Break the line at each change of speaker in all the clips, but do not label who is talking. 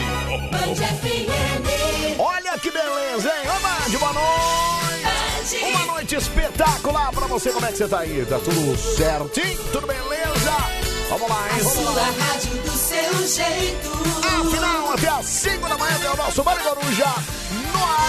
Ah, Olha que beleza, hein? Ô, Band, boa noite! Uma noite espetacular pra você. Como é que você tá aí? Tá tudo certinho? Tudo beleza? Vamos lá, hein? Vamos lá.
rádio do seu jeito.
Afinal, até às 5 da manhã tem o nosso Bande Coruja no ar.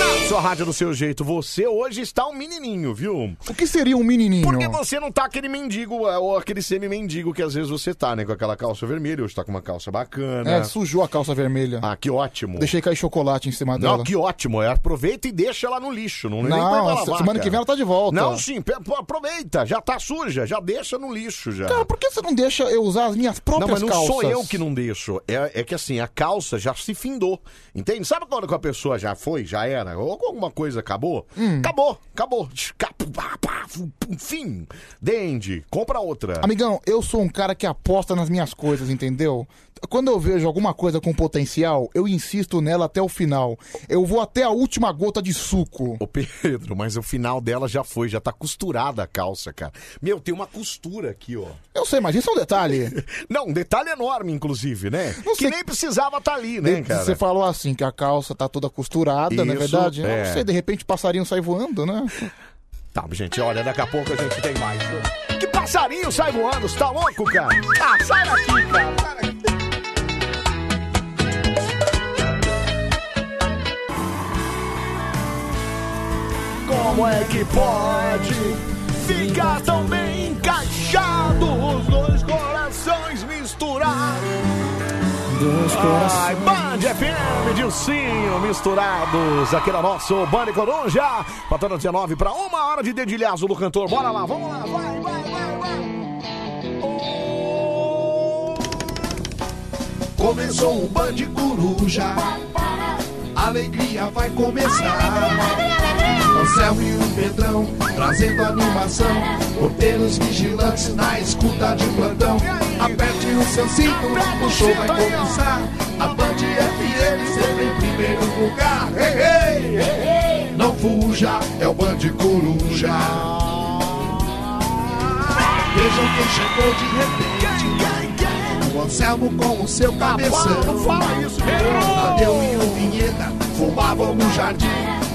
Na sua rádio do seu jeito, você hoje está um menininho, viu?
O que seria um menininho?
Porque você não tá aquele mendigo é, ou aquele semi-mendigo que às vezes você tá, né? Com aquela calça vermelha, hoje tá com uma calça bacana.
É, sujou a calça vermelha.
Ah, que ótimo.
Deixei cair chocolate em cima dela.
Não, que ótimo. é, Aproveita e deixa ela no lixo. Não, nem põe pra
Não,
lavar,
se- semana
cara.
que vem ela tá de volta.
Não, sim. pe- pô, Aproveita. Já tá suja. Já deixa no lixo já.
Cara, por que você não deixa eu usar as minhas
Não,
próprias
mas não
calças?
sou eu que não deixo. É, é que assim, a calça já se findou. Entende? Sabe quando que a pessoa já foi, já era? Ou alguma coisa acabou?
Hum.
Acabou, acabou. Escapo, pá, pá, fu- pum, Fim. Dende, compra outra.
Amigão, eu sou um cara que aposta nas minhas coisas, entendeu? Quando eu vejo alguma coisa com potencial, eu insisto nela até o final. Eu vou até a última gota de suco.
Ô Pedro, mas o final dela já foi, já tá costurada a calça, cara. Meu, tem uma costura aqui, ó.
Eu sei, mas isso é um detalhe.
Não, um detalhe enorme, inclusive, né? Que nem precisava estar ali, né, cara?
Você falou assim, que a calça tá toda costurada, não é
Isso,
verdade? Eu
é.
Não sei, de repente o passarinho sai voando, né?
Tá, gente, olha, daqui a pouco a gente tem mais. Que passarinho sai voando, você tá louco, cara? Ah, sai daqui, cara. sai daqui. Como é que pode ficar tão bem encaixado os dois corações misturados? Ai, Band FM, Dilcinho, misturados aqui no nosso Band Coruja. Faltando 19 para uma hora de dedilhaço do cantor. Bora lá, vamos lá, vai, vai, vai, vai.
Oh.
Ô,
Começou o Band Coruja. Alegria vai começar. Anselmo e o Pedrão trazendo animação. Porteiros vigilantes na escuta de plantão. Aperte o seu cinto, o show vai começar. A Band FM sempre em primeiro lugar. Ei, ei, ei, ei. Não fuja, é o Band Coruja. Vejam quem chegou de repente. O Anselmo com o seu cabeção.
Não fala isso,
Tadeu e o Vinheta fumavam no jardim,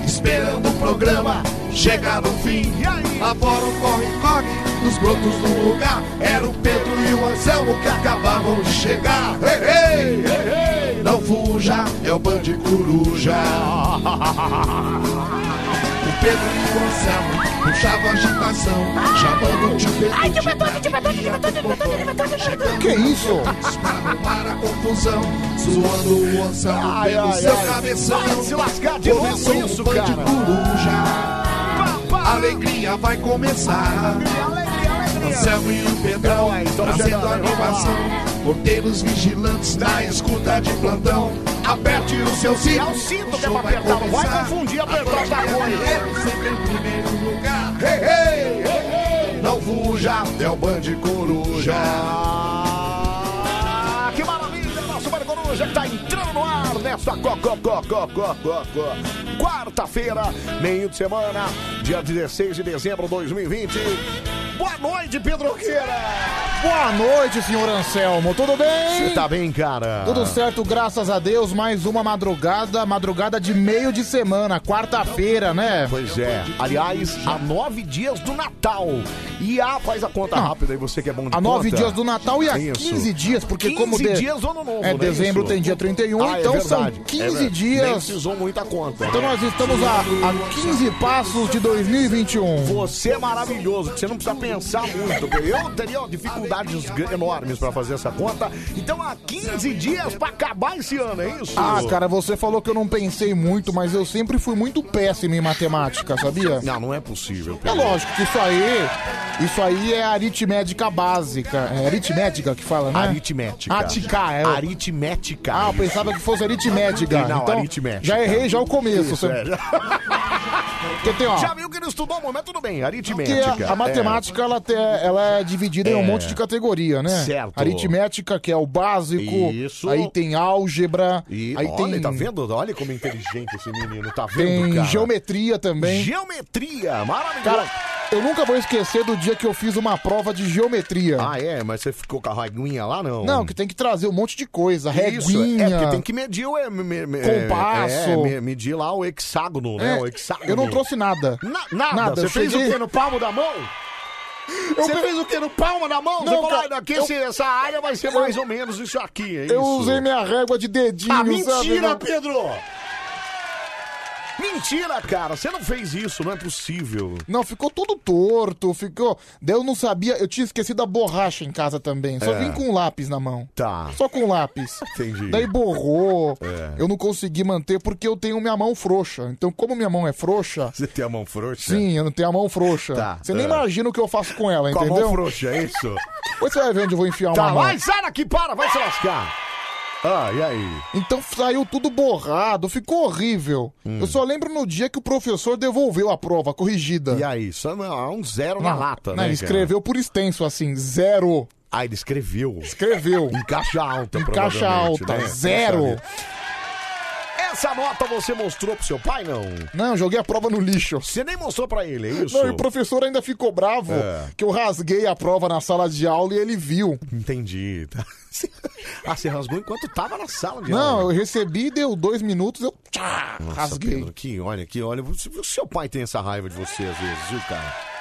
esperando o programa chegar no fim. Lá fora o corre-corre, nos brotos do lugar, era o Pedro e o Anselmo que acabavam de chegar. Ei, ei, ei, ei, não fuja, é o Band Coruja. O Pedro e o Anselmo puxavam agitação, chamando o tio Pedro. Ai,
Que isso?
para a confusão, zoando o Anselmo
Ai,
pelo
ai,
seu
ai.
cabeção.
Vai se lascar de novo
Começou um
isso,
o Band
cara.
Coruja. Alegria vai começar. Anselmo e o Pedrão
Então, então,
trazendo
chega, vai,
animação. Porteiros vigilantes na escuta de plantão. Aperte o seu cinto.
É o cinto que é pra apertar, não vai confundir apertar
o
o bagulho.
Sempre em primeiro lugar. Ei, ei, ei, ei. Não fuja, é o Band Coruja.
Ah, que maravilha, nosso Mário Coruja que tá entrando no ar nesta co- co- co- co- co- co- co- quarta-feira, meio de semana, dia 16 de dezembro de 2020. Boa noite, Pedroqueira!
Boa noite, senhor Anselmo. Tudo bem?
Você tá bem, cara?
Tudo certo, graças a Deus. Mais uma madrugada, madrugada de meio de semana, quarta-feira, né?
Pois é. Aliás, há nove dias do Natal. E há, faz a conta
Não.
rápida aí, você que é bom de
A Ah, nove
conta.
dias do Natal e a
Isso.
15 dias, porque
15
como de...
dias do ano novo,
é
né,
dezembro
isso?
tem dia 31,
Ah, é
então são
verdade. É
15
verdade. Nem
dias.
precisou muita conta.
Então nós estamos a, a 15 passos de 2021.
Você é maravilhoso, que você não precisa pensar muito. Eu teria dificuldades gr- enormes pra fazer essa conta. Então há 15 dias pra acabar esse ano, é isso?
Ah, cara, você falou que eu não pensei muito, mas eu sempre fui muito péssimo em matemática, sabia?
Não, não é possível.
É
Pedro.
lógico que isso aí, isso aí é aritmética básica. É aritmética que fala, né?
Aritmética.
Aticar, é.
Aritmética.
Ah, eu pensava que fosse aritmética.
Não,
então,
aritmética.
Já errei já o começo.
Isso, é.
Porque tem, ó,
Já viu que não estudou, mas tudo bem.
que
Aritmética.
a, a matemática ela, te- ela é dividida em um
É.
monte de categoria, né?
Certo.
Aritmética, que é o básico.
Isso.
Aí tem álgebra.
E
aí
olha,
tem,
tá vendo? Olha como é inteligente esse menino, tá vendo,
tem
cara?
geometria também.
Geometria, maravilhoso.
Cara, Eu nunca vou esquecer do dia que eu fiz uma prova de geometria.
Ah, é? Mas você ficou com a reguinha lá, não?
Não, que tem que trazer um monte de coisa.
Isso,
Reguinha.
é porque tem que medir o... é, me- me- é,
Compasso.
é, me- medir lá o hexágono, né?
É,
O hexágono.
Eu não trouxe nada.
nada? Você
eu
fez o
cheguei-
quê? No palmo da mão? Você fez o quê? No palmo da mão? você
Não,
falou,
cara,
"Ah, daqui
eu-
esse- essa área vai ser
eu-
mais ou menos isso aqui, é
Eu
isso."
usei minha régua de dedinho.
Ah,
sabe? né?
mentira,
Não-
Pedro! Mentira, cara! Você não fez isso, não é possível.
Não, ficou tudo torto, ficou. Daí eu não sabia, eu tinha esquecido a borracha em casa também. Só
É.
vim com lápis na mão.
Tá.
Só com lápis.
Entendi.
Daí borrou.
É.
Eu não consegui manter porque eu tenho minha mão frouxa. Então, como minha mão é frouxa,
Você tem a mão frouxa?
sim, eu não tenho a mão frouxa.
Tá,
Você nem
é.
imagina o que eu faço com ela,
Com a
Tá entendeu?
mão frouxa, é isso?
Depois você vai ver onde eu vou enfiar
Tá,
uma mão.
vai, sai daqui, para, vai se lascar. Ah, e aí?
Então saiu tudo borrado, ficou horrível.
Hum.
Eu só lembro no dia que o professor devolveu a prova corrigida.
E aí? Só não, há um zero na
Não,
lata,
não,
né?
Ele
cara?
escreveu por extenso, assim, zero.
Ah, ele escreveu.
Escreveu.
Em caixa alta,
Em caixa
provavelmente,
alta,
né?
zero.
Essa nota você mostrou pro seu pai, não?
Não, joguei a prova no lixo.
Você nem mostrou pra ele, é isso?
Não, e o professor ainda ficou bravo
É.
que eu rasguei a prova na sala de aula e ele viu.
Entendi. tá. Ah, você rasgou enquanto tava na sala de
Não,
aula.
eu recebi, deu dois minutos, eu tchá,
Nossa,
rasguei.
Pedro, que olha, que olha. você- O seu pai tem essa raiva de você às vezes, viu, cara?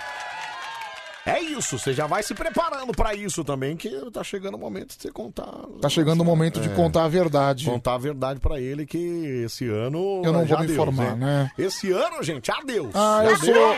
É isso, você já vai se preparando pra isso também, que tá chegando o momento de você contar.
Tá chegando o momento de
É.
contar a verdade.
Contar a verdade pra ele que esse ano. é,
Eu não
já
vou me
deu,
informar, né?
Esse ano, gente, adeus.
Ah, eu
adeus.
sou.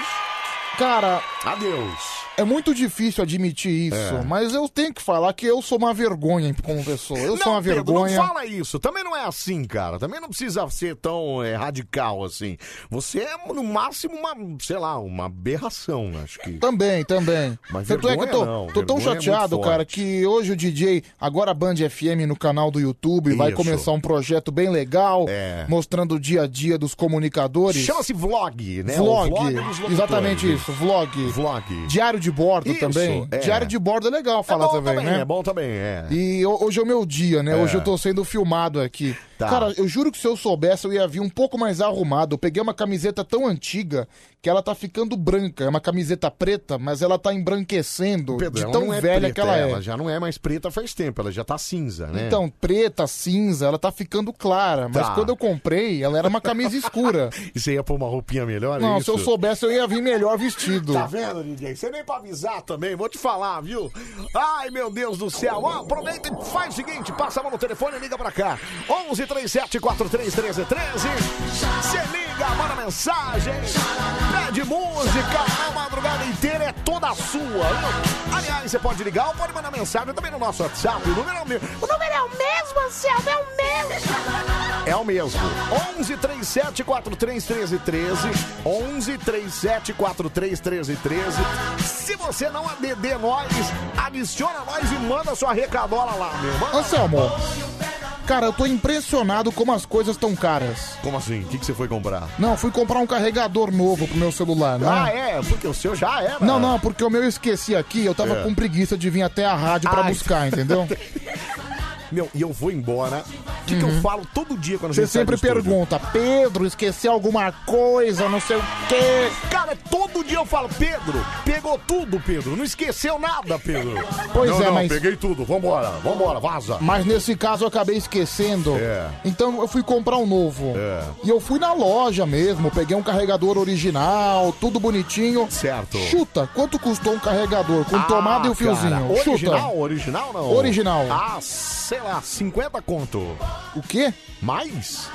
Cara,
Adeus.
é muito difícil admitir isso,
É.
mas eu tenho que falar que eu sou uma vergonha como pessoa. Eu sou
Não,
uma
Pedro,
vergonha.
Não fala isso. Também não é assim, cara. Também não precisa ser tão é, radical assim. Você é, no máximo, uma, sei lá, uma aberração, acho que.
Também, também.
Mas
Tanto é que eu tô,
vergonha não,
tô tão
vergonha é muito
chateado,
forte.
cara, que hoje o DJ, agora a Band FM no canal do YouTube, vai
Isso.
começar um projeto bem legal,
É.
mostrando o dia a dia dos comunicadores.
Chama-se vlog, né?
vlog.
O dos locutores.
Exatamente isso, vlog.
Vlog.
Diário de bordo
Isso,
também.
é.
Diário de bordo é legal falar
é bom
também, né?
É bom também, é.
E ho- hoje é o meu dia, né?
É.
Hoje eu tô sendo filmado aqui.
Tá.
Cara, eu juro que se eu soubesse, eu ia vir um pouco mais arrumado. Eu peguei uma camiseta tão antiga que ela tá ficando branca. É uma camiseta preta, mas ela tá embranquecendo
Pedro,
de
ela
tão
não é
velha
preta,
que ela é.
Ela já não é mais preta faz tempo, ela já tá cinza, né?
Então, preta, cinza, ela tá ficando clara. Mas
Tá.
quando eu comprei, ela era uma camisa escura.
E você ia pôr uma roupinha melhor? é
Não, se
isso?
eu soubesse, eu ia vir melhor vestido.
Tá vendo, DJ? Você nem pra avisar também, vou te falar, viu? Ai, meu Deus do céu. Ó, aproveita e faz o seguinte, passa a mão no telefone e liga pra cá. 11 37 4313 13. Você liga, manda mensagem, pede música, a madrugada inteira é toda sua. viu? Aliás, você pode ligar ou pode mandar mensagem também no nosso WhatsApp. O número é o mesmo. O número é o mesmo, céu, é o mesmo. É o mesmo. 11 37 4313 13. 11 37 4313 13. Se você não ADD nós, adiciona nós e manda sua recadola lá, meu. Manda...
Anselmo, cara, eu tô impressionado como as coisas estão caras.
Como assim? O que, que você foi comprar?
Não, fui comprar um carregador novo pro meu celular, né?
Ah, é? Porque o seu já era.
Não, não, porque o meu eu esqueci aqui, eu tava
É. Ah, então
com preguiça de vir até a rádio pra
Ai.
buscar, entendeu?
Meu, e eu vou embora. O que, que eu falo todo dia quando a
Uhum. Você
gente sai do
sempre
estúdio?
pergunta, Pedro, esqueci alguma coisa, não sei o quê.
Cara, todo dia eu falo, Pedro, pegou tudo, Pedro. Não esqueceu nada, Pedro.
Pois
não,
é,
não,
mas-
peguei tudo. Vambora, vambora, vaza.
Mas nesse caso eu acabei esquecendo.
É.
Então eu fui comprar um novo.
É.
E eu fui na loja mesmo, peguei um carregador original, tudo bonitinho.
Certo.
Chuta, quanto custou um carregador com tomada e o
Ah, cara,
fiozinho?
Original,
Chuta.
original não?
Original.
Ah, sei lá, 50 conto.
O quê?
Mais?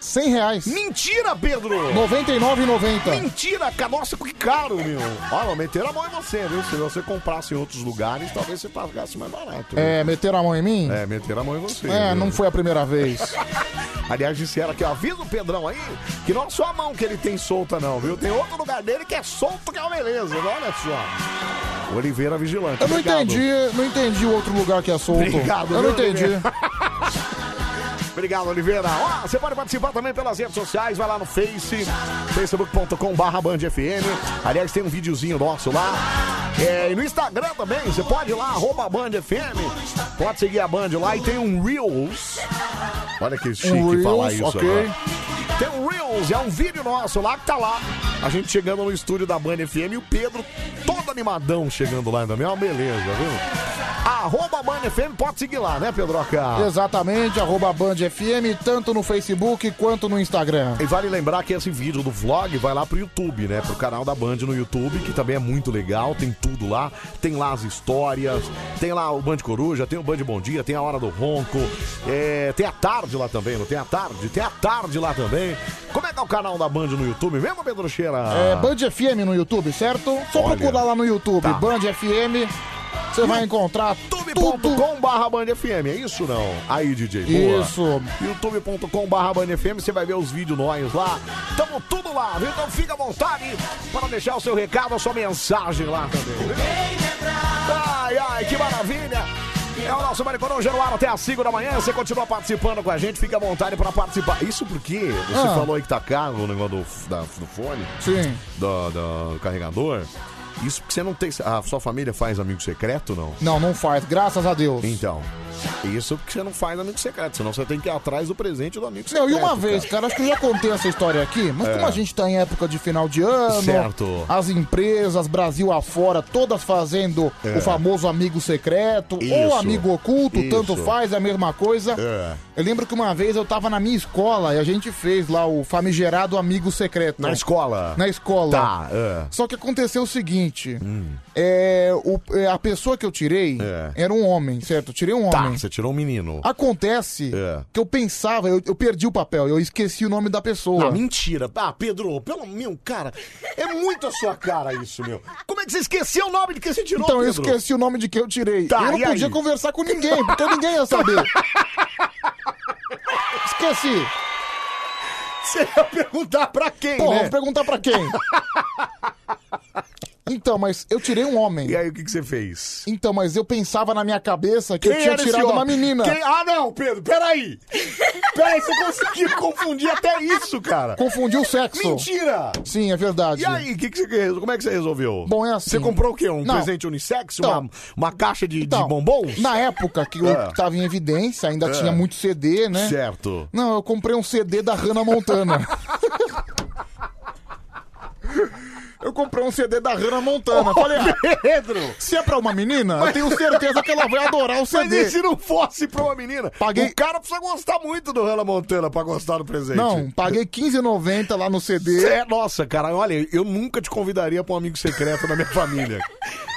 100 reais.
Mentira, Pedro!
R$ 99,90.
Mentira, cara. Nossa, que caro, meu. Olha, meteram a mão em você, viu? Se você comprasse em outros lugares, talvez você pagasse mais barato.
É, meteram a mão em mim?
É, meteram a mão em você.
é
viu?
não foi a primeira vez.
Aliás, disseram aqui, ó, avisa o Pedrão aí que não é só a mão que ele tem solta, não, viu? Tem outro lugar dele que é solto, que é uma beleza, olha só. Oliveira Vigilante.
Eu não
obrigado.
entendi, não entendi o outro lugar que é solto.
Tá Obrigado,
Eu não
viu,
entendi.
Oliveira? Obrigado, Oliveira. Ó, você pode participar também pelas redes sociais, vai lá no Face, facebook.com.br bandfm. Aliás, tem um videozinho nosso lá. É, e no Instagram também, você pode ir lá, arroba bandfm. Pode seguir a Band lá e tem um Reels. Olha que chique
Um
falar
Reels,
isso
ok.
agora. Tem um Reels, é um vídeo nosso lá que tá lá. A gente chegando no estúdio da Band FM e o Pedro todo animadão chegando lá ainda. É uma beleza, viu? Arroba Band FM, pode seguir lá, né, Pedroca?
Exatamente, arroba Band FM, tanto no Facebook quanto no Instagram.
E vale lembrar que esse vídeo do vlog vai lá pro YouTube, né? Pro canal da Band no YouTube, que também é muito legal, tem tudo lá. Tem lá as histórias, tem lá o Band Coruja, tem o Band Bom Dia, tem a Hora do Ronco, é, tem a tarde lá também, não tem a tarde? Tem a tarde lá também. Como é que é o canal da Band no YouTube mesmo, Pedro Cheira?
É Band FM no YouTube, certo? Só
Ah. Olha.
procurar lá no YouTube,
Tá.
Band FM, você vai encontrar
youtube.com.br bandfm, é isso não? Aí, DJ, boa.
Isso.
youtube.com.br bandfm, você vai ver os vídeos nós lá. Tamo tudo lá, viu? Então fica à vontade para deixar o seu recado, a sua mensagem lá também. né? viu? Ai, ai, que maravilha. É o nosso Maricorão Januário até às 5 da manhã. Você continua participando com a gente, fica à vontade para participar. Isso porque você
Ah.
falou aí que tá caro o negócio do, da- do fone,
Sim.
do, do carregador. Isso porque você não tem. A sua família faz amigo secreto, não?
Não, não faz, graças a Deus.
Então, isso porque você não faz amigo secreto, senão você tem que ir atrás do presente do amigo secreto.
Não, e uma vez, cara, acho que eu já contei essa história aqui, mas
É.
como a gente tá em época de final de ano,
Certo.
as empresas, Brasil afora, todas fazendo
É.
o famoso amigo secreto
Isso.
ou amigo oculto, tanto
Isso.
faz, é a mesma coisa.
É.
Eu lembro que uma vez eu tava na minha escola e a gente fez lá o famigerado amigo secreto.
Na escola?
Na escola.
Tá, Hum. é.
Só que aconteceu o seguinte: é, o- é, a pessoa que eu tirei era um homem, certo? Eu tirei um
É. Tá,
homem.
você tirou um menino.
Acontece
É.
que eu pensava, eu, eu perdi o papel, eu esqueci o nome da pessoa.
Ah, mentira. Ah, Pedro, pelo meu, cara, é muito a sua cara isso, meu. Como é que você esqueceu o nome de que você tirou,
então eu
Pedro?
esqueci o nome de quem eu tirei.
Tá,
eu não
e
podia
aí?
conversar com ninguém, porque ninguém ia saber. Esqueci.
Você ia perguntar pra quem,
Porra,
né?
vou perguntar pra quem? Então, mas eu tirei um homem.
E aí, o que, que você fez?
Então, mas eu pensava na minha cabeça que eu
Quem
tinha
era esse
tirado
homem?
uma menina.
Quem- Ah, não, Pedro, peraí. Peraí, você conseguiu confundir até isso, cara.
Confundi o sexo.
Mentira!
Sim, é verdade.
E aí, que que você- como é que você resolveu?
Bom, é assim.
Você comprou o quê? Um
Não.
presente unissex?
Então.
uma, uma caixa de, de
Então,
bombons?
Na época que eu
Ah.
tava em evidência, ainda tinha muito CD, né?
Certo.
Não, eu comprei um CD da Hannah Montana. eu comprei um CD da Hannah Montana. Falei, ah,
Pedro!
se é pra uma menina, eu tenho certeza que ela vai adorar o
Mas e
CD.
se não fosse pra uma menina?
Paguei-
O cara precisa gostar muito do Hannah Montana pra gostar do presente.
Não, paguei R$15,90 lá no CD.
É, nossa, cara, olha, eu nunca te convidaria pra um amigo secreto da minha família.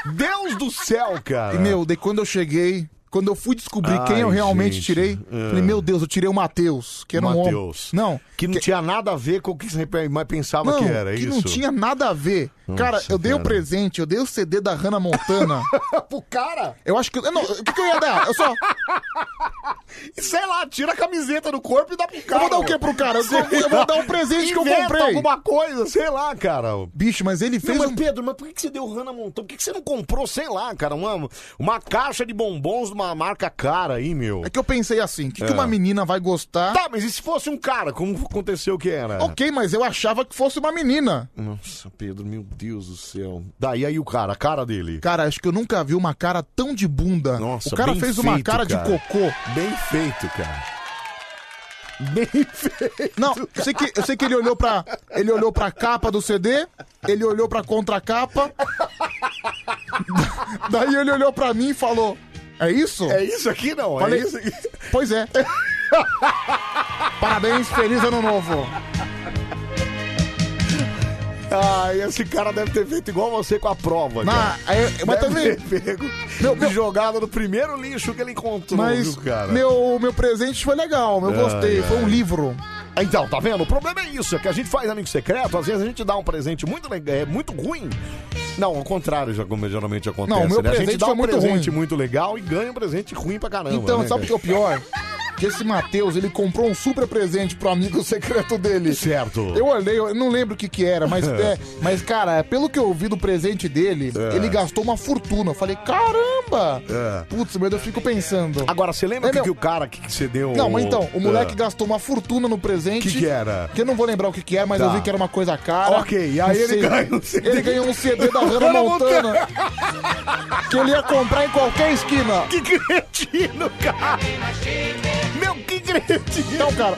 Deus do céu, cara.
E, meu, daí quando eu cheguei, quando eu fui descobrir
Ai,
quem eu realmente
gente.
tirei,
É.
falei, meu Deus, eu tirei o Matheus, que era um homem.
Mateus.
Não,
Que não tinha nada a ver com o que você mais pensava
não,
que era, é isso?
não tinha nada a ver. cara, eu dei o
cara.
presente, eu dei o CD da Hannah Montana.
pro cara.
eu acho que. eu- Não, o que, que eu ia dar? Eu só.
Sei lá, tira a camiseta do corpo e dá pro
Eu
cara.
vou dar o quê pro cara? Eu, vou- eu vou dar o presente que eu
Inventa
comprei.
alguma coisa, sei lá, cara.
Bicho, mas ele
Não,
fez
mas
um.
Pedro, mas por que que você deu Hannah Montana? Por que que você não comprou, sei lá, cara, uma, uma caixa de bombons de uma marca cara aí, meu?
É que eu pensei assim, o que, que uma menina vai gostar?
É. Tá, mas e se fosse um cara? Como aconteceu que era?
Ok, mas eu achava que fosse uma menina.
Nossa, Pedro, meu Deus do céu. Daí aí o cara, a cara dele.
Cara, acho que eu nunca vi uma cara tão de bunda.
Nossa,
o cara
bem
fez uma
feito,
cara,
cara.
de cocô.
Bem feito, cara. Bem feito.
Não, eu sei que, eu sei que ele olhou pra. Ele olhou pra capa do CD, ele olhou pra contracapa. da- Daí ele olhou pra mim e falou: É isso?
É isso aqui não,
Falei-
é isso aqui.
Pois é. Parabéns, feliz ano novo.
Ah, esse cara deve ter feito igual você com a prova, cara.
Mas, é, mas
Deve
também.
ter pego
Meu-
e
meu-
jogado no primeiro lixo que ele encontrou,
Mas
viu, cara?
meu, meu presente foi legal, eu
Ai,
gostei. Foi um
ai.
livro.
Então, tá vendo? O problema é isso, é que a gente faz amigo secreto, às vezes a gente dá um presente muito, le- é, muito ruim. Não, ao contrário, já, como geralmente acontece,
Não, o meu
né? A gente
presente
dá um
foi muito
presente
ruim.
muito legal e ganha um presente ruim pra caramba.
então,
né,
sabe o que é o pior? Que esse Matheus, ele comprou um super presente pro amigo secreto dele.
Certo.
Eu olhei, eu não lembro o que que era, mas, é, mas cara, pelo que eu vi do presente dele,
É.
ele gastou uma fortuna. Eu falei, caramba!
É.
Putz, meu Deus, eu fico pensando.
Agora, você lembra
É,
o que,
meu-
que o cara que, que você deu...
Não, mas então, o moleque
É.
gastou uma fortuna no presente.
Que que era?
Que eu não vou lembrar o que que era, mas
Tá.
eu vi que era uma coisa cara.
Ok, e aí
Não
ele ganhou um CD.
Ele ganhou um CD da Hannah
Hannah
Montana. que ele ia comprar em qualquer esquina.
Que é? cretino, cara! Meu, que cretino!
Então, cara,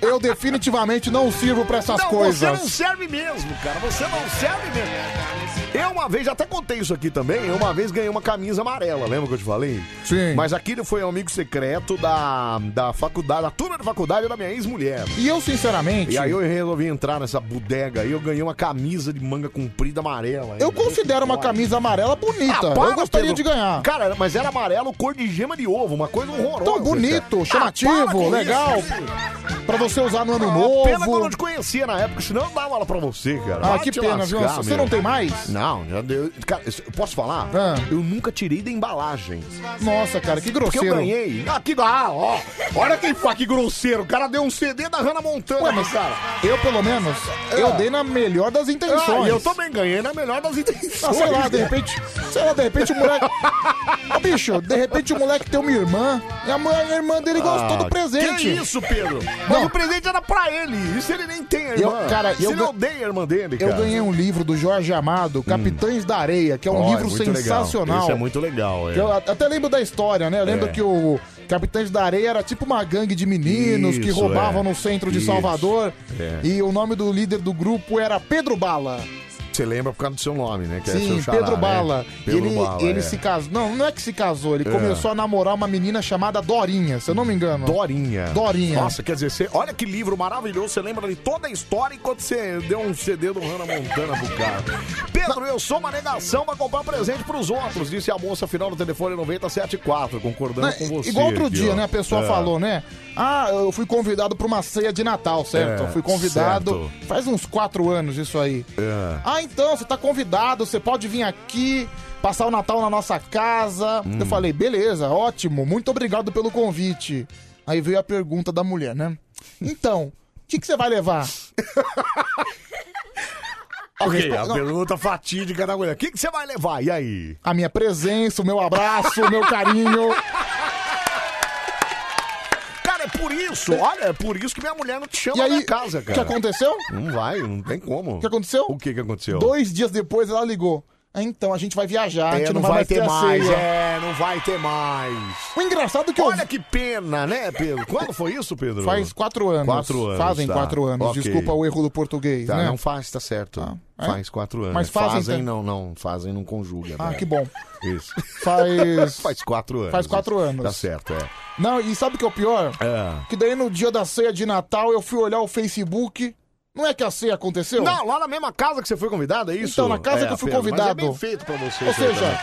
Eu definitivamente não sirvo pra essas
não, Você
coisas.
não serve mesmo, cara. Você não serve mesmo. Eu uma vez, até contei isso aqui também, eu uma vez ganhei uma camisa amarela, lembra que eu te falei? Sim. Mas aquilo foi um amigo secreto da, Ah, da faculdade, da turma da faculdade da minha ex-mulher.
E eu, sinceramente.
E aí eu resolvi entrar nessa bodega aí, eu ganhei uma camisa de manga comprida amarela.
Eu considero uma camisa amarela bonita.
Ah,
eu gostaria de ganhar.
Cara, mas era amarelo cor de gema de ovo, uma coisa horrorosa.
Então, bonito,
cara. Ah, para
chamativo,
com
legal.
isso, cara.
Pra você usar no ano
Ah, Pena que eu não
novo.
te conhecia na época, senão eu dava aula pra você, cara.
Ah,
Vai
que
te
pena, viu? Você não tem mais? Ah.
Não, já deu. Cara, isso- eu posso falar? Eu nunca tirei da embalagem.
Nossa, cara, que grosseiro.
Porque eu ganhei. Ah, que, ah, ó. Olha quem fala que grosseiro. O cara deu um CD da Hannah Montana,
Ué, mas,
cara.
Eu, pelo menos, eu dei na melhor das intenções.
Ah, e eu também ganhei na melhor das intenções.
Ah, sei lá, de repente. Sei lá, de repente o moleque. Ô, bicho, de repente o moleque tem uma irmã e a, mãe, a irmã dele gostou do presente.
Ah, Que isso, Pedro? Mas
Não.
o presente era pra ele. Isso ele nem tem, a
Eu,
irmã.
cara,
Se
eu
ele
ga-
odeia a irmã dele, cara.
Eu ganhei um livro do Jorge Amado, Capitães da Areia, que é um
Ó,
livro
muito
sensacional.
Legal. Isso é muito legal, é.
Que Eu a- até lembro da história, né? Eu lembro
É.
que o Capitães da Areia era tipo uma gangue de meninos que
Isso,
roubavam
é.
no centro de
Isso,
Salvador.
é.
E o nome do líder do grupo era Pedro Bala.
Você lembra por causa do seu nome, né? Que é
Sim,
seu xará,
Pedro
né?
Bala. E
Pedro
ele
Bala,
ele
é.
se casou. Não, não é que se casou, ele
É.
começou a namorar uma menina chamada Dorinha, se eu não me engano.
Dorinha.
Dorinha.
Nossa, quer dizer, você- olha que livro maravilhoso. Você lembra de toda a história enquanto você deu um CD do Hannah Montana pro cara. Pedro, eu sou uma negação pra comprar presente pros outros, disse a moça final do telefone 974, concordando
Né,
com você.
Igual outro
aqui,
dia,
ó.
né? A pessoa
É.
falou, né? Ah, eu fui convidado pra uma ceia de Natal, certo?
É,
eu fui convidado.
certo.
Faz uns quatro anos isso aí.
É.
Ah, então, você tá convidado, você pode vir aqui, passar o Natal na nossa casa.
Hum.
Eu falei, beleza, ótimo, muito obrigado pelo convite. Aí veio a pergunta da mulher, né? Então, o que, que você vai levar?
Ok,
respondo-
a
não.
pergunta fatídica da mulher. O que que você vai levar? E aí?
A minha presença, o meu abraço, o meu carinho.
Cara, é por isso, olha, é por isso que minha mulher não te chama né?
E
na
aí,
É minha casa,
o que
cara.
aconteceu?
Não vai, não tem como. O
que aconteceu?
O que que aconteceu?
Dois dias depois ela ligou. Ah, então, a gente vai viajar, a
É,
gente
não,
vai,
vai
mais
ter mais,
ceia.
é, não vai ter mais.
O engraçado é que eu
Olha que pena, né, Pedro? Quando foi isso, Pedro?
Faz quatro anos.
é. Quatro anos,
Fazem
tá.
quatro anos.
Ok.
Desculpa o erro do português,
Tá,
né?
não faz, tá certo.
é?
Faz quatro anos.
Mas fazem,
não, não. Fazem, não conjuga.
Ah,
né?
que bom.
Isso.
Faz...
faz quatro anos.
Faz quatro
isso.
anos.
Tá certo, é.
Não, e sabe o que é o pior?
É.
Que daí no dia da ceia de Natal eu fui olhar o Facebook. Não é que a ceia aconteceu?
Não, lá na mesma casa que você foi convidado, é isso?
Então, na casa
É,
que eu fui
Pedro, mas
convidado.
é bem feito pra você.
Ou
isso aí
seja,
também.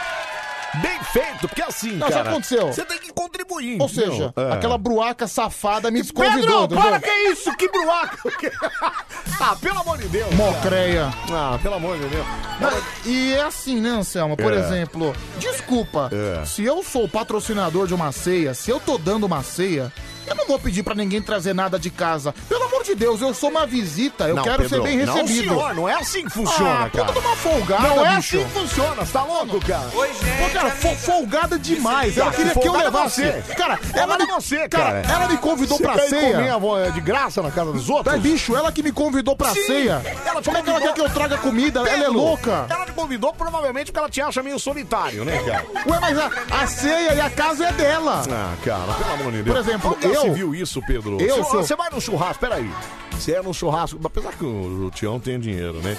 Bem feito, porque assim,
Não,
cara...
sabe o que aconteceu?
Você tem que contribuir.
Ou seja,
entendeu? É.
aquela bruaca safada me
Pedro,
desconvidou.
para
entendeu?
que isso? Que bruaco! ah, pelo amor de Deus. cara.
Mocreia.
Ah, pelo amor de Deus.
Não, E é assim, né, Anselmo? Por
É.
exemplo, desculpa,
É.
se eu sou o patrocinador de uma ceia, se eu tô dando uma ceia, eu não vou pedir pra ninguém trazer nada de casa. Pelo amor de Deus, eu sou uma visita, eu
Não,
quero
Pedro,
ser bem
Não,
recebido.
senhor, não é assim que funciona,
ah,
cara.
puta de uma folgada,
Não é
bicho.
assim que funciona, você tá louco, cara?
Oi, gente.
Pô, cara, fo- folgada demais. Ela
Cara,
queria que eu
folgada
levasse.
é você.
Cara,
Folgada
ela me,
é você,
cara,
cara.
ela me convidou
Você
pra
quer ir comer
ceia.
a vo- de graça na casa dos outros?
Mas, bicho, ela que me convidou pra
Sim,
ceia.
ela te
Como é que ela
convidou.
quer que eu traga comida? Ela é
Pedro,
louca.
Ela te convidou provavelmente porque ela te acha meio solitário, né, cara?
Ué, mas a, a ceia e a casa é dela.
Ah, cara, pelo amor de Deus.
Por exemplo,
Onde já
eu-
se viu isso, Pedro?
Eu
você,
sou-
você vai no churrasco, peraí. Você é no churrasco, apesar que o, o Tião tem dinheiro, né?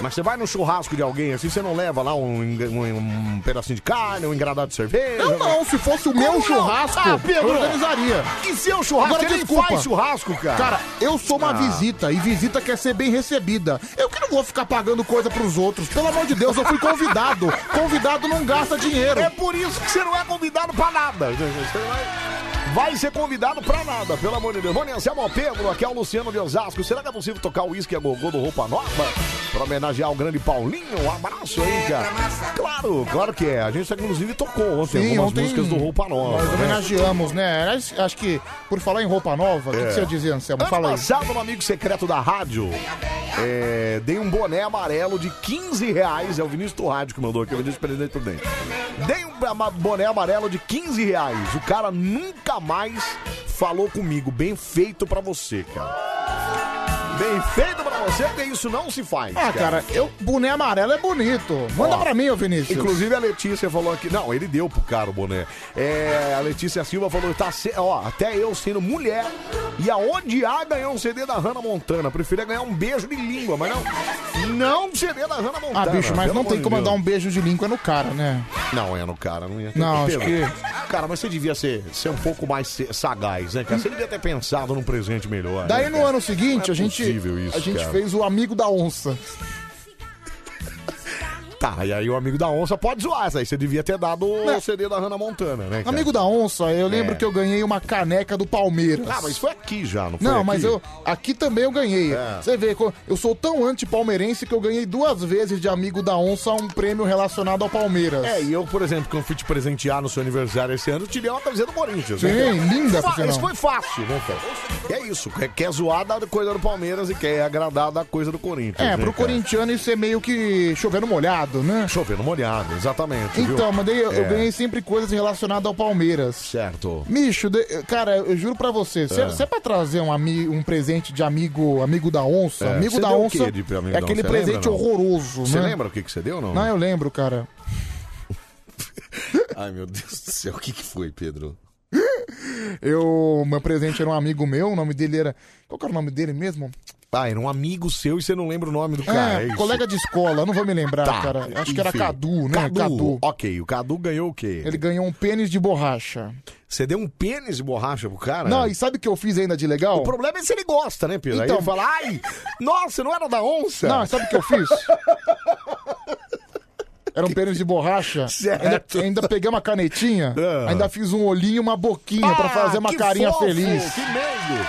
Mas você vai no churrasco de alguém assim, você não leva lá um, enga- um- um pedacinho de carne, um engradado de cerveja.
Eu não, Então, se fosse o meu
não?
churrasco,
Ah, Pedro.
eu organizaria.
Que seu churrasco,
Agora,
ele
desculpa.
faz churrasco, cara.
Cara, eu sou uma
Ah.
visita e visita quer ser bem recebida. Eu que não vou ficar pagando coisa pros outros. Pelo amor de Deus, eu fui convidado. convidado não gasta dinheiro.
É por isso que você não é convidado pra nada. Você vai, vai ser convidado pra nada, pelo amor de Deus. Mano, esse é o Pedro, aqui é o Luciano de Osasco. Será que é possível tocar o uísque a gogô do Roupa Nova? Pra homenagear o grande Paulinho? Um abraço aí, cara. Claro, claro que é. A gente inclusive tocou ontem
Sim,
algumas
ontem
músicas do Roupa Nova.
Nós
né?
homenageamos, né? Aliás, Acho que, por falar em roupa nova, o que, que você ia dizer, Anselmo?
É. Ano
Fala aí.
passado, um amigo secreto da rádio, é, dei um boné amarelo de 15 reais. É o Vinícius do Rádio que mandou aqui, o Vinícius Presidente Prudente. Dei um ama- boné amarelo de 15 reais. O cara nunca mais falou comigo. Bem feito pra você, cara. Bem feito pra você, porque isso não se faz.
Ah, cara, eu, boné amarelo é bonito. Manda pra mim, ô Vinícius.
Inclusive a Letícia falou aqui. Não, ele deu pro cara o boné. É, a Letícia Silva falou: tá se- ó, até eu sendo mulher e a odiar ganhar um CD da Hannah Montana. Preferia ganhar um beijo de língua, mas não. Não um CD da Hannah
Ah,
Montana.
bicho, mas
pelo
não tem
amor
como
de
eu dar
Deus.
um beijo de língua no cara, né?
Não, é no cara, não ia ter
Não,
Pedro,
acho
Cara, mas você devia ser, ser um pouco mais se- sagaz, né, cara? Você devia ter pensado num presente melhor.
Daí
né,
no
cara?
ano seguinte,
Não é
a gente,
possível isso,
a gente
cara.
fez o Amigo da Onça.
Tá, e aí o amigo da onça pode zoar, isso aí você devia ter dado o CD da Hannah Montana, né? cara?
Né? Amigo da Onça, eu lembro
É.
que eu ganhei uma caneca do Palmeiras.
Ah, mas foi aqui já, não foi?
Não, mas
aqui? É.
eu aqui também eu ganhei. Você vê, co- eu sou tão anti-palmeirense que eu ganhei duas vezes de amigo da onça um prêmio relacionado ao Palmeiras.
É, e eu, por exemplo, quando fui te presentear no seu aniversário esse ano, eu te dei uma camiseta do Corinthians.
Sim, linda, por
Fa
sinal.
Isso foi fácil, né, cara? É isso, quer, quer zoar da coisa do Palmeiras e quer agradar da coisa do Corinthians.
É,
né,
pro
cara?
corintiano isso é meio que chovendo molhado, né?
Chovendo molhado, exatamente.
Então,
viu?
mas daí eu, eu
É,
ganhei sempre coisas relacionadas ao Palmeiras.
Certo.
Micho, de- cara, eu juro pra você, se
É.
é, se é pra trazer um, ami- um presente de amigo amigo da onça,
É,
amigo
você
da
deu o
onça
quê de pra amigo
é
da
aquele
onça? Você
presente
lembra, não?
horroroso,
Você
né?
lembra o que, que você deu ou não?
Não, eu lembro, cara.
Ai, meu Deus do céu, o que, que foi, Pedro?
Eu, meu presente era um amigo meu, o nome dele era. Qual que era o nome dele mesmo?
Ah, era um amigo seu e você não lembra o nome do cara.
é,
é isso?
colega de escola, não vou me lembrar,
Tá,
cara. Acho que era
enfim.
Cadu, né?
Cadu.
Cadu.
Ok, o Cadu ganhou o quê?
Ele ganhou um pênis de borracha.
Você deu um pênis de borracha pro cara?
Não, e sabe o que eu fiz ainda de legal?
Tá. O problema é se ele gosta, né, Pedro? Aí
Então.
ele fala, ai, nossa, não era da onça?
Não, sabe o que eu fiz? Era um pênis de borracha. Ainda,
Certo.
ainda peguei uma canetinha,
Ah.
ainda fiz um olhinho e uma boquinha pra fazer uma
que
carinha
fofo,
feliz.
Que medo.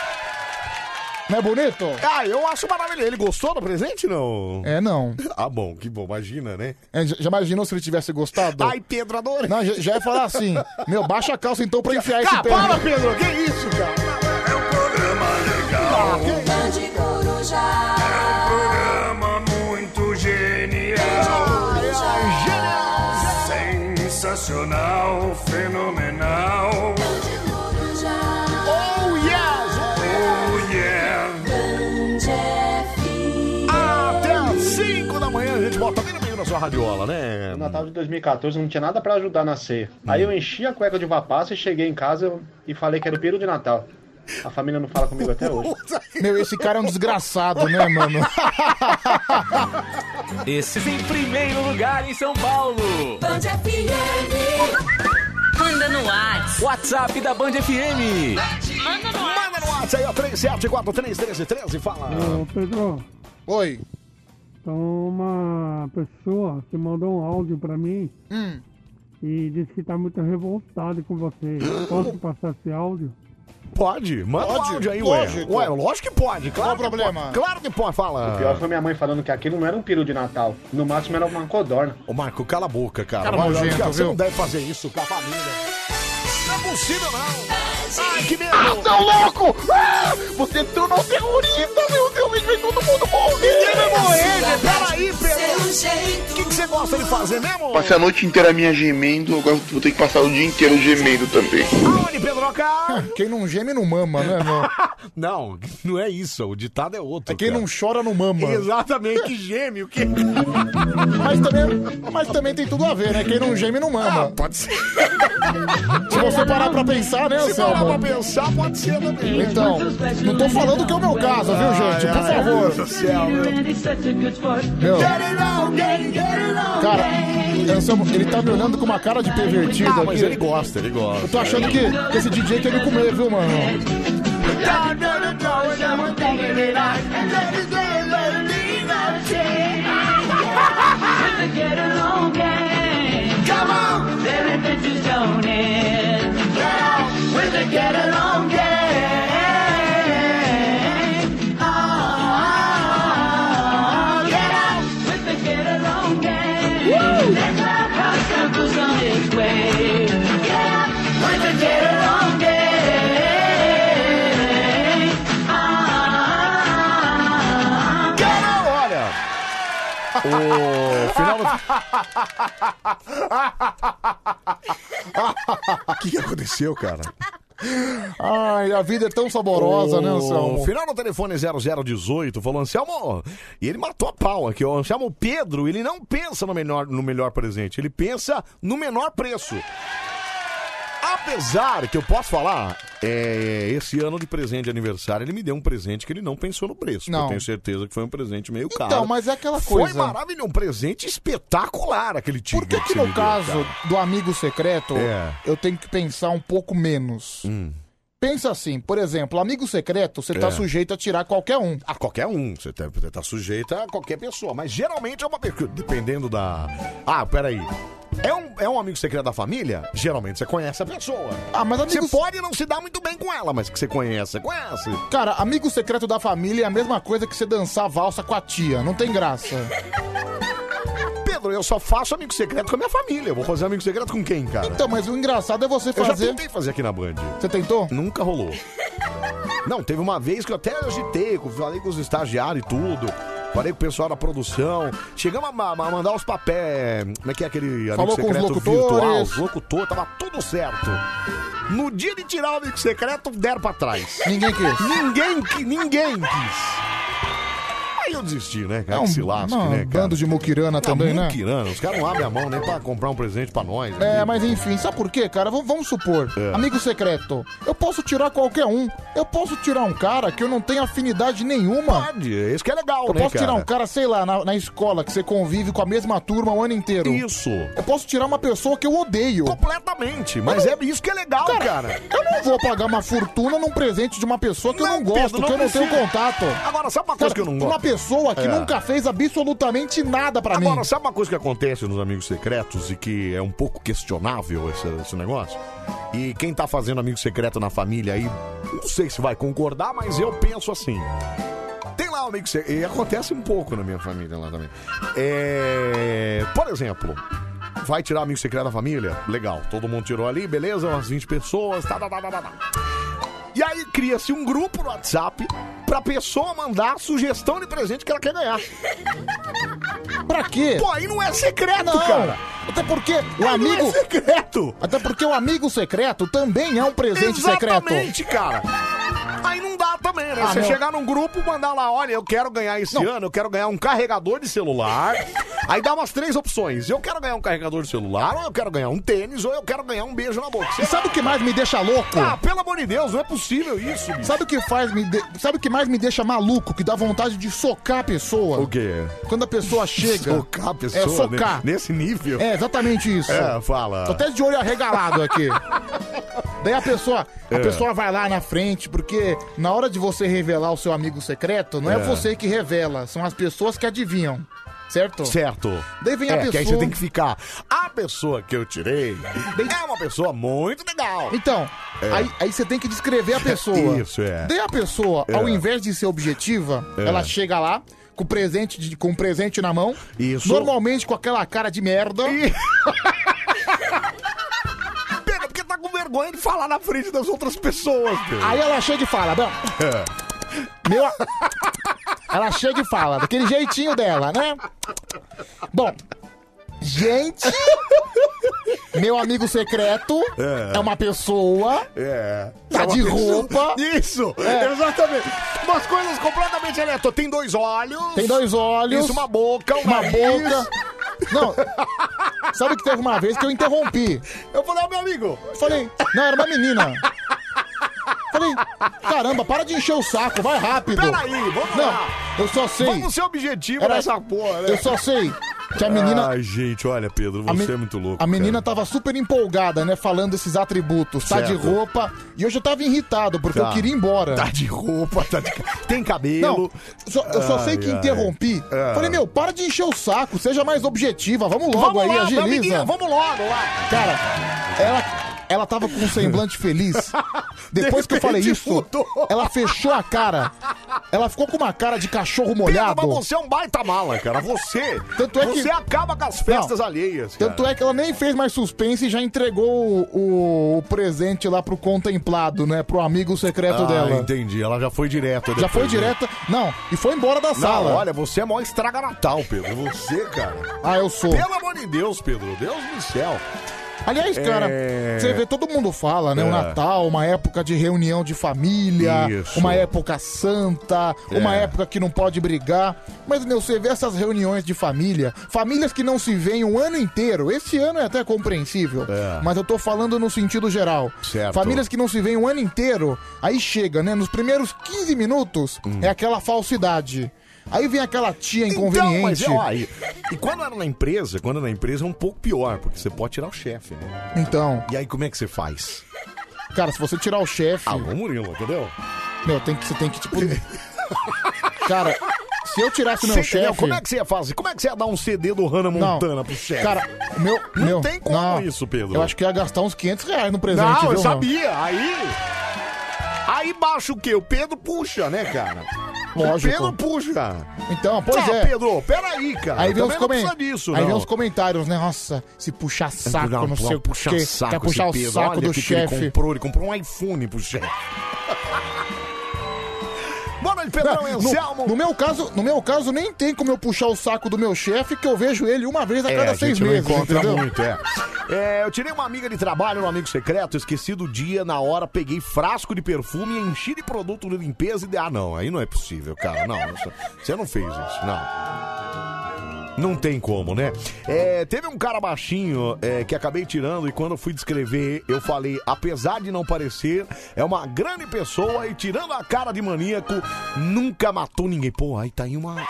Não é bonito?
Ah, eu acho maravilhoso. Ele gostou do presente, não?
É, não.
Ah, bom, que bom, imagina, né?
É, já já imaginou se ele tivesse gostado?
Ai, Pedro, adorei.
Não, já, já ia falar assim: Meu, baixa a calça então pra enfiar esse
Ah,
pênis.
para, Pedro, que isso, cara?
É um
Ah,
de coruja.
É um Programa muito genial.
Ah, é
Sensacional, fenomenal.
de coruja.
Oh, yes!
Oh yeah!
Até assim. às 5 da manhã a gente bota bem no meio da sua radiola, né? Hum.
No Natal de 2014 eu não tinha nada pra ajudar na ceia. Aí eu enchi a cueca de uva passa e cheguei em casa e falei que era o peru de Natal. A família não fala comigo até hoje.
Meu, esse cara é um desgraçado, né, mano?
Esses em primeiro lugar em São Paulo.
Band FM.
Manda no WhatsApp.
WhatsApp da Band FM.
Manda no
Manda no WhatsApp aí, ó, 37431313 e fala.
Ô Pedro,
Oi.
tem uma pessoa que mandou um áudio pra mim
Hum.
e disse que tá muito revoltado com você. Posso passar esse áudio?
Pode, manda o
Pode,
áudio aí,
lógico.
ué. Ué, lógico que pode, claro.
Qual o
que
problema?
pode, Claro que pode, fala.
O pior foi minha mãe falando que aquilo não era um peru de Natal. No máximo era uma codorna.
Ô, Marco, cala a boca, cara.
Cara
Vai,
nojento,
cara, Você
viu?
não deve fazer isso com a família. Não é possível, não. Ai, que medo.
Seu louco! Ah, você tornou terrorista, meu Deus, e fez todo mundo morrer!
Ninguém vai morrer, gente. Peraí, Pedro.
Seu jeito.
O que, que você gosta de fazer mesmo?
Passei a noite inteira minha gemendo, agora vou ter que passar o dia inteiro gemendo também.
Aonde, Pedroca?
Quem não geme não mama, né, mano?
Não, não é isso. O ditado é outro.
É quem não chora não mama.
Exatamente, que gêmeo, que...
Mas também, mas também tem tudo a ver, né? Quem não geme não mama.
Ah, Pode ser.
Se você parar pra pensar, né,
Se parar pra
Anselmo?
pensar, pode ser também. Ah, é.
Então, não tô falando que é o meu caso, viu, gente? Por
Meu Deus
favor.
do céu, meu.
Meu, cara, Anselmo, ele tá me olhando com uma cara de pervertido
Ah, mas ele
aqui.
gosta, ele gosta.
Tô achando que, que esse DJ quer me comer, viu, mano?
Ah,
Cara, olha. O final do... O que, que aconteceu, cara?
Ai, a vida é tão saborosa, né, Anselmo?
O final do telefone 0018 falou, Anselmo, e ele matou a pau aqui. O Anselmo o Pedro, ele não pensa no melhor, no melhor presente, ele pensa no menor preço. Apesar que eu posso falar, é, esse ano de presente de aniversário, ele me deu um presente que ele não pensou no preço.
Não.
Eu tenho certeza que foi um presente meio caro.
Então, mas é aquela
Foi
coisa.
maravilhoso, um presente espetacular aquele tigre. Por que,
que no caso do amigo secreto,
É. Hum.
eu tenho que pensar um pouco menos. Pensa assim, por exemplo, amigo secreto, você tá
É.
sujeito a tirar qualquer um.
A qualquer um, você tá, você tá sujeita a qualquer pessoa, mas geralmente é uma pessoa, dependendo da... Ah, peraí, é um, é um amigo secreto da família? Geralmente você conhece a pessoa.
Ah, mas amigo...
Você pode não se dar muito bem com ela, mas que você conhece, você conhece.
Cara, amigo secreto da família é a mesma coisa que você dançar valsa com a tia, não tem graça.
Pedro, eu só faço amigo secreto com a minha família, eu vou fazer amigo secreto com quem, cara?
Então, mas o engraçado é você
eu já
fazer.
tentei fazer aqui na Band.
Você tentou?
Nunca rolou. Não, teve uma vez que eu até agitei, eu falei com os estagiários e tudo. Falei com o pessoal da produção. Chegamos a, ma- ma- mandar os papéis. Como é que é aquele amigo
Falou com os
secreto
locutores.
virtual? Os locutores, tava tudo certo. No dia de tirar o amigo secreto, deram pra trás.
Ninguém quis.
Ninguém, qui- ninguém quis. Aí eu desisti, né, cara?
É um-
que se lasque,
não,
né, cara?
bando de muquirana também, né?
muquirana, Os caras não abrem a mão nem pra comprar um presente pra nós. né?
É, mas enfim, sabe por quê, cara? Vamos, vamos supor,
É.
amigo secreto, eu posso tirar qualquer um. Eu posso tirar um cara que eu não tenho afinidade nenhuma.
Pode, isso que é legal,
Eu
né,
posso
cara?
tirar um cara, sei lá, na, na escola, que você convive com a mesma turma o ano inteiro.
Isso.
Eu posso tirar uma pessoa que eu odeio.
Completamente, mas é isso que é legal, cara.
Eu não vou pagar uma fortuna num presente de uma pessoa que eu não gosto,
Pedro, não
que eu não
precisa.
tenho contato.
Agora, sabe uma
Cara,
coisa que eu não
Uma
gosto?
pessoa que
É.
nunca fez absolutamente nada pra mim.
Agora, sabe uma coisa que acontece nos amigos secretos e que é um pouco questionável esse, esse negócio? E quem tá fazendo amigo secreto na família aí, não sei se vai concordar, mas eu penso assim. Tem lá um amigo secreto. E acontece um pouco na minha família lá também. É, Por exemplo. Vai tirar amigo secreto da família? Legal. Todo mundo tirou ali, beleza? Umas 20 pessoas. Tá, tá, tá, tá, tá, tá. E aí cria-se um grupo no WhatsApp pra pessoa mandar a sugestão de presente que ela quer ganhar.
Pra quê?
Pô, aí não é secreto,
Não,
cara.
Até porque o
Aí
amigo.
não é secreto!
Até porque o amigo secreto também é um presente
Exatamente,
secreto.
cara. Aí não dá também, né?
Ah,
Você
não.
chegar num grupo, mandar lá, olha, eu quero ganhar esse ano, eu quero ganhar um carregador de celular. Aí dá umas três opções. Eu quero ganhar um carregador de celular, ou eu quero ganhar um tênis, ou eu quero ganhar um beijo na boca. Você-
E sabe o que mais me deixa Tá louco?
Ah, pelo amor de Deus, não é possível isso, bicho.
Sabe o que faz me de- sabe o que mais me deixa maluco, que dá vontade de socar a pessoa?
O quê?
Quando a pessoa chega.
Socar a pessoa,
É socar.
né? Nesse nível.
É exatamente isso.
É, fala.
Tô até de olho arregalado aqui. Daí a pessoa, a
É.
pessoa vai lá na frente, porque na hora de você revelar o seu amigo secreto, não é,
É.
você que revela, são as pessoas que adivinham. Certo?
Certo.
Daí vem a
é,
pessoa.
Que aí você tem que ficar. A pessoa que eu tirei é uma pessoa muito legal.
Então,
É.
aí, aí você tem que descrever a pessoa.
Isso, é.
Daí a pessoa,
É.
ao invés de ser objetiva,
É.
ela chega lá com o presente, de- com o presente na mão.
Isso.
Normalmente com aquela cara de merda.
Pega, porque tá com vergonha de falar na frente das outras pessoas, Pedro.
Aí ela chega e fala, "Não,
É.
meu... a-" Ela chega e fala, daquele jeitinho dela, né? Bom, gente, meu amigo secreto
É.
é, uma pessoa...
É.
Tá de roupa. É.
Isso, exatamente. Umas coisas completamente aleatórias. Tem dois olhos.
Tem dois olhos.
Isso, uma boca, um
uma
nariz.
boca. Não, sabe que teve uma vez que eu interrompi.
Eu falei, ó, meu amigo.
Eu Falei, não, era uma menina. Falei, caramba, para de encher o saco, vai rápido.
Peraí, vamos
Não,
lá.
eu só sei.
Vamos ser objetivo
Era-
nessa porra, né?
Eu só sei que a menina.
Ai, gente, olha, Pedro,
a
você
me-
é muito louco.
A menina
cara.
tava super empolgada, né? Falando esses atributos. Tá de
Certo.
roupa. E hoje eu tava irritado, porque
Tá.
eu queria ir embora.
Tá de roupa, tá de. Tem
Não,
cabelo.
só- eu só sei
Ai,
que
ai.
interrompi.
Ah.
Falei, meu, para de encher o saco, seja mais objetiva, vamos logo aí,
lá, meu
agiliza.
amiguinho, vamos logo lá.
Cara, ela, ela tava com um semblante feliz. Depois
De
que eu falei
repente
isso,
mudou.
ela fechou a cara. Ela ficou com uma cara de cachorro
Pedro,
molhado.
mas você é um baita mala, cara. Você.
Tanto é que-
Você acaba com as festas
Não.
alheias. Cara.
Tanto é que ela nem fez mais suspense e já entregou o, o presente lá pro contemplado, né? Pro amigo secreto
ah,
dela.
entendi. Ela já foi direta.
Já
depois,
foi
né?
direta. Não, e foi embora da
Não,
sala.
olha, você é maior estraga Natal, Pedro. Você, cara.
Ah, eu sou.
Pelo amor de Deus, Pedro. Deus do céu.
Aliás, cara,
É.
você vê, todo mundo fala, né?
É.
O Natal, uma época de reunião de família,
Isso.
uma época santa,
É.
uma época que não pode brigar. Mas, meu, você vê essas reuniões de família, famílias que não se veem o ano inteiro. Esse ano é até compreensível, mas eu tô falando no sentido geral.
É. Certo.
Famílias que não se veem o ano inteiro, aí chega, né? Nos primeiros 15 minutos é aquela falsidade. Aí vem aquela tia
Hum. Então, mas
inconveniente.
é, ó, e, e quando era na empresa, quando era na empresa é um pouco pior, porque você pode tirar o chefe, né?
Então.
E aí como é que você faz?
Cara, se você tirar o chefe.
Ah, o Murilo, entendeu?
Meu, tem que, você tem que, tipo. cara, se eu tirasse o meu
Você entendeu?
chefe.
Como é que você ia fazer? Como é que você ia dar um CD do Hannah
Não.
Montana pro chefe?
Cara, meu.
Não
meu,
tem como
não.
isso, Pedro.
Eu acho que ia gastar uns 500 reais no presente.
Não,
viu,
eu
meu?
sabia. Aí. Aí baixa o quê? O Pedro puxa, né, cara?
Lógico.
O Pedro puxa.
Então, pois
Tá,
é.
Pedro, peraí, cara.
Aí vem, os
Também não
comen-
precisa disso,
aí
não.
vem os comentários, né? Nossa, se puxar saco,
Não,
não, sei o
um puxar
quê.
saco
quer puxar o
esse Pedro.
saco
Olha
do
o que que ele
chefe.
comprou, ele comprou um iPhone pro chefe. Boa noite, Pedrão é Anselmo.
No, no meu caso, no meu caso, nem tem como eu puxar o saco do meu chefe, que eu vejo ele uma vez a
É,
cada
a
seis
gente não
meses.
encontra
entendeu?
muito, é. É, Eu tirei uma amiga de trabalho, um amigo secreto, esqueci do dia, na hora, peguei frasco de perfume, enchi de produto de limpeza e... de- Ah, não, aí não é possível, cara, não. isso- Você não fez isso, não. Não tem como, né? É, teve um cara baixinho é, que acabei tirando e quando eu fui descrever, eu falei, apesar de não parecer, é uma grande pessoa e tirando a cara de maníaco, nunca matou ninguém. Pô, aí tá aí uma...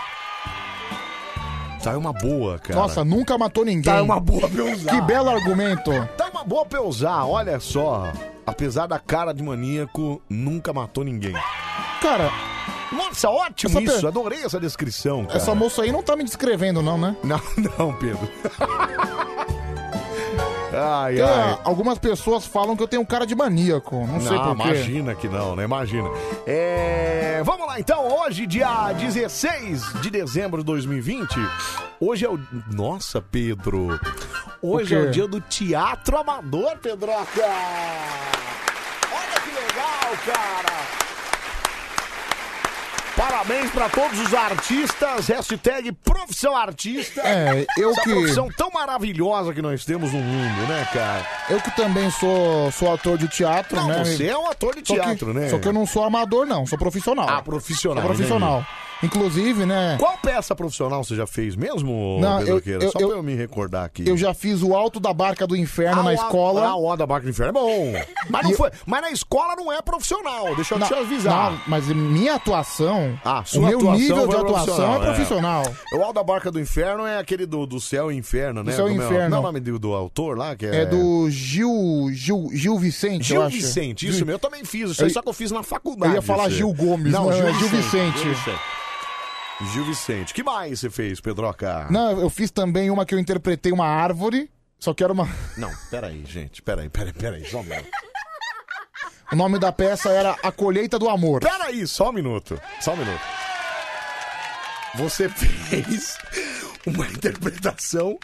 Tá aí uma boa, cara.
Nossa, nunca matou ninguém.
Tá uma boa pra eu usar.
Que belo argumento.
Tá uma boa pra eu usar, olha só. Apesar da cara de maníaco, nunca matou ninguém.
Cara.
Nossa,
essa
ótimo
pe-
isso. Adorei essa descrição, cara.
Essa moça aí não tá me descrevendo, não, né?
Não, não, Pedro. Ai,
Porque,
ai.
ah, Algumas pessoas falam que eu tenho cara de maníaco. Não, sei
Não,
por quê.
imagina que não, né? Imagina. É, vamos lá então, hoje, dia 16 de dezembro de 2020. Hoje é o. Nossa, Pedro! Hoje
O
é
quê?
o dia do teatro amador, Pedroca! Olha que legal, cara! Parabéns pra todos os artistas, hashtag profissão artista.
É, eu
Essa
que-
profissão tão maravilhosa que nós temos no mundo, né, cara?
Eu que também sou, sou ator de teatro,
Não,
né?
você é um ator de
Só que-
teatro, né?
Só que eu não sou amador, não. Sou profissional. Ah,
profissional,
profissional. Inclusive, né?
Qual peça profissional você já fez mesmo,
Não,
Pedro
eu-
Queira?
eu-
Só
eu-
pra eu me recordar aqui.
Eu já fiz o Alto da Barca do Inferno
Ah,
na
o-
escola.
Ah, o Alto da Barca do Inferno é bom. Mas, não foi, mas na escola não é profissional, deixa eu
Não,
te avisar.
não, mas minha atuação,
Ah,
o meu
atuação
nível de
foi
atuação é profissional.
É. O Aldo da Barca do Inferno é aquele do, do Céu e Inferno, né?
Do Céu e
Como é o-
Inferno.
Não é o nome do, do autor lá? Que é...
É, do Gil, Gil, Gil Vicente, eu
Gil
acho.
Vicente, isso
Gil-
mesmo. Eu também fiz isso aí, só que eu fiz na faculdade.
Eu ia falar
isso aí.
Gil Gomes,
não,
mas
Gil,
é Gil
Vicente.
Vicente.
Gil Vicente. Gil Vicente. Que mais você fez, Pedroca?
Não, eu fiz também uma que eu interpretei uma árvore, só que era uma...
Não, peraí, gente. Peraí, peraí, peraí. Só um minuto.
O nome da peça era A Colheita do Amor.
Peraí, só um minuto. Só um minuto. Você fez uma interpretação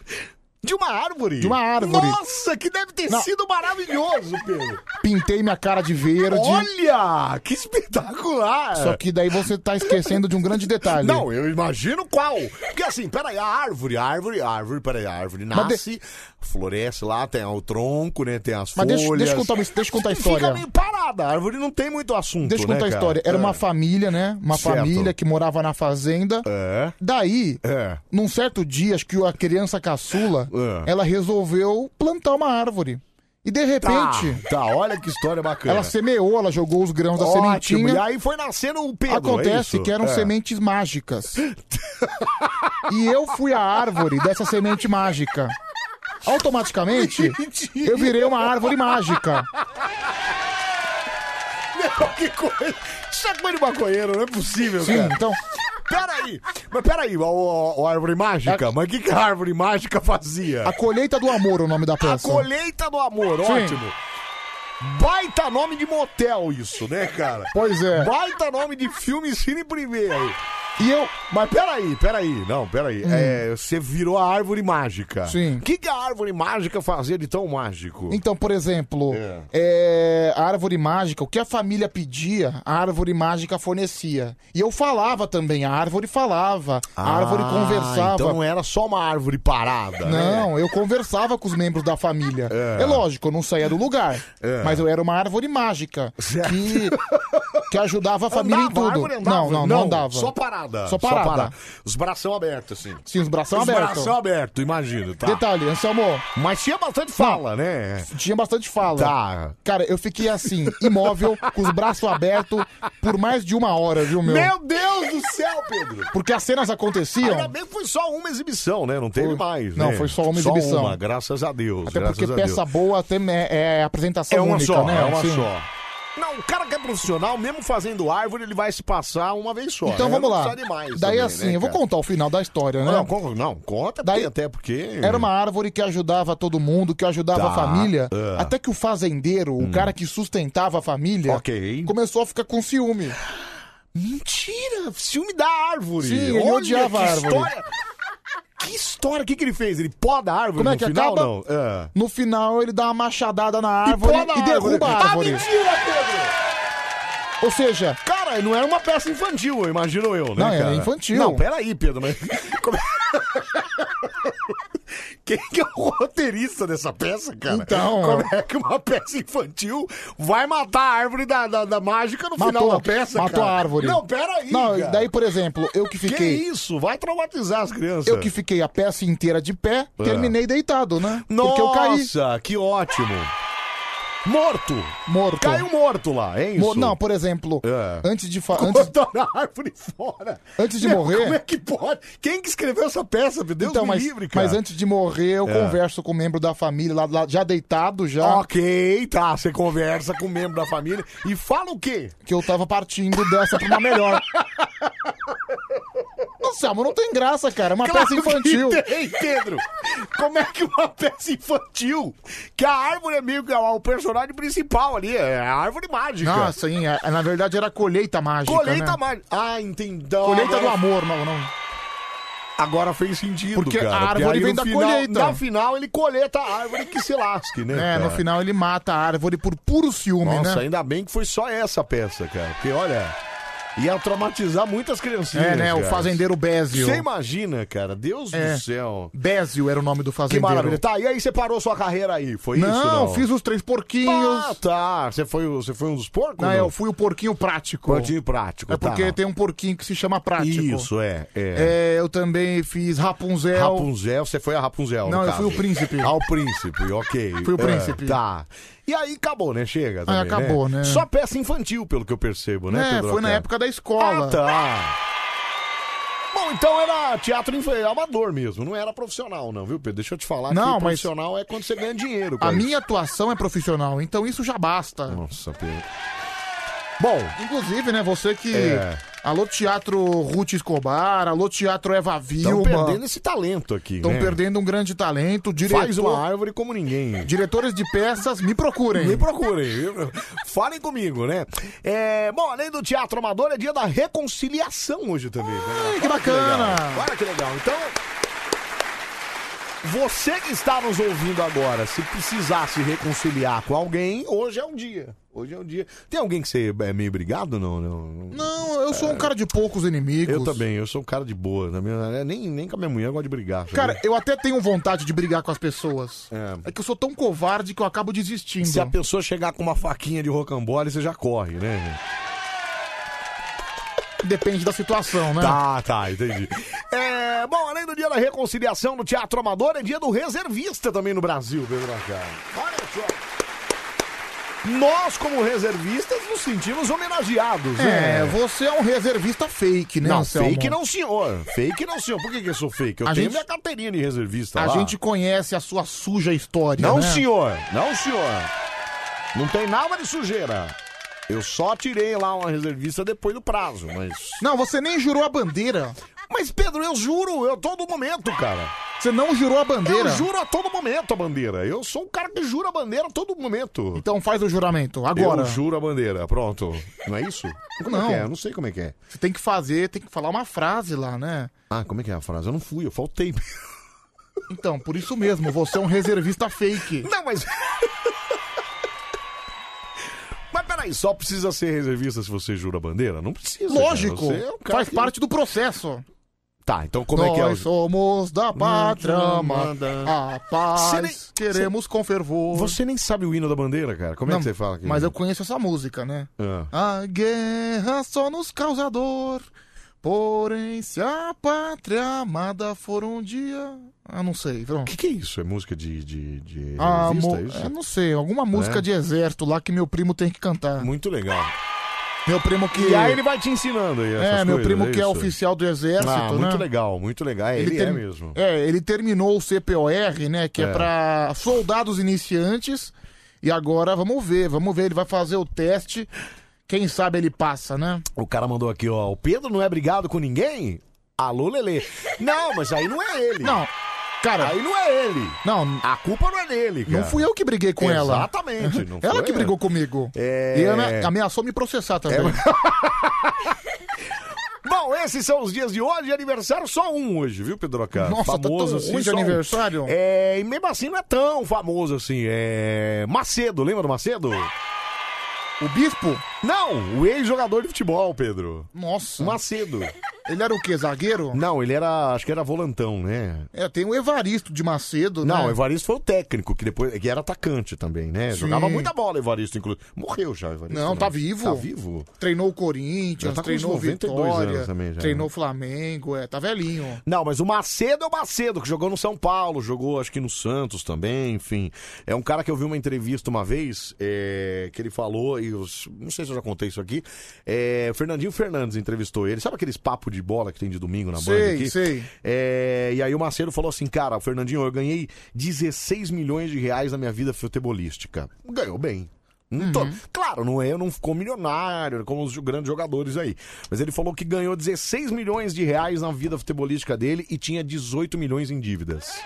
de uma árvore.
De uma árvore.
Nossa, que deve ter
Não.
sido maravilhoso, Pedro.
Pintei minha cara de verde.
Olha, que espetacular.
Só que daí você tá esquecendo de um grande detalhe.
Não, eu imagino qual. Porque assim, peraí, a árvore, a árvore, a árvore, peraí, a árvore
Mas de-
nasce, floresce lá, tem o tronco, né, tem
Mas
as folhas.
deixa- deixa eu contar uma- deixa eu contar a
Fica
história.
meio parada, a árvore não tem muito assunto,
Deixa eu
né,
contar a
cara?
história. Era
É.
uma família, né? Uma
Certo.
família que morava na fazenda.
É.
Daí,
É.
num certo dia, acho que a criança caçula,
É.
ela resolveu plantar uma árvore. E de repente,
Tá, tá, olha que história bacana.
ela semeou, ela jogou os grãos da
Ótimo,
sementinha.
E aí foi nascendo o Pedro,
Acontece
é isso?
que eram
É.
sementes mágicas. e eu fui a árvore dessa semente mágica. Automaticamente, eu virei uma árvore mágica.
Não, que coisa. Isso é coisa de maconheiro, não é possível,
Sim,
cara.
então.
Peraí, mas peraí, ó, ó, ó, a árvore mágica, mas o que, que a árvore mágica fazia?
É. A colheita do amor é o nome da peça.
Colheita do amor,
Sim.
ótimo. Baita nome de motel isso, né, cara?
Pois é.
Baita nome de filme e cine primeiro. E eu. Mas peraí, peraí. Não, peraí. É, você virou a árvore mágica.
Hum. Sim.
O que, que a árvore mágica fazia de tão mágico?
Então, por exemplo, é, a árvore mágica, o que a família pedia, a árvore mágica fornecia. E eu falava também, a árvore falava, a árvore
Ah,
conversava.
Então não era só uma árvore parada. né?
Não, eu conversava com os membros da família. É, lógico, eu não saía do lugar.
É.
Mas eu era uma árvore mágica que, que ajudava a família em
Andava, a
tudo.
árvore andava?
Não, não, não, andava.
Só parada.
Só parada.
Os bração abertos, assim.
Sim, os bração
Os
abertos.
bração aberto, imagino, tá?
Detalhe, Anselmo.
Mas tinha bastante fala, né?
Tinha bastante fala.
Tá.
Cara, eu fiquei assim, imóvel, com os braços abertos, por mais de uma hora, viu, meu?
Meu Deus do céu, Pedro!
Porque as cenas
Ainda
aconteciam.
bem que foi só uma exibição, né? Não teve mais.
Não,
né?
foi só uma exibição.
uma, graças a Deus.
Até
graças
porque
a
peça
Deus.
boa até é, é apresentação
É uma
única,
só,
né?
é uma
Sim.
só. Não, o cara que é profissional, mesmo fazendo árvore, ele vai se passar uma vez só.
Então
né?
vamos
Não
lá.
precisa de mais
Daí
também,
assim,
né,
eu vou
cara?
contar o final da história, né?
Não, con- não, conta
Daí-
Daí, até porque.
É. Era uma árvore que ajudava todo mundo, que ajudava
Tá, Hum.
a família.
é.
Até que o fazendeiro, o cara que sustentava a família, começou a ficar com ciúme.
Mentira! Ciúme da árvore!
Sim, ele
Olha
odiava
que
a árvore.
História... Que história! O que, que ele fez? Ele poda a árvore
Como
no
é que
final?
acaba?
Não. É.
No final, ele dá uma machadada na árvore
poda a
e, derruba a
Ah,
árvore.
mentira, Pedro!
Ou seja,
Cara, não era uma peça infantil, eu imagino eu, né?
Não, era
cara?
infantil.
Não, peraí, Pedro, mas. Como é- Quem que é o roteirista dessa peça, cara?
Então,
Como é que uma peça infantil vai matar a árvore da, da, da mágica no final
matou,
da peça?
matou
cara?
a árvore.
Não, peraí.
Não,
cara.
daí, por exemplo, eu que fiquei.
Que isso? Vai traumatizar as crianças.
Eu que fiquei a peça inteira de pé,
É.
terminei deitado, né? Porque eu caí.
Nossa, que ótimo. Morto.
Morto.
Caiu morto lá, é isso?
Mo- Não, por exemplo,
É.
antes de falar. Antes...
Cortou na árvore fora.
Antes de
Meu,
morrer-
Como é que pode? Quem que escreveu essa peça? Meu Deus
Então,
me
mas,
livre, cara.
mas antes de morrer, eu
É.
converso com um membro da família lá, lá já deitado, já.
Ok, tá. Você conversa com o membro da família e fala um o quê?
Que eu tava partindo dessa pra uma melhor. Anselmo, não tem graça, cara. É uma
Claro
peça
que
infantil.
tem, Pedro. Como é que uma peça infantil, que a árvore é meio que o personagem principal ali, é a árvore mágica.
Ah, sim. é- é, na verdade, era colheita mágica.
Colheita
né?
mágica. Ah, entendi. Então,
Colheita
agora-
do amor, não, não.
Agora fez sentido,
Porque
cara.
a árvore
aí
vem
no
da
final-
colheita.
No final, ele colheita a árvore que se lasque, né?
É, no
cara?
final ele mata a árvore por puro ciúme,
Nossa,
né?
ainda bem que foi só essa peça, cara. Porque, olha, ia traumatizar muitas criancinhas.
É, né? O
cara.
fazendeiro Bézio.
Você imagina, cara? Deus
É.
do céu.
Bézio era o nome do
Que
fazendeiro.
maravilha. Tá, e aí você parou sua carreira aí? Foi isso?
não,
Não,
fiz os três porquinhos.
Ah, tá. Você foi, o- você foi um dos porcos?
não, eu fui o porquinho prático.
Portinho prático.
É porque
tá.
tem um porquinho que se chama prático.
Isso, é. é.
É, eu também fiz Rapunzel.
Rapunzel, você foi a Rapunzel. no
Não, eu
caso.
fui o príncipe.
Ah, o príncipe, ok.
Fui o
É,
príncipe.
tá. E aí acabou, né? Chega. Também,
acabou, né?
Só peça infantil, pelo que eu percebo, né?
É,
Pedro
foi na
Acá?
época da escola.
Ah, tá. Bom, então era teatro inf- amador mesmo, não era profissional, não, viu, Pedro? Deixa eu te falar
Não,
que
mas-
profissional é quando você ganha dinheiro.
A
cara.
minha atuação é profissional, então isso já basta.
Nossa, Pedro. Bom,
Inclusive, né, você que.
É.
Alô, Teatro Ruth Escobar, alô, Teatro Eva
estão
Vilma.
perdendo esse talento aqui.
Estão
né?
perdendo um grande talento. Diretor,
Faz uma árvore como ninguém.
Diretores de peças, me procurem.
Me procurem. viu? Falem comigo, né? É, bom, além do teatro amador, é dia da reconciliação hoje também. né? Olha
que bacana.
legal. Olha que legal. Então, você que está nos ouvindo agora, se precisar se reconciliar com alguém, hoje é um dia. Hoje é um dia. Tem alguém que você é meio brigado? Não, não.
Não, eu sou um cara de poucos inimigos.
Eu também, eu sou um cara de boa. Também, né? nem, nem com a minha mulher eu gosto de brigar. sabe?
Cara, eu até tenho vontade de brigar com as pessoas.
É.
É que eu sou tão covarde que eu acabo desistindo.
se a pessoa chegar com uma faquinha de rocambole, você já corre, né?
Depende da situação, né?
Tá, tá, entendi. É, bom, além do dia da reconciliação no Teatro Amador, é dia do reservista também no Brasil, Pedro Lacerda. Olha só. Nós, como É. reservistas, nos sentimos homenageados, né?
É, você é um reservista fake, né,
Não,
Anselmo?
fake não, senhor. Fake não, senhor. Por que, que eu sou fake? Eu
A
tenho
gente-
minha carteirinha de reservista
A
tá lá.
gente conhece a sua suja história,
Não,
né?
senhor. Não, senhor. Não tem nada de sujeira. Eu só tirei lá uma reservista depois do prazo, mas.
Não, você nem jurou a bandeira.
Mas, Pedro, eu juro, eu a todo momento, cara.
Você não jurou a bandeira?
Eu juro a todo momento a bandeira. Eu sou um cara que jura a bandeira a todo momento.
Então faz o juramento, agora.
Eu juro a bandeira, pronto. Não é isso? Como é
Não.
que é? Eu não sei como é que é.
Você tem que fazer, tem que falar uma frase lá, né?
Ah, como é que é a frase? Eu não fui, eu faltei.
Então, por isso mesmo, você é um reservista fake.
Não, mas. é Mas peraí, só precisa ser reservista se você jura a bandeira? Não precisa. cara.
Lógico,
Você é um cara
faz
que-
parte do processo.
Tá, então como é que é?
Nós somos da pátria, amada. a paz,
Você nem-
queremos com fervor.
Você nem sabe o hino da bandeira, cara. Como é
Não,
que você fala aqui?
Mas eu conheço essa música, né?
Ah.
A guerra só nos causa dor, porém se a pátria amada for um dia... Ah, não sei,
O
pronto.
que, que é isso? É música de, de, de
Ah,
revista,
mo-
é isso?
eu não sei, alguma música
É?
de exército lá que meu primo tem que cantar.
Muito legal.
Meu primo que...
E aí ele vai te ensinando aí essas
É, meu
coisas,
primo que é
isso?
oficial do exército,
Ah,
né?
muito legal, muito legal. É, Ele, é
termi-
mesmo.
É, ele terminou o CPOR, né? Que é,
É.
pra soldados iniciantes. E agora vamos ver, vamos ver. Ele vai fazer o teste. Quem sabe ele passa, né?
O cara mandou aqui, ó. O Pedro não é brigado com ninguém? Alô, Lelê. Não, mas aí não é ele.
Não, cara.
Aí não é ele.
Não.
A culpa não é dele, cara.
Não fui eu que briguei com ela. Uhum.
Exatamente. não
ela
foi
que brigou comigo.
É.
E ela ameaçou me processar também.
Bom, esses são os dias de hoje. Aniversário só um hoje, viu, Pedro Acá?
Nossa, tá tão ruim de
só um.
aniversário?
É, e mesmo assim não é tão famoso assim. É. Macedo, lembra do Macedo?
O Bispo?
Não, o ex-jogador de futebol, Pedro.
Nossa.
Macedo.
Ele era o quê? Zagueiro?
Não, ele era. Acho que era volantão, né?
É, tem o Evaristo de Macedo, né?
Não, o Evaristo foi o técnico, que depois que era atacante também, né?
Sim.
Jogava muita bola, Evaristo, inclusive. Morreu já, Evaristo.
Não,
né?
tá vivo.
Tá vivo.
Treinou o Corinthians,
Já tá com uns
treinou o
92
Vitória,
anos também já,
treinou
né?
o Flamengo, é, tá velhinho.
Não, mas o Macedo é o Macedo, que jogou no São Paulo, jogou acho que no Santos também, enfim. É um cara que eu vi uma entrevista uma vez, é, que ele falou, e eu s- não sei se eu já contei isso aqui, é, o Fernandinho Fernandes entrevistou ele. Sabe aqueles papo de bola que tem de domingo na
Sei,
banda aqui?
sei.
É, e aí o Macedo falou assim, cara, Fernandinho, eu ganhei 16 milhões de reais na minha vida futebolística. Ganhou bem. Não tô- Claro, não é, não ficou milionário, como os grandes jogadores aí. Mas ele falou que ganhou 16 milhões de reais na vida futebolística dele e tinha 18 milhões em dívidas.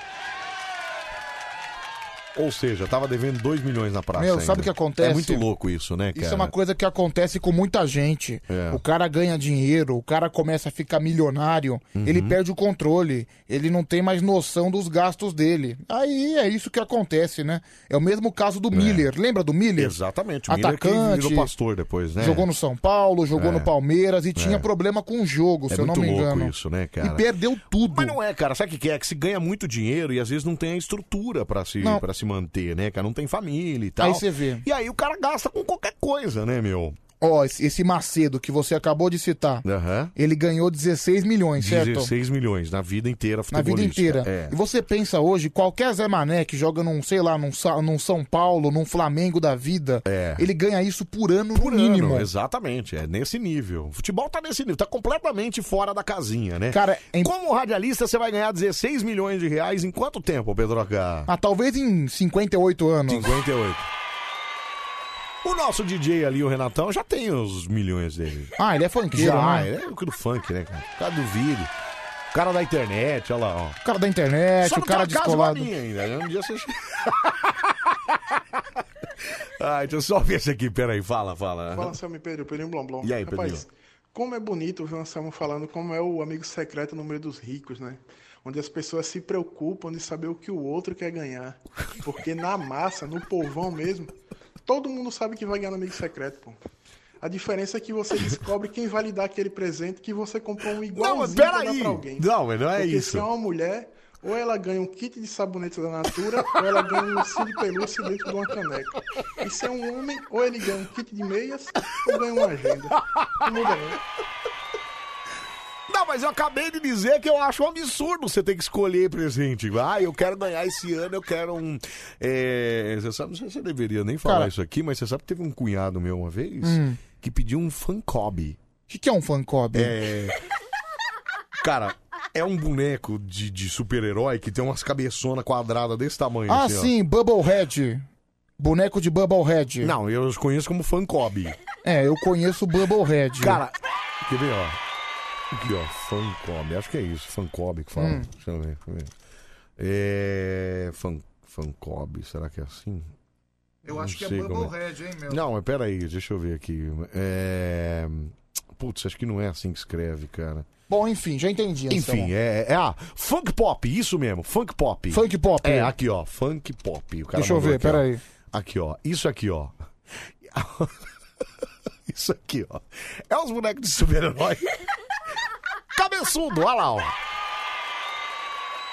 Ou seja, tava devendo 2 milhões na praça.
Meu, sabe
ainda.
o que acontece?
É muito louco isso, né, cara?
Isso é uma coisa que acontece com muita gente.
É.
O cara ganha dinheiro, o cara começa a ficar milionário,
Uhum.
ele perde o controle, ele não tem mais noção dos gastos dele. Aí é isso que acontece, né? É o mesmo caso do Miller. Lembra do Miller?
Exatamente, o Miller que
Atacante.
virou pastor depois, né?
Jogou no São Paulo, jogou
É.
no Palmeiras e tinha
É.
problema com o jogo, se
É
eu não
muito
me
louco
engano.
isso, né, cara?
E perdeu tudo.
Mas não é, cara. Sabe o que que é? Que se ganha muito dinheiro e às vezes não tem a estrutura pra se,
Não.
pra se manter, né, cara? Não tem família e tal.
Aí você vê.
E aí o cara gasta com qualquer coisa, né, meu?
Ó, esse esse Macedo que você acabou de citar,
Aham.
ele ganhou 16 milhões, certo?
16 milhões na vida inteira
Na vida
futebolística.
inteira.
É.
E você pensa hoje, qualquer Zé Mané que joga num, sei lá, num, Sa- num São Paulo, num Flamengo da vida,
É.
ele ganha isso por ano
Por
no mínimo.
ano, exatamente, é nesse nível. O futebol tá nesse nível, tá completamente fora da casinha, né?
Cara, é em-
Como radialista, você vai ganhar 16 milhões de reais em quanto tempo, Pedro H?
Ah, talvez em 58 anos.
58. O nosso DJ ali, o Renatão, já tem os milhões dele.
Ah, ele é funkeiro,
Já,
né?
é o que do funk, né, cara? O cara do vídeo. O cara da internet, olha lá, ó.
O cara da internet,
Só
É, o
não
cara
tem a casa
descolado.
maninha ainda, né? Um dia você... Ai, Ah, deixa eu só ver esse aqui, peraí, fala, fala.
Fala, Selma e Pedro, Pedro Blom Blom.
E aí,
Rapaz, como é bonito ver o Anselmo falando como é o amigo secreto no meio dos ricos, né? Onde as pessoas se preocupam de saber o que o outro quer ganhar. Porque na massa, no povão mesmo, todo mundo sabe que vai ganhar no amigo secreto, pô. A diferença é que você descobre quem vai lhe dar aquele presente que você comprou um igualzinho
mas
pra dar
peraí.
pra alguém.
Não, mas não é
Porque
isso.
se é uma mulher, ou ela ganha um kit de sabonete da Natura, ou ela ganha um ursinho de pelúcia dentro de uma caneca. E se é um homem, ou ele ganha um kit de meias, ou ganha uma agenda. Não muda não.
Não, mas eu acabei de dizer que eu acho um absurdo você ter que escolher presente. Ah, eu quero ganhar esse ano, eu quero um. é, Você sabe, não sei se eu deveria nem falar
Cara.
isso aqui, mas você sabe que teve um cunhado meu uma vez
Hum.
que pediu um fancob.
O que, que é um fancob?
É. Cara, é um boneco de, de super-herói que tem umas cabeçonas quadradas desse tamanho.
Ah,
assim, ó.
sim, Bubblehead. Boneco de Bubblehead.
Não, eu os conheço como fancob.
É, eu conheço o Bubblehead.
Cara, Quer ver, ó? Aqui, ó, Fancob. Acho que é isso, Fancob que fala.
Hum.
Deixa eu ver. Deixa eu ver. É. Fan, Fancob, será que é assim?
Eu
Não
acho que é
sei como
Bubblehead, hein, meu?
Não, mas peraí, deixa eu ver aqui. É. Putz, acho que não é assim que escreve, cara.
Bom, enfim, já entendi. Anselmo.
Enfim, é, é. Ah, funk pop, isso mesmo, funk pop.
Funk pop.
É, aqui, ó, funk pop. O cara
Deixa eu
mandou
ver,
aqui, ó.
peraí.
Aqui, ó, isso aqui, ó. Isso aqui, ó. É os bonecos de super-herói. Cabeçudo, olha lá, ó.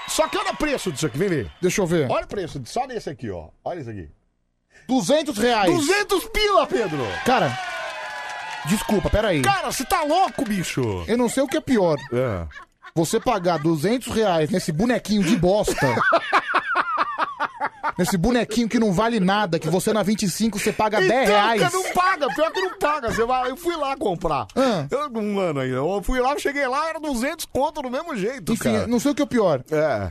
Só que olha o preço disso aqui, vem ver.
Deixa eu ver.
Olha o preço, só desse aqui, ó. Olha isso aqui.
200 reais.
200 pila, Pedro!
Cara, desculpa, peraí.
Cara, você tá louco, bicho?
Eu não sei o que é pior.
É.
Você pagar 200 reais nesse bonequinho de bosta. nesse bonequinho que não vale nada, que você na 25 você paga 10
Então,
reais.
cara, não paga, pior que não paga. Você vai, eu fui lá comprar. Eu, um ano ainda. Eu fui lá, eu cheguei lá, era 200 conto do mesmo jeito,
Enfim,
cara.
não sei o que é o pior.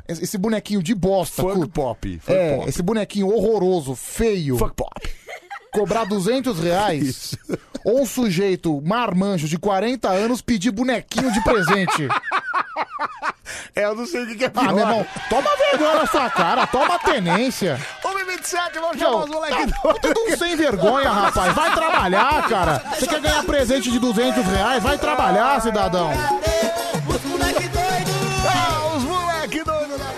Esse esse bonequinho de bosta.
Funk
cu-
pop, funk
É,
pop.
esse bonequinho horroroso, feio.
Funk pop.
Cobrar 200 reais. Ou um sujeito marmanjo de 40 anos pedir bonequinho de presente.
É, eu não sei o que que é pior.
Ah, meu irmão, toma vergonha na sua cara, toma tenência.
Ô, B27, vamos chamar
Meu,
os moleques.
tá tudo um sem vergonha, rapaz. Vai trabalhar, cara. Você quer ganhar presente de 200 reais? Vai trabalhar, cidadão.
Ah, os moleque doido da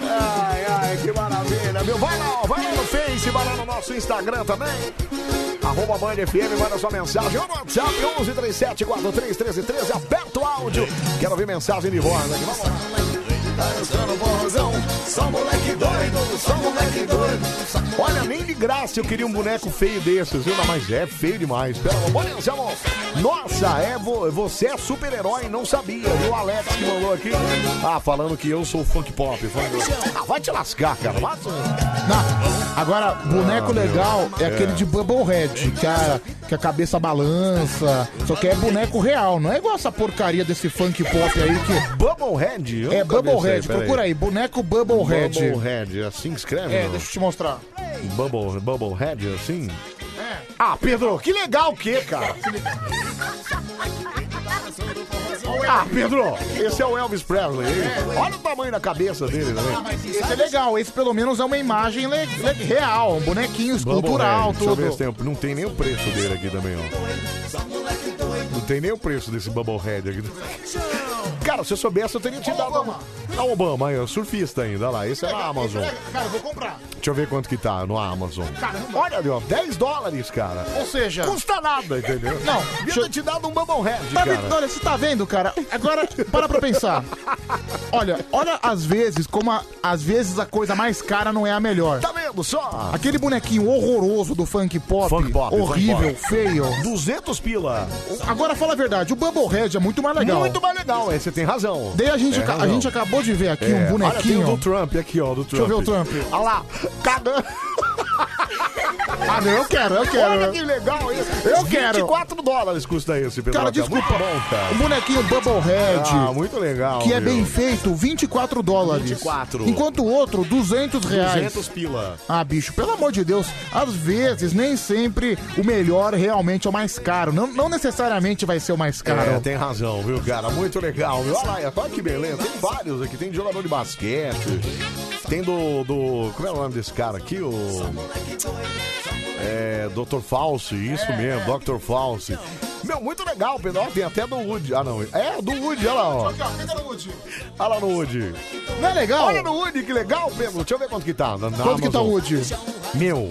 Ai, ai, que maravilha, meu. Vai lá, ó, vai lá no Face, vai lá no nosso Instagram também. Arroba Band FM, manda sua mensagem. Ou no WhatsApp 1137 431313, aberto o áudio. Quero ouvir mensagem de voz aqui. Vamos lá. Só moleque doido, só moleque doido. Olha, nem de graça eu queria um boneco feio desses, viu? Não, Mas é feio demais. Pera, olha, Anselmo. Nossa, é vo- você é super-herói, não sabia. E o Alex que mandou aqui. Ah, falando que eu sou funk pop. Falando- Ah, vai te lascar, cara. Vai te-
Agora, boneco
Ah, meu.
legal é
É.
aquele de Bubblehead, cara, que a cabeça balança. Só que é boneco real, não é igual essa porcaria desse funk pop aí que.
Bubblehead? Eu
É,
nunca vi isso
Bubblehead,
peraí.
procura aí, boneco Bubblehead.
Bubblehead, é assim que escreve?
É,
não?
deixa eu te mostrar. É.
Bubble, Bubblehead, assim? Ah, Pedro, que legal o quê, cara? Ah, Pedro, esse é o Elvis Presley. hein? Olha o tamanho da cabeça dele né? também.
Esse é legal, esse pelo menos é uma imagem le- le- real, um bonequinho escultural,
Bubblehead, Deixa eu ver se
tudo.
tem, o- não tem nem o preço dele aqui também, ó. Não tem nem o preço desse Bubblehead aqui. Cara, se eu soubesse, eu teria te dado uma. Ah, o Obama, aí, ó, surfista ainda, olha lá. Esse é na Amazon.
Cara, eu vou comprar.
Deixa eu ver quanto que tá no Amazon.
Caramba.
Olha, deu 10 dólares, cara.
Ou seja-
Custa nada, entendeu?
Não,
Devia ter te dado um Bubblehead,
Tá
cara.
vendo? Olha, você tá vendo, cara? Agora, para pra pensar. Olha, olha às vezes como a- às vezes a coisa mais cara não é a melhor.
Tá vendo só?
Aquele bonequinho horroroso do funk pop,
Funk pop,
horrível,
funk pop.
feio.
200 pila.
Agora fala a verdade, o Bubblehead é muito mais legal.
Muito mais legal, é, você tem razão.
Daí a gente,
Tem
aca- a
razão.
gente acabou de ver aqui um
É, Olha, tem o
bonequinho.
do Trump aqui, ó, do
Deixa eu
Trump.
ver o Trump.
Olha lá, cagando.
Ah, não, eu quero, eu quero.
Olha que legal esse.
Eu quero.
24 dólares custa esse, Pedro.
Cara, desculpa.
Muito bom, cara.
O bonequinho Bubblehead.
Ah, muito legal.
Que é
meu.
bem feito, 24 dólares.
24.
Enquanto o outro, 200 reais.
200 pila.
Ah, bicho, pelo amor de Deus, às vezes nem sempre o melhor realmente é o mais caro. Não, não necessariamente vai ser o mais caro.
É, tem razão, viu, cara? Muito legal. Viu? Olha lá, olha que beleza. Tem vários aqui. Tem de jogador de basquete. Tem do, do. Como é o nome desse cara aqui? O. É. Dr. Fauci, isso mesmo, Dr. Fauci. Meu, muito legal, Pedro. Ó, Tem até do Woody. Ah, não. É, do Woody, olha lá, ó. Olha lá no Woody.
Não é legal?
Olha no Woody, que legal, Pedro. Deixa eu ver quanto que tá. Na, na
Quanto que tá
Amazon.
o Woody?
Meu,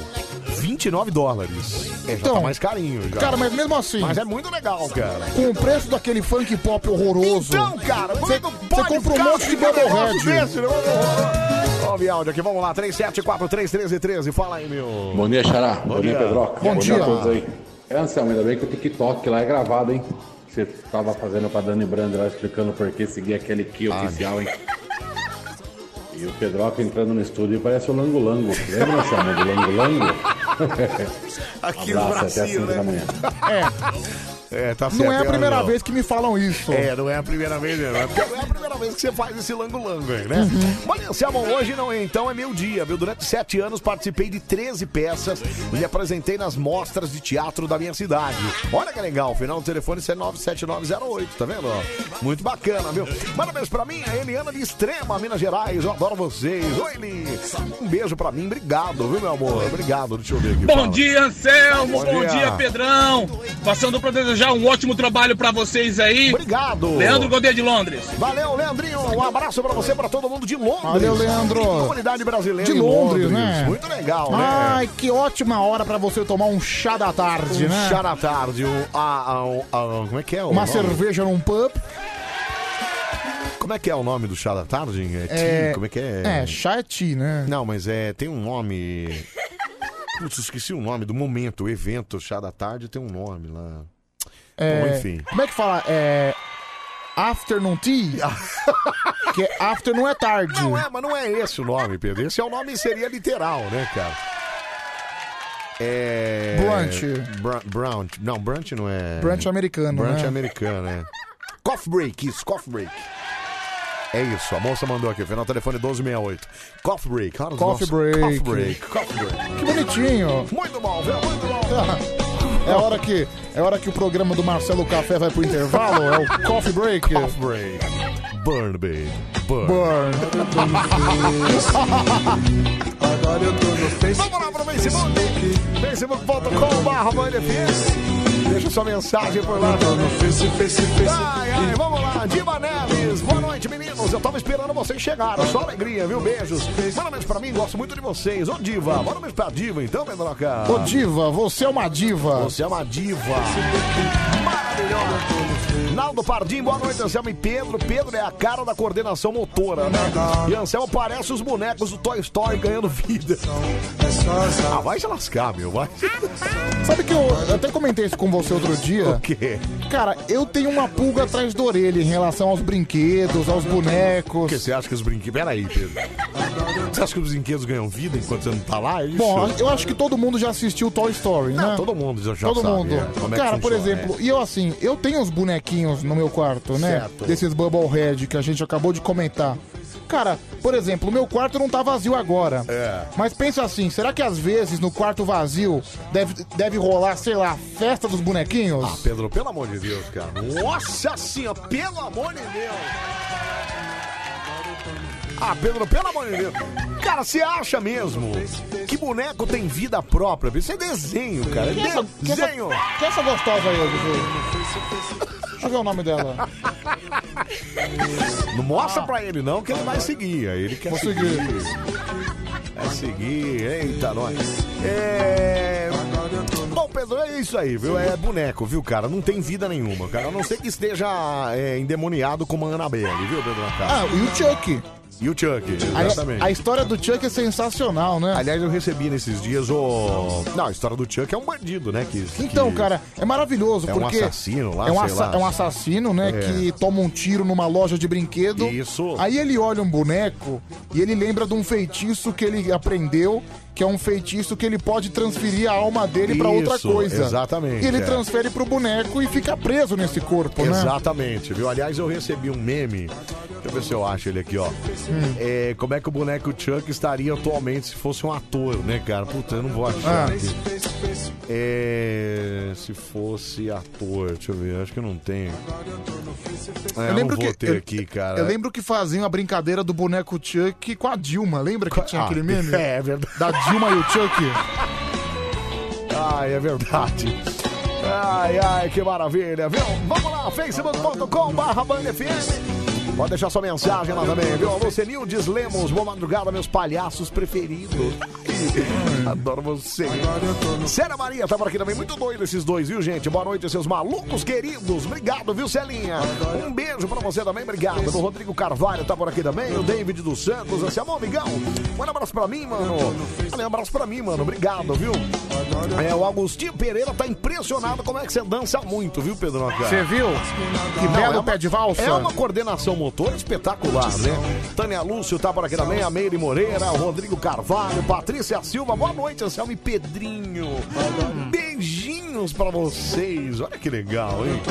29 dólares. É, já
Então,
tá mais carinho. já.
Cara, mas mesmo assim.
Mas é muito legal, cara.
Com o preço daquele funk pop horroroso.
Então, cara, como
você
é que pode
compra um
ficar
monte de
esse negócio
Bubblehead.
desse, né? Ó, o áudio aqui, vamos lá, 37431313, fala aí, meu.
Bom dia, Xará. Bom, dia,
dia.
Pedroca.
Bom
a
dia.
todos aí. É, Anselmo, ainda bem que o TikTok lá é gravado, hein? Que você tava fazendo com a Dani Brand lá explicando por que seguir aquele Ki
Ah,
oficial, hein? E o Pedroca entrando no estúdio parece o Lango Lango. Lembra, Anselmo, do Lango Lango?
Aqui né?
Abraço, até às 5 da manhã.
É,
É, tá certo.
não é a
hein,
primeira
Arnaldo?
vez que me falam isso.
É, não é a primeira vez mesmo. É porque não é a primeira vez que você faz esse lango-lango aí, né? Olha, Anselmo, hoje não é, então é meu dia, viu? Durante sete anos participei de 13 peças e me apresentei nas mostras de teatro da minha cidade. Olha que legal, o final do telefone é 97908, tá vendo? ó? Muito bacana, viu? Manda um beijo pra mim, a Eliana de Extrema, Minas Gerais, eu adoro vocês. Oi, Eli! Um beijo pra mim, obrigado, viu, meu amor? Obrigado, deixa eu ver aqui.
Bom
fala.
dia, Anselmo.
Bom
Bom,
dia.
dia. Pedrão. Passando pra desejar um ótimo trabalho pra vocês aí.
Obrigado.
Leandro Godet de Londres.
Valeu, Leandrinho. Um abraço pra você, pra todo mundo de Londres.
Valeu, Leandro.
Que Comunidade brasileira.
De
em
Londres, né? Ah,
Muito legal, né?
Ai, que ótima hora pra você tomar um chá da tarde,
um
né?
chá da tarde, um, a, a, um- a- como é que é o
Uma
nome?
cerveja num pub.
Como é que é o nome do chá da tarde? É, tea?
É-
Como é que é?
É, chá é ti, né?
Não, mas é, tem um nome... Putz, esqueci o nome do momento, o evento, chá da tarde, tem um nome lá.
É,
Bom, enfim.
Como é que fala? É. Afternoon tea? que é after não é tarde.
Não é, mas não é esse o nome, Pedro. Esse é o nome seria literal, né, cara? É.
Brunch.
Br- brunch. Não, brunch não é.
Brunch americano,
Brunch
né?
americano, é. Coffee break, isso, coffee break. É isso, a moça mandou aqui, final do telefone 1268. Coffee break, claro,
Coffee
nossa,
break.
Coffee break, coffee break.
Que bonitinho.
Muito bom, viu? Muito bom.
É a hora que, é a hora que o programa do Marcelo Café vai pro intervalo, é o coffee break.
Coffee break. Burn, baby. Burn.
Burn.
Agora eu tô no Facebook. Vamos lá pro Facebook. Facebook.com barra Deixa sua mensagem por lá. Ai, ai, vamos lá. Diva Neves. Boa noite, meninos. Eu tava esperando vocês chegarem. Só alegria, viu? Beijos. Manda um beijo pra mim. Gosto muito de vocês. Ô, Diva. Manda um beijo pra Diva, então, Pedroca.
Ô diva, você é uma diva.
Você é uma diva. Naldo Pardim, boa noite, Anselmo e Pedro. Pedro é a cara da coordenação motora, né? E Anselmo parece os bonecos do Toy Story ganhando vida. Ah, vai se lascar, meu, vai.
Sabe que eu, eu até comentei isso com você outro dia?
O quê?
Cara, eu tenho uma pulga atrás da orelha em relação aos brinquedos, aos bonecos.
Porque você acha que os brinquedos. Peraí, Pedro. Você acha que os brinquedos ganham vida enquanto você não tá lá? É isso?
Bom, eu acho que todo mundo já assistiu Toy Story, né?
todo mundo já já
Todo
sabe.
mundo.
é, como é que
Cara, por
funciona,
exemplo,
é.
e eu assim, eu tenho uns bonequinhos no meu quarto, né?
Certo.
Desses Bubblehead que a gente acabou de comentar. Cara, por exemplo, o meu quarto não tá vazio agora.
É.
Mas pensa assim, será que às vezes no quarto vazio deve, deve rolar, sei lá, festa dos bonequinhos?
Ah, Pedro, pelo amor de Deus, cara. Ah, Nossa senhora, pelo amor de Deus. Ah, Pedro, pelo amor de Deus. Cara, você acha mesmo que boneco tem vida própria? Isso é desenho, cara. É
Quem é essa- quem é essa-
desenho.
Quem é essa gostosa aí, Gugu? Deixa eu ver o nome dela.
Não mostra pra ele, não, que ele vai seguir. Aí Ele quer
Vou
seguir.
seguir.
Vai seguir. Eita, nós. É... Bom, Pedro, é isso aí, viu? É boneco, viu, cara? Não tem vida nenhuma, cara. A não ser que esteja é, endemoniado como a Annabelle, viu, Pedro?
Ah, e o Chuck.
E o Chuck, exatamente.
A, a história do Chuck é sensacional, né?
Aliás, eu recebi nesses dias o. Não, a história do Chuck é um bandido, né? Que, que-
Então, cara, é maravilhoso,
É um
porque...
assassino lá,
é um,
sei
assa-
lá.
é um assassino, né,
É.
que toma um tiro numa loja de brinquedo.
Isso.
Aí ele olha um boneco e ele lembra de um feitiço que ele aprendeu, que é um feitiço que ele pode transferir a alma dele pra outra
Isso,
coisa.
exatamente,
E ele
é.
transfere pro boneco e fica preso nesse corpo, né?
Exatamente, viu? Aliás, eu recebi um meme. Deixa eu ver se eu acho ele aqui, ó.
Hum.
É, como é que o boneco Chuck estaria atualmente se fosse um ator, né, cara? Puta, eu não vou achar.
Ah.
aqui. É, se fosse ator, deixa eu ver, acho que eu não tenho. É, eu, não vou ter
eu-
aqui, cara.
Eu lembro que faziam a brincadeira do boneco Chuck com a Dilma. Lembra que tinha
Ah,
aquele meme?
é, é verdade.
Da Dilma e o Chuck.
Ai, é verdade. Ai, ai, que maravilha, viu? Vamos lá, facebook.com barra bandfm. Pode deixar sua mensagem lá também, viu? Você Nildes Lemos, boa madrugada, meus palhaços preferidos. Adoro você. Célia Maria tá por aqui também, muito doido esses dois, viu, gente? Boa noite, seus malucos queridos. Obrigado, viu, Celinha? Um beijo pra você também, obrigado. O Rodrigo Carvalho tá por aqui também, o David dos Santos, esse amor, amigão. Um abraço pra mim, mano. Olha, um abraço pra mim, mano. Obrigado, viu? É, o Agostinho Pereira tá impressionado como é que você dança muito, viu, Pedro?
Você viu? Que
Não,
belo
é uma-
pé de valsa.
É uma coordenação motor espetacular, né? Tânia Lúcio tá por aqui também, a Meire Moreira, o Rodrigo Carvalho, Patrícia Letícia Silva. Boa noite, Anselmo e Pedrinho. Beijinhos pra vocês. Olha que legal, hein?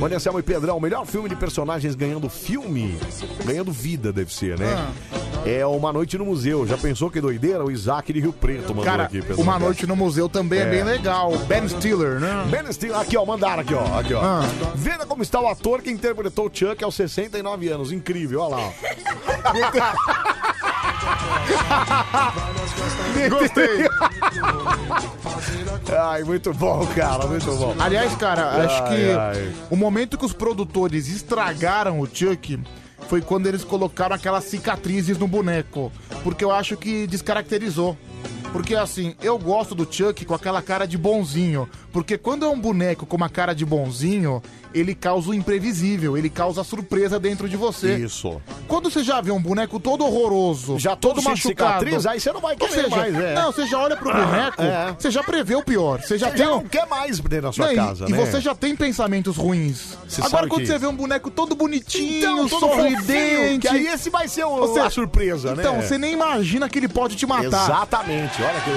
Olha, Anselmo e Pedrão, o melhor filme de personagens ganhando filme, ganhando vida, deve ser, né?
Ah.
É Uma Noite no Museu. Já pensou que doideira? O Isaac de Rio Preto mandou
Cara,
aqui. pessoal.
Uma Noite no Museu também é,
É.
bem legal. Ben Stiller, né? Ah.
Ben Stiller, aqui ó, mandaram aqui ó, aqui ó. Veja como está o ator que interpretou o Chuck aos 69 anos, incrível, olha lá. Ó. Gostei. Ai, muito bom, cara, muito bom.
Aliás, cara, acho
Ai,
que
ai.
o momento que os produtores estragaram o Chuck foi quando eles colocaram aquelas cicatrizes no boneco. Porque eu acho que descaracterizou. Porque assim, eu gosto do Chuck com aquela cara de bonzinho. Porque quando é um boneco com uma cara de bonzinho, ele causa o imprevisível, ele causa a surpresa dentro de você.
Isso.
Quando você já vê um boneco todo horroroso, já
todo cheio de
machucado,
cicatriz, aí você não vai
Ou
querer
seja,
mais, é.
Não, você já olha pro boneco,
É.
você já prevê o pior. Você já
Você
tem
já
um-
não quer mais dentro da sua
não, e-
casa,
e,
né?
você já tem pensamentos ruins.
Você
Agora,
sabe
quando
que-
você vê um boneco todo bonitinho,
Então, todo fofinho,
sorridente.
que aí esse vai ser o-
Ou seja,
a surpresa, né?
Então, você nem imagina que ele pode te matar.
Exatamente, olha que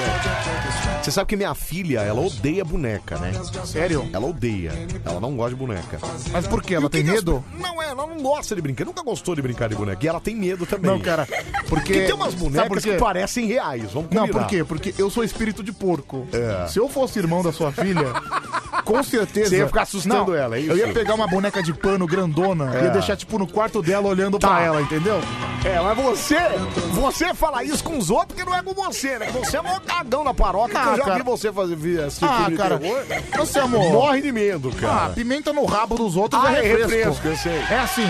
Você sabe que minha filha, ela odeia boneca, né?
Sério?
Ela odeia. Ela não gosta de boneca.
Mas por quê? Ela tem medo?
Não, é, ela não gosta de brincar. Nunca gostou de brincar de boneca. E ela tem medo também.
Não, cara, porque-
tem umas
Sabe
bonecas
por quê?
que parecem reais. Vamos
Não,
combinar.
por quê? Porque eu sou espírito de porco.
É.
Se eu fosse irmão da sua filha, com certeza.
Você ia ficar assustando
Não,
ela, é isso?
Eu ia pegar uma boneca de pano grandona
É. Tá,
e ia deixar, tipo, no quarto dela olhando pra ela, entendeu?
É, mas você, você fala isso com os outros que não é com você, né? Você é mó cagão na paróquia,
Ah,
que eu já
cara.
vi você fazer vi- esse filme
Ah,
de
cara.
terror.
Você, amor.
Morre de medo,
Ah,
cara.
pimenta no rabo dos outros
Ah,
é
é
refresco.
refresco, eu sei. É.
É assim.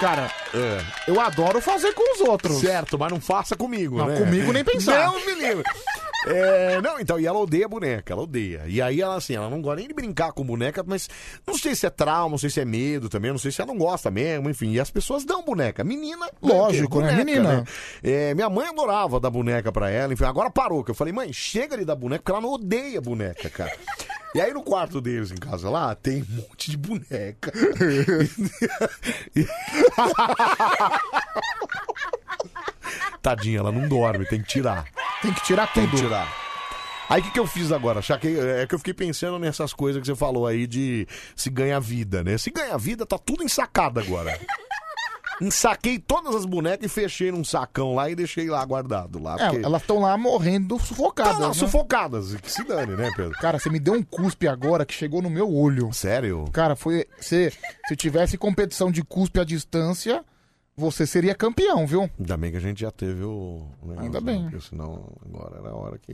Cara, eu adoro fazer com os outros.
Certo, mas não faça comigo,
Não,
né?
comigo nem pensar.
Não, me livre. É, não, então, e ela odeia boneca, ela odeia. E aí ela, assim, ela não gosta nem de brincar com boneca, mas não sei se é trauma, não sei se é medo também, não sei se ela não gosta mesmo, enfim. E as pessoas dão boneca. Menina,
Lógico, né? Menina.
É, minha mãe adorava dar boneca pra ela, enfim, agora parou, que eu falei, mãe, chega de dar boneca, porque ela não odeia boneca, cara. E aí no quarto deles em casa lá, tem um monte de boneca. Tadinha, ela não dorme, tem que tirar.
Tem que tirar
tudo. Tem que tirar. Aí o que, que eu fiz agora? Já que- é que eu fiquei pensando nessas coisas que você falou aí de se ganha vida, né? Se ganha vida, tá tudo ensacado agora. Ensaquei todas as bonecas e fechei num sacão lá e deixei lá guardado. Lá,
É,
porque-
elas estão lá morrendo sufocadas.
Tão lá
né?
sufocadas, que se dane, né, Pedro?
Cara, você me deu um cuspe agora que chegou no meu olho.
Sério?
Cara, foi. Se, se tivesse competição de cuspe à distância, você seria campeão, viu?
Ainda bem que a gente já teve o. negócio,
Ainda
né?
bem.
Porque senão agora era a hora que.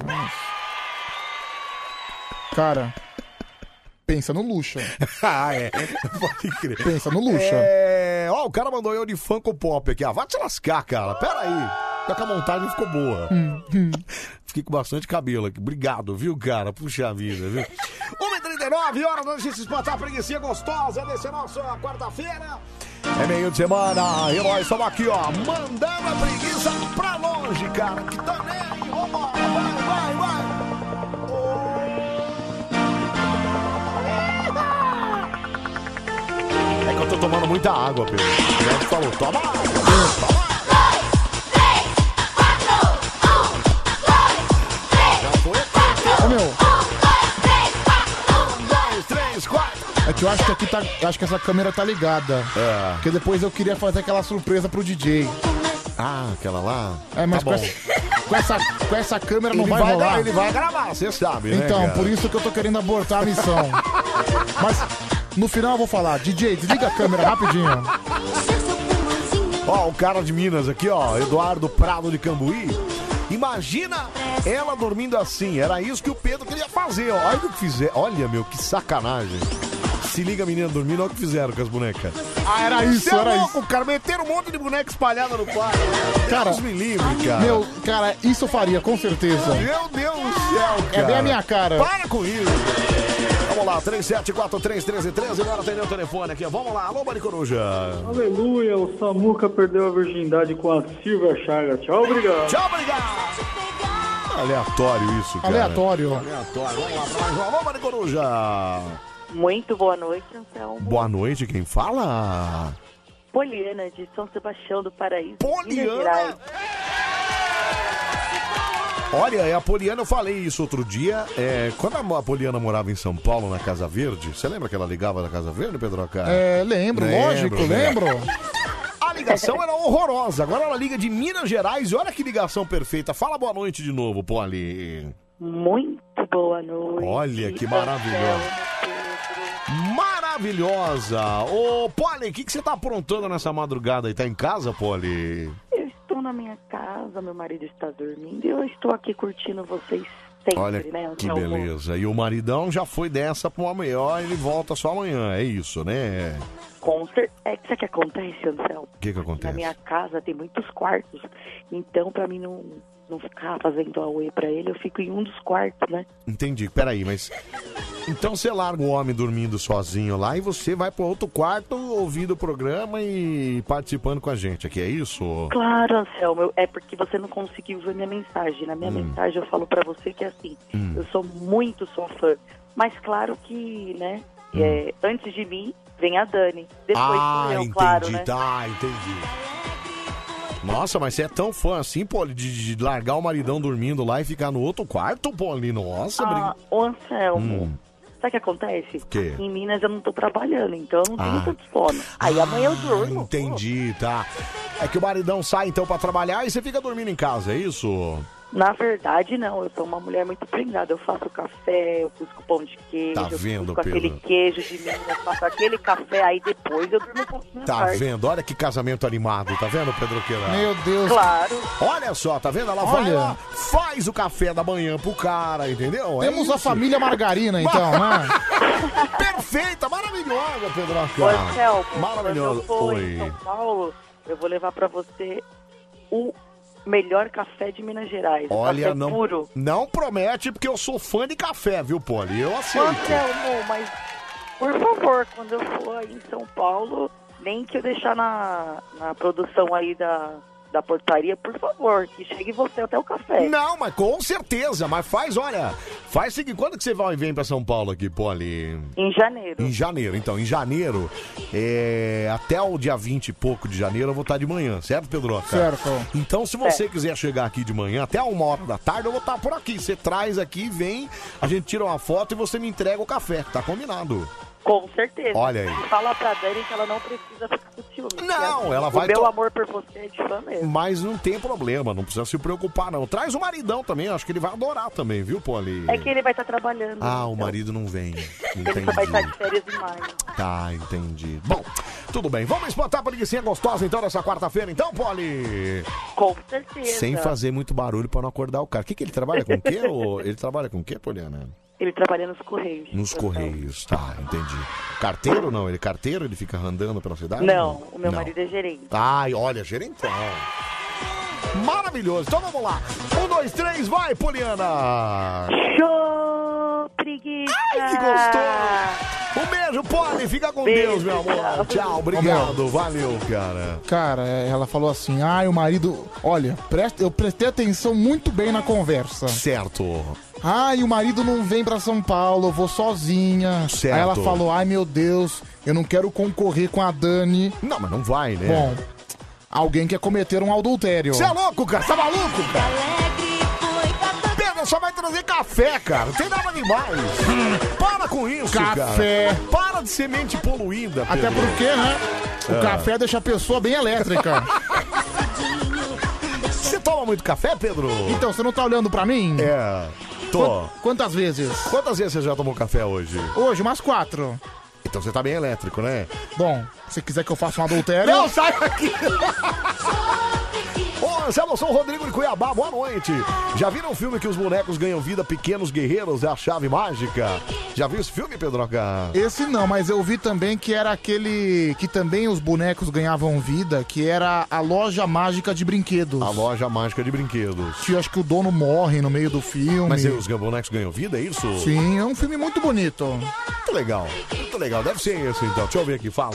Cara, pensa no luxo.
ah, é. Pode crer.
Pensa no luxo.
É... Ó, o cara mandou eu de Funko Pop aqui. Ah, vai te lascar, cara. Pera aí. Só que a montagem ficou boa.
Hum,
Fiquei com bastante cabelo aqui. Obrigado, viu, cara? Puxa vida, viu? 1h39, hora da gente espantar a preguiça gostosa desse nosso ah, quarta-feira. É meio de semana e nós estamos aqui, ó, mandando a preguiça pra longe, cara. Que tá nem, vambora, vai, vai, vai. É que eu tô tomando muita água, Pedro. O médico falou, toma água. Pedro, toma água." Já foi aqui. Um, dois, três, quatro.
É que eu acho que aqui tá. eu acho que essa câmera tá ligada.
É.
Porque depois eu queria fazer aquela surpresa pro DJ.
Ah, aquela lá?
É, mas
Tá
com,
bom.
essa, com essa- com essa câmera não
Ele
vai,
vai
rolar.
gra- ele vai gravar, você sabe, né,
Então,
cara?
por isso que eu tô querendo abortar a missão. Mas no final eu vou falar, DJ, desliga a câmera rapidinho.
Ó, o cara de Minas aqui, ó, Eduardo Prado de Cambuí. Imagina ela dormindo assim. Era isso que o Pedro queria fazer. ó. Olha o que fizer. Olha, meu, que sacanagem. Se liga, menina dormindo, olha o que fizeram com as bonecas.
Ah, era isso,
Cê é
era
louco, cara. Meteram um monte de boneca espalhada no quarto.
Cara,
Deus me livre, cara.
Meu, cara, isso eu faria, com certeza.
Meu Deus do céu, cara.
É bem a minha cara.
Para com isso. Vamos lá, 37431313. Agora atender o telefone aqui. ó. Vamos lá, alô, Mari Coruja.
Aleluia, o Samuca perdeu a virgindade com a Silvia Chagas. Tchau, obrigado.
Tchau, obrigado. Aleatório isso, cara.
Aleatório.
Aleatório. Vamos lá, pra mais uma. Alô, Mari Coruja.
Muito boa noite, Anselmo.
Boa noite, quem fala?
Poliana de São Sebastião do Paraíso. Minas
Poliana?
Gerais.
Olha, é a Poliana, eu falei isso outro dia. É, quando a Mo- a Poliana morava em São Paulo, na Casa Verde, você lembra que ela ligava da Casa Verde, Pedro Acá?
É, lembro, lógico, lembro.
A ligação era horrorosa. Agora ela liga de Minas Gerais e olha que ligação perfeita. Fala boa noite de novo, Poli.
Muito boa noite.
Olha que maravilhosa. Maravilhosa! Ô, Poli, o que, que você tá aprontando nessa madrugada aí? Tá em casa, Poli?
Eu estou na minha casa, meu marido está dormindo e eu estou aqui curtindo vocês sempre,
Olha
né?
que
Anselmo?
beleza. E o maridão já foi dessa pra uma melhor, ele volta só amanhã, é isso, né?
Com cer- É que sabe o que acontece, Anselmo?
O que que
Na
acontece?
minha casa tem muitos quartos, então pra mim não, não ficar fazendo away pra ele, eu fico em um dos quartos, né?
Entendi, peraí, mas... Então você larga o homem dormindo sozinho lá e você vai pro outro quarto ouvindo o programa e participando com a gente aqui, é isso?
Claro, Anselmo, eu- é porque você não conseguiu ver minha mensagem. Na minha
Hum.
mensagem eu falo pra você que é assim,
Hum.
eu sou muito sua fã. Mas claro que, né,
Hum.
é, antes de mim vem a Dani. Depois
ah,
sou eu,
entendi,
claro, né?
tá, entendi. Nossa, mas você é tão fã assim, Poli, de, de largar o maridão dormindo lá e ficar no outro quarto, Poli? Nossa,
Ah,
brin-
ô Anselmo,
Hum.
sabe o que acontece?
quê?
Em Minas eu não tô trabalhando, então eu não tenho
Ah.
tanto sono. Aí amanhã eu durmo.
Entendi, tá. É que o maridão sai então pra trabalhar e você fica dormindo em casa, é isso?
Na verdade, não. Eu sou uma mulher muito prendada. Eu faço café, eu busco pão de queijo.
Tá
eu
vendo,
busco aquele
Pedro?
queijo de Minas, faço aquele café, aí depois eu durmo um pouquinho à
Tá
tarde.
vendo? Olha que casamento animado, tá vendo, Pedro Queira?
Meu Deus.
Claro.
Olha só, tá vendo? Ela vai
Olha.
lá, faz o café da manhã pro cara, entendeu? É
Temos a
isso.
família Margarina, então, né?
Perfeita, maravilhosa, Pedro
Ô,
Acá.
Anselmo,
Maravilhosa.
quando eu for em
Oi.
São Paulo, eu vou levar pra você o melhor café de Minas Gerais. o
Olha,
café
não,
é puro.
não promete, porque eu sou fã de café, viu, Poli? Eu
Ô,
aceito.
Anselmo, mas por favor, quando eu for aí em São Paulo, nem que eu deixar na, na produção aí da, da portaria, por favor, que chegue você até o café.
Não, mas com certeza. Mas faz, olha, faz o seguinte, quando que você vai e vem pra São Paulo aqui, Poli?
Em janeiro.
Em janeiro, então, em janeiro, é, até o dia 20 e pouco de janeiro eu vou estar de manhã, certo, Pedro?
Certo.
Então, se você
É.
quiser chegar aqui de manhã, até uma hora da tarde, eu vou estar por aqui. Você traz aqui, vem, a gente tira uma foto e você me entrega o café, tá combinado.
Com certeza.
Olha aí.
E fala pra Dani que ela não precisa ficar com ciúme. é assim,
Não, ela
o
vai
O meu
to-
amor por você é de fã mesmo.
Mas não tem problema, não precisa se preocupar, não. Traz o maridão também, acho que ele vai adorar também, viu, Poli?
É que ele vai estar trabalhando.
Ah, o marido não vem.
Então, Ele só vai
Entendi.
estar de férias em maio.
Tá, entendi. Bom, tudo bem. Vamos espantar a preguiçinha gostosa então nessa quarta-feira, então, Poli?
Com certeza.
Sem fazer muito barulho pra não acordar o cara. O que, que ele trabalha com o quê? ô? Ele trabalha com o quê, Poliana?
Ele trabalha nos Correios.
Nos Correios, tá, entendi. Carteiro não? Ele é carteiro? Ele fica andando pela cidade?
Não, o meu
Não.
marido é gerente.
Ai, olha, gerentão. Maravilhoso. Então vamos lá. Um, dois, três, vai, Poliana.
Show, preguiça!
Ai, que gostoso! Um beijo, Poli. Fica com Deus, meu amor. Tchau, obrigado. Valeu, cara.
Cara, ela falou assim, ai, o marido... Olha, presta... eu prestei atenção muito bem na conversa.
Certo.
Ai, o marido não vem pra São Paulo, eu vou sozinha.
Certo.
Aí ela falou, ai, meu Deus, eu não quero concorrer com a Dani.
Não, mas não vai, né?
Bom, alguém quer cometer um adultério.
Você é louco, cara? Tá maluco, cara? Pedro só vai trazer café, cara. Não tem nada demais. Para com isso,
Café.
cara. Para de ser mente poluída,
Até
Pedro.
porque, né? O
Ah.
café deixa a pessoa bem elétrica.
Você toma muito café, Pedro?
Então, você não tá olhando pra mim?
É, tô.
Quantas vezes?
Quantas vezes você já tomou café hoje?
Hoje, umas quatro.
Então você tá bem elétrico, né?
Bom, se quiser que eu faça um adultério...
Não, sai daqui! Ô, Anselmo, eu sou o Rodrigo de Cuiabá, boa noite. Já viram o filme que os bonecos ganham vida, Pequenos Guerreiros, é a chave mágica? Já viu esse filme, Pedroca?
Esse não, mas eu vi também que era aquele que também os bonecos ganhavam vida, que era a loja mágica de brinquedos.
A loja mágica de brinquedos.
Que eu acho que o dono morre no meio do filme.
Mas os bonecos ganham vida, é isso?
Sim, é um filme muito bonito.
Muito legal, muito legal. Deve ser esse, então. Deixa eu ver aqui, fala.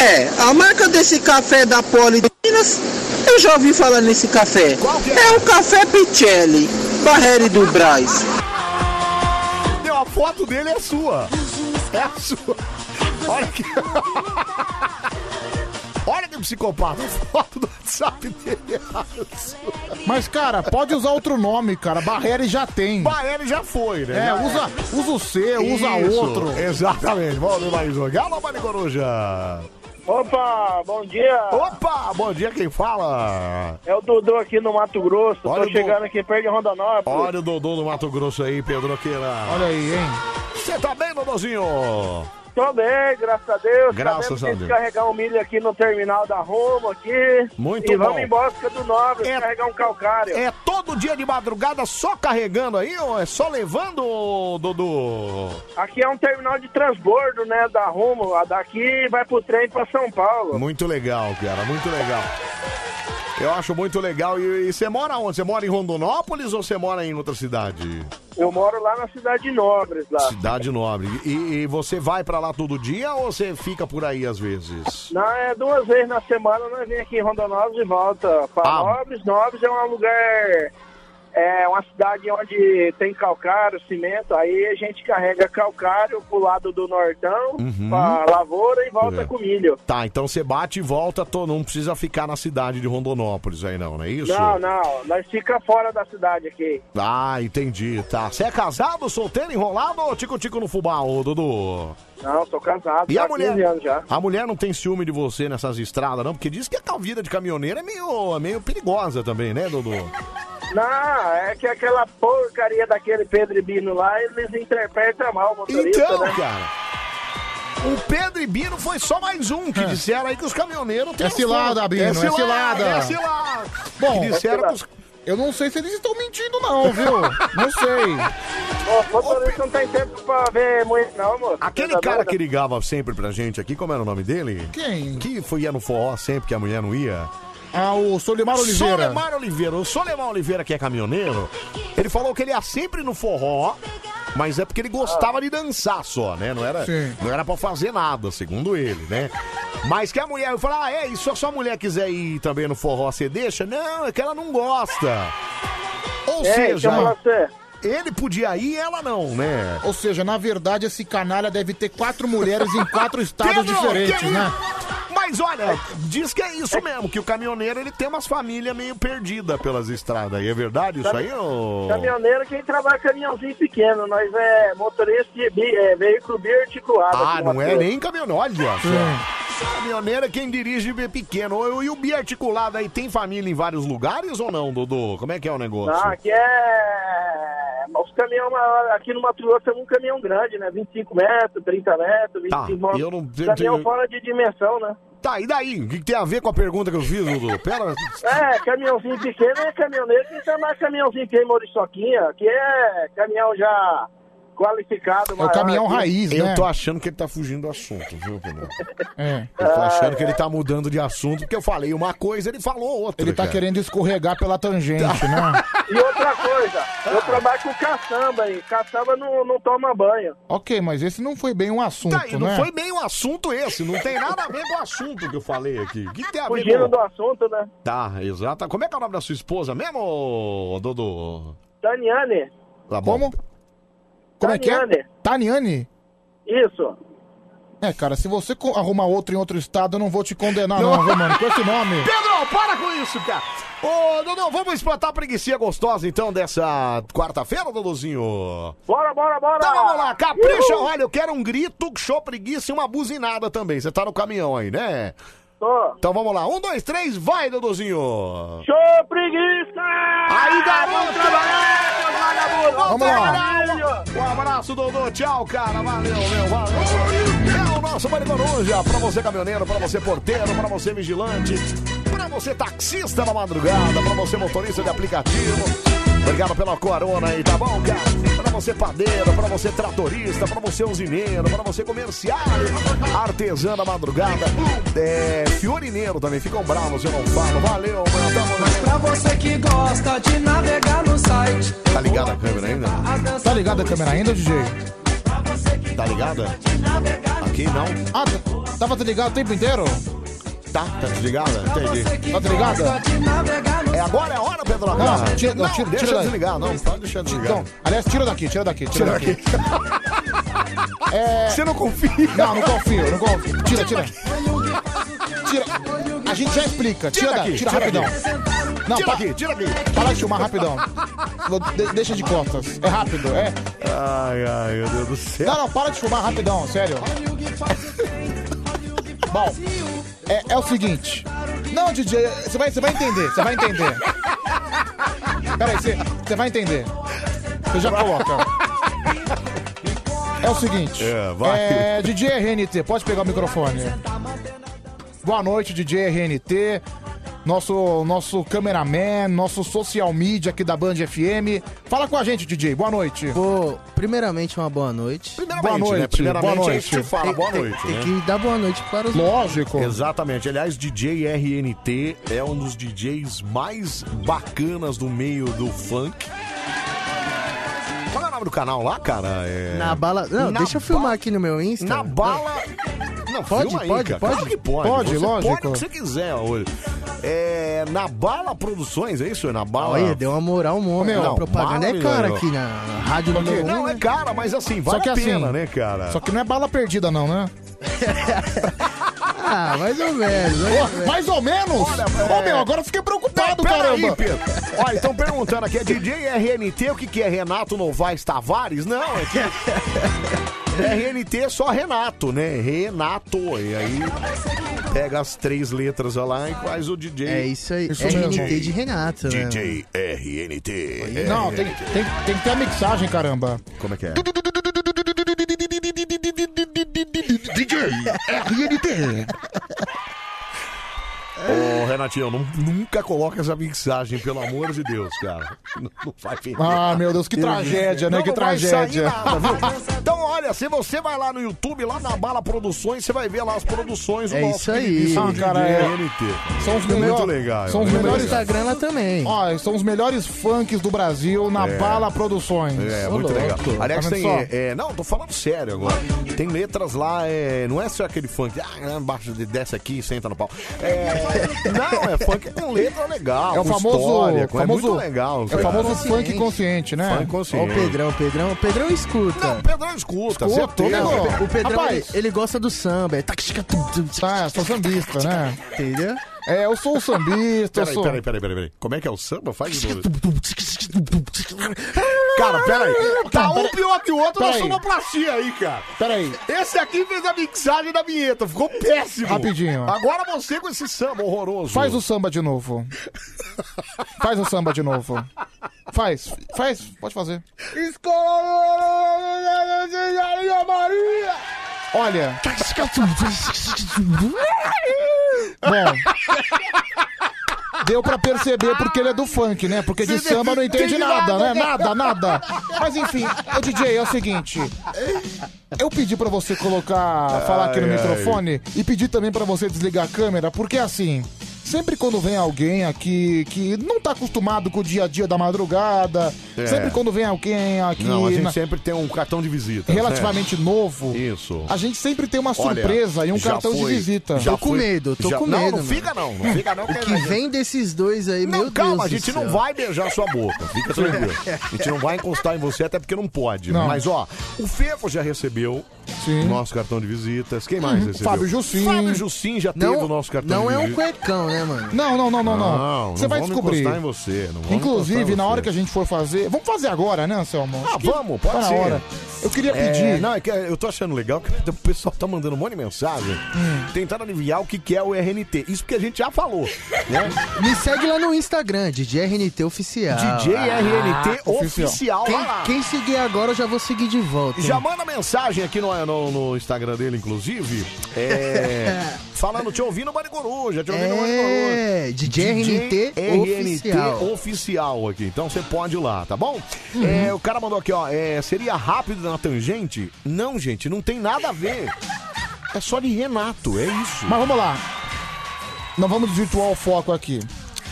É, a marca desse café da Poli de Minas, eu já ouvi falar nesse café. é? o café Picelli, Barreira do Braz.
Deu a foto dele é sua. É a sua. Olha aqui. Olha que psicopata. Foto do WhatsApp dele. é
Mas, cara, pode usar outro nome, cara. Barreri já tem.
Barreri já foi, né?
É,
Já
usa, usa o C, usa
Isso,
outro.
Exatamente. Vamos ver mais um. Alô, Mari Coruja.
Opa, bom dia.
Opa, bom dia quem fala.
É o Dudu aqui no Mato Grosso.
Olha o
Tô chegando aqui perto de Rondonópolis.
Olha o Dodô do Mato Grosso aí, Pedro Aqueira.
Olha aí, hein?
Você tá bem, Dodôzinho?
Tô bem, graças a Deus.
Graças
Acabei
a
de
Deus.
Descarregar um milho aqui no terminal da Roma aqui.
Muito
e
bom.
vamos em busca do Nobre, descarregar um calcário.
É todo dia de madrugada só carregando aí ou é só levando, ô, Dodô?
Aqui é um terminal de transbordo, né, da Roma. A Daqui vai pro trem pra São Paulo.
Muito legal, cara, muito legal. Eu acho muito legal. E, e você mora onde? Você mora em Rondonópolis ou você mora em outra cidade?
Eu moro lá na cidade de Nobres, lá.
Cidade Nobre. E, e você vai pra lá todo dia ou você fica por aí às vezes?
Não, é duas vezes na semana nós vem aqui em Rondonópolis e volta para
Ah.
Nobres. Nobres é um lugar, é uma cidade onde tem calcário, cimento. Aí a gente carrega calcário pro lado do Nortão,
Uhum.
pra lavoura e volta
É.
com milho.
Tá, então você bate e volta, tô- não precisa ficar na cidade de Rondonópolis aí não, não é isso?
Não, não, nós fica fora da cidade aqui.
Ah, entendi, tá. Você é casado, solteiro, enrolado ou tico-tico no fubá, ô Dudu?
Não, sou casado,
E
tô
a
há 15
mulher?
anos já.
A mulher não tem ciúme de você nessas estradas, não? Porque diz que a vida de caminhoneiro é meio, é meio perigosa também, né, Dudu?
Não, é que aquela porcaria daquele Pedro Bino lá, eles interpretam mal o motorista,
Então,
né?
cara. O Pedro e Bino foi só mais um que disseram aí que os caminhoneiros têm
Ah. É cilada,
um-
Bino, é cilada.
É cilada.
Bom,
que
é
disseram que os...
eu não sei se eles estão mentindo, não, viu? Não sei.
Ô, motorista não tem tempo pra ver muito, não, moço.
Aquele
Tá
cara
doido?
que ligava sempre pra gente aqui, como era o nome dele?
Quem?
Que foi, ia no forró sempre que a mulher não ia.
Ah, o Solimar Oliveira.
Solimar Oliveira. O Solimar Oliveira, que é caminhoneiro, ele falou que ele ia sempre no forró, mas é porque ele gostava de dançar só, né? Não era,
Sim.
não era pra fazer nada, segundo ele, né? Mas que a mulher, eu falo, ah, é, e se a sua mulher quiser ir também no forró, você deixa? Não, é que ela não gosta. Ou
É,
seja,
deixa eu falar pra
ele podia ir e ela não, né?
É. Ou seja, na verdade, esse canalha deve ter quatro mulheres em quatro estados
Pedro,
diferentes,
que-
né?
Mas olha, diz que é isso mesmo, que o caminhoneiro ele tem umas famílias meio perdidas pelas estradas. E é verdade isso aí, ô?
Caminhoneiro, quem trabalha caminhãozinho pequeno, nós é motorista de bi- é, veículo biarticulado. assim?
Ah,
aqui,
não é
Matheus.
nem caminhoneiro.
É.
Olha só. Caminhoneiro é quem dirige é pequeno. E o biarticulado aí tem família em vários lugares ou não, Dudu? Como é que é o negócio?
Não, Ah, aqui é. Os caminhão maior, aqui no Mato Grosso é um caminhão grande, né? 25 metros, 30 metros, 25
Tá,
metros.
eu não-
Caminhão fora de dimensão, né?
Tá, e daí? O que que tem a ver com a pergunta que eu fiz, Dudu? Pera,
É, caminhãozinho pequeno é caminhoneiro, quem trabalha caminhãozinho pequeno, Moriçoquinha, aqui é caminhão já
É
qualificado. É
É
maior aqui.
eu tô achando que ele tá fugindo do assunto, viu, Pedro?
né? É.
Eu
Ah.
tô achando que ele tá mudando de assunto, porque eu falei uma coisa, ele falou outra.
Ele tá
cara.
querendo escorregar pela tangente, né?
E outra coisa, eu trabalho com caçamba aí. Caçamba não, não toma banho.
Ok, mas esse não foi bem um assunto,
Tá, e não
né?
foi bem um assunto esse, não tem nada a ver com o assunto que eu falei aqui. O que que tem a ver
Fugindo
com...
do assunto, né?
Tá, exato. Como é que é o nome da sua esposa mesmo, Dudu?
Daniane,
Tá bom.
Como? Como é que é? Taniane?
Isso.
É, cara, se você co- arrumar outro em outro estado, eu não vou te condenar, não, viu, mano? Com esse nome.
Pedro, para com isso, cara. Ô, Dudu, vamos explotar a preguiça gostosa, então, dessa quarta-feira, Duduzinho?
Bora, bora, bora!
Então vamos lá, capricha.
Uhul.
Olha, eu quero um grito, show preguiça e uma buzinada também. Você tá no caminhão aí, né?
Tô.
Então vamos lá. Um, dois, três, vai, Duduzinho.
Show preguiça!
Aí,
Ah,
garoto! trabalhar, seus vagabundos!
Vamos lá.
trabalhar! Um abraço, Dodô. Tchau, cara. Valeu, meu. Valeu. É o nosso Mari Coruja. Pra você, caminhoneiro, pra você, porteiro, pra você, vigilante, pra você, taxista na madrugada, pra você, motorista de aplicativo. Obrigado pela corona aí, tá bom, cara? Pra você, padeiro, pra você, tratorista, pra você, usineiro, pra você, comerciário, artesã da madrugada, é, fiorineiro também. Ficam bravos, eu não falo. Valeu, meu. Tamo junto.
Pra você que gosta de navegar no site.
Tá ligada a câmera ainda?
Tá ligada a câmera ainda, DJ?
Tá ligada? Aqui não.
Ah, t- tava desligado o tempo inteiro?
Tá, tá desligada? Entendi.
Tá desligada?
É agora, é hora, Pedro?
Não,
Agora?
tira,
Não,
tira,
deixa
tira daí.
desligar, não, pode deixar desligar.
Então, aliás, tira daqui, tira daqui, tira, daqui. É. Você
não confia?
É,
Não, não confio, não confio. Tira, tira. Tira. A gente já explica. Tira,
Tira
daqui,
aqui,
tira,
tira
rapidão.
aqui.
tá
Não,
Tira
pa-
aqui, tira aqui.
Para de filmar rapidão. Vou- de- deixa de costas. É rápido, é.
Ai, ai, meu Deus do céu.
Não, não, para de filmar rapidão, sério. Bom, é, é o seguinte. Não, DJ, você vai, você vai entender, você vai entender. Peraí, você, você vai entender. Você já coloca. É o seguinte.
É, vai.
é, DJ RNT, pode pegar o microfone. Boa noite, DJ RNT. Nosso, nosso cameraman, nosso social media aqui da Band FM. Fala com a gente, DJ. Boa noite.
Primeiramente, uma boa noite.
Boa noite,
né? Primeiramente,
boa
é
noite.
isso que você fala,
Tem-
boa
tem-
noite.
tem
né?
que dar boa noite para os.
Uhum. Lógico.
Exatamente. Aliás, DJ RNT é um dos DJs mais bacanas do meio do funk. Qual é o nome do canal lá, cara? É-
Na bala. Não,
Na
deixa eu filmar aqui no meu Insta.
Na bala. Não,
pode,
filma aí,
pode,
cara.
pode.
Claro que pode. Você Pode o que você quiser hoje. É, na Bala Produções, é isso? É na Bala.
Olha, deu uma moral monstro.
Meu,
a propaganda é
maravilhoso.
cara aqui na rádio
Só que-
número um,
Não, é
né?
cara, mas assim, vale
Só que
a pena,
assim,
né, cara?
Só que não é bala perdida, não, né?
Ah, mais ou menos. é.
Ó, mais ou menos? Ô, meu, agora eu fiquei preocupado, caramba.
Olha,
então
estão perguntando aqui, é DJ RNT, o que, que é Renato Novaes Tavares? Não, é que... RNT é só Renato, né? Renato. E aí pega as três letras lá e faz o DJ.
É isso aí. RNT de Renato, né?
DJ RNT.
Não, tem, tem, tem que ter a mixagem, caramba.
Como é que é?
DJ RNT.
Ô, Renatinho, não- nunca coloca essa mixagem, pelo amor de Deus, cara. Não, não vai virar.
Ah, meu Deus, que tragédia, né?
Não,
Que
não vai
tragédia.
sair nada, viu? Então, olha, se você vai lá no YouTube, lá na Bala Produções, você vai ver lá as produções do
É
nosso
isso aí.
queridíssimo
Ah,
DJ
cara, é.
RNT.
São os
Muito
melhores.
legal,
São os
muito
melhores.
legal.
lá também.
é Ó, são os melhores funks do Brasil na
É.
Bala Produções.
É,
Ô,
muito
louco.
legal. Aliás,
Tá
tem.
vendo só?
é, não, tô falando sério agora. Tem letras lá, é, não é só aquele funk. Ah, baixa, desce aqui e senta no pau. É, não, é funk com letra legal.
É o
com
famoso.
História, com-
famoso
é muito legal.
É o
cara.
famoso funk consciente, né?
Funk
Ó,
consciente.
o Pedrão, Pedrão, Pedrão escuta. Não,
Pedrão escuta, certeza.
Não, o Pedrão, ele,
Rapaz.
ele gosta do samba. É tac, tica, tum, tum, tic,
Ah, sou sambista, né?
Entendeu?
É, eu sou o sambista, eu
Peraí,
sou.
peraí, peraí, peraí, peraí. Como é que é o samba? Faz de novo. Cara, peraí. Tá um pior que o outro na
Peraí.
sonoplastia aí, cara.
Peraí.
Esse aqui fez a mixagem da vinheta. Ficou péssimo.
Rapidinho.
Agora você com esse samba horroroso.
Faz o samba de novo. Faz o samba de novo. Faz, faz, pode fazer.
Escola Maria!
Olha. Bom. Deu pra perceber porque ele é do funk, né? Porque de
Você
samba não entende
entende
nada,
nada,
né?
né?
Nada, nada. Mas enfim, ô DJ, é o seguinte. Eu pedi pra você colocar, falar aqui no
Ai, ai.
microfone e pedi também pra você desligar a câmera, porque assim, sempre quando vem alguém aqui que não tá acostumado com o dia a dia da madrugada,
É.
sempre quando vem alguém aqui
Não, a gente
na-
sempre tem um cartão de visita. né?
relativamente novo,
Isso.
a gente sempre tem uma
Olha,
surpresa e um
já
cartão
foi-
de
Tá.
visita.
já Tô com foi- medo, tô já- com não, medo, não mano. fica não, não fica não,
O
que
que
a gente-
vem desses dois aí, meu Deus
Calma, a
do
gente não
céu.
vai beijar sua boca, fica tranquilo. A gente não vai encostar em você, até porque não pode.
Não.
Mas ó, o Fefo já recebeu nosso cartão de visitas. Quem mais recebeu?
Uhum. Fábio Jussim. é
Fábio Jussim já teve o nosso cartão
um
de visitas.
cuecão, né, mano?
Não, não, não, não, não.
Não,
Você
não
vai
vamos
descobrir.
encostar em você, não vamos encostar
Inclusive,
em
na hora
você.
que a gente for fazer. Vamos fazer agora, né, Anselmo?
Ah,
Acho que
vamos, pode
tá na
ser.
hora. Eu queria
É,
pedir.
não, é que eu tô achando legal que o pessoal tá mandando um monte de mensagem
Hum.
tentando aliviar o que, que é o RNT. Isso que a gente já falou, né?
Me segue lá no Instagram, DJ RNT Oficial. Ah,
DJ RNT Oficial,
Quem,
vai lá.
quem seguir agora, eu já vou seguir de volta.
E
hein?
Já manda mensagem aqui no, no- no Instagram dele, inclusive. É, falando, te ouvindo no Bande Coruja, te ouvindo no Bande
É,
Coruja.
DJ RNT oficial.
oficial aqui. Então você pode ir lá, tá bom?
Uhum.
É, o cara mandou aqui, ó. é, seria rápido na tangente? Não, gente, não tem nada a ver. É só de Renato, é isso.
Mas vamos lá. Não vamos desvirtuar o foco aqui.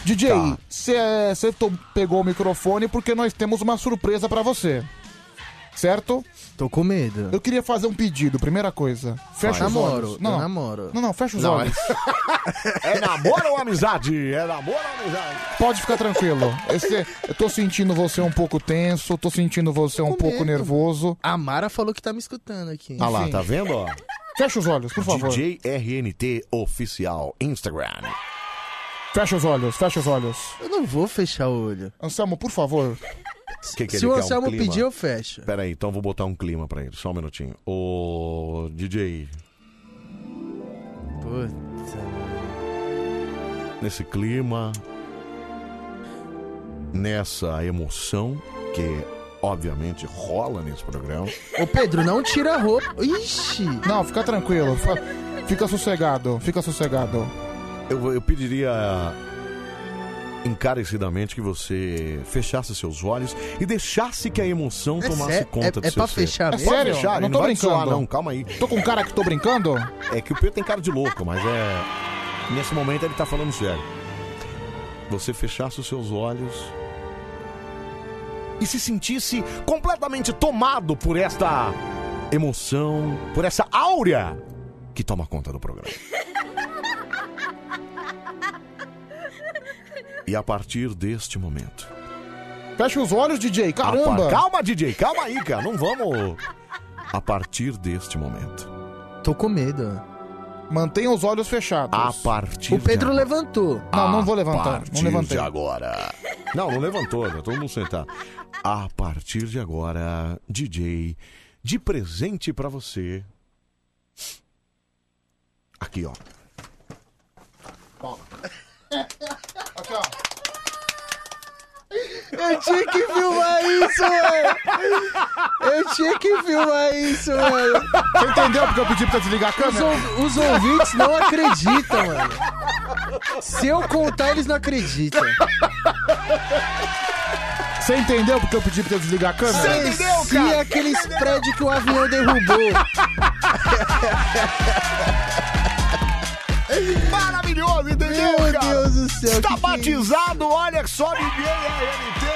DJ,
Tá.
você pegou o microfone porque nós temos uma surpresa pra você. Certo?
Tô com medo.
Eu queria fazer um pedido, primeira coisa. Fecha
Eu
os
namoro,
olhos.
eu namoro.
Não, não, fecha os
Não,
olhos.
É namoro ou amizade? É namoro ou amizade?
Pode ficar tranquilo. Esse- eu tô sentindo você um pouco tenso, tô sentindo você um pouco nervoso.
A Mara falou que tá me escutando aqui.
Ah lá,
Enfim.
tá vendo, ó?
Fecha os olhos, por favor.
DJ RNT Oficial Instagram.
Fecha os olhos, fecha os olhos. Eu não vou fechar o olho. Anselmo, por favor.
Que que
Se
ele
o
quer? Um
Anselmo
clima?
pedir, eu fecho.
Pera aí, então vou botar um clima pra ele. Só um minutinho. Ô, DJ, nesse clima, nessa emoção que obviamente rola nesse programa.
Ô Pedro, não tira a roupa. Ixi! Não, fica tranquilo. fa- Fica sossegado, fica sossegado.
Eu, vou- eu pediria encarecidamente que você fechasse seus olhos e deixasse que a emoção
É
tomasse
sé-
conta
é-
do
é
seu
pra
ser.
fechar
É
mesmo?
sério?
Sério?
Fechar,
Não
ele
tô
vai zoar,
brincando.
não, calma aí.
Tô com um cara que tô brincando?
É que o Pedro tem cara de louco, mas é... Nesse momento ele tá falando sério. Você fechasse os seus olhos e se sentisse completamente tomado por esta emoção, por essa áurea que toma conta do programa. E a partir deste momento.
Fecha os olhos, DJ, caramba!
Apa- Calma, DJ, calma aí, cara. Não vamos. A partir deste momento.
Tô com medo. Mantenha os olhos fechados.
A partir
O Pedro
de agora.
levantou.
A
Não, não vou
A
levantar.
partir
Não levantei.
de agora. Não, não levantou, né? Todo mundo sentado. A partir de agora, DJ, de presente pra você. Aqui, ó.
Aqui, ó.
Eu tinha que filmar isso, mano. Eu tinha que filmar isso, mano.
Você entendeu porque eu pedi pra desligar a câmera?
Os, ou- os ouvintes não acreditam, mano. Se eu contar, eles não acreditam.
Você entendeu porque eu pedi pra desligar a câmera?
Parecia é aqueles prédios que o avião derrubou.
Maravilhoso, entendeu?
Meu
cara?
Deus do céu.
Está
que que é
batizado, olha só, é DJ RNT.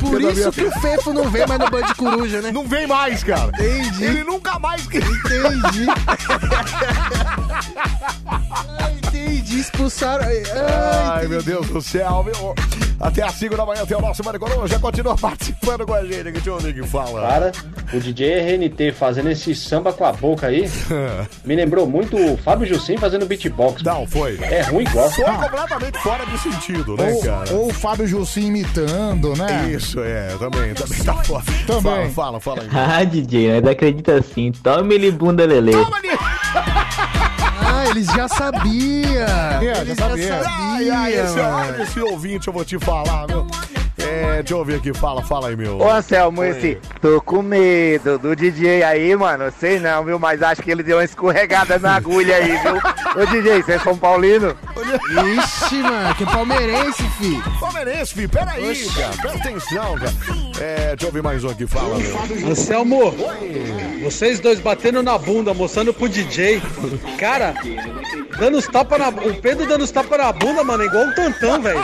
Por
porque na minha
isso que o
frente-
Fefo não vem mais no Band Coruja, né?
Não vem mais, cara.
Entendi.
Ele nunca mais.
Entendi. Ah, Entendi. Expulsaram.
Ai, meu Deus do céu. meu. Até às 5 da manhã tem o nosso Mário Coruja. Continua participando com a gente. aqui. Deixa eu ver o que fala.
Cara, o DJ RNT fazendo esse samba com a boca aí me lembrou muito o Fábio Jussim fazendo beatbox.
Não, foi.
É ruim igual.
Foi Tá completamente fora de sentido, né,
ou,
cara?
ou o Fábio Jussi imitando, né?
Isso, é, também, também tá fora.
Também.
Fala, fala, fala aí.
Ah, DJ, ainda acredita assim. Toma ele bunda lele.
Ah, eles já sabiam.
É,
Eles
já
Ah, já
sabia. Ai, ai, esse, é
sabiam,
olha esse ouvinte, eu vou te falar, meu. É, deixa eu ouvir aqui, fala, fala aí, meu.
Ô Anselmo,
Oi.
esse tô com medo do DJ aí, mano. Sei não, viu? Mas acho que ele deu uma escorregada na agulha aí, viu? Ô DJ, você é São Paulino?
Ixi, mano, que palmeirense, fi.
Palmeirense, fi, peraí,
Oxi.
Tá cara, presta atenção, cara. É, deixa eu ouvir mais um aqui, fala, meu.
Anselmo, vocês dois batendo na bunda, mostrando pro DJ. Cara, dando os tapas na O Pedro dando os tapas na bunda, mano, é igual um tantão, velho.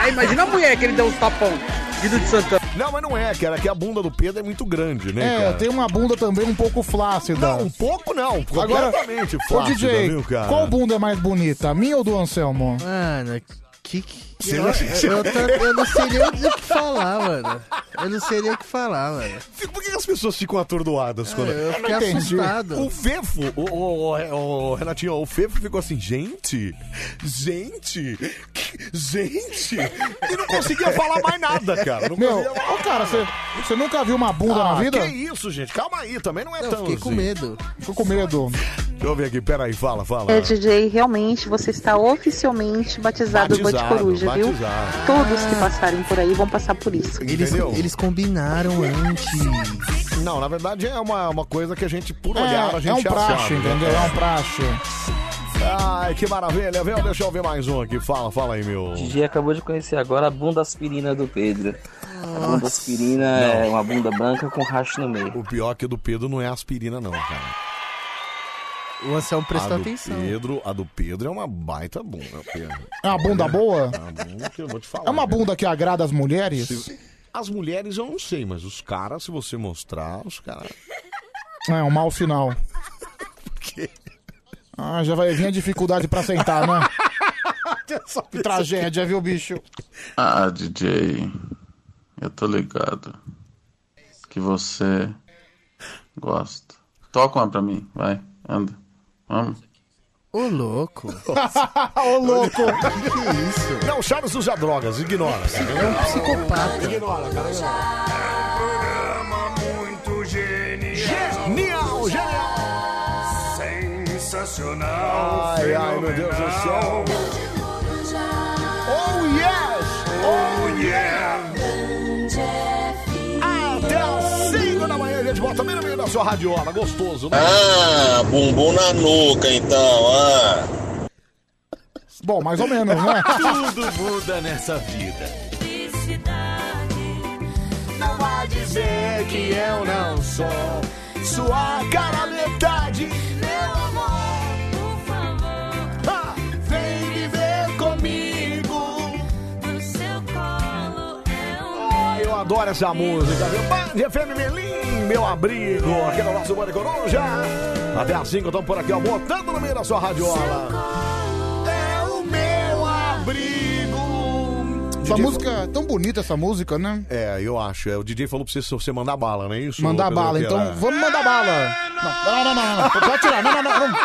Ah, Imagina a mulher que ele deu uns tapão. Guido de Santana.
Não, mas não é, cara, é que a bunda do Pedro é muito grande,
É,
né, cara?
tem uma bunda também um pouco flácida. Não, um
pouco não,
Agora,
completamente
ô
flácida,
DJ,
viu, cara?
qual bunda é mais bonita, a minha ou do Anselmo?
Mano, que... que...
Você
Eu,
não-
eu tô- eu não sei nem o que falar, mano. Eu não sei nem o que falar, mano. É,
Por que que as pessoas ficam atordoadas quando...
eu fiquei Eu não entendi. assustado.
O Fefo, o, o- o- o Renatinho, o Fefo ficou assim, gente, gente, que- gente, e não conseguia falar mais nada, cara. Não
Meu,
conseguia falar
ô, cara,
mais nada.
você você nunca viu uma bunda na
Ah,
vida?
Que isso, gente, calma aí, também não é
Eu
tão
fiquei com
assim.
medo. Ficou com medo.
Deixa eu ver aqui, peraí, fala, fala.
É, DJ, realmente você está oficialmente batizado, do Band
Batizado,
Coruja, viu?
batizado.
Todos que passarem por aí vão passar por isso.
Eles, eles combinaram antes.
Não, na verdade é uma, uma coisa que a gente, por
É,
olhar, a gente
é um
já
praxe,
sabe, né,
entendeu? É um
cara?
praxe.
Ai, que maravilha, viu? Deixa eu ver mais um aqui, fala, fala aí, meu.
DJ acabou de conhecer agora a bunda aspirina do Pedro. A bunda aspirina é uma bunda branca com racho no meio.
O pior que o do Pedro não é aspirina, não, cara.
O
é um
Anselmo prestou
a do
atenção.
Pedro, a do Pedro é uma baita bunda. Pedro.
É uma bunda boa?
É uma bunda que eu vou te falar.
É uma bunda que agrada as mulheres?
Se- As mulheres eu não sei, mas os caras, se você mostrar, os caras.
É um mau sinal. Ah, já vai vir a dificuldade pra sentar, né? Que tragédia, viu, bicho?
Ah, DJ, eu tô ligado que você gosta
Toca uma pra mim, vai. Anda. Vamos.
Ô, louco.
Ô, louco.
que isso? Não, Charles usa drogas, ignora. É um psicopata. Ignora, cara. Genial, genial.
Sensacional.
Ai, ai, meu Deus do céu. Oh, yes! Oh, yeah! Até às 5 da manhã, a gente bota bem no meio da sua radiola. Gostoso, né?
Ah, bumbum na nuca então, ah.
Bom, mais ou menos, né?
Tudo muda nessa vida.
Não vai dizer que eu não sou sua cara metade, meu amor. Por favor, vem viver comigo. No seu colo é
Ai, eu adoro essa música, viu? Band FM Melim, meu abrigo. Aqui no nosso Bande Coruja. Até às 5, estamos por aqui, ó, botando no meio da sua radiola.
é o meu abrigo.
Essa música é tão bonita, essa música, né?
É, eu acho. É, o DJ falou pra você, você mandar bala, não é isso?
Mandar
Pedro?
bala,
Que
então
era-
vamos mandar bala. Não, não, não, não, não. Pode tirar, não, não, não. não.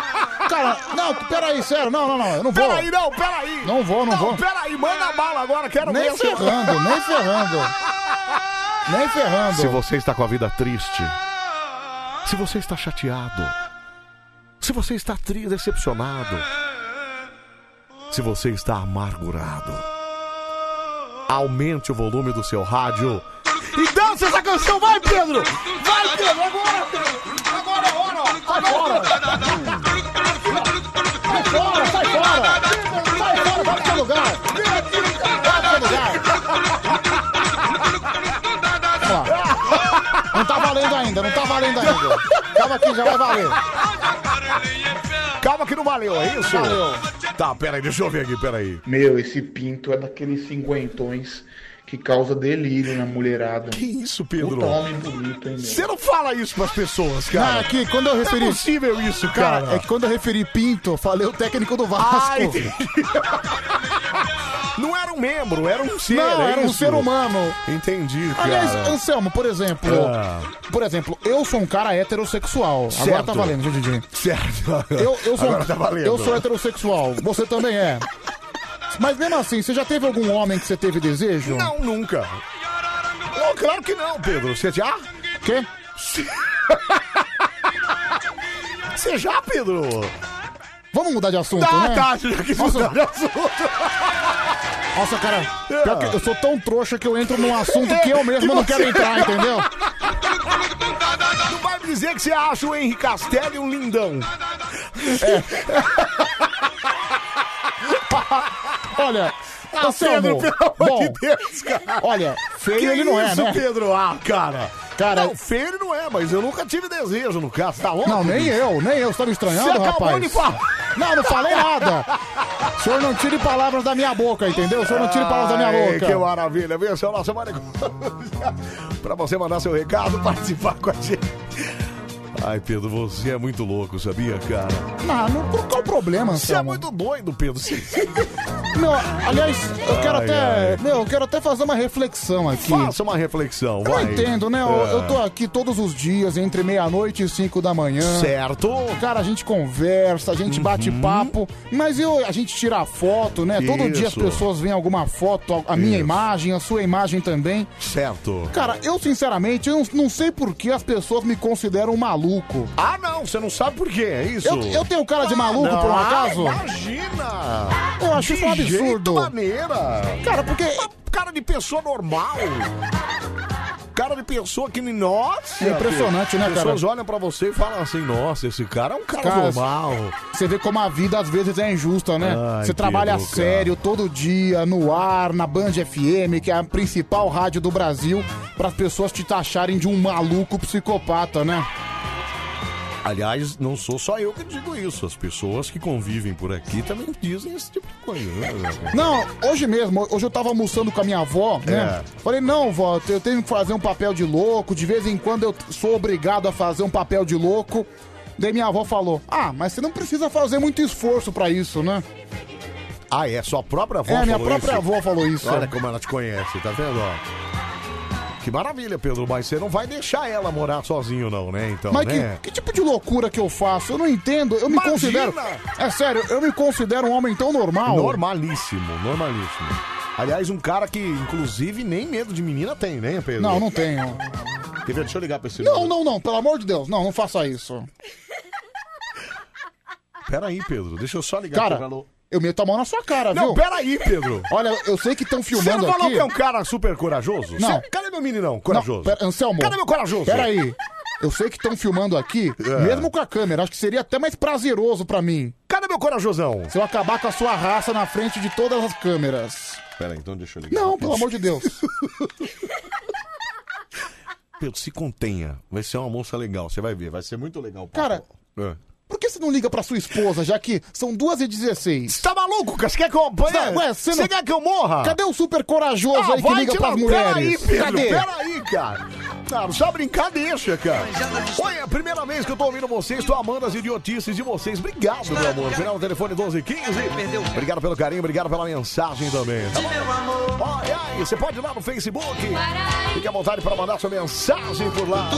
Cara, não, peraí, sério, não, não, não, eu não vou.
Peraí, não, peraí.
Não vou, não, vou.
Peraí, manda bala agora, quero ver
Nem
você.
ferrando, nem ferrando. Nem ferrando.
Se você está com a vida triste, se você está chateado, se você está triste, decepcionado, se você está amargurado, aumente o volume do seu rádio. E dança essa canção, vai Pedro! Vai Pedro, agora Pedro! Agora é hora! ó. Agora!
Sai fora, sai fora! Sai fora, vai pro seu lugar! Vai pro seu lugar!
Não tá valendo ainda, não tá valendo ainda. Calma aqui, já vai valer.
Calma que não valeu, é isso? Tá, peraí, deixa eu ver aqui, peraí.
Meu, esse pinto é daqueles cinquentões que causa delírio na mulherada. Que
isso, Pedro?
Puta homem bonito, hein, meu?
Você não fala isso pras pessoas, cara.
Não, é que quando eu referi.
É possível isso,
cara.
cara.
é que quando eu referi Pinto, eu falei o técnico do Vasco.
Ah, entendi. Não era um membro, era um ser.
Não,
é
era um
isso?
ser humano.
Entendi, cara.
Aliás, Anselmo, por exemplo.
Ah.
Por exemplo, eu sou um cara heterossexual. Agora
Certo.
tá valendo, viu, Didi?
Certo.
Eu, eu sou, um
um
Agora tá valendo.
eu sou heterossexual. Você também é. Mas mesmo assim, você já teve algum homem que você teve desejo?
Não, nunca. Não, claro que não, Pedro. Você já?
Quê?
Você já, Pedro?
Vamos mudar de assunto,
Tá,
né?
tá, já quis mudar de
Nossa, cara, pior que eu sou tão trouxa que eu entro num assunto que eu mesmo não quero entrar, entendeu?
Tu vai me dizer que você acha o Henrique Castelli um lindão.
É. Olha,
ah,
Anselmo,
Pedro, pelo amor
bom,
de Deus, cara.
Olha, feio ele não é,
isso,
né?
Pedro? Ah, cara.
Cara-
Não, feio ele não é, mas eu nunca tive desejo no caso, tá louco?
Não, nem eu, nem eu. Você tá me estranhando,
Você acabou
rapaz?
de falar.
Não, não falei nada. O senhor não tire palavras da minha boca, entendeu? O senhor não tire palavras da minha
Ai,
boca.
Que maravilha, viu? Esse é o nosso Mário Coruja. Pra você mandar seu recado, participar com a gente. Ai, Pedro, você é muito louco, sabia, cara?
Não, não, por qual o problema,
Você é
Anselmo?
muito doido, Pedro. Você-
Meu, aliás, eu quero
Ai,
até.
ai.
Meu, eu quero até fazer uma reflexão aqui.
Faça é uma reflexão,
Eu não
vai.
entendo, né? Eu,
É.
eu tô aqui todos os dias, entre meia-noite e cinco da manhã.
Certo. Uhum.
Cara, a gente conversa, a gente bate papo, mas eu, a gente tira foto, né? Todo dia as
Isso.
pessoas veem alguma foto, a- a minha
Isso.
imagem, a sua imagem também.
Certo.
Cara, eu sinceramente eu não, não sei por que as pessoas me consideram um maluco.
Ah, não, você não sabe por quê, é isso?
Eu, eu tenho cara de maluco,
não,
por um
ah,
acaso?
Imagina!
Eu acho
de
isso um absurdo.
jeito maneira.
Cara, porque.
Cara de pessoa normal. Cara de pessoa que. Nossa!
É impressionante, né,
As pessoas
cara?
olham pra você e falam assim: nossa, esse cara é um cara,
Cara,
normal.
Você vê como a vida às vezes é injusta, né?
Ai,
você trabalha
Pedro, cara.
sério todo dia, no ar, na Band FM, que é a principal rádio do Brasil, para as pessoas te taxarem de um maluco psicopata, né?
Aliás, não sou só eu que digo isso. As pessoas que convivem por aqui também dizem esse tipo de coisa. né?
Não, hoje mesmo, hoje eu tava almoçando com a minha avó, né?
É.
Falei, não, vó, eu tenho que fazer um papel de louco, de vez em quando eu sou obrigado a fazer um papel de louco. Daí minha avó falou, ah, mas você não precisa fazer muito esforço pra isso, né?
Ah, é? Sua própria avó
É, minha
falou
própria
isso?
avó falou isso.
Olha como ela te conhece, tá vendo? ó? Que maravilha, Pedro, mas você não vai deixar ela morar sozinho não, né? Então,
Mas
né?
que, que tipo de loucura que eu faço? Eu não entendo. Eu me
Imagina!
considero. É sério, eu me considero um homem tão normal.
Normalíssimo, normalíssimo. Aliás, um cara que, inclusive, nem medo de menina tem, né, Pedro?
Não, não tenho.
Quer ver? Deixa eu ligar pra esse
Não, não, não, pelo amor de Deus. Não, não faça isso.
Peraí, Pedro, deixa eu só ligar
Cara,
pra ela.
eu meto a mão na sua cara,
tá Não,
viu?
peraí, Pedro.
Olha, eu sei que estão filmando
Você não falou
aqui.
que é um cara super corajoso?
Não.
Você- Cadê meu meninão corajoso?
Não, pera, Anselmo.
Cadê meu corajoso? É.
Peraí. Eu sei que estão filmando aqui, mesmo com a câmera. Acho que seria até mais prazeroso pra mim.
Cadê meu corajosão?
Se eu acabar com a sua raça na frente de todas as câmeras.
Peraí, então deixa eu ligar.
Não, pelo amor de Deus.
Pedro, se contenha. Vai ser uma moça legal, você vai ver. Vai ser muito legal. pô.
Cara,
É.
por que você não liga pra sua esposa, já que são 2h16? Você
tá maluco, cara? Você quer que eu apanhe?
é, Ué, você
Você
não...
quer que eu morra?
Cadê o super corajoso
Ah,
aí que
vai
liga
te
pras
lascar
mulheres?
Aí, Pedro,
Cadê?
Peraí, cara. Cara, só brincar deixa, cara. Oi, é a primeira vez que eu tô ouvindo vocês, tô amando as idiotices de vocês. Obrigado, meu amor. Final do telefone 1215. Obrigado pelo carinho, obrigado pela mensagem também. Tá bom? Ó, e aí, você pode ir lá no Facebook. Fique à vontade para mandar sua mensagem por lá.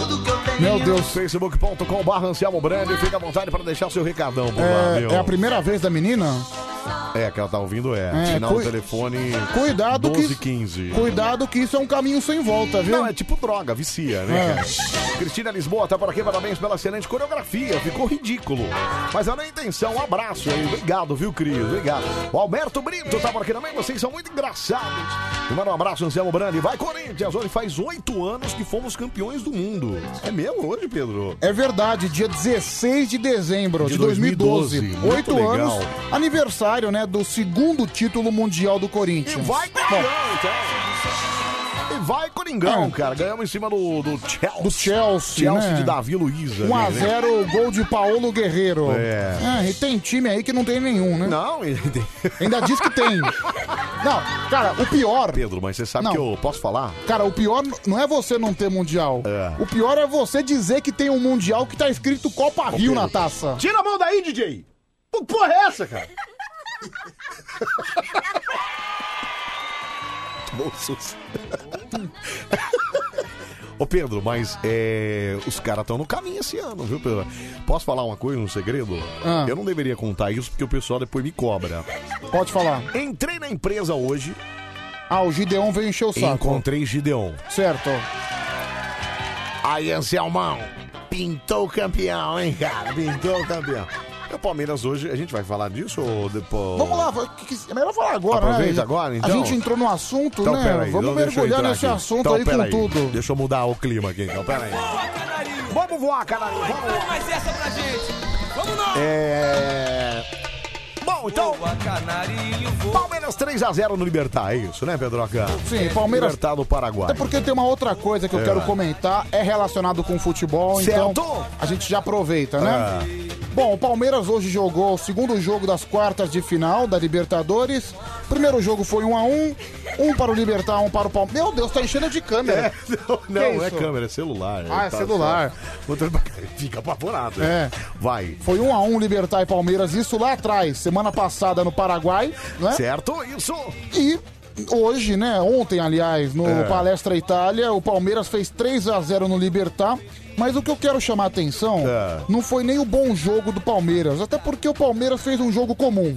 Meu Deus.
Facebook.com.br Anselmo Brand. Fique à vontade para deixar seu recadão por lá, viu?
É, é a primeira vez da menina?
É, que ela tá ouvindo, é.
É,
Final do
cui-
telefone
Cuidado que-
1215.
Cuidado que isso é um caminho sem volta, viu?
Não, é tipo droga, vicia, né?
É.
cara? Cristina Lisboa tá por aqui, parabéns pela excelente coreografia, ficou ridículo. Mas era a intenção, um abraço aí, obrigado, viu, Cris? Obrigado. O Alberto Brito tá por aqui também, vocês são muito engraçados. E manda um abraço, Anselmo Brandi. Vai, Corinthians, hoje faz oito anos que fomos campeões do mundo. É mesmo hoje, Pedro?
É verdade, dia 16 de dezembro de,
De
2012.
2012, muito
Oito
legal.
anos, aniversário, né, do segundo título mundial do Corinthians.
Vai, Coringão, então. E vai, Coringão, cara. Ganhamos em cima do, do Chelsea.
É. Do Chelsea,
Chelsea
né?
de Davi Luiz. ali, né?
1x0, gol de Paulo Guerreiro. Ah,
É.
e tem time aí que não tem nenhum, né?
Não,
ainda diz que tem. Não, cara, o pior.
Pedro, mas você sabe
Não.
que eu posso falar?
Cara, o pior não é você não ter mundial. O pior é você dizer que tem um mundial que tá escrito Copa Rio na taça.
Tira a mão daí, DJ! Que porra é essa, cara? Bolsos. Ô Pedro, mas é, os caras estão no caminho esse ano, viu, Pedro? Posso falar uma coisa, um segredo?
Ah.
Eu não deveria contar isso porque o pessoal depois me cobra.
Pode falar.
Entrei na empresa hoje.
Ah, o Gideon veio encher o saco.
Encontrei Gideon.
Certo.
Aí, Anselmão, pintou o campeão, hein, cara? Pintou o campeão. E o Palmeiras hoje, a gente vai falar disso ou depois?
Vamos lá, o que que- é melhor falar agora,
Aproveita
né?
agora,
A
então.
gente entrou no assunto, né? Vamos
então deixa eu
mergulhar
entrar
nesse
aqui.
assunto
Então,
aí com
peraí.
tudo.
Deixa eu mudar o clima aqui, então, peraí. Vamos voar, canarinho. Vamos voar.
mais Então, essa é pra gente. Vamos nós.
É... Bom, então. Palmeiras 3x0 no Libertar, é isso, né, Pedroca?
Sim, Palmeiras-
Libertar do Paraguai.
Até porque tem uma outra coisa que eu
É.
quero comentar, é relacionado com futebol, então
Certo.
a gente já aproveita, né?
É.
Bom, o Palmeiras hoje jogou o segundo jogo das quartas de final da Libertadores. Primeiro jogo foi 1 a 1 um para o Libertar, um para o Palmeiras. Meu Deus, tá enchendo de câmera.
É, não, não,
Que
não é
isso?
câmera, é celular.
Ah, é celular. É.
Outra- Fica apavorado. né? Vai.
Foi 1 a 1 Libertar e Palmeiras, isso lá atrás, semana passada no Paraguai, né?
Certo, isso.
E hoje, né, ontem aliás, no
É.
Palestra Itália, o Palmeiras fez 3 a 0 no Libertar. Mas o que eu quero chamar a atenção
É.
não foi nem o bom jogo do Palmeiras, até porque o Palmeiras fez um jogo comum.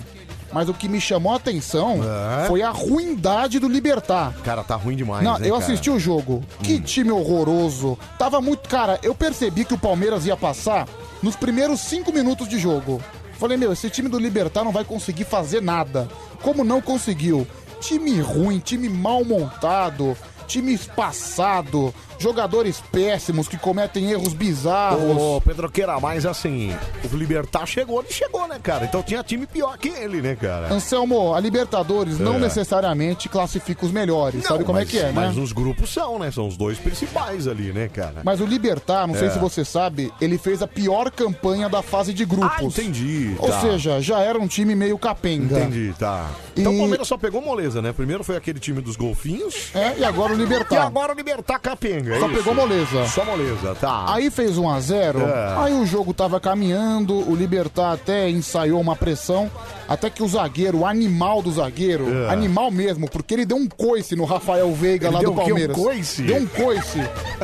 Mas o que me chamou a atenção
É.
foi a ruindade do Libertar.
Cara, tá ruim demais.
Não,
né,
eu
cara? Hum.
assisti o jogo. Que time horroroso. Tava muito. Cara, eu percebi que o Palmeiras ia passar nos primeiros cinco minutos de jogo. Falei, meu, esse time do Libertar não vai conseguir fazer nada. Como não conseguiu? Time ruim, time mal montado, time espaçado, jogadores péssimos que cometem erros bizarros.
Ô, Pedroqueira, mas assim, o Libertar chegou, ele chegou, né, cara? Então tinha time pior que ele, né, cara?
Anselmo, a Libertadores não
É.
necessariamente classifica os melhores, sabe como
mas,
é que é, né?
Mas os grupos são, né? São os dois principais ali, né, cara?
Mas o Libertar, não sei
É.
se você sabe, ele fez a pior campanha da fase de grupos.
Ah, entendi.
Ou
tá.
seja, já era um time meio capenga.
Entendi, tá. Então
E-
o Palmeiras só pegou moleza, né? Primeiro foi aquele time dos golfinhos.
É, e agora o Libertar.
E agora o Libertar Capenga. é
Só
isso?
pegou moleza.
Só moleza, tá.
Aí fez 1 a 0
É.
aí o jogo tava caminhando, o Libertar até ensaiou uma pressão, até que o zagueiro, o animal do zagueiro,
É.
animal mesmo, porque ele deu um coice no Rafael Veiga
Ele
lá
deu
do
o quê? Um
Palmeiras.
coice?
Deu um coice.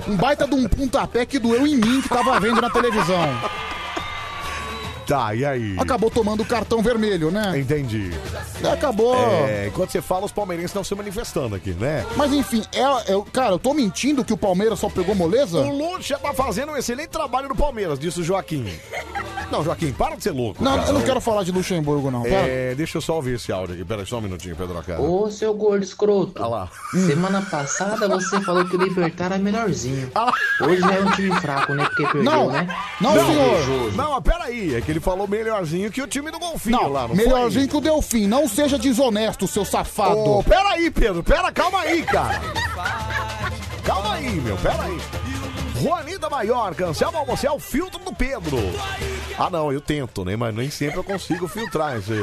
Um baita de um pontapé que doeu em mim, que tava vendo na televisão.
Tá, e aí?
Acabou tomando o cartão vermelho, né?
Entendi.
Acabou.
É, enquanto você fala, os palmeirenses estão se manifestando aqui, né?
Mas enfim, é, é- cara, eu tô mentindo que o Palmeiras só pegou moleza?
O
é
Lucha tá fazendo um excelente trabalho no Palmeiras, disse o Joaquim. Não, Joaquim, para de ser louco.
Não,
cara.
eu não quero falar de Luxemburgo, não. tá? Pera.
É, deixa eu só ouvir esse áudio aqui. Pera só um minutinho, Pedro Acá.
Ô, seu gordo escroto.
lá.
Semana passada você falou que o Libertar é melhorzinho. Hoje já é um time fraco, né? Porque perdeu, né?
Não, mas peraí, é que ele falou melhorzinho que o time do Golfinho
Não,
lá, Ah, não
melhorzinho que o Delfim. Não seja desonesto, seu
foi?
safado.
Ô, peraí, Pedro, pera, calma aí, cara. Calma aí, meu, peraí. Juanita Maior, cancela você é o filtro do Pedro. Ah, não, eu tento, né? Mas nem sempre eu consigo filtrar esse.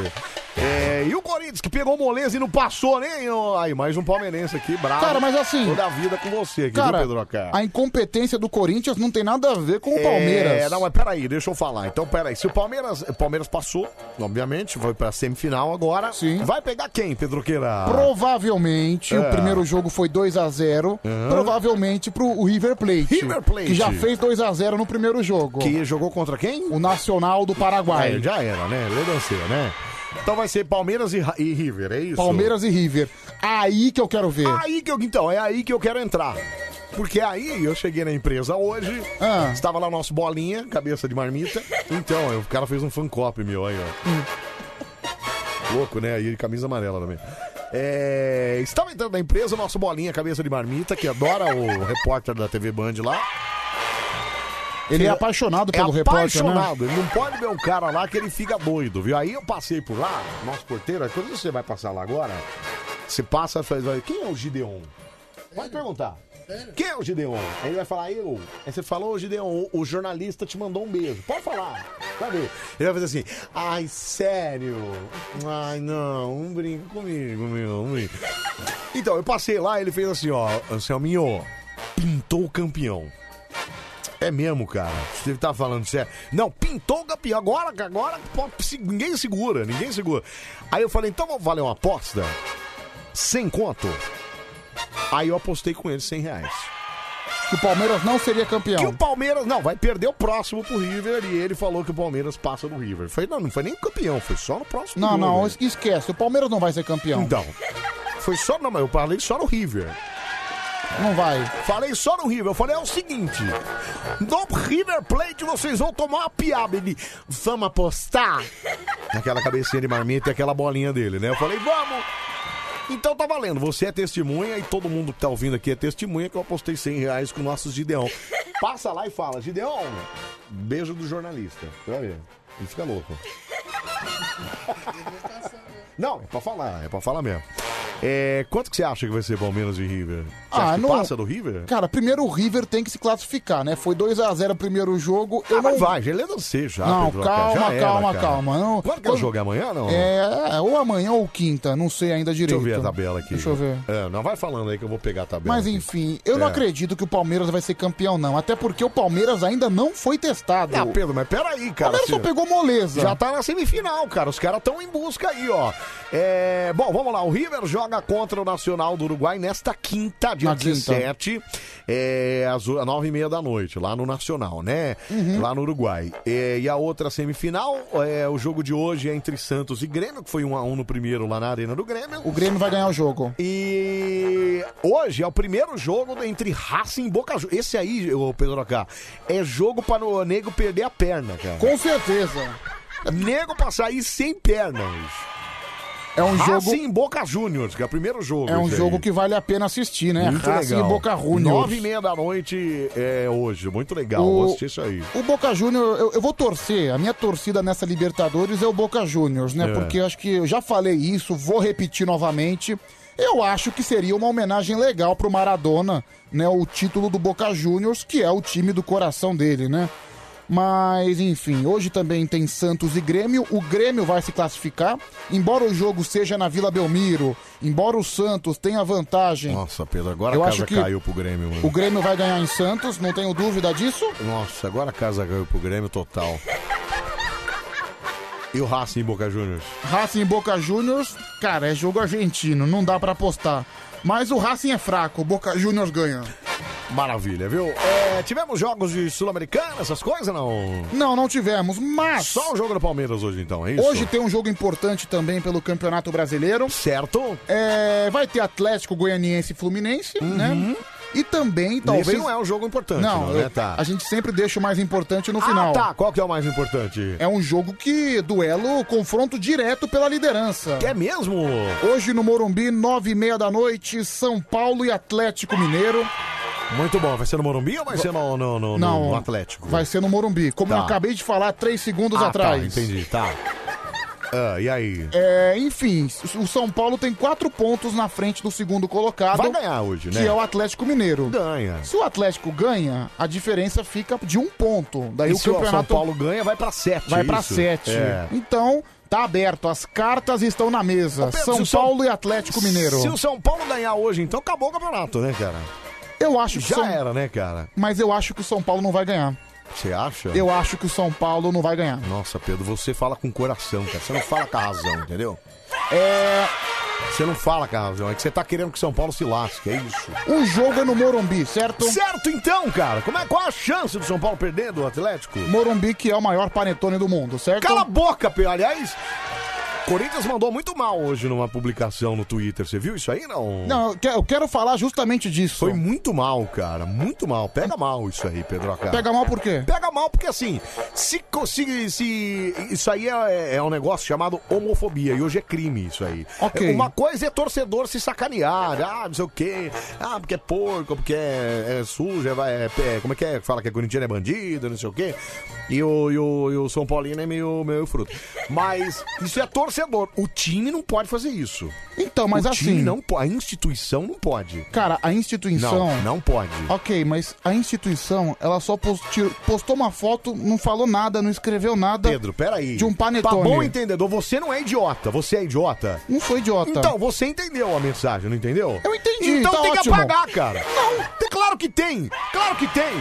É, e o Corinthians que pegou moleza e não passou nem. ó, Aí, mais um palmeirense aqui, bravo.
Cara, mas assim-
Toda a vida com você aqui,
Cara,
viu, Pedro Acá?
a incompetência do Corinthians não tem nada a ver com o
É,
Palmeiras.
não, mas peraí, deixa eu falar. Então, peraí. Se o Palmeiras, o Palmeiras passou, obviamente, foi pra semifinal agora. Sim. Vai pegar quem, É, Pedroqueira?
Provavelmente,
É.
o primeiro jogo foi 2 a 0
Aham.
Provavelmente pro o River Plate.
River Plate.
Que já fez 2 a 0 no primeiro jogo.
Que jogou contra quem?
O Nacional do Paraguai.
É, já era, né? Ledanceira, né? Então vai ser Palmeiras e, Ra- e River, é isso?
Palmeiras e River. Aí que eu quero ver.
Aí que eu, então, é aí que eu quero entrar. Porque aí eu cheguei na empresa hoje,
Ah.
estava lá o nosso bolinha, cabeça de marmita. Então, o cara fez um fancop meu aí,
Hum.
ó. Louco, né? Aí camisa amarela também. É, estava entrando na empresa o nosso bolinha, cabeça de marmita, que adora o repórter da TV Band lá.
Ele é apaixonado
É
pelo repórter, né?
apaixonado. Ele não pode ver um cara lá que ele fica doido, viu? Aí eu passei por lá, nosso porteiro, quando você vai passar lá agora, você passa e faz, vai, quem é o Gideon? Pode perguntar. Quem é o Gideon? Aí ele vai falar, eu. Aí você falou, Gideon, o jornalista te mandou um beijo. Pode falar. Vai ver. Ele vai fazer assim, ai, sério? Ai, não, não brinca comigo, meu. Não brinca. Então, eu passei lá, ele fez assim, ó, Anselminho, pintou o campeão. É mesmo, cara. Você tá falando sério. Não, pintou o campeão. Agora, agora, pô, se- ninguém segura, ninguém segura. Aí eu falei, então vamos valer uma aposta? Sem conto. Aí eu apostei com ele 100 reais.
Que o Palmeiras não seria campeão.
Que o Palmeiras, não, vai perder o próximo pro River. E ele falou que o Palmeiras passa no River. Eu Falei, não, não foi nem campeão, foi só no próximo
Não,
jogo. né?
não, esquece. O Palmeiras não vai ser campeão.
Então, foi só, não, mas eu falei só no River.
Não vai.
Falei só no River. Eu falei, é o seguinte: no River Plate vocês vão tomar uma piaba. Ele, vamos apostar? Aquela cabecinha de marmita e aquela bolinha dele, né? Eu falei, vamos! Então tá valendo, você é testemunha e todo mundo que tá ouvindo aqui é testemunha que eu apostei 100 reais com o nosso Gideon. Passa lá e fala, Gideon, beijo do jornalista. Você vai ver, ele fica louco. Não, é pra falar, é pra falar mesmo. É, quanto que você acha que vai ser Palmeiras e River? Você
Ah,
acha que passa do River?
Cara, primeiro o River tem que se classificar, né? Foi 2x0 o primeiro jogo. Eu
Ah, Mas
não...
vai, já lendo você já.
Não,
Pedro,
calma,
já era,
calma,
cara.
calma. Não.
Quando que é o jogo? É amanhã, não?
É, ou amanhã ou quinta, não sei ainda
Deixa eu
direito.
ver a tabela aqui.
Deixa eu ver.
É, não, vai falando aí que eu vou pegar a tabela.
Mas
aqui.
enfim, eu não
É.
acredito que o Palmeiras vai ser campeão, não. Até porque o Palmeiras ainda não foi testado.
Ah, Pedro, mas peraí, cara.
O Palmeiras só
você-
pegou moleza.
Já tá na semifinal, cara. Os caras estão em busca aí, ó. É, Bom, vamos lá. O River joga contra o Nacional do Uruguai nesta quinta, Tá, dia
Na quinta.
17, é, às o- às nove e meia da noite, lá no Nacional, né?
Uhum.
Lá no Uruguai. É, e a outra semifinal, é, o jogo de hoje é entre Santos e Grêmio, que foi um a um no primeiro lá na Arena do Grêmio.
O Grêmio vai ganhar o jogo.
E hoje é o primeiro jogo entre Racing e Boca Juniors. Esse aí, ô Pedro K, é jogo para o nego perder a perna, cara.
Com certeza.
Nego pra sair sem pernas.
É um jogo-
Racing e Boca Juniors, que é o primeiro jogo.
É um
esse aí.
jogo que vale a pena assistir, né?
Muito
Racing
legal.
e Boca
Nove e
Juniors.
meia da noite é hoje. Muito legal.
O-
Vou assistir isso aí.
O Boca Júnior, eu, eu vou torcer. A minha torcida nessa Libertadores é o Boca Juniors, né?
É.
Porque eu acho que eu já falei isso, vou repetir novamente. Eu acho que seria uma homenagem legal pro Maradona, né? O título do Boca Juniors, que é o time do coração dele, né? Mas, enfim, hoje também tem Santos e Grêmio. O Grêmio vai se classificar. Embora o jogo seja na Vila Belmiro, embora o Santos tenha vantagem.
Nossa, Pedro, agora
Eu
a
acho
casa
que
caiu pro Grêmio, mano.
O Grêmio vai ganhar em Santos, não tenho dúvida disso.
Nossa, agora a casa caiu pro Grêmio total. E o Racing Boca Juniors?
Racing e Boca Juniors, cara, é jogo argentino, não dá pra apostar. Mas o Racing é fraco, o Boca Juniors ganha.
Maravilha, viu? É, tivemos jogos de Sul-Americana, essas coisas, não?
Não, não tivemos, mas
Só o jogo do Palmeiras hoje, então, é isso?
hoje tem um jogo importante também pelo Campeonato Brasileiro. É,
Certo. Uhum.
vai ter Atlético Goianiense e Fluminense, né? E também, talvez.
Esse não é um jogo importante,
Não,
não,
eu-
né? Tá.
a gente sempre deixa o mais importante no
Ah,
um final.
tá. Qual que é o mais importante?
É um jogo que duelo, confronto direto pela liderança.
É mesmo?
Hoje no Morumbi, nove e meia da noite, São Paulo e Atlético Mineiro.
Muito bom. Vai ser no Morumbi ou vai ser no, no, no,
Não.
no Atlético?
Vai ser no Morumbi, como
Tá.
eu acabei de falar três segundos
Ah, Tá,
atrás.
entendi, tá. Ah, e aí?
É, enfim, o São Paulo tem quatro pontos na frente do segundo colocado.
Vai ganhar hoje, né?
Que é o Atlético Mineiro.
Ganha.
Se o Atlético ganha, a diferença fica de um ponto. Daí
E
o
se o
campeonato
São Paulo ganha, vai pra sete.
vai pra
isso?
sete.
É.
Então, tá aberto. As cartas estão na mesa.
Pedro, se
São
o São-
Paulo e Atlético Mineiro.
Se o São Paulo ganhar hoje, então acabou o campeonato, né, cara?
Eu acho que
Já
São-
era, né, cara?
Mas eu acho que o São Paulo não vai ganhar.
Você acha?
Eu acho que o São Paulo não vai ganhar.
Nossa, Pedro, você fala com o coração, cara. Você não fala com a razão, entendeu?
É.
Você não fala com a razão. É que você tá querendo que o São Paulo se lasque, é isso.
O jogo é no Morumbi, certo?
Certo então, cara. Como é, qual a chance do São Paulo perder do Atlético?
Morumbi, que é o maior panetone do mundo, certo?
Cala a boca, Pedro. Aliás, Corinthians mandou muito mal hoje numa publicação no Twitter. Você viu isso aí, não?
Não, eu que- eu quero falar justamente disso.
Foi muito mal, cara. Muito mal. Pega mal isso aí, Pedro. Cara.
Pega mal por quê?
Pega mal porque, assim, se, co- se, se isso aí é, é um negócio chamado homofobia e hoje é crime isso aí.
Ok.
Uma coisa é torcedor se sacanear, ah, não sei o quê, ah, porque é porco, porque é, é sujo, é, vai- é pé- como é que é? Fala que é corintiano é bandido, não sei o quê. E o, e o, e o São Paulino é meio, meio fruto. Mas isso é torcedor. O time não pode fazer isso.
Então, mas
o Time
assim-
não, po- a instituição não pode.
Cara, a instituição.
Não, não pode.
Ok, mas a instituição, ela só posti- postou uma foto, não falou nada, não escreveu nada.
Pedro, peraí.
De um panetone.
Pra Tá bom entendedor, você não é idiota. Você é idiota?
Não sou Um idiota.
Então, você entendeu a mensagem, não entendeu? Eu
entendi,
Então
tá
tem
ótimo.
que apagar, cara. Não, tem- claro que tem. Claro que tem.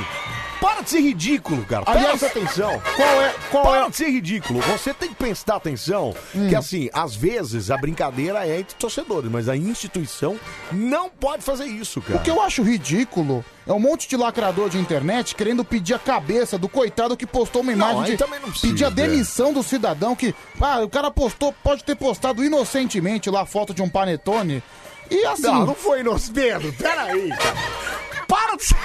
Para de ser ridículo, cara.
Aliás,
Presta atenção.
qual é- qual
Para
é- Hum.
de ser ridículo. Você tem que prestar atenção que, assim, às vezes a brincadeira é entre torcedores, mas a instituição não pode fazer isso, cara.
O que eu acho ridículo é um monte de lacrador de internet querendo pedir a cabeça do coitado que postou uma imagem
aí
de
também não precisa.
pedir a demissão do cidadão que, ah, o cara postou, pode ter postado inocentemente lá a foto de um panetone. E assim,
Não, não foi nos dedos. Peraí, cara. Para de ser...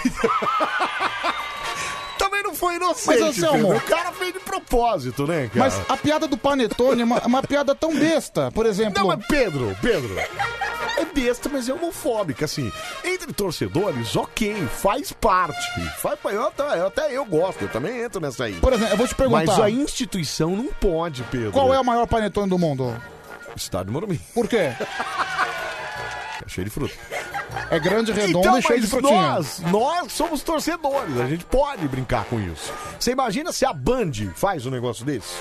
Também não foi inocente,
Mas, Anselmo-
Pedro. O cara fez de propósito, né, cara?
mas a piada do panetone é uma, é uma piada tão besta, por exemplo.
Não, mas Pedro, Pedro. É besta, mas é homofóbica, assim. Entre torcedores, ok, faz parte. Faz, eu, até, eu até eu gosto, eu também entro nessa aí.
Por exemplo, eu vou te perguntar.
Mas a instituição não pode, Pedro.
Qual é o maior panetone do mundo?
Estádio Morumbi.
Por quê?
É cheio de fruta. Então,
É grande, redondo e cheio de
mas
frutinha.
Nós, nós somos torcedores, a gente pode brincar com isso. Você imagina se a Band faz um negócio desse?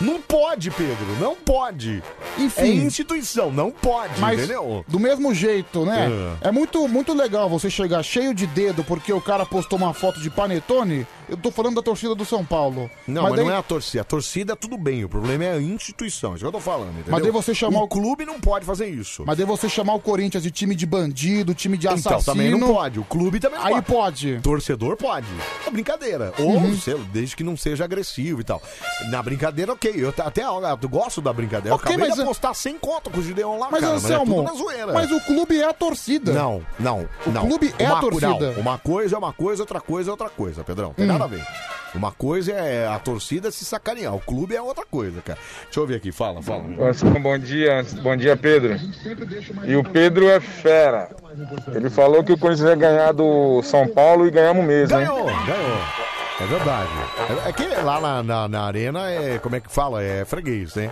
Não pode, Pedro, não pode.
Enfim.
É instituição, não pode,
Mas
entendeu?
do mesmo jeito, né? É. muito muito legal você chegar cheio de dedo porque o cara postou uma foto de panetone. Eu tô falando da torcida do São Paulo.
Não, mas,
daí,
não é a torcida. A torcida tudo bem, o problema é a instituição, é isso que eu tô falando, entendeu?
daí você chamar
o
o-
clube não pode fazer isso.
mas daí você chamar o Corinthians de time de bandido, time de um assassino.
Então, também não pode. O clube também não
Aí Uhum.
pode. Torcedor pode. É brincadeira. Ou, sei lá, desde que não seja agressivo e tal. Na brincadeira, ok. Eu ta- até ó, eu gosto da brincadeira. Eu
Ok,
acabei
mas-
de apostar sem conta com o Gideon lá,
é- Mas,
cara.
Anselmo,
mas é tudo na zoeira.
mas o clube é a torcida.
Não, não,
O
não.
clube é a
co-
torcida.
não, uma coisa é uma coisa, outra coisa é outra coisa, Pedrão. Tem
Hum.
nada a ver. Uma coisa é a torcida se sacanear. O clube é outra coisa, cara. Deixa eu ver aqui. Fala, fala.
Bom dia, bom dia Pedro. E o Pedro é fera. Ele falou que o Corinthians ia ganhar do São Paulo e ganhamos mesmo, hein?
Ganhou, ganhou. É verdade. É- É que lá na, na, na arena é. Como é que fala? É freguês, né?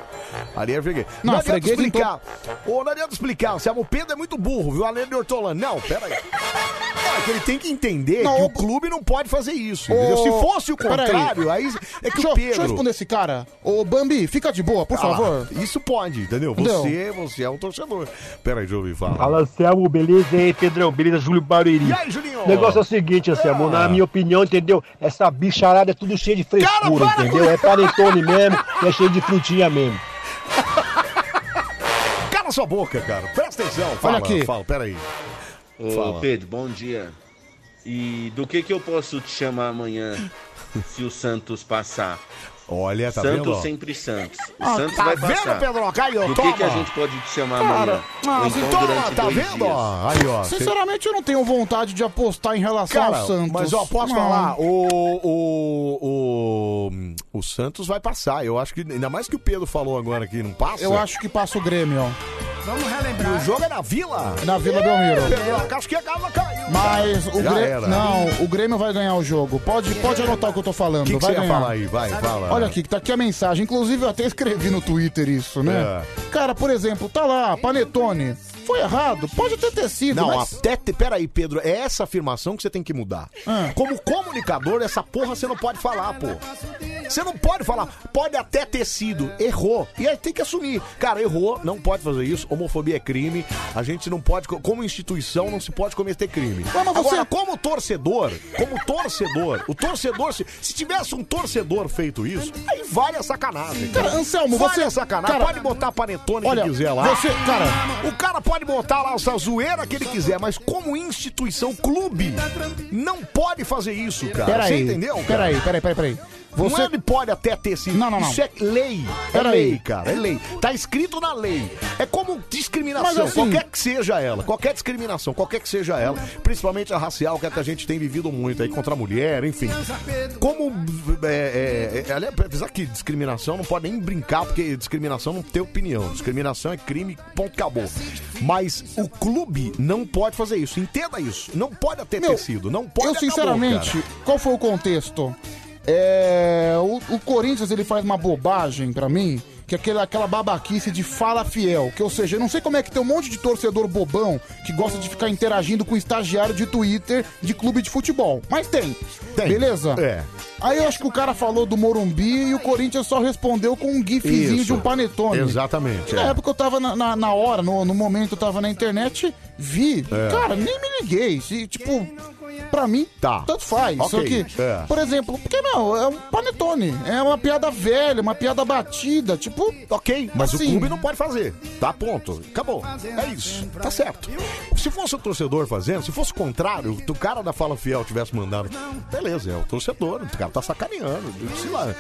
Ali é freguês.
Não,
adianta
freguês em
explicar. Ô, não adianta explicar. Anselmo, O Pedro é muito burro, viu? A lei de Hortolã. Não, pera aí. É que ele tem que entender
Não,
que
ô,
o clube não pode fazer isso. entendeu? Se fosse o
Peraí.
contrário, aí é que
deixa,
o
eu-
Pedro...
Deixa eu responder esse cara. Ô, Bambi, fica de boa, por
Ah lá,
favor.
Isso pode, entendeu?
Não.
Você, você é um torcedor. Peraí, deixa eu ouvir falar.
Fala, Selmo, beleza? E aí, Pedrão, beleza? Júlio Barueri.
E aí, Ah. Julinho?
O negócio é o seguinte, Selmo, na minha opinião, entendeu? Essa bicharada é tudo cheio de frescura, entendeu? É parentone mesmo, e é cheio de frutinha mesmo.
Cala sua boca, cara. Presta atenção. Fala,
Olha aqui.
Fala, peraí.
Ô
Fala.
Pedro, bom dia. E do que que eu posso te chamar amanhã se o Santos passar?
Olha, tá
Santos
vendo? ó?
sempre Santos. O
Ah,
Santos
tá
vai
vendo,
passar.
Pedro? Cai, ó,
do
toma. ah,
que que a gente pode te chamar amanhã?
Cara,
Ou
mas
então
então,
durante
tá
dois
vendo?
dias?
ó?
Aí, ó,
Sinceramente, eu não tenho vontade de apostar em relação
Cara,
ao Santos. Ah.
mas ó, posso
Não.
falar? O, o, o, o Santos vai passar. Eu acho que, ainda mais que o Pedro falou agora que não passa.
Eu acho que passa o Grêmio, ó.
Vamos relembrar. O jogo é na Vila?
Na Vila Belmiro.
Belmiro. Acho que a Gala caiu.
Mas o
Já
Grêmio.
era.
Não, o Grêmio vai ganhar o jogo. Pode, pode anotar o que eu tô falando.
Que que
vai
você ia
ganhar.
falar aí? Vai, fala.
Olha aqui, tá aqui a mensagem. Inclusive, eu até escrevi no Twitter isso, né?
É.
Cara, por exemplo, tá lá, Panetone. Foi errado? Pode até ter sido.
Não,
mas...
até. te- Peraí, Pedro, é essa afirmação que você tem que mudar.
Ah.
Como comunicador, essa porra você não pode falar, pô. Você não pode falar, pode até ter sido, errou. E aí tem que assumir. Cara, errou, não pode fazer isso. Homofobia é crime. A gente não pode, co- como instituição, não se pode cometer crime.
Mas você-
Agora, como torcedor, como torcedor, o torcedor, se, se tivesse um torcedor feito isso, aí vale a sacanagem.
Cara, Anselmo,
Vale
você-
a é sacanagem.
cara-
pode botar panetone
Olha,
que quiser lá.
você- cara-
O cara pode botar lá essa zoeira que ele quiser, mas como instituição, clube, não pode fazer isso, cara.
Peraí,
Você entendeu? cara?
Peraí, peraí, peraí, peraí. Você...
Não é ele pode até ter sido.
Não, não, não.
Isso é lei. É
Peraí.
lei, cara. É lei. Tá escrito na lei. É como discriminação.
Mas assim-
Qualquer que seja ela. Qualquer discriminação, qualquer que seja ela. Principalmente a racial, que é a que a gente tem vivido muito aí contra a mulher, enfim. Como. É, é, é, aliás, apesar que discriminação não pode nem brincar, porque discriminação não tem opinião. Discriminação é crime, ponto, acabou. Mas o clube não pode fazer isso. Entenda isso. Não pode até ter sido. Não pode
eu,
acabou,
sinceramente,
cara.
qual foi o contexto? É, o, o Corinthians ele faz uma bobagem pra mim, que é aquela, aquela babaquice de fala fiel. Que, ou seja, eu não sei como é que tem um monte de torcedor bobão que gosta de ficar interagindo com estagiário de Twitter de clube de futebol. Mas tem. Beleza?
É.
Aí eu acho que o cara falou do Morumbi e o Corinthians só respondeu com um gifzinho
Isso.
de um panetone.
Exatamente.
Na
é.
época eu tava na, na- na hora, no, no momento eu tava na internet, vi.
É.
Cara, nem me liguei. Se, tipo, pra mim,
Tá.
tanto faz. Só
Ok,
que,
é.
por exemplo, porque não? É um panetone. É uma piada velha, uma piada batida. Tipo,
ok. Mas
assim,
o clube não é pode fazer. Tá, ponto. Acabou. É isso. Tá certo. Se fosse o torcedor fazendo, se fosse o contrário, o cara da Fala Fiel tivesse mandado, beleza, é o torcedor, o cara tá sacaneando, sei lá.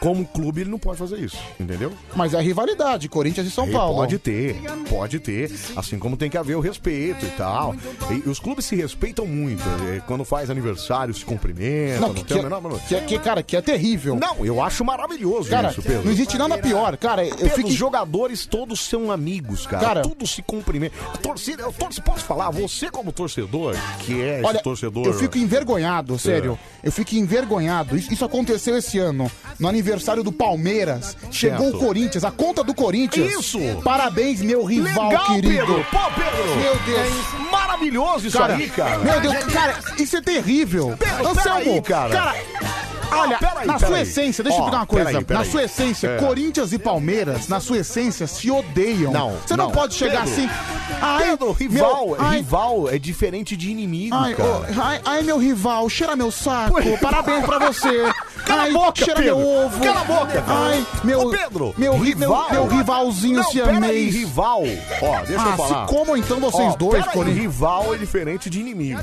Como clube, ele não pode fazer isso, entendeu?
Mas é rivalidade, Corinthians e São
Aí
Paulo.
Pode ter, pode ter. Assim como tem que haver o respeito e tal. E os clubes se respeitam muito. eh, Quando faz aniversário, se cumprimentam. Não,
Não, que,
tem
que,
o menor-
que- que- cara, que é terrível.
Não, eu acho maravilhoso
Cara,
isso, Pedro.
não existe nada pior. Cara, eu
Pedro,
fico...
Os jogadores todos são amigos, cara.
Cara-
Tudo se cumprimenta. A torcida, eu torço, posso falar, você como torcedor, que é
Olha,
esse torcedor... É.
eu fico envergonhado, sério. Eu fico envergonhado. Isso, isso aconteceu esse ano, no aniversário do Palmeiras. Chegou
Certo.
o Corinthians, a conta do Corinthians.
Isso!
Parabéns, meu rival
Legal,
querido.
Pedro! Pô, Pedro!
Meu Deus!
Maravilhoso isso aí, cara.
Meu Deus, cara, isso é terrível.
Pedro,
Anselmo,
peraí, cara.
Olha,
peraí,
na sua
peraí.
essência, deixa
Ó,
eu explicar uma coisa.
peraí, peraí.
Na sua essência,
É.
Corinthians e Palmeiras, na sua essência, se odeiam.
Não,
Você não,
não.
pode chegar
Pedro,
assim. Ai,
Pedro, rival, rival é diferente de inimigo,
Ai,
cara.
ô, ai, ai, meu rival, cheira meu saco. Parabéns pra você.
Cala
ai,
a boca,
cheira
Pedro.
meu ovo.
Cala a boca.
Ai, meu,
Ô, Pedro,
meu, ri-
rival.
meu, meu rivalzinho
Não,
se
pera
amei.
aí, rival. Ó, deixa
Ah,
eu falar.
se comam então vocês dois,
pera aí,
Corinthians.
rival é diferente de inimigo.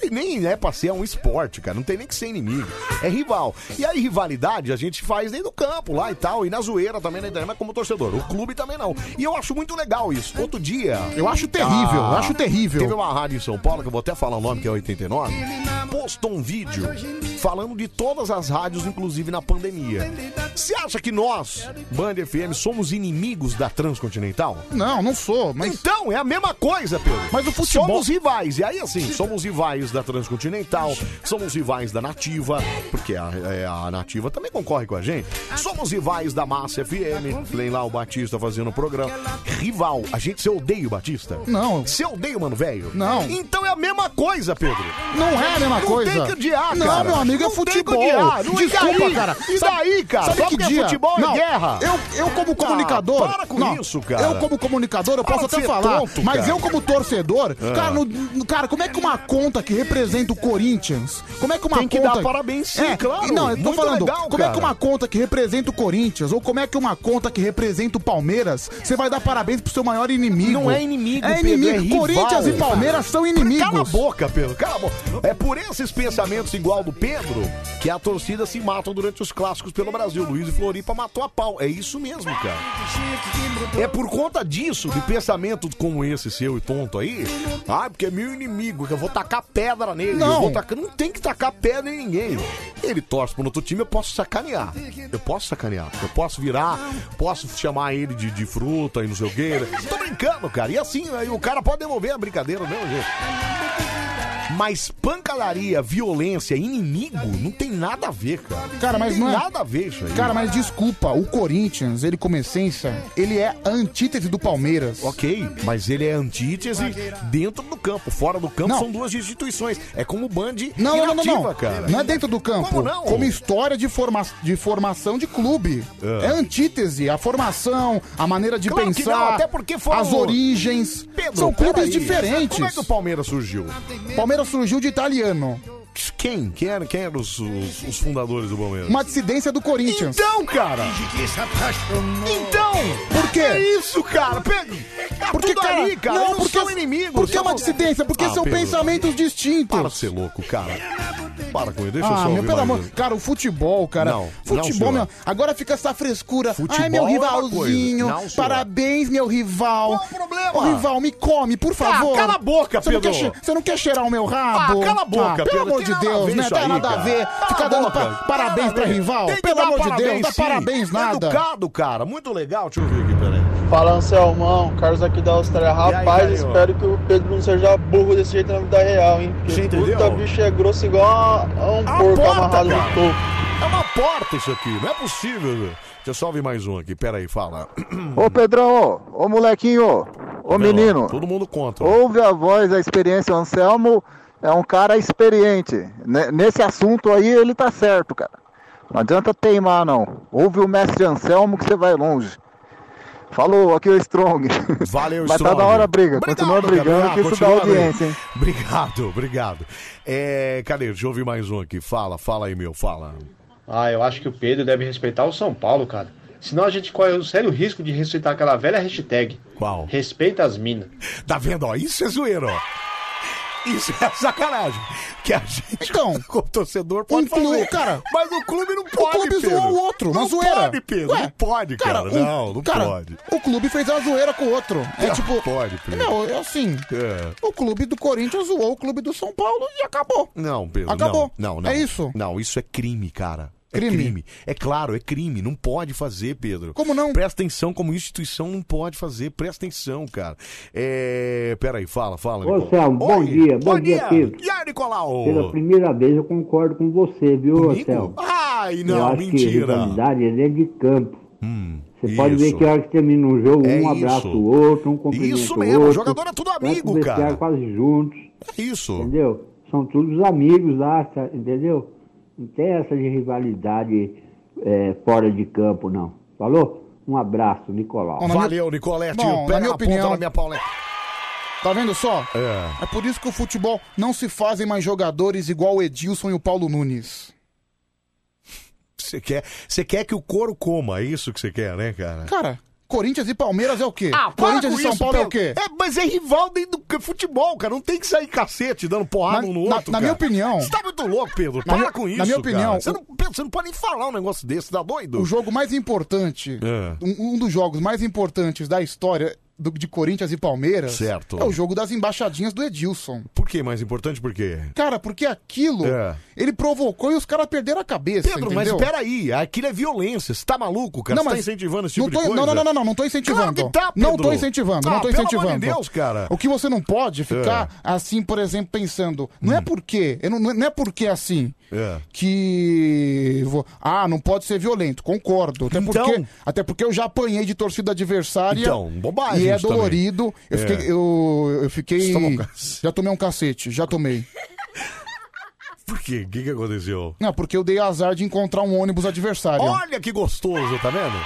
E nem é pra ser um esporte, cara. Não tem nem que ser inimigo. É rival. E aí, rivalidade a gente faz dentro do campo lá e tal. E na zoeira também na internet, mas como torcedor. O clube também não. E eu acho muito legal isso. Outro dia.
Eu acho terrível, eu acho terrível.
Ah. Teve uma rádio em São Paulo, que eu vou até falar o nome, que é 89, postou um vídeo falando de todas as rádios, inclusive na pandemia. Você acha que nós, Band FM, somos inimigos da Transcontinental?
Não, não sou, mas.
Então, é a mesma coisa, Pedro.
Mas o futebol-
Somos rivais. E aí, assim, somos rivais da Transcontinental, somos rivais da Nativa, porque a, é, a Nativa também concorre com a gente. Somos rivais da Massa FM, tem lá o Batista fazendo o programa. rival. A gente se odeia o Batista? Não. Se odeia, mano, velho? Não. Então é a mesma coisa, Pedro.
Não é a mesma coisa.
Não tem que odiar,
Não,
cara.
meu amigo, é
Não tem que
futebol.
odiar, não é
Desculpa,
daí?
cara.
E
Sabe-
daí, cara?
Sabe
Só
que
porque é
dia?
futebol é
não,
guerra. Ah,
Eu, eu como comunicador...
para com
não,
isso, cara.
Eu como comunicador, eu
Para
posso
de
até
ser
falar.
é tonto,
mas
cara.
eu como torcedor...
Ah.
Cara, no- no- cara, como é que uma conta que representa o Corinthians... Como é que uma
Tem que
conta...
dar parabéns, sim,
é,
claro.
Não, eu tô
Muito
falando...
legal,
como é
cara.
que uma conta que representa o Corinthians ou como é que uma conta que representa o Palmeiras, você vai dar parabéns pro seu maior inimigo?
Não é inimigo,
É
Pedro,
inimigo.
rival.
Corinthians e Palmeiras são inimigos.
Cala a boca, Pedro, cala a boca. É por esses pensamentos igual do Pedro que a torcida se matam durante os clássicos pelo Brasil. Luiz e Floripa matou a pau. É isso mesmo, cara. É por conta disso, de pensamento como esse seu e tonto aí. Ah, porque é meu inimigo, que eu vou tacar pedra nele.
Não.
eu vou tacar- Não tem que tacar pedra em ninguém. Ele torce pro outro time, eu posso sacanear. Eu posso sacanear. Eu posso virar, posso chamar ele de, de fruta e não sei o quê. Tô brincando, cara. E assim, aí o cara pode devolver a brincadeira, não, gente. Mas pancadaria, violência, inimigo, não tem nada a ver, cara.
Cara, mas
tem
não é-
nada a ver isso aí.
Cara, mas desculpa, o Corinthians, ele como essência, ele é a antítese do Palmeiras.
Ok, mas ele é antítese dentro do campo. Fora do campo
Não.
são duas instituições. É como o Band
Não, não, não, não, não.
cara.
Não é dentro do campo.
Como não?
história de, forma... de formação de clube.
Ah.
É antítese, a formação, a maneira de
Claro que
pensar,
não, até porque foram-
as origens.
Pedro,
São clubes
peraí.
diferentes.
Como é que o Palmeiras surgiu?
Palmeiras surgiu de italiano.
Quem? Quem eram quem eram os, os- os fundadores do Palmeiras?
Uma dissidência do Corinthians.
Então, cara! Então!
Por quê?
É isso, cara! Pega! Tá
Porque,
tudo
cara,
ali, cara!
não,
Eles
porque-
são inimigos!
porque é
são-
uma dissidência, porque
Ah,
são pensamentos distintos.
Para de ser louco, cara! Para com isso, deixa eu só
ah, meu,
ouvir
pelo
mais
amor.
um.
Cara, o futebol, cara.
Não, não,
futebol,
senhor.
meu. Agora fica essa frescura. Ai,
Futebol
meu
é uma coisa.
rivalzinho.
Não, senhor.
Parabéns, meu rival. Qual o
problema? Ah,
rival, me come, por favor.
cala a boca,
você
Pedro.
Não quer, che- você não quer cheirar o meu rabo?
Ah, cala a boca,
pelo
Pedro,
amor
tem
de
nada a ver
Deus, né?
isso
Tá
aí,
nada a
cara.
ver.
Cala
Ficar
a
dando
boca.
pa- parabéns
Nada a
pra
ver.
rival.
Tem que
Pelo
dar
amor de Deus,
parabéns,
dá
sim. Tá
parabéns nada.
Educado, cara! Muito legal, deixa eu ouvir aqui, peraí.
Fala Anselmão, Carlos aqui da Austrália. É, Rapaz,
Caio?
espero que o Pedro não seja burro desse jeito na vida real, hein? Porque puta,
entendeu?
o bicho é grosso igual a, a um porco
porta,
amarrado
cara.
no topo.
É uma porta isso aqui, não é possível. meu. Deixa eu só ouvir mais um aqui, peraí, fala.
Ô Pedrão, ô, ô molequinho, ô menino.
Todo mundo conta.
Ouve a voz, a experiência. O Anselmo é um cara experiente. Ne- Nesse assunto aí ele tá certo, cara. Não adianta teimar, não. Ouve o mestre Anselmo que você vai longe. Falou, aqui é o Strong.
Valeu,
Mas tá
Strong.
da hora a briga.
Obrigado,
Continua brigando
Gabriel. Ah,
que isso dá
Continua brigando.
audiência, hein?
Obrigado, obrigado. É, cadê? Deixa eu ouvir mais um aqui. Fala, fala aí, meu, fala.
Ah, eu acho que o Pedro deve respeitar o São Paulo, cara. Senão a gente corre o sério risco de ressuscitar aquela velha hashtag.
Qual?
Respeita as minas.
Tá vendo, ó? Isso é zoeiro, ó. Isso é sacanagem. Que a gente, então, como torcedor, pode
um clube-
fazer.
cara,
mas o clube não
O
pode,
clube
Pedro.
zoou o outro, uma
não
zoeira.
pode, Pedro.
Ué,
não pode, cara.
o-
não, não
cara,
pode.
O clube fez a zoeira com o outro. É
Não
tipo.
pode, Pedro.
Não, é assim.
É.
O clube do Corinthians zoou o clube do São Paulo e acabou.
Não, Pedro.
Acabou.
Não, não, não.
É isso.
Não, isso é crime, cara. É
Crime?
crime. É claro, é crime. Não pode fazer, Pedro. Como não? Presta atenção, como instituição não pode fazer. Presta atenção, cara. É. Peraí, fala, fala.
Ô,
Nicolau.
Selmo, bom
Oi.
dia, bom dia, Pedro.
E aí, Nicolau?
Pela primeira vez eu concordo com você, viu, Selmo?
Ah, Ai,
eu
não,
acho que
mentira.
rivalidade é dentro de campo. você pode ver
isso.
que a hora que termina um jogo,
É
um abraça
isso.
o outro, um cumprimenta
Isso
o
mesmo,
outro.
jogador é tudo
vai pro
amigo,
vestiário
cara.
quase juntos.
Isso.
Entendeu? São todos amigos lá, tá- entendeu? Não tem essa de rivalidade é, fora de campo, não. Falou? Um abraço, Nicolau.
Valeu, Nicolete.
Bom, na
Pega
minha
na ponta
opinião-
da minha pauleta.
Tá vendo só?
É.
É por isso que o futebol não se fazem mais jogadores igual o Edilson e o Paulo Nunes.
Você quer, você quer que o couro coma, é isso que você quer, né, cara?
Cara, Corinthians e Palmeiras é o quê?
Ah, para
Corinthians
com
e São
isso,
Paulo é o
Pedro.
quê?
É, mas é rival dentro do c- futebol, cara. Não tem que sair cacete dando porrada
Na-
um no
na-
outro.
na minha
cara.
opinião-
Você tá muito louco, Pedro.
Na
Para
minha-
com
na
isso.
minha opinião,
cara. Você,
o-
não, Pedro, você não pode nem falar um negócio desse, tá doido?
O jogo mais importante,
É.
um, um dos jogos mais importantes da história do- de Corinthians e Palmeiras
Certo.
é o jogo das embaixadinhas do Edilson.
Por que mais importante? Por quê?
Cara, porque aquilo
É.
Ele provocou e os caras perderam a cabeça.
Pedro, mas
entendeu?
peraí, aquilo é violência. Você tá maluco, cara?
Não,
você tá
mas
incentivando esse tipo
não tô-
de coisa?
Não, não, não, não, não, não tô incentivando.
Claro que tá, Pedro.
Não tô incentivando,
Ah,
não tô
pelo amor de
incentivando.
Deus, cara. É.
O que você não pode ficar assim, por exemplo, pensando,
Hum.
não é porque, eu não, não é porque assim que vo- ah, não pode ser violento, concordo. Até
Então.
porque, até porque eu já apanhei de torcida adversária.
Então, bobagem
E é
isso também.
dolorido. Eu
É.
fiquei eu, eu
Você
fiquei
tomou um
já tomei um cacete, já tomei.
Por quê? O que, que aconteceu?
Não, porque eu dei azar de encontrar um ônibus adversário.
Olha que gostoso, tá vendo?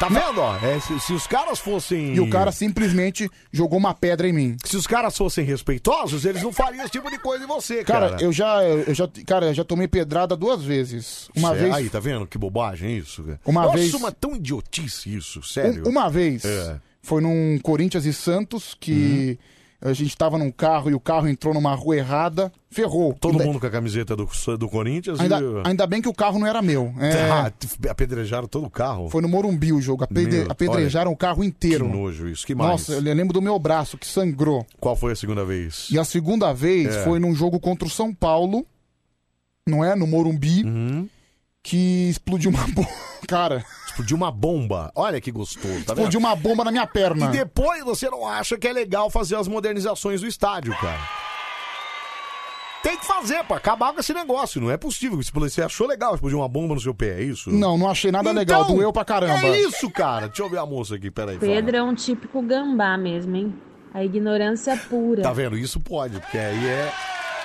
Tá vendo, ó? É, se, se os caras fossem.
E o cara simplesmente jogou uma pedra em mim.
Se os caras fossem respeitosos, eles não fariam esse tipo de coisa em você, cara.
Cara, eu já, eu já, cara, eu já tomei pedrada duas vezes. Uma
Cê-
vez, um,
Aí, tá vendo? Que bobagem isso, cara.
Uma
Nossa,
vez-
uma tão idiotice isso,
um-
sério.
uma vez,
É.
foi num Corinthians e Santos que
Uhum.
a gente tava num carro e o carro entrou numa rua errada, ferrou.
Todo
Ainda-
mundo com a camiseta do, do Corinthians
Ainda,
e.
ainda bem que o carro não era meu. É,
Ah, t- apedrejaram todo o carro.
Foi no Morumbi o jogo, apedre-
Meu,
apedrejaram o carro inteiro.
Que nojo isso, que mais?
Nossa, eu lembro do meu braço que sangrou.
Qual foi a segunda vez?
E a segunda vez
É.
foi num jogo contra o São Paulo, não é? No Morumbi,
Uhum.
que explodiu uma bomba. Cara,
Explodiu uma bomba. Olha que gostoso, tá
explodiu
vendo?
uma bomba na minha perna.
E depois você não acha que é legal fazer as modernizações do estádio, cara. Tem que fazer pra acabar com esse negócio. Não é possível. Você achou legal explodir uma bomba no seu pé, é isso?
Não, não achei nada legal,
Então,
doeu pra caramba.
É isso, cara. Deixa eu ver a moça aqui, peraí. fala.
Pedro é um típico gambá mesmo, hein? A ignorância
É.
pura.
Tá vendo? Isso pode, porque aí é,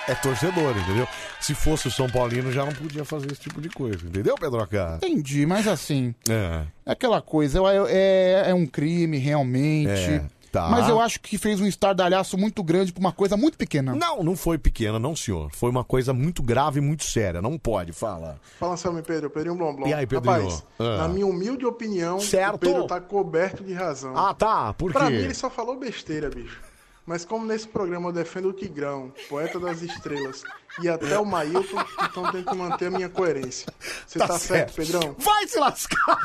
é torcedor, entendeu? Se fosse o São Paulino, já não podia fazer esse tipo de coisa, entendeu, Pedroca?
Entendi, mas assim,
É.
é aquela coisa, eu- eu- é, é um crime realmente.
É, tá.
Mas eu acho que fez um estardalhaço muito grande pra uma coisa muito pequena.
Não, não foi pequena, não, senhor. Foi uma coisa muito grave e muito séria. Não pode, fala.
Fala, Selma e Pedro, Pedrinho Blom Blom.
E aí, Pedrinho?
Rapaz,
Ah.
na minha humilde opinião,
Certo.
o Pedro tá coberto de razão.
Ah, tá, por
Pra
quê?
mim ele só falou besteira, bicho. Mas como nesse programa eu defendo o Tigrão, poeta das estrelas, e até o Mailton, então eu tenho que manter a minha coerência. Você tá, certo, Pedrão?
Vai se lascar!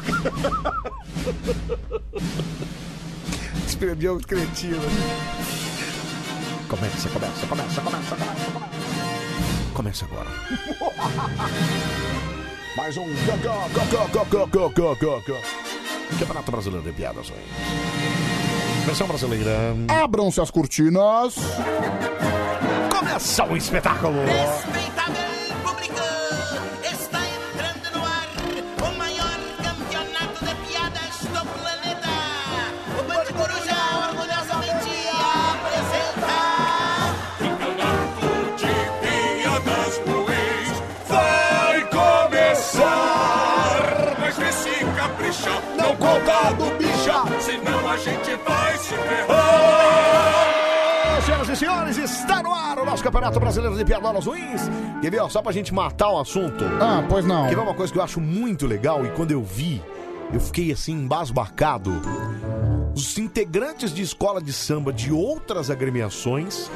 é
Espremeu
um
o cretino. Começa, começa, começa, começa, começa, começa. Começa agora. Mais um go, go, go, go, go, go, go, go, go. Campeonato Brasileiro de Piadas, hein? Versão brasileira.
Abram-se as cortinas. É,
Começa o espetáculo!
Respeitável público, está entrando no ar o maior campeonato de piadas do planeta. O Bande Coruja orgulhosamente apresenta. Campeonato de piadas ruins vai começar. Mas vê se capricha, não conta do bicha, senão a gente vai se ferrar.
Senhoras e senhores, está no ar o nosso Campeonato Brasileiro de Piadolas Ruins. Quer ver, ó, só pra gente matar o assunto.
Ah, pois não.
Quer ver uma coisa que eu acho muito legal e quando eu vi, eu fiquei assim embasbacado. Os integrantes de escola de samba de outras agremiações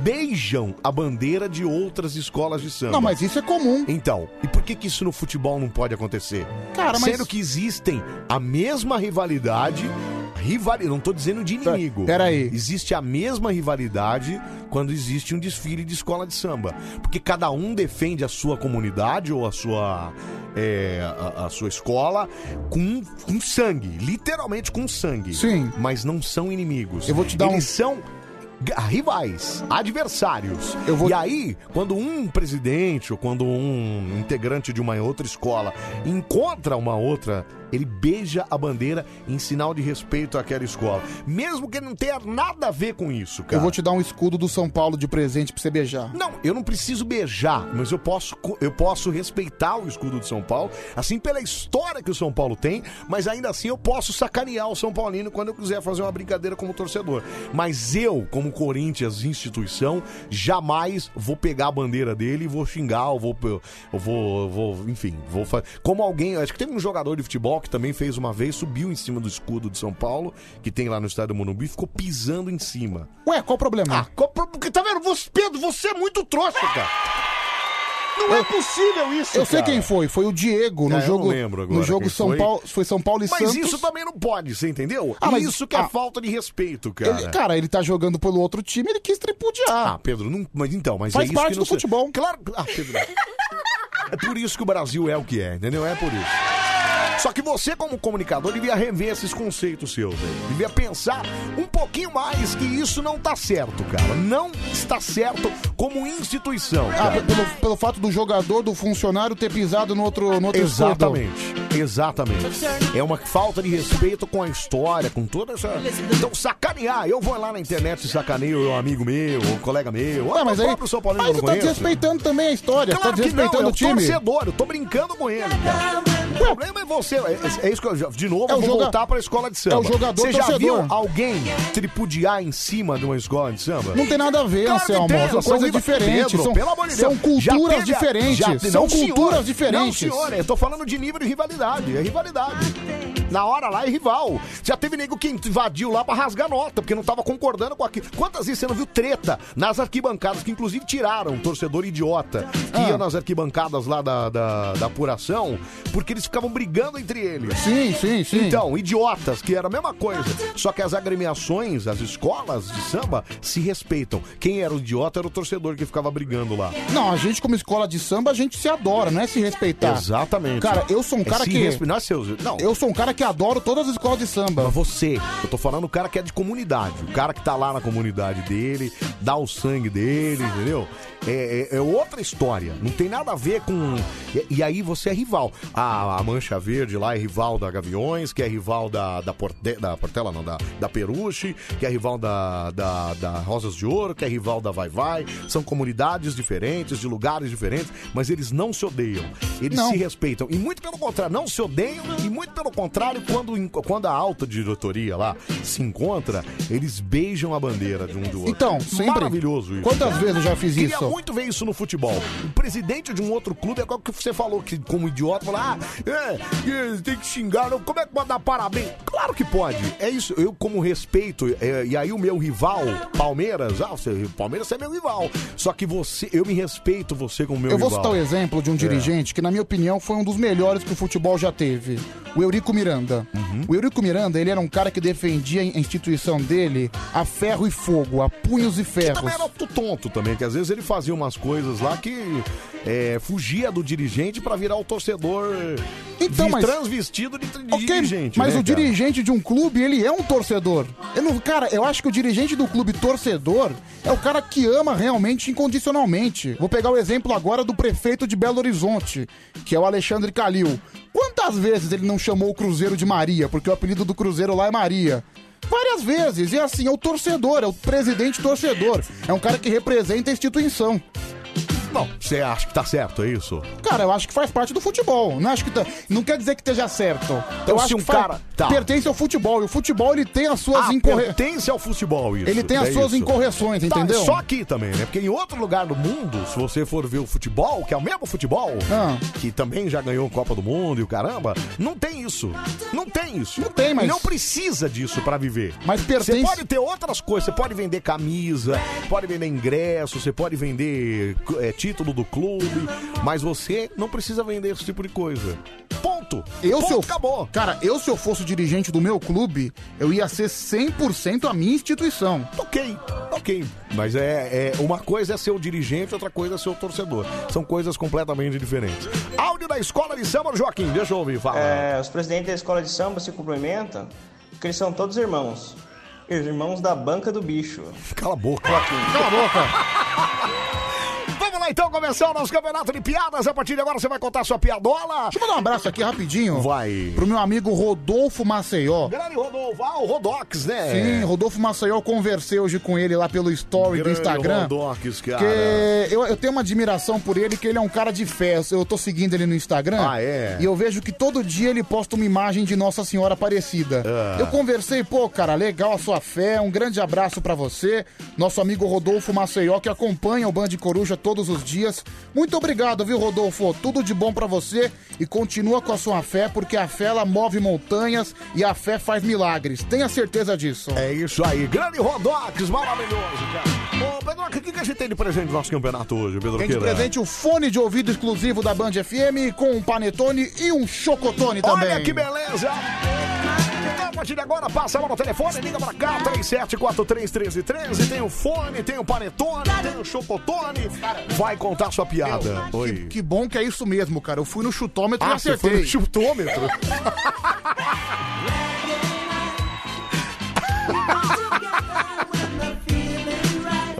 beijam a bandeira de outras escolas de samba.
Não, mas isso é comum.
Então, e por que que isso no futebol não pode acontecer?
Cara, mas-
Sendo que existem a mesma rivalidade, rivalidade, não tô dizendo
Tá,
de inimigo. Peraí. Existe a mesma rivalidade quando existe um desfile de escola de samba. Porque cada um defende a sua comunidade ou a sua, é, a, a sua escola com, com sangue, literalmente com sangue. Sim. Mas não são inimigos.
Eu vou te dar
Eles
um-
são g- rivais, adversários. E aí, quando um presidente ou quando um integrante de uma outra escola encontra uma outra, ele beija a bandeira em sinal de respeito àquela escola. Mesmo que ele não tenha nada a ver com isso, cara.
Eu vou te dar um escudo do São Paulo de presente pra você beijar.
Não, eu não preciso beijar, mas eu posso, co- eu posso respeitar o escudo de São Paulo, assim pela história que o São Paulo tem, mas ainda assim eu posso sacanear o São Paulino quando eu quiser fazer uma brincadeira como torcedor. Mas eu, como Corinthians instituição, jamais vou pegar a bandeira dele e vou xingar, ou vou, eu, eu vou, eu vou, enfim, vou fa- como alguém, acho que teve um jogador de futebol que também fez uma vez, subiu em cima do escudo de São Paulo, que tem lá no estádio do Morumbi, e ficou pisando em cima.
Ué, qual o problema?
Qual pro- Porque tá vendo? Você, Pedro, você é muito trouxa, cara. Não é possível isso,
eu sei
cara.
quem foi, foi o Diego no
É, eu
jogo.
não lembro agora
no jogo
quem
São
foi.
Paulo, foi São Paulo e
Mas
Santos.
isso tá- também não pode, você entendeu?
Ah, mas-
isso que é
ah.
falta de respeito, cara.
Ele, cara, ele tá jogando pelo outro time, ele quis tripudiar.
Ah, Pedro, não... mas então, mas
Faz
é isso
parte
que
do
não se-
futebol.
Claro. Ah, Pedro. É por isso que o Brasil é o que é, entendeu? É por isso. Só que você, como comunicador, devia rever esses conceitos seus. aí. Devia pensar um pouquinho mais que isso não tá certo, cara. Não está certo como instituição.
Ah,
cara.
pelo, pelo fato do jogador, do funcionário ter pisado no outro, no outro escudo.
Exatamente, exatamente. É uma falta de respeito com a história, com toda essa. Então, sacanear. Eu vou lá na internet e sacaneio um amigo meu, um colega meu.
Não, É, mas
o
aí,
próprio São Paulino
aí
que
você
eu
tá
conheço.
desrespeitando também a história,
Claro
tá
que não,
desrespeitando
é o
o time.
torcedor, eu tô brincando com ele. cara. O problema é você, é, é isso que eu já- de novo
É
eu
o
vou
joga-
voltar pra escola de samba.
é o jogador
Você já
torcedor.
viu alguém tripudiar em cima de uma escola de samba?
Não tem nada a ver,
Claro que
Anselmo. É
tem,
São coisas
Riva-
diferentes.
Pedro,
são,
pelo amor de Deus.
são
Já
culturas
teve a-
diferentes.
já-
são
não, senhor.
culturas
Não,
diferentes.
senhora, eu tô falando de nível de rivalidade. É rivalidade. Na hora lá é rival. Já teve nego que invadiu lá pra rasgar nota, porque não tava concordando com aquilo. Quantas vezes você não viu treta nas arquibancadas, que inclusive tiraram um torcedor idiota que
Ah.
ia nas arquibancadas lá da, da, da apuração, porque eles ficavam brigando entre eles.
Sim, sim, sim.
Então, idiotas, que era a mesma coisa. Só que as agremiações, as escolas de samba, se respeitam. Quem era o idiota era o torcedor que ficava brigando lá.
Não, a gente, como escola de samba, a gente se adora, não é se respeitar.
Exatamente.
Cara, eu sou um
É
cara
se
que.
respe- Não é seu. Não.
Eu sou um cara que adoro todas as escolas de samba.
Você, eu tô falando o cara que é de comunidade, o cara que tá lá na comunidade dele, dá o sangue dele, entendeu? É, é- é outra história, não tem nada a ver com. E, e aí você é rival. A, a Mancha Verde lá é rival da Gaviões, que é rival da, da, Porte- da Portela, não, da, da Peruche, que é rival da, da, da Rosas de Ouro, que é rival da Vai Vai. São comunidades diferentes, de lugares diferentes, mas eles não se odeiam. Eles
Não.
se respeitam. E muito pelo contrário, não se odeiam. E muito pelo contrário, quando, en- quando a alta diretoria lá se encontra, eles beijam a bandeira de um do outro.
Então, sempre.
Maravilhoso isso.
Quantas
cara.
vezes eu já fiz
Queria
isso?
muito ver isso no futebol. O presidente de um outro clube é qual que você falou que, como idiota, falar, ah, é, é, tem que xingar, não, como é que pode dar parabéns? Claro que pode. É isso, eu como respeito, é, e aí o meu rival, Palmeiras, ah, você, Palmeiras você é meu rival. Só que você, eu me respeito você como meu
eu
rival.
vou citar o exemplo de um
É.
dirigente que, na minha opinião, foi um dos melhores que o futebol já teve. O Eurico Miranda.
Uhum.
O Eurico Miranda, ele era um cara que defendia a instituição dele a ferro e fogo, a punhos e ferros.
Também era outro tonto também, que às vezes ele fazia umas coisas lá que é, fugia do dirigente pra virar o torcedor
Então,
de-
mas-
transvestido de, de
Ok,
dirigente.
mas
né,
o
cara?
dirigente de um clube, ele é um torcedor. Eu não- cara, eu acho que o dirigente do clube torcedor é o cara que ama realmente incondicionalmente. Vou pegar o exemplo agora do prefeito de Belo Horizonte, que é o Alexandre Calil. Quantas vezes ele não chamou o Cruzeiro de Maria, porque o apelido do Cruzeiro lá é Maria? Várias vezes, e assim, é o torcedor, é o presidente torcedor. É um cara que representa a instituição.
Bom, você acha que tá certo, é isso?
Cara, eu acho que faz parte do futebol. Não, acho que tá- não quer dizer que esteja certo.
Então,
eu
se
acho
um
que faz-
cara- tá.
pertence ao futebol. E o futebol ele tem as suas
Ah,
incorreções.
pertence ao futebol isso.
Ele tem as
é
suas
isso.
incorreções,
Tá,
entendeu?
Só aqui também, né? Porque em outro lugar do mundo, se você for ver o futebol, que é o mesmo futebol,
Ah.
que também já ganhou Copa do Mundo e o caramba, não tem isso. Não tem isso. Não
tem, mas-
Não precisa disso pra viver.
Mas pertence-
Você pode ter outras coisas. Você pode vender camisa, pode vender ingresso, você pode vender é, título do clube, mas você não precisa vender esse tipo de coisa. Ponto.
Eu,
Ponto,
se eu,
acabou.
Cara, eu se eu fosse o dirigente do meu clube, eu ia ser 100% a minha instituição.
Ok, ok. Mas é, é- uma coisa é ser o dirigente, outra coisa é ser o torcedor. São coisas completamente diferentes. Áudio da escola de samba, Joaquim, deixa eu ouvir, fala.
É, os presidentes da escola de samba se cumprimentam porque eles são todos irmãos. Irmãos da banca do bicho.
Cala a boca. Cala a boca. Vamos lá então começar o nosso campeonato de piadas. A partir de agora você vai contar sua piadola.
Deixa eu mandar um abraço aqui rapidinho.
Vai.
Pro meu amigo Rodolfo Maceió.
Grande Rodolfo, ah, o Rodox, né?
Sim, Rodolfo Maceió, eu conversei hoje com ele lá pelo story do
Grande
Instagram.
Rodox, cara.
Porque eu, eu tenho uma admiração por ele, que ele é um cara de fé. Eu- Eu tô seguindo ele no Instagram.
Ah, é?
E eu vejo que todo dia ele posta uma imagem de Nossa Senhora Aparecida.
Ah.
Eu conversei, pô, cara, legal a sua fé. Um grande abraço pra você. Nosso amigo Rodolfo Maceió, que acompanha o Band Coruja todos os dias. Muito obrigado, viu, Rodolfo? Tudo de bom pra você. E continua com a sua fé, porque a fé, ela move montanhas e a fé faz milagres. Tenha certeza disso.
É isso aí. Grande Rodox, maravilhoso, cara. Ô, Pedroca, o que, que a gente tem de presente no nosso campeonato hoje, Pedro
Tem de presente o fone de ouvido exclusivo da Band FM com um panetone e um chocotone também.
Olha que beleza! Então, a partir de agora, passa lá no telefone, liga pra cá, 37431313. Tem o fone, tem o panetone, tem o chocotone. Vai contar sua piada.
Que, que bom que é isso mesmo, cara. Eu fui no chutômetro e
Ah, você
acertei.
foi no chutômetro?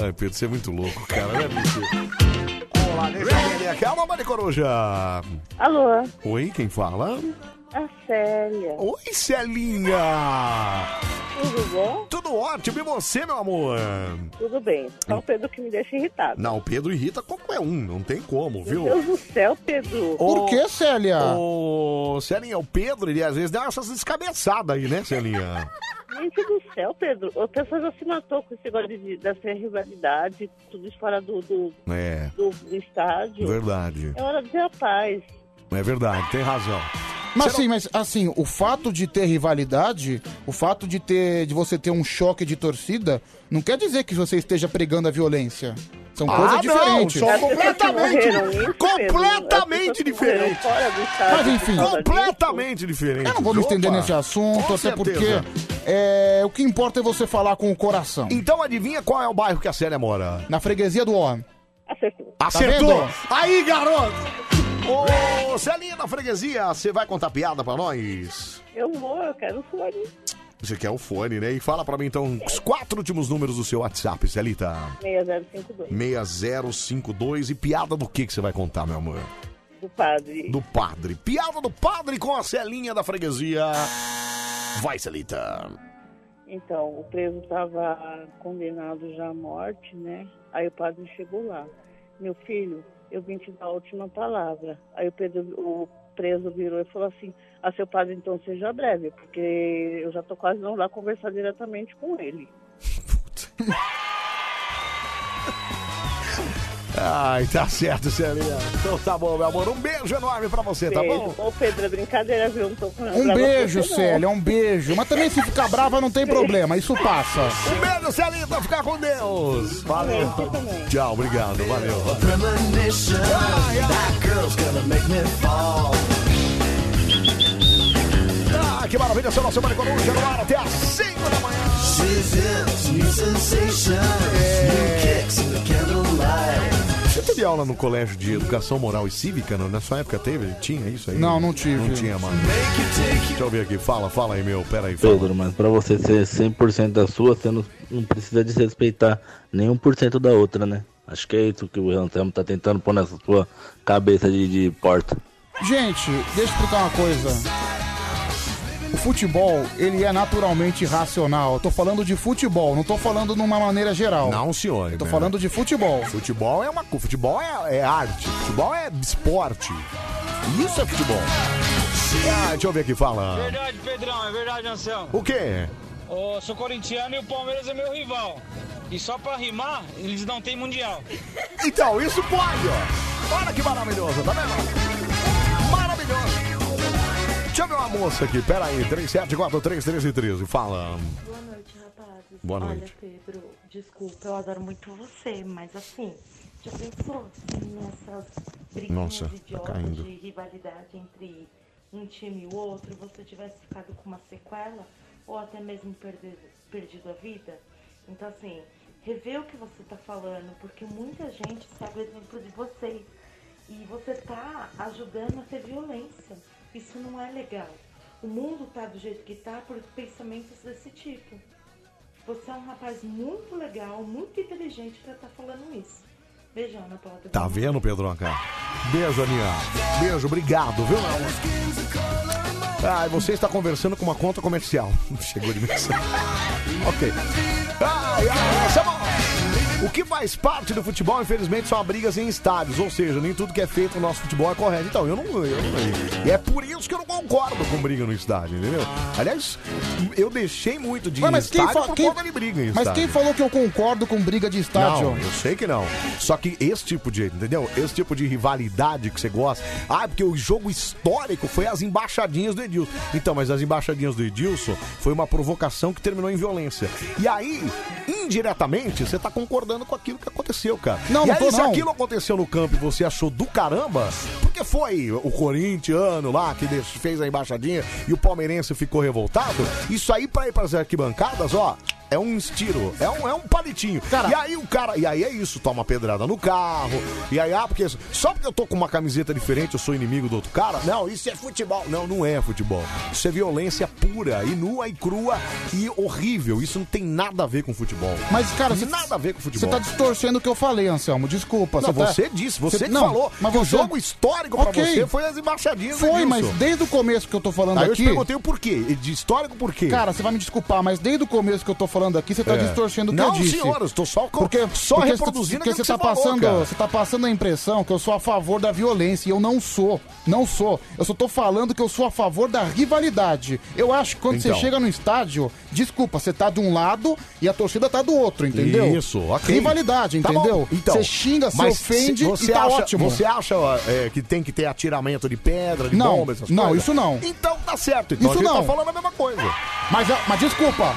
Ai, Pedro, você é muito louco, cara. Não é possível. Vamos lá, deixa eu entender aqui. Alô, Mari Coruja.
Alô,
Oi, quem fala?
a Célia.
Oi, Celinha.
Tudo bom?
Tudo ótimo, e você, meu amor?
Tudo bem. Só o Pedro que me deixa irritado.
Não, o Pedro irrita qualquer um, não tem como,
Meu
viu?
Deus do céu, Pedro.
Ô, Ô, Celinha, o Pedro, ele às vezes dá essas descabeçadas aí, né, Celinha?
Gente do céu, Pedro. A pessoa já se matou com esse negócio de, dessa rivalidade, tudo isso fora do, do,
É,
do, estádio.
verdade.
É hora de ter a paz.
É verdade, tem razão.
Mas sim, mas assim, o fato de ter rivalidade, o fato de ter de você ter um choque de torcida, não quer dizer que você esteja pregando a violência. São coisas diferentes.
Ah,
É
Não, são completamente, completamente diferentes.
Mas enfim.
completamente diferentes.
Eu não vou me estender
Opa.
nesse assunto,
Com
até
certeza.
porque é, o que importa é você falar com o coração.
Então adivinha qual é o bairro que a Célia mora?
Na freguesia do homem.
Acertou!
Tá
Aí, garoto! Ô, Celinha da freguesia, você vai contar piada pra nós?
Eu vou, eu quero um fone.
Você quer o fone, né? E fala pra mim, então, os quatro últimos números do seu WhatsApp, Celita.
6052.
6052. E piada do que que você vai contar, meu amor?
Do padre.
Do padre. Piada do padre com a Celinha da freguesia. Vai, Celita.
Então, o preso estava condenado já à morte, né? Aí o padre chegou lá. Meu filho, eu vim te dar a última palavra. Aí o, Pedro- o preso virou e falou assim, ah, seu padre, então seja breve, porque eu já tô quase não lá conversar diretamente com ele.
Ai, tá certo, Celinha. Então tá bom, meu amor. Um beijo enorme pra você, tá
Beijo.
bom?
Ô, Pedro, é brincadeira, viu? Não tô com
Um beijo, Célia, um beijo. Mas também se ficar brava não tem problema, isso passa.
Um beijo, Celita. Ficar com Deus. Valeu. Tchau, obrigado. Valeu.
Premonition. That girl's gonna make me fall.
Ah, que maravilha, seu nosso Mari Coruja no ar até às 5 da manhã.
She's hips, new sensations, new kicks in the candlelight.
Você teve aula no colégio de educação moral e cívica? Não? Na sua época teve? Tinha isso aí?
Não, não tive.
Não tinha, mano. Deixa eu ver aqui. Fala, fala aí, meu. Pera aí. Fala.
Pedro, mas pra você ser 100% da sua, você não, não precisa desrespeitar nenhum por cento da outra, né? Acho que é isso que o Anselmo tá tentando pôr nessa sua cabeça de, de porta.
Gente, deixa eu explicar uma coisa. O futebol, ele é naturalmente racional. Eu tô falando de futebol, não tô falando numa maneira geral.
Não, senhor. né?
Eu tô falando de futebol.
Futebol é uma co- Futebol é, é arte. Futebol é esporte. Isso é futebol. Ah, deixa eu ver aqui. Fala.
Verdade, Pedrão, é verdade, Anselmo.
O quê?
Ô, sou corintiano e o Palmeiras é meu rival. E só pra rimar, eles não têm mundial.
Então, isso pode, ó. Olha que maravilhoso, tá vendo? Maravilhoso. Deixa eu ver uma moça aqui. Pera aí. 37431313. Fala.
Boa noite, rapazes.
Boa
Olha,
noite.
Pedro, desculpa, eu adoro muito você, mas assim, já pensou assim, nessas briguinhas
Nossa, tá
idiotas
caindo.
de rivalidade entre um time e o outro, você tivesse ficado com uma sequela ou até mesmo perder- perdido a vida? Então, assim, revê o que você tá falando, porque muita gente segue o exemplo de vocês e você tá ajudando a ter violência. Isso não é legal. O mundo tá do jeito que tá por pensamentos desse tipo. Você é um rapaz muito legal, muito inteligente pra estar falando isso. Beijão na porta.
Tá vendo, Pedroca? Beijo, Aninha. Beijo, obrigado, viu, meu amor? Ah, e você está conversando com uma conta comercial. Chegou de mensagem. ok. Ai, ai, essa é bom. O que faz parte do futebol, infelizmente, são brigas em estádios. Ou seja, nem tudo que é feito no nosso futebol é correto. Então, eu não. Eu não e é por isso que eu não concordo com briga no estádio, entendeu? Aliás, eu deixei muito de
Ué, mas quem,
estádio
fa-
por
quem-
conta de briga em
mas
estádio.
quem falou que eu concordo com briga de estádio?
Não, eu sei que não. Só que esse tipo de, entendeu? Esse tipo de rivalidade que você gosta. Ah, porque o jogo histórico foi as embaixadinhas do Edilson. Então, mas as embaixadinhas do Edilson foi uma provocação que terminou em violência. E aí, indiretamente, você tá concordando com aquilo que aconteceu, cara.
Não,
e
não
aí,
tô,
se
não.
aquilo aconteceu no campo e você achou do caramba, porque foi o corintiano lá que des- fez a embaixadinha e o palmeirense ficou revoltado, isso aí pra ir pras arquibancadas, ó. É um estiro, é um, é um palitinho. e aí o cara, e aí é isso, toma pedrada no carro. E aí, ah, porque só porque eu tô com uma camiseta diferente, eu sou inimigo do outro cara? Não, isso é futebol. Não, não é futebol. Isso é violência pura, e nua e crua e horrível. Isso não tem nada a ver com futebol.
Mas, cara, você-
nada a ver com futebol.
Você tá distorcendo o que eu falei, Anselmo. Desculpa.
Não,
tá-
você disse, você que
não,
falou
Mas
que o
você...
jogo histórico pra
Ok.
você foi as embaixadinhas do
Foi,
Edilson.
mas desde o começo que eu tô falando
Aí eu te
aqui.
perguntei o porquê. e De histórico por quê?
Cara, você vai me desculpar, mas desde o começo que eu tô falando aqui, você tá
É.
distorcendo o que
Não,
eu disse.
senhor, eu tô só co- só reproduzindo
Porque você
aquilo que
tá,
você falou,
passando,
cara.
você tá passando a impressão que eu sou a favor da violência. E eu não sou. Não sou. Eu só tô falando que eu sou a favor da rivalidade. Eu acho que quando
Então.
você chega no estádio, desculpa, você tá de um lado e a torcida tá do outro, entendeu?
Isso, ok.
Rivalidade,
Tá bom,
entendeu?
então,
você xinga, se
mas
ofende
se você
e tá
acha,
ótimo.
Você acha é, que tem que ter atiramento de pedra, de
Não,
bomba, essas
não,
coisas?
isso não.
Então tá certo. Então
Isso
a gente
não.
tá falando É, a mesma coisa.
Mas, ah, mas desculpa,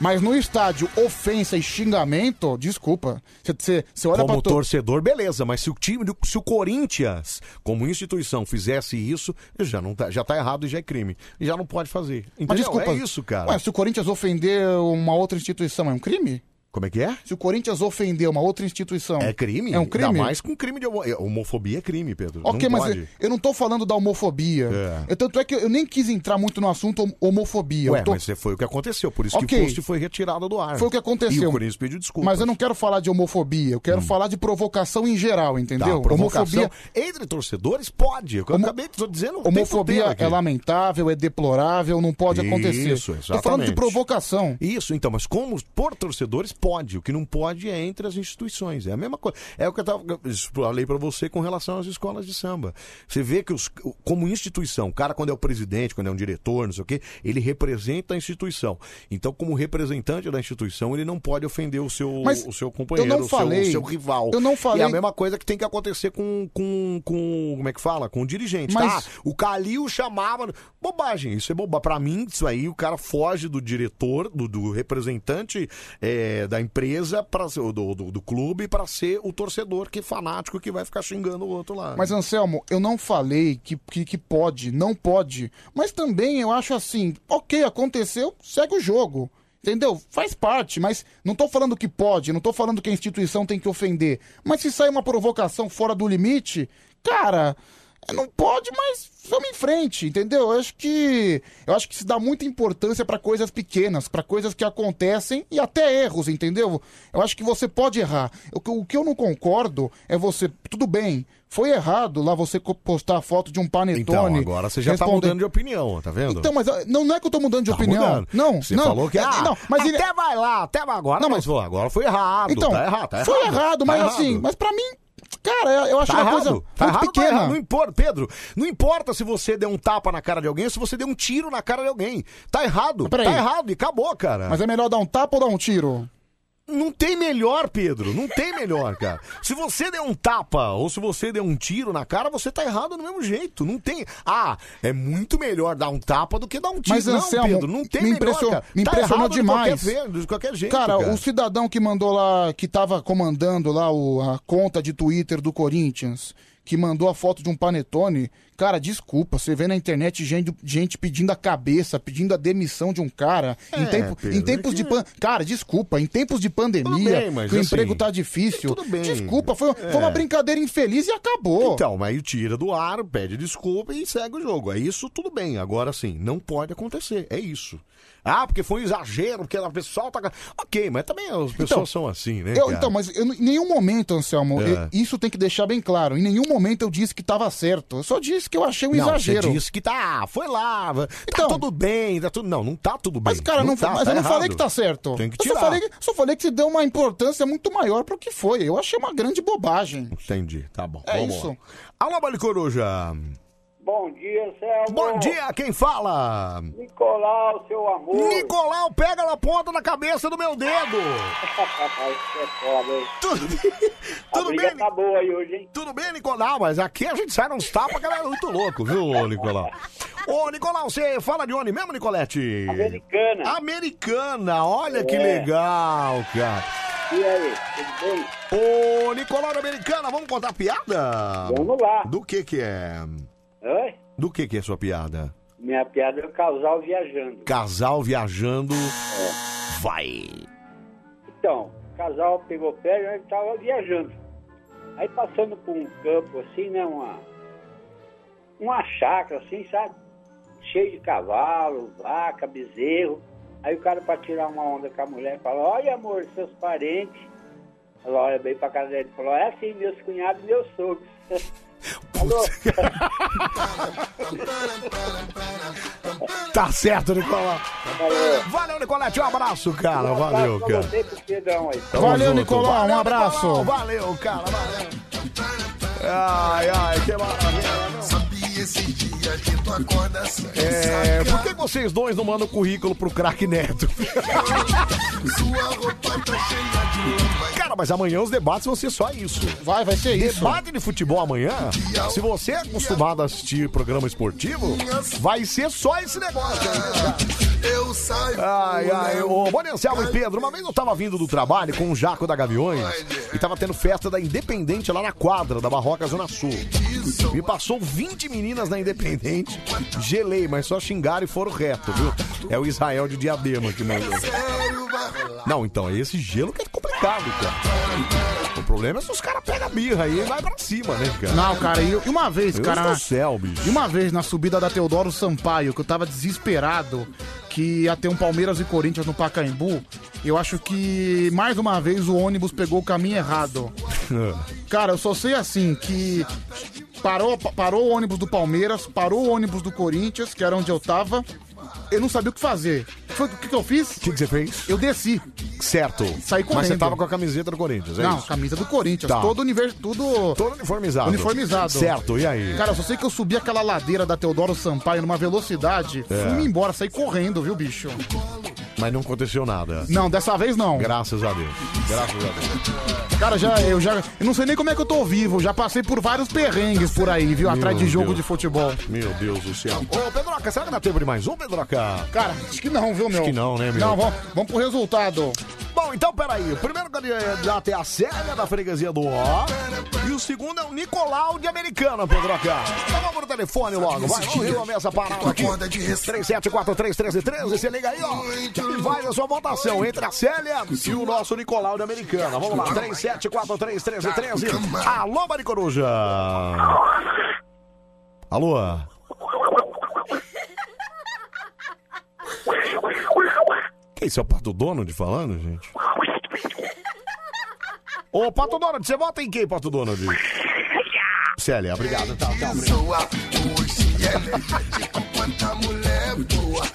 mas no estádio, ofensa e xingamento, desculpa. Você olha
Como
pra tor-
torcedor, beleza, mas se o time, do- se o Corinthians, como instituição, fizesse isso, já não tá, já tá errado e já é crime. E Já não pode fazer. Entendeu?
Mas desculpa.
É isso, cara.
Ué, se o Corinthians ofender uma outra instituição, é um crime?
Como é que é?
Se o Corinthians ofender uma outra instituição.
É crime?
É um crime?
Ainda mais com crime de homo... homofobia é crime, Pedro.
Ok,
não
mas
pode.
eu, eu não tô falando da homofobia.
É.
Eu- tanto é que eu nem quis entrar muito no assunto hom- homofobia.
Ué,
eu tô-
mas foi o que aconteceu, por isso que
Ok.
o post foi retirado do ar.
Foi o que aconteceu.
E o Corinthians pediu Hum. desculpa.
Mas eu não quero falar de homofobia, eu quero falar de provocação em geral, entendeu?
homofobia
homofobia
Tá,
é
entre torcedores pode. Eu acabei tô dizendo. o tempo inteiro
Homofobia
aqui.
é lamentável, é deplorável, não pode acontecer.
Isso,
Tô falando de
exatamente.
provocação.
Isso, então, mas como por torcedores pode, o que não pode é entre as instituições. É a mesma coisa. É o que eu tava, eu falei pra você com relação às escolas de samba. Você vê que os, como instituição, o cara quando é o presidente, quando é um diretor, não sei o quê, ele representa a instituição. Então, como representante da instituição, ele não pode ofender o seu,
Mas
o seu companheiro,
eu não
o, seu,
falei-
o seu rival.
eu não
E
falei-
é a mesma coisa que tem que acontecer com, com, com como é que fala? Com o dirigente.
Mas-
Tá, o Calil chamava. Bobagem, isso é boba. Pra mim, isso aí, o cara foge do diretor, do, do representante eh, da empresa, pra, ser- do, do, do clube, pra ser o torcedor que fanático que vai ficar xingando o outro lá.
Mas, Anselmo, eu não falei que, que, que pode, não pode. Mas também eu acho assim, ok, aconteceu, segue o jogo. Entendeu? Faz parte, mas não tô falando que pode, não tô falando que a instituição tem que ofender. Mas se sai uma provocação fora do limite, cara, não pode, mas vamos em frente, entendeu? Eu acho que eu acho que se dá muita importância pra coisas pequenas, pra coisas que acontecem e até erros, entendeu? Eu acho que você pode errar. O que- o que eu não concordo é você, tudo bem, foi errado lá você co- postar a foto de um panetone.
então, agora você já tá
responder-
mudando de opinião, tá vendo?
Então, mas ah, não, não é que eu tô mudando de opinião.
mudando.
Não,
Você
não.
falou que,
é,
ah,
não, mas ele-
até vai lá, até vai agora.
Não,
Não,
mas-
mas, pô, agora foi errado.
Então,
tá errado, tá errado.
foi errado, mas
tá
assim,
errado.
mas pra mim, cara, eu acho
Tá
uma
errado.
coisa
tá
muito
errado, tá
pequena.
errado. Não importa, Pedro. Não importa se você deu um tapa na cara de alguém ou se você deu um tiro na cara de alguém. Tá errado.
Peraí.
Tá errado e acabou, cara.
Mas é melhor dar um tapa ou dar um tiro?
Não tem melhor, Pedro. Não tem melhor, cara. Se você der um tapa ou se você der um tiro na cara, você tá errado do mesmo jeito. Não tem. Ah, é muito melhor dar um tapa do que dar um tiro.
Mas,
não,
Anselmo,
Pedro. Não tem
me
melhor,
impressionou-
cara.
me
Tá
impressionou
errado
demais.
De qualquer, ve- de qualquer jeito,
Cara,
cara.
o cidadão que mandou lá, que tava comandando lá o- a conta de Twitter do Corinthians, que mandou a foto de um panetone, cara, desculpa, você vê na internet gente, gente pedindo a cabeça, pedindo a demissão de um cara, em,
É,
tempo-
Pedro,
em tempos de pan... Cara, desculpa, em tempos de pandemia,
bem, mas
que o
assim,
emprego tá difícil,
bem.
desculpa, foi, foi
É.
uma brincadeira infeliz e acabou.
Então, mas aí tira do ar, pede desculpa e segue o jogo. É isso, tudo bem. Agora sim, não pode acontecer. É isso. Ah, porque foi um exagero, porque o pessoal tá. Ok, mas também as pessoas são assim, né?
Eu-
cara?
então, mas eu n- em nenhum momento, Anselmo,
É.
eu- isso tem que deixar bem claro. Em nenhum momento eu disse que tava certo. Eu só disse que eu achei um
não,
exagero. Então.
Você disse que tá, foi lá, tá tudo bem, tá tudo. Não, não tá tudo bem.
Mas, cara, não,
tá,
mas
tá
eu não
errado.
falei que tá certo.
Tem que
eu só
tirar.
falei, que- só falei que se deu uma importância muito maior pro que foi. Eu achei uma grande bobagem.
Entendi, tá bom.
É
vamos
isso.
Lá. Alô, Bale Coruja.
Bom dia, Selma.
Bom dia, quem fala?
Nicolau, seu amor.
Nicolau, pega na ponta da cabeça do meu dedo.
Isso é foda, hein? Tudo bem? tá boa aí hoje, hein?
Tudo bem, Nicolau, mas aqui a gente sai nos tapas que ela é muito louco, viu, Nicolau? Ô, Nicolau, você fala de onde mesmo, Nicolete?
Americana.
Americana, olha que
É.
legal, cara.
E aí, tudo bem?
Ô, Nicolau da Americana, vamos contar piada?
Vamos lá.
Do que que é?
Oi?
Do que que é sua piada?
Minha piada é o casal viajando.
Casal viajando. Vai.
Então, o casal pegou férias e estava viajando. Aí passando por um campo assim, né? Uma, uma chácara assim, sabe? Cheio de cavalo, vaca, bezerro. Aí o cara para tirar uma onda com a mulher fala, olha amor, seus parentes. Ela olha bem pra casa dele e falou, é assim, meus cunhados e meus sogros. Falou?
Tá certo, Nicolau.
Valeu.
Valeu, Nicolete. Um abraço, cara.
Um abraço
Valeu,
pra
cara.
você e pro Pedrão aí.
Tamo
Valeu,
junto.
Nicolau, um
Valeu,
abraço.
Nicolau, Valeu, cara. Valeu. Ai, ai, que maravilha.
Sabia esse dia que tu acorda assim.
É, por que vocês dois não mandam currículo pro craque Neto?
Sua roupa tá cheia de
Cara, mas amanhã os debates vão ser só isso.
Vai, vai ser
isso. Debate de futebol amanhã, se você é acostumado a assistir programa esportivo, vai ser só esse negócio.
Eu saio.
Ai, ai, ô, Bonencial e Pedro, uma vez eu tava vindo do trabalho com o Jaco da Gaviões e tava tendo festa da Independente lá na quadra da Barroca Zona Sul. Me passou 20 meninas na Independente, gelei, mas só xingaram e foram reto, viu? É o Israel de Diadema que mandou. Não, então, é esse gelo que é complicado, cara. O problema é se os caras pegam a birra aí e vai pra cima, né, cara?
Não, cara, e e uma vez,
Deus
cara.
do céu, bicho.
E uma vez na subida da Teodoro Sampaio, que eu tava desesperado que ia ter um Palmeiras e Corinthians no Pacaembu, eu acho que mais uma vez o ônibus pegou o caminho errado.
Ah,
Cara, eu só sei assim que parou, pa- parou o ônibus do Palmeiras, parou o ônibus do Corinthians, que era onde eu tava. Eu não sabia o que fazer. Foi o que, que eu fiz? O
que, você fez?
Eu desci.
Certo.
Saí correndo.
Mas você tava com a camiseta do Corinthians, é
Não,
isso?
camisa do Corinthians.
Tá.
Todo univer... tudo...
Todo uniformizado.
Uniformizado.
Certo, e aí?
Cara, eu só sei que eu subi aquela ladeira da Teodoro Sampaio numa velocidade.
É.
Fui embora, saí correndo, viu, bicho?
Mas não aconteceu nada.
Não, dessa vez não.
Graças a Deus. Graças a Deus.
Cara, já, eu já. Eu não sei nem como é que eu tô vivo. Já passei por vários perrengues por aí, viu? Atrás de jogo de futebol.
Meu Deus do céu. Ô, Pedroca, será que dá tempo de mais um, Pedroca?
Cara, acho que não, viu, meu?
que não, né, meu?
Não, vamos, vamos pro resultado.
Bom, então peraí. O primeiro candidato é a Célia da freguesia do Ó. E o segundo é o Nicolau de Americana, Pedroca. Então vamos pro telefone logo. Vai, vamos resolver essa parada aqui. 37431313. Você liga aí, ó. E faz a sua votação entre a Célia e o nosso Nicolau de Americana. Vamos lá. 37431313. Alô, Maricoruja. Alô? Que isso é o Pato Donald falando, gente? Ô, Pato Donald, você vota em quem, Pato Donald? Célia, obrigado. Tá, tá, obrigado.
é Quanta mulher boa.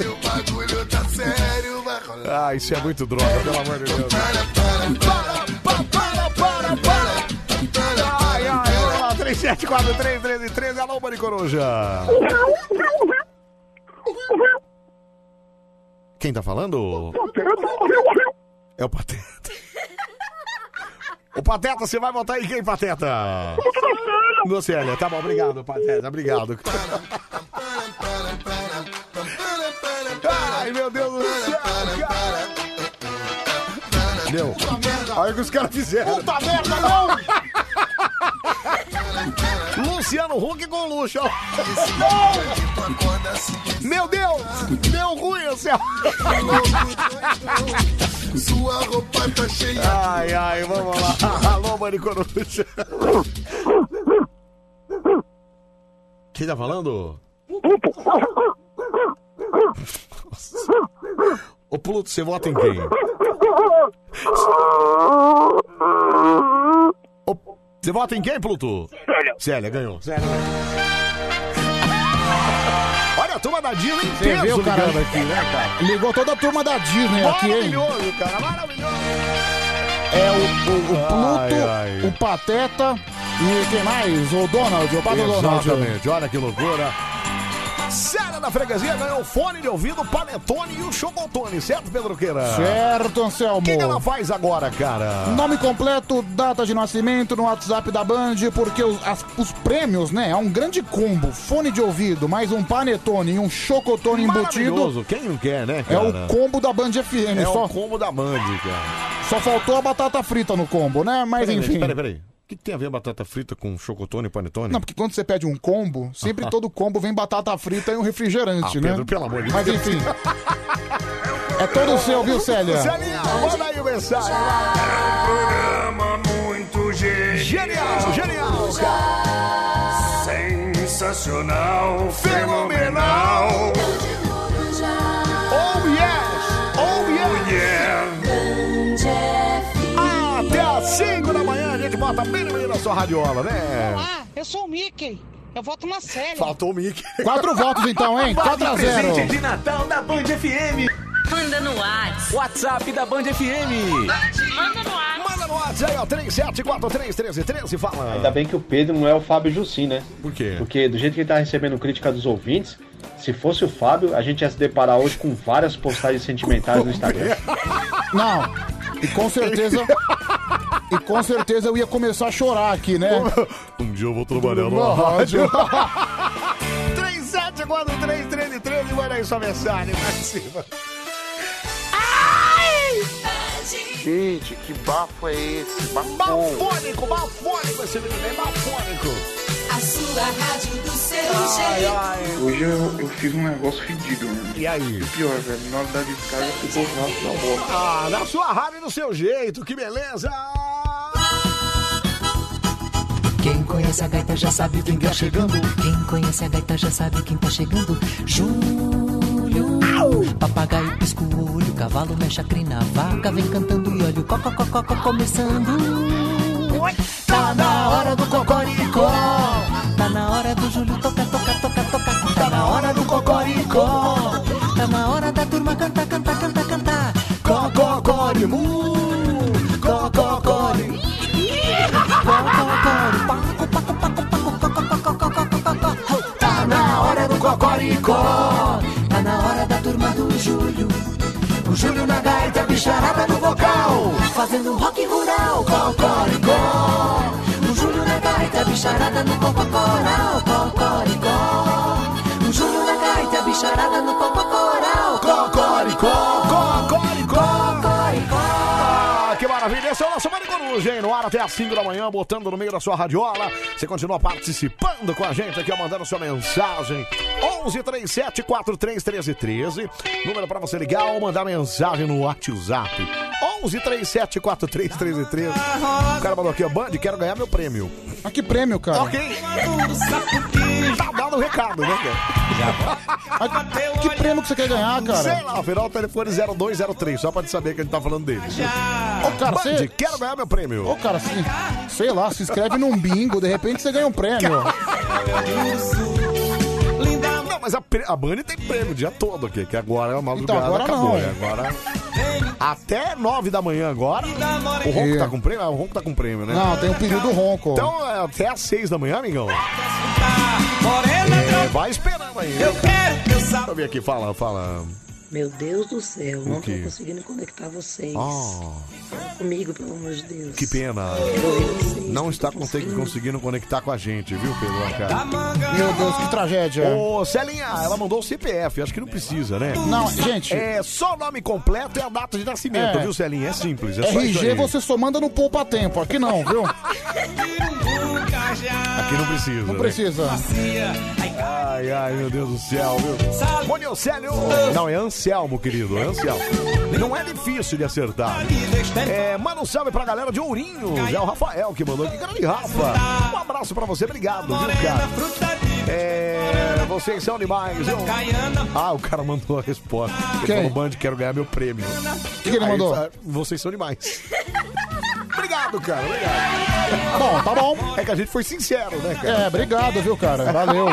O bagulho tá sério, vai rolar.
Ah, isso é muito droga, pelo amor de Deus. Ai, ai, vamos lá, 37431313, alô, Maricoruja. Quem tá falando? É o Pateta. Ô, Pateta, você vai votar em quem, Pateta? No Célia, tá bom, obrigado, Pateta, obrigado. Ai, meu Deus do céu, cara. Meu, olha o que os caras fizeram. Puta merda, não! Luciano Huck com luxo. ó. Não! Meu Deus! Deu ruim, o céu.
Sua roupa tá cheia.
Ai, ai, vamos lá. Alô, Maricoruja. Quem tá falando? Ô, Pluto, você vota em quem? Ô, Você vota em quem, Pluto? Célia. Célia, ganhou. Célia. Olha a turma da Disney em
Você
peso
viu, cara?
ligando aqui, né, cara? É
Ligou toda a turma da Disney aqui, hein?
Maravilhoso, cara, maravilhoso.
É o, o, o Pluto,
Ai, ai.
o Pateta, E quem mais? O Donald, o Pato Donald.
Exatamente, olha que loucura. Série da freguesia ganhou fone de ouvido, panetone e o chocotone, certo, Pedro Queira?
Certo, Anselmo.
O que, que ela faz agora, cara?
Nome completo, data de nascimento no WhatsApp da Band, porque os, as- os prêmios, né? É um grande combo. Fone de ouvido, mais um panetone e um chocotone embutido.
Maravilhoso, quem não quer, né,
É
cara?
o combo da Band FM.
É
só,
o combo da Band, cara.
só faltou a batata frita no combo, né? Mas
Peraí,
enfim.
Peraí, peraí. O que que tem a ver batata frita com chocotone e panetone?
Não, porque quando você pede um combo, sempre todo combo vem batata frita e um refrigerante,
Ah,
né?
Pedro, pelo amor de
Mas
Deus.
enfim. é todo seu, viu, Célia?
Celinha, manda aí o mensagem.
Genial, genial, cara. Sensacional, fenomenal.
Oh yes, oh
yes. Oh,
Até às 5 da manhã a gente bota Tá bem no meio da sua radiola, né?
Olá, Ah, eu sou o Mickey. Eu voto na série.
Faltou o Mickey.
Quatro votos então, hein? 4 a 0.
Presente de Natal da Band FM. Manda no WhatsApp. WhatsApp da Band FM. Manda no WhatsApp.
Manda no WhatsApp aí, ó, 37431313, fala.
Ainda bem que o Pedro não é o Fábio Jussim, né?
Por quê?
Porque do jeito que ele tá recebendo crítica dos ouvintes, se fosse o Fábio, a gente ia se deparar hoje com várias postagens sentimentais no Instagram.
Não. E com certeza. e com certeza eu ia começar a chorar aqui, né?
Um dia eu vou trabalhar
Uma
no rádio.
rádio.
37431313, manda aí sua mensagem, participa.
Gente, que bafo é esse? Bafão.
Bafônico, bafônico esse menino, é bafônico.
A sua rádio do seu
Ai,
jeito.
ai.
Hoje eu, eu fiz um negócio ridículo, mano.
E aí?
O pior, velho, na hora da descarga ficou o rastro da bola.
Ah, na sua rádio e no seu jeito, que beleza!
Quem conhece a gaita já sabe quem tá chegando. Quem conhece a gaita já sabe quem tá chegando. Júlio, papagaio pisca o olho, cavalo mexe a crina, vaca vem cantando e olha o cocococó começando. Tá na hora do cocoricó, tá na hora do Júlio toca, toca, toca, toca, tá na hora do cocoricó, tá na hora da turma cantar, cantar, cantar, cantar. Cococorimu, cococorimu. Tá na hora do cocoricó, tá na hora da turma do Júlio. O Júlio na gaita, bicharada no vocal, fazendo um rock rural, cocoricó. O Júlio na gaita, bicharada no cocorau, cocoricó. O Júlio na gaita, bicharada no cocorau, cocoricó. Cocoricó, cocoricó.
Ah, que maravilha! Esse é o nosso Mari Coruja, hein? No ar até às 5 da manhã, botando no meio da sua radiola. Você continua participando com a gente aqui, ó, mandando sua mensagem. 1137-431313. Número pra você ligar ou mandar mensagem no WhatsApp. 1137-431313. O cara mandou aqui, ó, Band, quero ganhar meu prêmio.
Mas Ah, que prêmio, cara?
Ok. Tá dando o recado, né, cara?
Que prêmio que você quer ganhar, cara?
Sei lá, afinal o telefone 0203, só pra te saber que a gente tá falando dele.
Ô, cara,
Band,
você-
quero ganhar meu prêmio.
Ô, cara, se, sei lá, se inscreve num bingo, de repente você ganha um prêmio.
Não, mas a, pre- a Band tem prêmio o dia todo aqui, que agora é uma madrugada,
Então, agora
acabou.
não.
é, Agora... Até nove da manhã agora. O Ronco tá com prêmio? Ah, o Ronco tá com prêmio, né?
Não, tem um período ronco.
Então é até às seis da manhã, amigão. É, vai esperando aí. Eu quero que eu saiba. Deixa eu ver aqui, fala, fala.
Meu Deus do céu, não
quê?
tô conseguindo conectar vocês.
Ah,
Fala comigo, pelo amor de Deus.
que pena. Não está conse- conseguindo conectar com a gente, viu, Pedro? Cara?
Meu Deus, que tragédia.
Ô, Celinha, ela mandou o CPF, acho que não precisa, né?
Não, gente.
É só o nome completo e a data de nascimento,
É.
viu, Celinha? É simples. É só isso
RG
aí.
você só manda no poupa tempo, aqui não, viu?
Aqui não precisa.
Não
né?
precisa.
Ai, ai, meu Deus do céu, viu? Olha o Célio! Não, é Anselmo, querido, é Anselmo. Não é difícil de acertar. É, manda um salve pra galera de Ourinho. É o Rafael que mandou. Que grande Rafa! Um abraço pra você, obrigado, viu, cara? É, vocês são animais, viu? Ah, o cara mandou a resposta. Ele
Quem?
falou, Band, quero ganhar meu prêmio.
que ele
Aí,
mandou?
ah, vocês são animais. obrigado, cara, obrigado.
Bom, tá bom.
É que a gente foi sincero, né, cara?
É, obrigado, viu, cara? Valeu.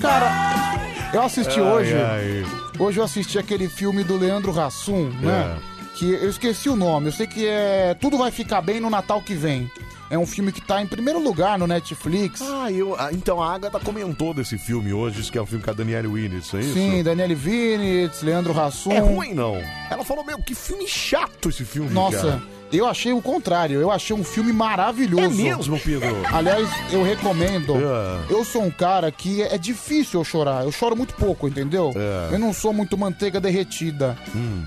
Cara, eu assisti
Ai,
hoje.
ai.
Hoje eu assisti aquele filme do Leandro é Hassum, né? Que eu esqueci o nome. Eu sei que é Tudo Vai Ficar Bem no Natal que vem. É um filme que tá em primeiro lugar no Netflix.
Ah, eu, ah, então a Agatha comentou desse filme hoje, disse que é um filme com a Danielle Winitz, é isso?
Sim, Daniele Vinitz, Leandro Hassum.
É ruim, não. Ela falou, meu, que filme chato esse filme,
Nossa,
cara.
eu achei o contrário. Eu achei um filme maravilhoso.
É mesmo, Pedro? É.
Aliás, eu recomendo. Eu sou um cara que é é difícil eu chorar. Eu choro muito pouco, entendeu?
É.
Eu não sou muito manteiga derretida.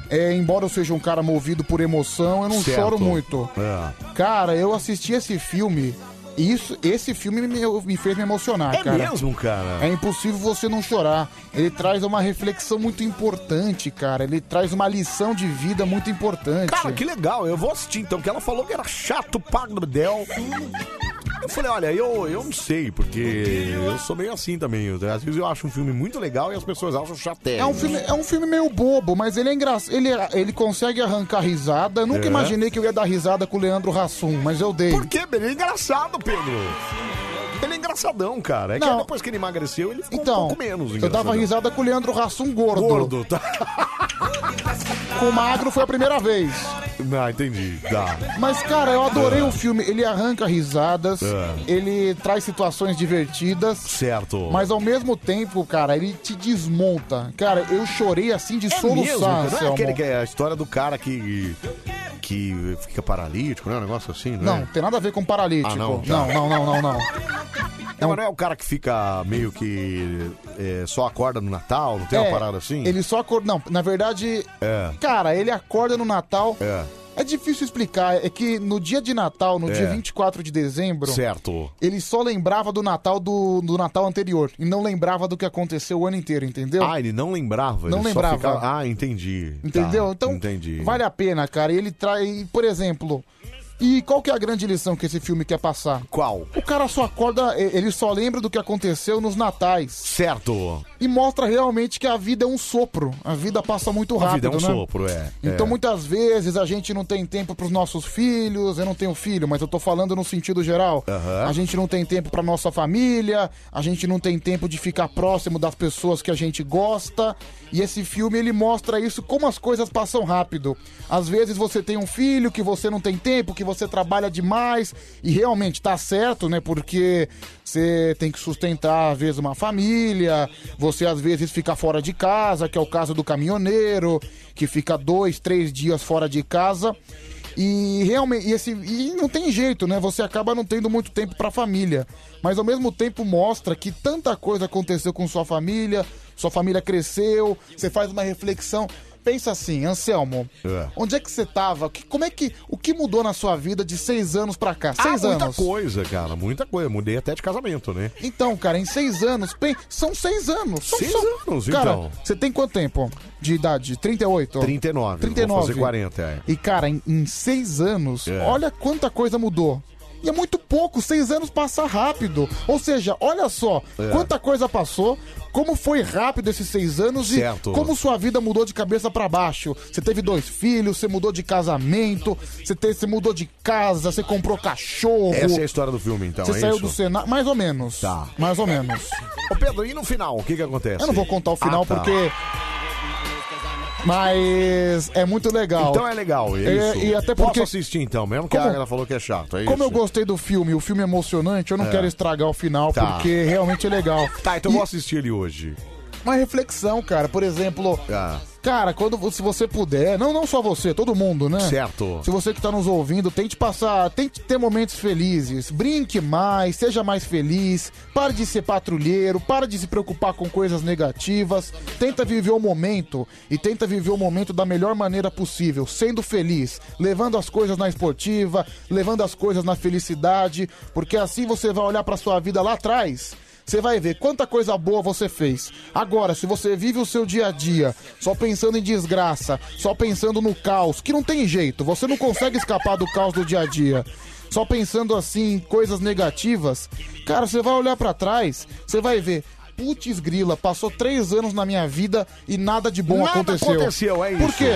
É, embora eu seja um cara movido por emoção, eu não
Hum. Certo.
choro muito.
É.
Cara, eu assisti esse filme e isso, esse filme me, me fez me emocionar,
É
cara.
mesmo, cara?
É impossível você não chorar. Ele traz uma reflexão muito importante, cara. Ele traz uma lição de vida muito importante.
Cara, que legal, eu vou assistir então, que ela falou que era chato pra Del. Eu falei, olha, eu, eu não sei, porque eu sou meio assim também. Eu- Às vezes eu acho um filme muito legal e as pessoas acham chaté.
É um, filme, é um filme meio bobo, mas ele é engraçado. Ele, ele consegue arrancar risada. Eu nunca
É.
imaginei que eu ia dar risada com o Leandro Hassum, mas eu dei.
Por quê? Ele é engraçado, Pedro. Ele é engraçadão, cara. É que
Não.
depois que ele emagreceu, ele ficou
Então,
um pouco menos
eu dava
engraçadão.
risada com o Leandro Hassum um gordo.
Gordo, tá.
Com o magro foi a primeira vez.
Não, Ah, entendi. Dá.
Mas, cara, eu adorei
É.
o filme. Ele arranca risadas,
É.
ele traz situações divertidas.
Certo.
Mas ao mesmo tempo, cara, ele te desmonta. Cara, eu chorei assim de
É mesmo,
soluçar,
cara? não é
Anselmo.
aquele que é a história do cara que. que fica paralítico, né? Um negócio assim, né?
Não, tem nada a ver com paralítico.
Ah, não, tá.
não, não, não, não, não.
Não, mas não é o cara que fica meio que é, só acorda no Natal, não tem uma
É,
parada assim?
Ele só acorda. Não, na verdade,
É.
cara, ele acorda no Natal.
É.
É difícil explicar. É que no dia de Natal, no
É.
dia 24 de dezembro.
Certo.
Ele só lembrava do Natal do, do Natal anterior. E não lembrava do que aconteceu o ano inteiro, entendeu?
Ah, ele não lembrava.
Não
ele
lembrava.
Só ficava... Ah, entendi.
Entendeu?
Tá,
então,
Entendi.
vale a pena, cara. E ele traz, por exemplo. E qual que é a grande lição que esse filme quer passar?
Qual?
O cara só acorda, e- ele só lembra do que aconteceu nos natais.
Certo.
E mostra realmente que a vida é um sopro. A vida passa muito
A
rápido,
vida é um
né?
sopro, é.
Então
é.
muitas vezes a gente não tem tempo pros nossos filhos, eu não tenho filho, mas eu tô falando no sentido geral. A gente não tem tempo pra nossa família, a gente não tem tempo de ficar próximo das pessoas que a gente gosta. E esse filme ele mostra isso como as coisas passam rápido. Às vezes você tem um filho que você não tem tempo, que você trabalha demais e realmente tá certo, né? Porque você tem que sustentar às vezes uma família, você às vezes fica fora de casa, que é o caso do caminhoneiro, que fica dois, três dias fora de casa. E realmente, e esse, e não tem jeito, né? Você acaba não tendo muito tempo pra família. Mas ao mesmo tempo mostra que tanta coisa aconteceu com sua família, sua família cresceu, você faz uma reflexão. Pensa assim, Anselmo,
É.
onde é que você tava? Que- como é que, o que mudou na sua vida de seis anos pra cá? Seis
ah,
anos.
muita coisa, cara. Muita coisa. Mudei até de casamento, né?
Então, cara, em seis anos, pen- são seis anos. São,
Seis
são-
anos,
cara,
então.
Você tem quanto tempo de idade? 38?
39.
39.
Vou fazer 40, é.
E, cara, em, em seis anos, olha quanta coisa mudou. E é muito pouco, seis anos passa rápido. Ou seja, olha só,
É.
quanta coisa passou, como foi rápido esses seis anos
Certo.
e como sua vida mudou de cabeça pra baixo. Você teve dois filhos, você mudou de casamento, você, te- você mudou de casa, você comprou cachorro.
Essa é a história do filme, então.
Você
é
saiu
isso?
do Senado, mais ou menos. Tá. Mais ou menos.
Ô, Pedro, e no final? O que que acontece?
Eu não vou contar o final
assim. Ah, tá.
porque. é Mas é muito legal.
Então é legal, é
É,
isso.
e até porque-
Posso assistir então, mesmo que
Como-
a Agatha falou que é chato, é
Como eu
isso?
gostei do filme, o filme é emocionante, eu não
É.
quero estragar o final,
Tá.
porque realmente é legal.
Tá, então
E
eu vou assistir ele hoje.
Uma reflexão, cara. Por exemplo,
Ah,
Cara, quando vo- se você puder, não, não só você, todo mundo, né?
Certo.
Se você que tá nos ouvindo, tente passar, tente ter momentos felizes, brinque mais, seja mais feliz, pare de ser patrulheiro, pare de se preocupar com coisas negativas, tenta viver o momento e tenta viver o momento da melhor maneira possível, sendo feliz, levando as coisas na esportiva, levando as coisas na felicidade, porque assim você vai olhar pra sua vida lá atrás você vai ver quanta coisa boa você fez. Agora, se você vive o seu dia a dia só pensando em desgraça, só pensando no caos, que não tem jeito, você não consegue escapar do caos do dia a dia. Só pensando assim em coisas negativas, cara, você vai olhar pra trás, você vai ver. Putz grila, passou três anos na minha vida e nada de bom
Nada
aconteceu.
aconteceu, é isso.
Por quê?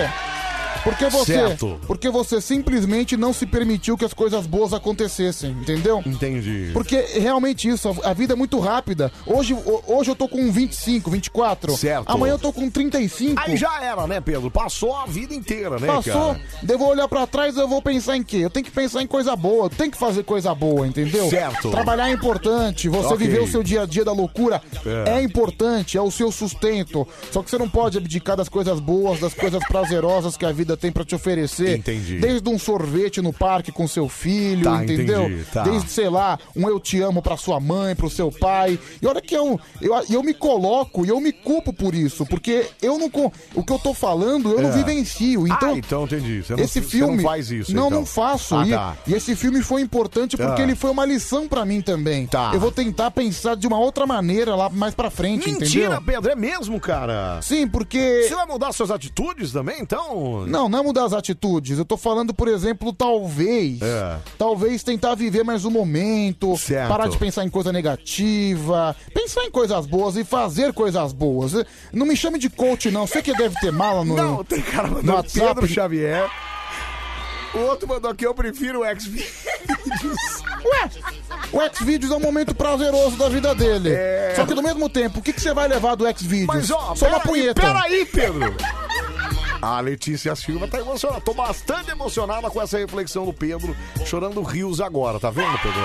Porque você,
Certo.
porque você simplesmente não se permitiu que as coisas boas acontecessem, entendeu?
Entendi.
Porque é realmente isso, a- a vida é muito rápida. Hoje, ho- hoje eu tô com um 25, 24.
Certo.
Amanhã eu tô com um 35.
Aí já era, né, Pedro? Passou a vida inteira, né,
Passou,
cara?
daí eu vou olhar pra trás eu vou pensar em quê? Eu tenho que pensar em coisa boa, eu tenho que fazer coisa boa, entendeu?
Certo.
Trabalhar é importante, você
Ok.
viver o seu dia a dia da loucura
É.
é. importante, é o seu sustento. Só que você não pode abdicar das coisas boas, das coisas prazerosas que a vida tem pra te oferecer.
Entendi.
Desde um sorvete no parque com seu filho,
Tá,
entendeu?
entendi, tá.
Desde, sei lá, um eu te amo pra sua mãe, pro seu pai. E olha que eu, eu, eu me coloco e eu me culpo por isso, porque eu não. con- O que eu tô falando, eu não
É.
vivencio. Então,
ah, então entendi. Você não,
esse
você
filme.
não faz isso.
Não,
então.
não faço.
Ah,
e,
tá.
e esse filme foi importante porque
Ah.
ele foi uma lição pra mim também. Tá. Eu vou tentar pensar de uma outra maneira lá mais pra frente,
Mentira,
entendeu?
Pedro, é mesmo, cara?
Sim, porque.
Você vai mudar suas atitudes também, então?
Não, não é mudar as atitudes. Eu tô falando, por exemplo, talvez.
É.
Talvez tentar viver mais um momento. Parar de pensar em coisa negativa. Pensar em coisas boas e fazer coisas boas. Não me chame de coach, não. Sei que deve ter mala no.
Não, tem cara
no
mandando
WhatsApp.
Pedro Xavier. O outro mandou aqui, eu prefiro o X-Videos.
O Xvideos é um momento prazeroso da vida dele. Só que do mesmo tempo, o que, que você vai levar do Xvideos?
É. Mas, ó,
Só uma
peraí,
punheta.
peraí, Pedro. A Letícia Silva tá emocionada. Tô bastante emocionada com essa reflexão do Pedro, chorando rios agora, tá vendo, Pedro?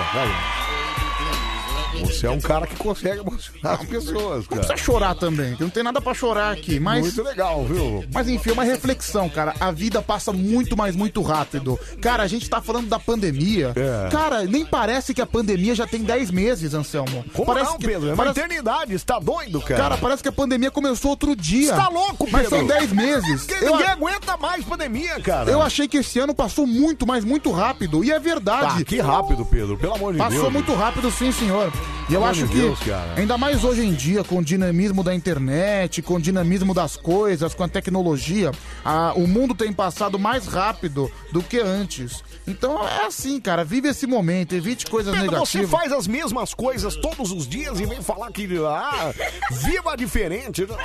Vai. Você é um cara que consegue emocionar as pessoas,
Não
cara.
precisa chorar também, que não tem nada pra chorar aqui, mas.
Muito legal, viu?
Mas enfim, é uma reflexão, cara. A vida passa muito, mas muito rápido. Cara, a gente tá falando da pandemia.
É.
Cara, nem parece que a pandemia já tem 10 meses, Anselmo.
Como
parece
não, Pedro? É uma
parece-
eternidade, você tá doido, cara.
Cara, parece que a pandemia começou outro dia.
Você tá louco,
Mas
Pedro?
são 10 meses.
Porque ninguém aguenta mais pandemia, cara.
Eu achei que esse ano passou muito, mas muito rápido. E é verdade.
Tá, que rápido, Pedro, pelo amor de
Passou
Deus.
muito rápido, sim, senhor. E eu
Pelo
acho
amor
que,
de Deus, cara.
ainda mais hoje em dia, com o dinamismo da internet, com o dinamismo das coisas, com a tecnologia, a- o mundo tem passado mais rápido do que antes. Então é assim, cara. Vive esse momento, evite coisas
Pedro, você
negativas.
faz as mesmas coisas todos os dias e vem falar que ah, viva diferente. É tudo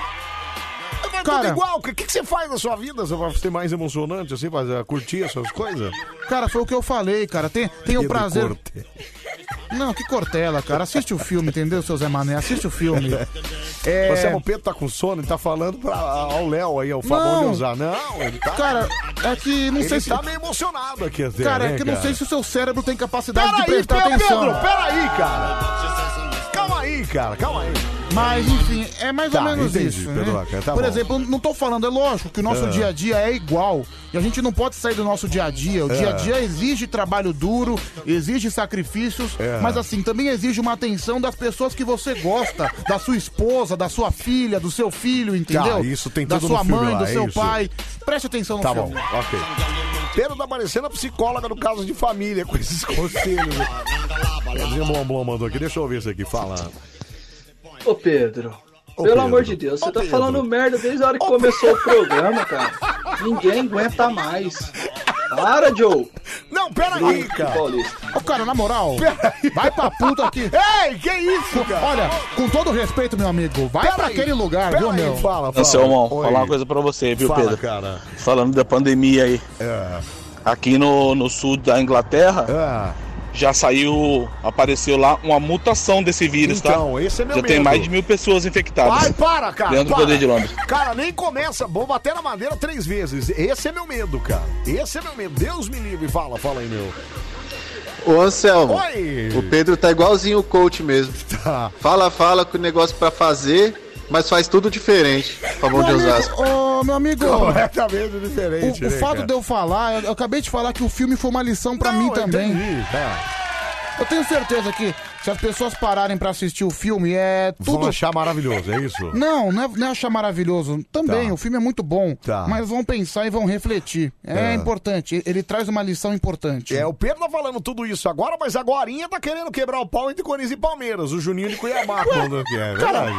Cara-
igual. O que, que você faz na sua vida pra ser mais emocionante, assim, pra curtir essas coisas?
Cara, foi o que eu falei, cara. Tem, tem o
Pedro
prazer.
Corte.
Não, que cortela, cara. Assiste o filme, entendeu, seu Zé Mané? Assiste o filme. É...
Você, o Pedro tá com sono e tá falando pra, ao Léo aí, ao Fabão de usar. Não, ele tá.
Cara, é que não
ele
sei se.
tá meio emocionado aqui, até,
Cara,
né,
é que eu não sei se o seu cérebro tem capacidade de
Peraí,
prestar
Pedro,
atenção.
Pedro, peraí, cara. Calma aí, cara, calma aí.
Mas, enfim, é mais
Tá,
ou menos
entendi,
isso.
Pedroca,
né?
tá
Por
bom.
exemplo, não tô falando, é lógico que o nosso
Ah.
dia a dia é igual. E a gente não pode sair do nosso dia a dia. O dia a
Ah.
dia exige trabalho duro, exige sacrifícios,
É.
mas assim, também exige uma atenção das pessoas que você gosta, da sua esposa, da sua filha, do seu filho, entendeu?
Tá, isso tem
da
tudo
sua
no filme
mãe,
lá,
do
é
seu
isso.
pai. Preste atenção no
Tá
filme.
bom, ok. Pedro tá parecendo a psicóloga do caso de família com esses conselhos. Pedrinho Blomblom mandou aqui, deixa eu ouvir isso aqui, fala.
Ô Pedro,
Ô,
pelo
Pedro.
amor de Deus, você
Ô,
tá
Pedro.
falando merda desde a hora que começou o programa, cara. Ninguém aguenta mais. Para, Joe!
Não, peraí, cara.
Ô, cara, na moral, vai pra puta aqui.
Ei, que isso,
cara? Olha, com todo respeito, meu amigo, vai pra aquele lugar, viu, meu?
Anselmão,
Oi.
falar uma coisa pra você, viu,
Fala,
Pedro?
cara.
Falando da pandemia aí.
É.
Aqui no, no sul da Inglaterra, já saiu, apareceu lá uma mutação desse vírus,
Então,
tá?
esse é meu
já tem
medo.
mais de mil pessoas
Tá.
infectadas.
Ai, para, cara.
Leandro
para.
Poder de Londres.
Cara, nem começa. Vou bater na madeira três vezes. Esse é meu medo, cara. Esse é meu medo. Deus me livre. Fala, fala aí, meu.
Ô Anselmo,
Oi. Tá.
o Pedro tá igualzinho o coach mesmo. Fala, fala com o negócio pra fazer, mas faz tudo diferente. Favor de
Meu amigo,
Osasco.
Ô, meu amigo.
Completamente
O,
diferente.
o
né,
fato
cara?
de eu falar, eu, eu acabei de falar que o filme foi uma lição pra mim também.
tá.
Eu tenho certeza que se as pessoas pararem pra assistir o filme, é tudo.
Vão achar maravilhoso, é isso?
Não, não é, não é achar maravilhoso. Também,
Tá.
o filme é muito bom. Mas vão pensar e vão refletir. É,
É.
importante. Ele traz uma lição importante.
É, o Pedro tá falando tudo isso agora, mas agorinha tá querendo quebrar o pau entre Corinthians e Palmeiras. O Juninho de Cuiabá quando que é, verdade.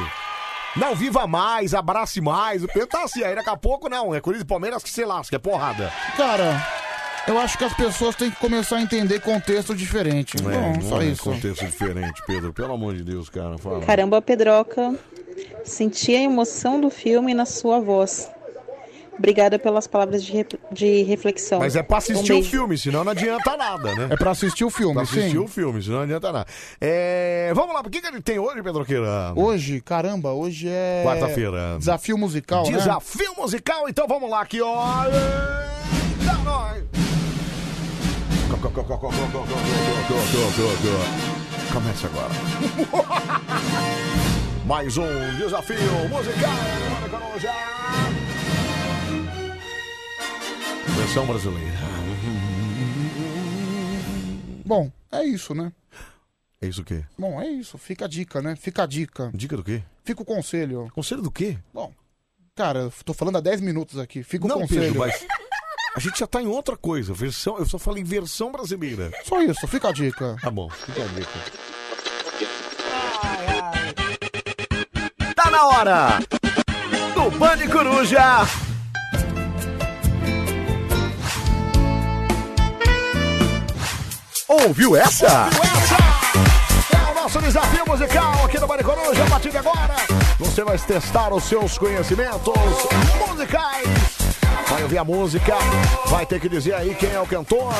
Não, viva mais, abrace mais. O Pedro tá assim, aí daqui a pouco não. É Corinthians e Palmeiras que se lasca, é porrada.
Cara, eu acho que as pessoas têm que começar a entender contexto diferente.
É,
Bom, só
é
isso.
contexto diferente, Pedro. Pelo amor de Deus, cara. Fala.
Caramba, Pedroca, senti a emoção do filme na sua voz. Obrigada pelas palavras de, rep- de reflexão.
Mas é pra assistir
um
o
beijo.
filme, senão não adianta nada, né?
É pra assistir o filme,
Pra assistir
sim.
o filme, senão não adianta nada. É, Vamos lá, o que, que ele tem hoje, Pedroqueira?
Hoje, caramba, hoje é.
Quarta-feira.
Desafio musical, né?
Desafio musical, então vamos lá é? aqui, ó. Eita, nós. Go, go, go, go, go, go, go, go, go, go, go, go. Começa agora. Mais um desafio musical. Bora, Coruja. Versão brasileira.
Bom, é isso, né?
É isso o quê?
Bom, é isso. Fica a dica, né? Fica a dica.
Dica do quê?
Fica o conselho.
Conselho do quê?
Bom, cara, eu tô falando há 10 minutos aqui. Fica o
Não,
conselho.
Pedro, mas a gente já tá em outra coisa. Versão, eu só falei versão brasileira.
Só isso, fica a dica.
Tá bom, fica a dica.
Tá na hora do Bande Coruja.
Ouviu essa? É o nosso desafio musical aqui no Bande Coruja. A partir de agora, você vai testar os seus conhecimentos musicais. Vai ouvir a música, vai ter que dizer aí quem é o cantor,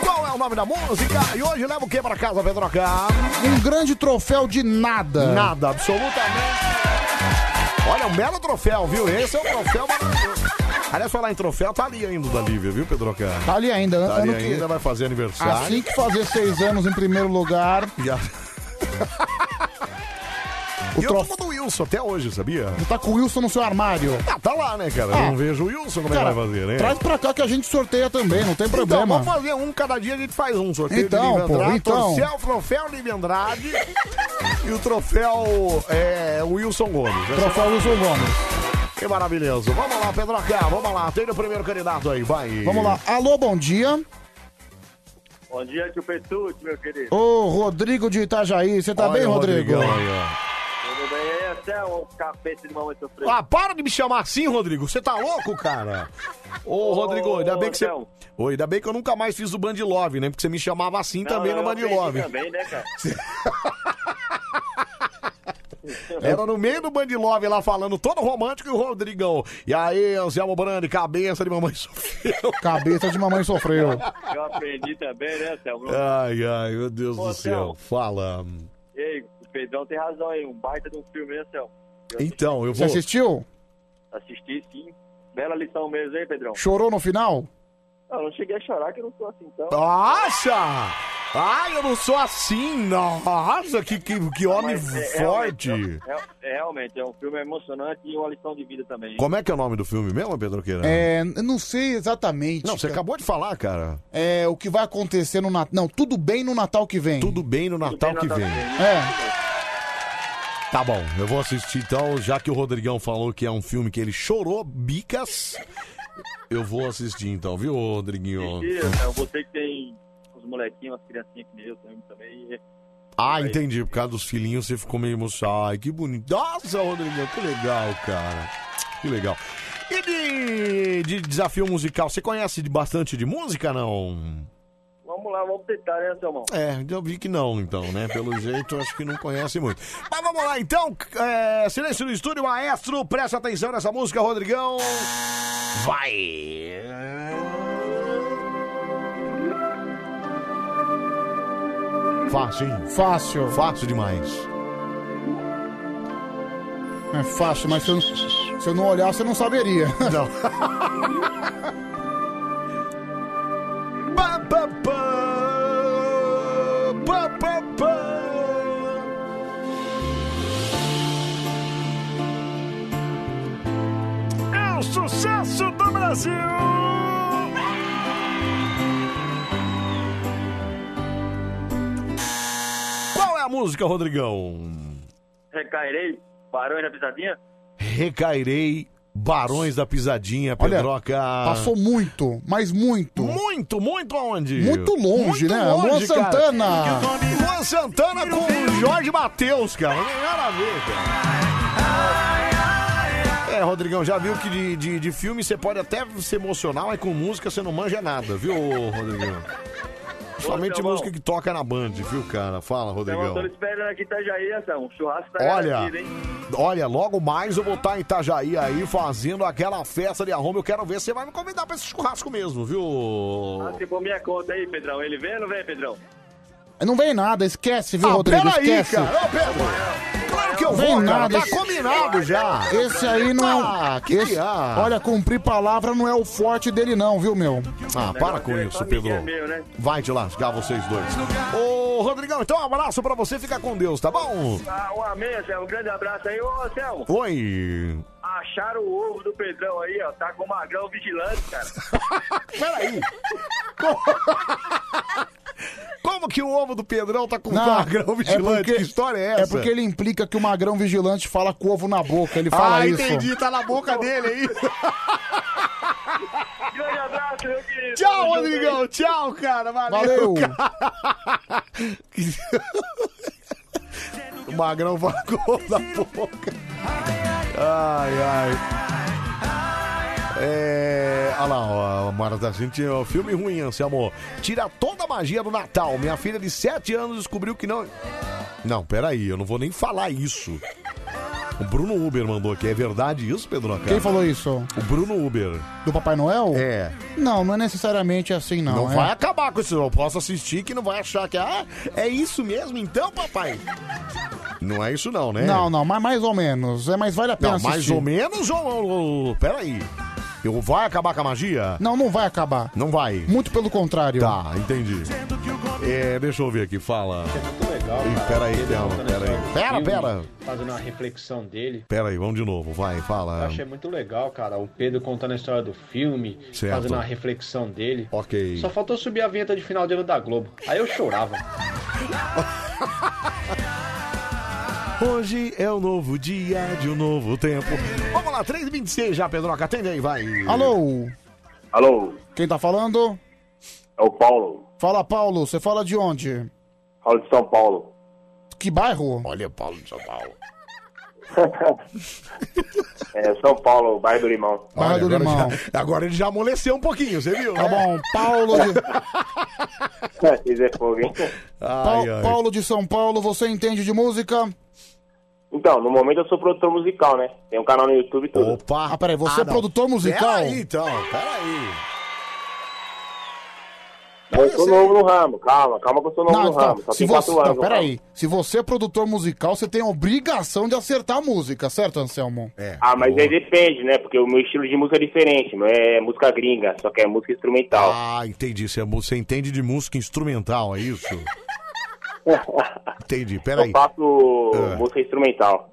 qual é o nome da música. E hoje leva o que pra casa, Pedroca?
Um grande troféu de nada.
Nada, absolutamente. Olha, um belo troféu, viu? Esse é um troféu maravilhoso. Aliás, falar em troféu, tá ali ainda da Lívia, viu, Pedroca?
Tá ali ainda,
Tá ali
ano que-
ainda, vai fazer aniversário.
Assim que fazer seis anos em primeiro lugar.
Já. O e eu tô do Wilson até hoje, sabia?
Você tá com o Wilson no seu armário.
Ah, tá lá, né, cara? Eu
Ah.
não vejo o Wilson como
Cara,
é que vai fazer, né?
Traz pra cá que a gente sorteia também, não tem
Então,
problema.
vamos fazer um, cada dia a gente faz um sorteio
Então,
de Lívia
pô,
Andrade.
então.
Torcel, troféu Lívia Andrade e o troféu é, Wilson Gomes.
Troféu Wilson Gomes.
Que maravilhoso. Vamos lá, Pedroca, vamos lá. Tem o primeiro candidato aí, vai.
Vamos lá. Alô, bom dia.
Bom dia, tio Petute, meu querido.
Ô, Rodrigo de Itajaí, você tá
Olha
bem,
o
Rodrigo?
Rodrigão aí, ó.
Tudo bem? E aí, até um capeta de mamãe sofreu.
Ah, para de me chamar assim, Rodrigo. Você tá louco, cara? Ô, Rodrigo, ainda bem que você.
Anselmo.
Oi, ainda bem que eu nunca mais fiz o Band Love, né? Porque você me chamava assim também no
eu
Band
aprendi
Love.
Também, né, cara? né?
Era no meio do Band Love lá falando todo romântico e o Rodrigão. E aí, Anselmo Brandi, cabeça de mamãe sofreu.
Cabeça de mamãe sofreu.
Eu aprendi também, né, Selmo?
Ai, ai, meu Deus
Ô,
do céu.
Anselmo.
Fala.
E aí, o Pedrão tem razão aí, um baita de um filme, né, Selmo?
Então, eu
Você
vou.
assistiu?
Assisti sim. Bela lição mesmo, hein, Pedrão?
Chorou no final?
Ah, Eu não cheguei a chorar que eu não sou assim, então.
Ah. Nossa! Ai, eu não sou assim, nossa, que, que, que homem
Mas é-
forte.
Realmente, é, é- é realmente, é um filme emocionante e uma lição de vida também. hein?
Como é que é o nome do filme mesmo, Pedro Queira?
É, eu não sei exatamente.
Não, você
cara.
acabou de falar, cara.
É, o que vai acontecer no Natal. Não, tudo bem no Natal que vem.
Tudo bem no Natal que vem.
É.
Tá bom, eu vou assistir então, já que o Rodrigão falou que é um filme que ele chorou bicas. Eu vou assistir então, viu, Rodriguinho?
E, é, Selmo, você que tem os molequinhos, as criancinhas que nem eu também, também.
Ah, entendi. Por causa dos filhinhos você ficou meio emocionado. Ai, que bonito. Nossa, Rodrigão, que legal, cara. Que legal. E de, de desafio musical, você conhece de- bastante de música, não?
Vamos lá, vamos tentar, né, Selmão?
É, eu vi que não, então, né? Pelo jeito, eu acho que não conhece muito. Mas vamos lá, então. É, silêncio no estúdio, maestro. Presta atenção nessa música, Rodrigão. Vai! Fácil, hein?
Fácil.
Fácil demais.
É fácil, mas se eu, se eu não olhar, você não saberia.
Não. Pá, pá, pá. Pá, pá, pá. É o sucesso do Brasil! Qual é a música, Rodrigão?
Recairei, barões na pisadinha?
Recairei, Barões da Pisadinha,
Olha,
Pedroca.
Passou muito, mas muito.
Muito, muito aonde?
Muito longe, né? Luan
cara.
Santana.
Luan Santana com o Jorge Matheus, cara. Não tem nada a ver, cara. É, Rodrigão, já viu que de, de, de filme você pode até se emocionar, mas com música você não manja nada, viu, Rodrigão? Somente
Selmão.
música que toca na Band, viu, cara? Fala,
Então, tô
Rodrigão.
esperando aqui em Itajaí, Anselmo. O churrasco tá
Olha,
garantido, hein?
olha, logo mais eu vou estar em Itajaí aí fazendo aquela festa de arrumo. Eu quero ver se você vai me convidar pra esse churrasco mesmo, viu?
Ah, se for minha conta aí, Pedrão. Ele vem ou não vem, Pedrão?
Não vem nada, esquece, viu,
Ah,
Rodrigo?
peraí,
esquece.
cara. Ô, Pedro. Claro que eu
Vem
vou, cara.
nada,
Tá
esse-
combinado já.
Esse aí não é o.
Ah, que
esse-
que há?
Olha, cumprir palavra não é o forte dele, não, viu, meu?
Ah, para com isso,
é
Pedro.
né?
Vai te lascar vocês dois. Ô, Rodrigão, então um abraço pra você. Fica com Deus, tá bom?
Ah, um amém, Anselmo. Um grande abraço aí. Ô, Anselmo,
Oi.
acharam o ovo do Pedrão aí, ó. Tá com o magrão vigilante, cara.
Peraí. Como que o ovo do Pedrão tá com o
Não, é
magrão vigilante?
porque-
que história é essa?
É porque ele implica que o magrão vigilante fala com ovo na boca, ele fala
ah,
isso.
entendi, tá na boca dele aí.
Grande abraço, meu querido.
Tchau, Rodrigão. Tchau, cara.
Valeu.
Valeu. O magrão fala com o ovo na boca. Ai, ai. É. Olha lá, ó, Mara da gente é um filme ruim, Anselmo. Tira toda a magia do Natal. Minha filha de 7 anos descobriu que não. Não, peraí, eu não vou nem falar isso. O Bruno Uber mandou aqui. É verdade isso, Pedro? Nacar?
Quem falou isso?
O Bruno Uber.
Do Papai Noel?
É.
Não, não é necessariamente assim, não.
Não
é.
vai acabar com isso. Eu posso assistir que não vai achar que ah, é isso mesmo então, papai. Não é isso não, né?
Não, não, mas mais ou menos. É, mas vale a pena
Não, mais
assistir.
ou menos ou, ou, ou- peraí. Eu vai acabar com a magia?
Não, não vai acabar.
Não vai.
Muito pelo contrário.
Tá, entendi. É, deixa eu ver aqui, fala. Ih, peraí, calma, peraí. Pera, pera.
Fazendo uma reflexão dele.
Peraí, vamos de novo, vai,
Eu
Tá
fala.
achei muito legal, cara. O Pedro contando a história do filme,
Certo.
fazendo uma reflexão dele.
Ok.
Só faltou subir a vinheta de final de ano da Globo. Aí eu chorava.
Hoje é o novo dia de um novo tempo. Vamos lá, 3h26 já, Pedroca. Atende aí, vai.
Alô?
Alô,
Quem tá falando?
é o Paulo,
Fala, Paulo. Você fala de onde?
Paulo de São Paulo.
Que bairro?
Olha, Paulo de São Paulo.
É, São Paulo, bairro do Limão.
Olha,
do
agora
Limão.
já- agora ele já amoleceu um pouquinho, você viu?
Tá bom, Paulo de,
Isso é fogo, hein?
Pau- Paulo de São Paulo, você entende de música?
Então, no momento eu sou produtor musical, né? Tem um canal no YouTube e tudo.
Opa!
Ah, peraí, você é produtor musical?
Peraí, então, peraí.
eu sou novo no ramo, calma, calma que eu sou novo no ramo. Só
então, se
tem
você,
quatro anos.
não, peraí. Se você é produtor musical, você tem a obrigação de acertar a música, certo, Anselmo?
É.
Ah, mas aí depende, né? Porque o meu estilo de música é diferente, não é música gringa, só que é música instrumental.
Ah, entendi. Você, é mu- você entende de música instrumental, é isso? entendi,
eu
peraí.
faço
Ah.
música instrumental.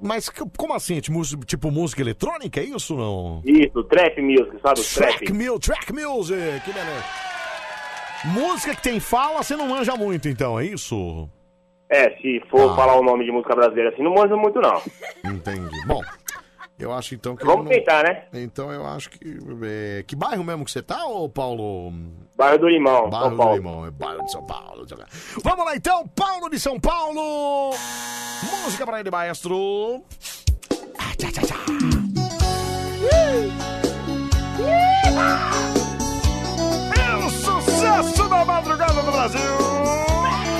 Mas c- como assim? Tipo, mus- tipo música eletrônica, é isso ou não?
Isso, trap music, sabe? O trap.
Track, mu- track music, que beleza. Música que tem fala, você não manja muito, então, é isso?
É, se for
Ah.
falar o nome de música brasileira assim, não manjo muito, não.
Entendi. Bom, eu acho então que.
Vamos
eu não-
tentar, né?
Então eu acho que. é, Que bairro mesmo que você tá, ô Paulo?
Bairro do Limão,
Bairro
São Paulo.
do Limão, é bairro de São Paulo. Vamos lá então, Paulo de São Paulo! Música pra ele, maestro! Ah, tchá, tchá, tchá. É o sucesso da madrugada do Brasil!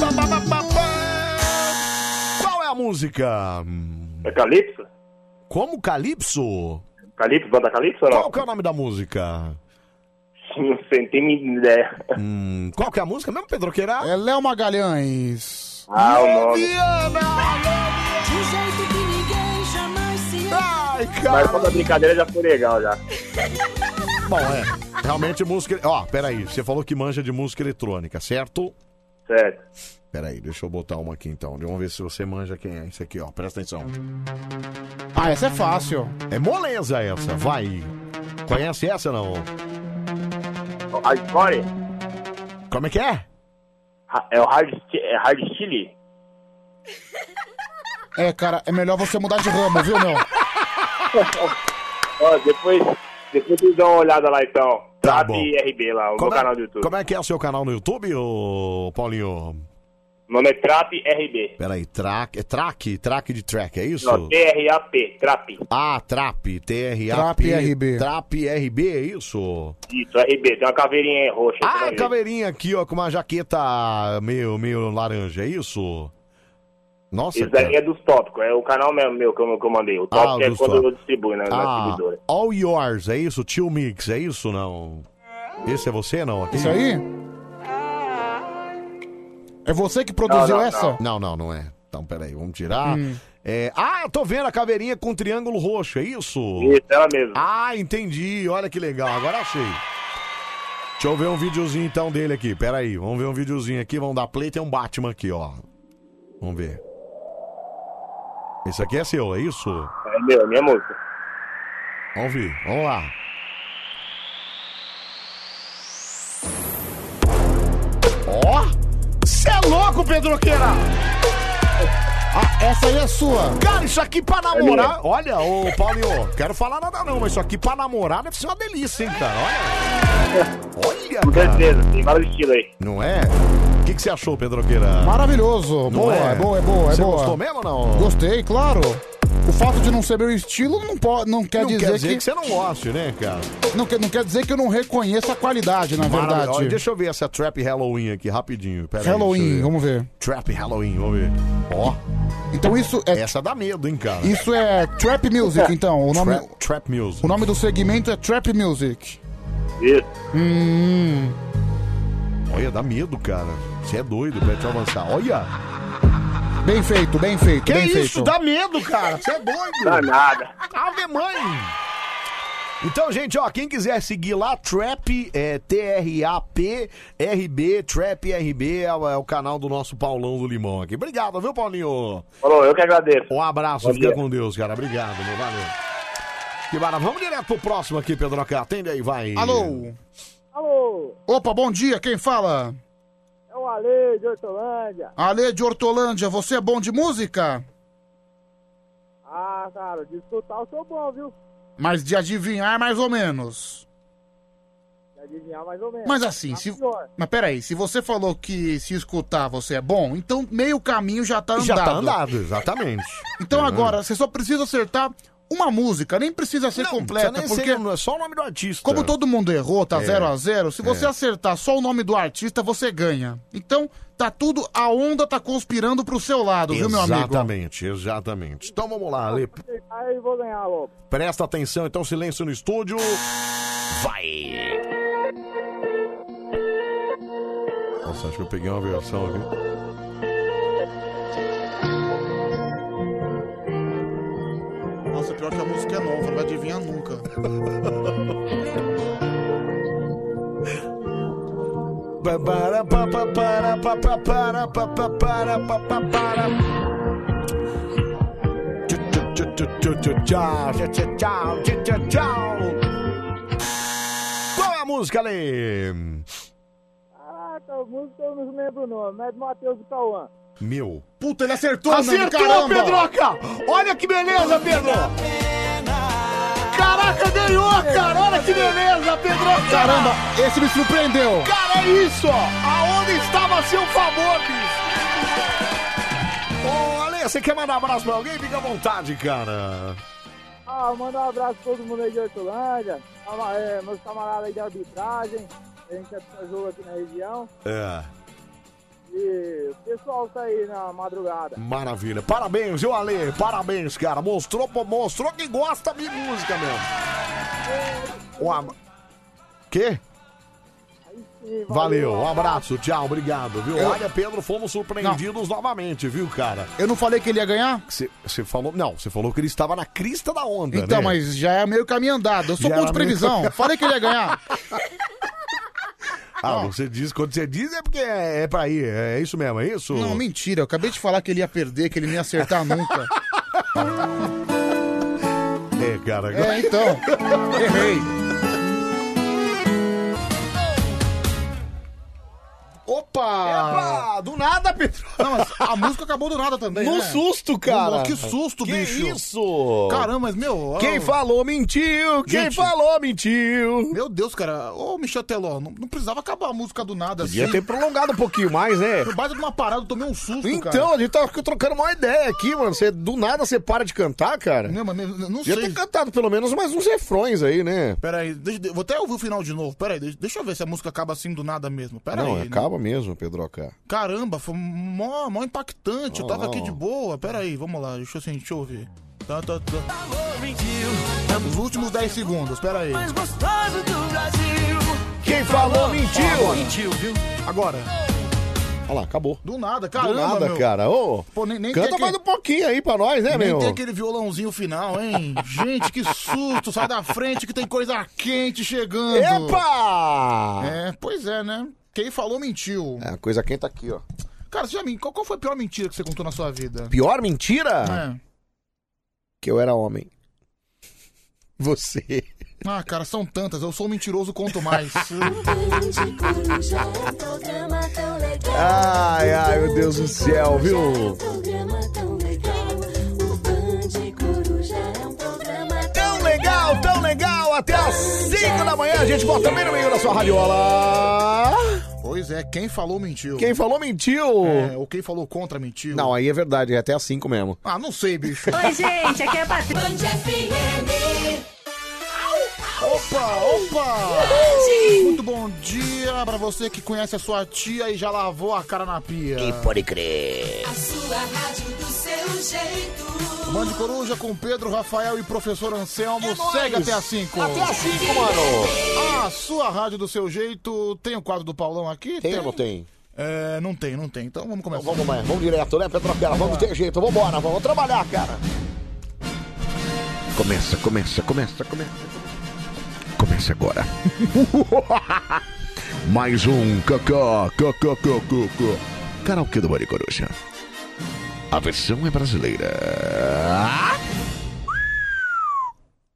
Ba, ba, ba, ba, ba. Qual é a música?
É Calypso?
Como Calypso?
Calypso, banda Calypso ou não?
Qual que é o nome da música?
Não sei, não tem nem ideia.
Hum, qual que é a música mesmo, Pedro Queira?
É Léo Magalhães.
Ah, o nome.
Leviana!
De jeito que ninguém jamais se
Ai, cara!
Mas só da brincadeira já foi legal já.
Bom, é. Realmente música. Ó, peraí, você falou que manja de música eletrônica, certo?
Certo.
Peraí, deixa eu botar uma aqui então. Vamos ver se você manja quem é isso aqui, ó. Presta atenção.
Ah, essa é fácil.
É moleza essa, vai. Conhece essa não?
Hardcore?
Como é que é?
Ha- É o Hard, é hard Chili?
É, cara, é melhor você mudar de ramo, viu, meu?
Ó, depois, depois vocês dão uma olhada lá então.
Tá
Zap
bom.
RB lá, o
Como
meu
é-
canal do YouTube.
Como é que é o seu canal no YouTube, ô Paulinho?
O nome é Trap RB.
Peraí, track, é track? Track de track, é isso?
Não, T-R-A-P, Trap.
Ah, trap, T-R-A-P.
Trap
RB. Trap RB, é isso?
Isso, RB, tem uma caveirinha aí roxa.
Ah, é caveirinha aqui, ó, com uma jaqueta meio, meio laranja, é isso? Nossa,
Isso
cara.
daí é dos tópicos, é o canal mesmo meu que eu, que eu mandei. O tópico
Ah,
é
dos
quando
tópicos.
eu distribuo né, na
Ah,
distribuidora.
All Yours, é isso? Tio Mix, é isso não? Esse é você não? Aqui?
Isso aí? É você que produziu essa?
Não. não, não, não é. Então, peraí, vamos tirar.
Hum.
É, ah, eu tô vendo a caveirinha com triângulo roxo, é isso?
Isso, ela mesmo.
Ah, entendi. Olha que legal, agora achei. Deixa eu ver um videozinho então dele aqui, peraí. Vamos ver um videozinho aqui, vamos dar play. Tem um Batman aqui, ó. Vamos ver. Esse aqui é seu, é isso?
É meu, é minha música.
Vamos ver, vamos lá. Ó! Cê é louco, Pedroqueira!
Ah, essa aí é sua.
Cara, isso aqui pra
minha.
namorar. Olha, ô Paulinho, quero falar nada não, mas isso aqui pra namorar deve ser uma delícia, hein, cara? Olha! Olha,
Com
cara.
certeza, tem vários estilos aí.
Não é? O que, que você achou, Pedroqueira?
Maravilhoso. Boa, é? boa, é boa, é
Você
boa.
gostou mesmo ou não?
Gostei, claro. O fato de não ser meu estilo não, pode, não quer
Não
dizer,
quer dizer que... você não goste, né, cara?
Não, quer- não quer dizer que eu não reconheço a qualidade, na
Maravilha. Olha,
verdade.
Deixa eu ver essa Trap Halloween aqui, rapidinho. Pera aí, deixa eu
Halloween,
ver.
vamos ver.
Trap Halloween, vamos ver. Ó.
Então isso é.
Essa dá medo, hein, cara?
Isso é Trap Music, então. O nome,
Trap, trap Music.
o nome do segmento é Trap Music.
Isso.
Hum.
Olha, dá medo, cara. Você é doido, velho. Deixa eu avançar. Olha.
Bem feito, bem feito,
que
bem
isso?
feito.
Dá medo, cara. Você é doido.
Dá nada.
Ave mãe. Então, gente, ó, quem quiser seguir lá, Trap, é T-R-A-P, RB, Trap RB, é, o- é o canal do nosso Paulão do Limão aqui. Obrigado, viu, Paulinho?
Falou, eu que agradeço.
Um abraço,
Bom
fica
dia.
com Deus, cara. Obrigado, meu, valeu. Que maravilha. Vamos direto pro próximo aqui, Pedro Acá. Atende aí, vai.
Alô?
Alô,
Opa, bom dia, quem
Ah.
fala?
é o Ale de Hortolândia.
Ale de Hortolândia, você é bom de música?
Ah, cara, de escutar eu sou bom, viu?
Mas de adivinhar mais ou menos.
De adivinhar mais ou menos.
Mas assim,
Tá
se.
pior.
Mas peraí, se você falou que se escutar você é bom, então meio caminho já tá andado.
Já tá andado, exatamente.
Então
É.
agora, você só precisa acertar uma música, nem precisa ser completa,
precisa nem
porque.
ser, é só o nome do artista.
Como todo mundo errou, tá
É.
0 a 0 se você
É.
acertar só o nome do artista, você ganha. Então, tá tudo, a onda tá conspirando pro seu lado, viu, meu amigo?
Exatamente, exatamente. Então vamos lá, Ale.
Aí eu vou ganhar logo.
Presta atenção, então silêncio no estúdio. Vai! Nossa, acho que eu peguei uma versão aqui.
Nossa, pior que a música é nova, não vai adivinhar nunca.
Para, pa, pa, para, pa, pa, para, pa, pa, para, pa, pa, para. Tchu, tchu, tchu, tchu, tchu, tchu, Tchau, tchau, tchau, tchau, tchau, tchau, tchau. Qual é a música, Ale?
Caraca, Ah, tá, o músico eu não lembro o nome, mas é do Matheus do Cauã.
Meu.
Puta, ele acertou,
Acertou,
mano, caramba!
Pedroca! Olha que beleza, Pedro! Caraca, ganhou, cara! Olha que beleza, Pedroca!
Caramba, esse me surpreendeu!
Cara, é isso! ó. A onda estava a seu favor, bicho! Ô, Ale, você quer mandar um abraço pra alguém? Fica à vontade, cara.
Ah, manda um abraço pra todo mundo aí de Hortolândia, cama- é, meus camaradas aí de arbitragem, a gente ajuda aqui na região.
É,
E o pessoal tá aí na madrugada.
maravilha. Parabéns, viu, Ale? Parabéns, cara. Mostrou, pô, mostrou que gosta de música mesmo. Um ab... Quê?
E
Valeu, um abraço, tchau, obrigado, viu?
Eu-
Olha, Pedro, fomos surpreendidos novamente, viu, cara?
Eu não falei que ele ia ganhar?
Você falou. Não, você falou que ele estava na crista da onda.
Então,
né?
mas já é meio caminho andado. Eu sou
Já
bom de
era
previsão.
meio-
Falei que ele ia ganhar.
Ah, você diz, quando você diz é porque é, é pra ir, é isso mesmo, é isso?
Não, mentira. Eu acabei de falar que ele ia perder, que ele não ia acertar nunca.
É, cara. agora-
É, então. Errei.
Opa! Ah, do nada, Pedro.
Não, mas a música acabou do nada também.
No
né?
susto, cara.
Nossa, Que susto,
Que
bicho.
isso?
Caramba, mas meu.
Quem falou mentiu, quem falou mentiu.
Meu Deus, cara. Ô, Michel Teló, não, não precisava acabar a música do nada
Podia
assim.
ter prolongado um pouquinho mais, né?
Por baixo de uma parada, eu tomei um susto, cara.
Então, a gente tá trocando uma ideia aqui, mano. Você, do nada você para de cantar, cara.
Não, mas eu não
Podia
sei.
ter cantado pelo menos mais uns refrões aí, né?
Pera aí, deixa- eu vou até ouvir o final de novo. Pera aí, deixa, deixa eu ver se a música acaba assim do nada mesmo. Pera
não,
aí. né?
acaba mesmo, Pedroca.
Caramba, foi mó, mó impactante. eu
Não,
tava
não.
aqui de boa. Pera aí, vamos lá, deixa eu sentir, deixa eu ouvir. Tá, tá,
tá.
Os últimos 10 segundos, pera aí.
mais gostoso do Brasil.
Quem falou
Falou,
mentiu,
viu? Agora.
Olha lá, acabou.
Do nada, caramba,
do nada,
meu.
cara. Ô,
Pô, nem- nem
canta
tem
mais
que-
um pouquinho aí pra nós, né,
Nem
meu?
tem aquele violãozinho final, hein? Gente, que susto! Sai da frente que tem coisa quente chegando.
Epa!
É, pois é, né? Quem falou mentiu.
É, a coisa quem tá aqui, ó.
Cara, você já me... qual, qual foi a pior mentira que você contou na sua vida?
Pior mentira?
É.
Que eu era homem. Você.
Ah, cara, são tantas. Eu sou um mentiroso, conto mais.
Ai, ai, meu Deus do céu, viu?
é um
Tão legal, tão legal. Até às 5 da manhã a gente bota também no meio da sua radiola.
pois é, quem falou mentiu.
Quem falou mentiu.
É, ou quem falou contra mentiu.
Não, aí é verdade, é até às 5 mesmo.
Ah, não sei, bicho.
Oi, gente, aqui é a Patrícia.
Opa, opa! Muito bom dia pra você que conhece a sua tia e já lavou a cara na pia.
E
pode crer.
A sua rádio do seu jeito.
Bande Coruja com Pedro, Rafael e Professor Anselmo.
É nóis.
Segue até as 5.
Até às cinco, mano.
A sua rádio do seu jeito. Tem o quadro do Paulão aqui?
Tem ou não tem?
É, não tem, não tem. Então vamos começar.
Vamos, mais, vamos direto, né, Petroquera? Vamos ter jeito, vambora, vamos trabalhar, cara. Começa, começa, começa, começa. Começa agora. Mais um KKKKKK. Karaokê do Bande Coruja. A versão é brasileira.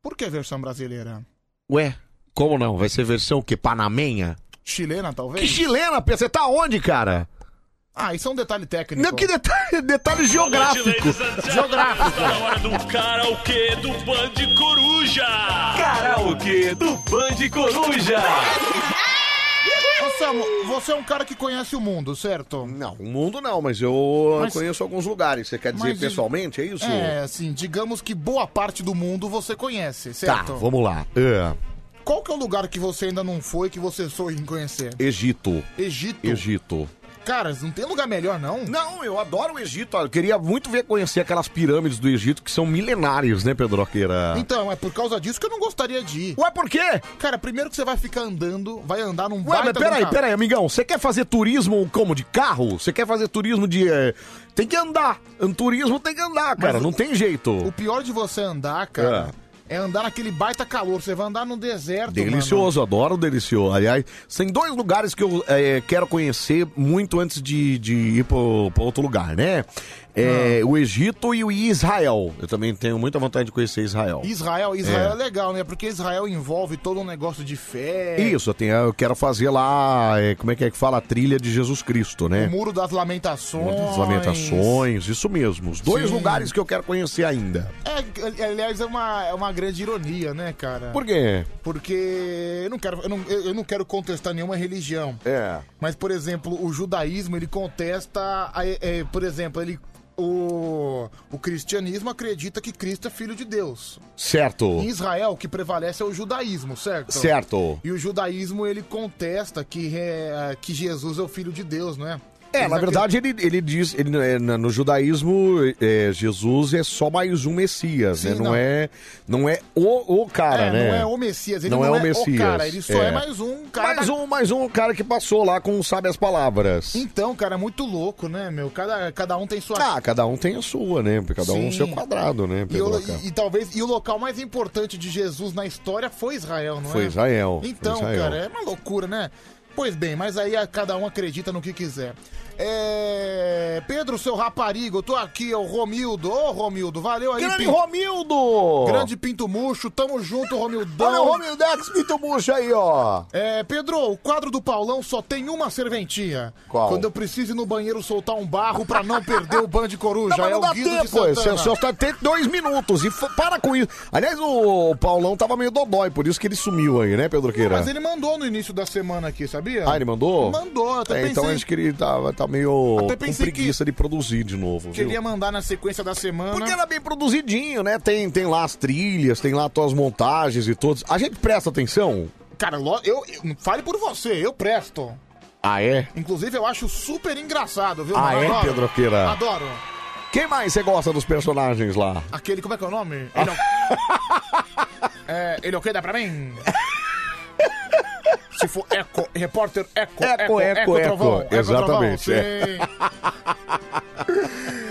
Por que a versão brasileira?
Ué, como não? Vai ser versão que panamenha?
Chilena, talvez?
Que chilena, Pedro? Você tá onde, cara?
Ah, isso é um detalhe técnico.
Não, que detalhe, detalhe geográfico.
Geográfico.
Está na hora do karaokê do Band Coruja.
Karaokê do Band Coruja. Anselmo, você é um cara que conhece o mundo, certo?
Não, o mundo não, mas eu
Mas-
conheço alguns lugares. Você quer dizer
Mas e-
pessoalmente, é isso?
É, assim, digamos que boa parte do mundo você conhece,
Tá,
certo?
vamos lá. É,
Qual que é o lugar que você ainda não foi que você sonha em conhecer?
Egito.
Egito.
Egito.
Cara, não tem lugar melhor, não?
Não, eu adoro o Egito. Eu queria muito ver conhecer aquelas pirâmides do Egito que são milenárias, né, Pedroqueira?
Então, é por causa disso que eu não gostaria de ir.
Ué, por quê?
Cara, primeiro que você vai ficar andando, vai andar num
Ué, mas
baita
peraí,
do carro.
peraí, amigão. Você quer fazer turismo como? De carro? Você quer fazer turismo de. eh, Tem que andar. Um turismo tem que andar, cara.
Mas o-
não tem jeito.
O pior de você andar, cara, é, andar naquele baita calor. Você vai andar num deserto, mano.
Delicioso, adoro o delicioso. Aliás, tem dois lugares que eu eh, quero conhecer muito antes de, de ir para outro lugar, né? É, O Egito e o Israel. Eu também tenho muita vontade de conhecer Israel.
Israel, Israel é.
É.
legal, né? Porque Israel envolve todo um negócio de fé.
Isso, eu, tenho- eu quero fazer lá, eh, como é que é que fala? A trilha de Jesus Cristo, né?
O Muro das Lamentações.
As lamentações, isso mesmo. Os dois
Sim.
lugares que eu quero conhecer ainda.
É, aliás, é uma, é uma grande ironia, né, cara?
Por quê?
Porque eu não quero, eu não, eu eu não quero contestar nenhuma religião.
É.
Mas, por exemplo, o judaísmo, ele contesta. a- é, por exemplo, ele. O, o cristianismo acredita que Cristo é filho de Deus.
Certo.
Em Israel, o que prevalece é o judaísmo, certo?
Certo.
E o judaísmo, ele contesta que, é, que Jesus é o filho de Deus, não é?
É,
Eles
na verdade ele, ele diz, ele, é, na- no judaísmo, é, Jesus é só mais um Messias, né? Não, é, não é o, o cara,
É,
né?
não é o Messias, ele não é o cara, ele só é mais um cara
Mais
da-
um, mais um cara que passou lá com sabe as palavras.
Então, cara, é muito louco, né, meu? Cada, cada um tem sua.
Ah, cada um tem a sua, né? Cada um o seu
Sim.
quadrado, né,
E,
Pedro?
o, e- e talvez e o local mais importante de Jesus na história foi Israel, não é?
Foi Israel, foi
Então,
Israel.
cara, é uma loucura, né? Pois bem, mas aí a- cada um acredita no que quiser. É... Pedro, seu raparigo, eu tô aqui, é o Romildo. Ô, Romildo, valeu aí.
Grande
Pin-
Romildo!
Grande Pinto Murcho, tamo junto, Romildão.
Olha o Romildex Pinto Murcho aí, ó.
É, Pedro, o quadro do Paulão só tem uma serventia.
Qual?
Quando eu preciso ir no banheiro soltar um barro pra não perder o Band Coruja.
Não, mas
é
não
o
dá
Guido de
tempo,
Santana.
esse- o senhor tá, tem dois minutos e f- para com isso. Aliás, o Paulão tava meio dodói, por isso que ele sumiu aí, né, Pedro Queira?
Mas ele mandou no início da semana aqui, sabia?
Ah, ele mandou?
Mandou, até
É,
pensei
Então acho que ele tava, tá meio
Até
com
pensei que-
preguiça de produzir de novo,
que
viu?
ele ia mandar na sequência da semana.
Porque era bem produzidinho, né? Tem, tem lá as trilhas, tem lá as montagens e todos. A gente presta atenção?
Cara, lo- eu, eu- fale por você, eu presto.
Ah, é?
Inclusive, eu acho super engraçado, viu?
Ah,
Eu
é,
adoro.
Pedro Queira?
Adoro.
Quem mais você gosta dos personagens lá?
Aquele, como é que é o nome?
Ah.
Ele não... é, ele é o que dá pra mim? Se for Eco, repórter Eco,
Eco, Eco, Eco,
Trovão, Eco,
exatamente,
Trovão,
é.
sim.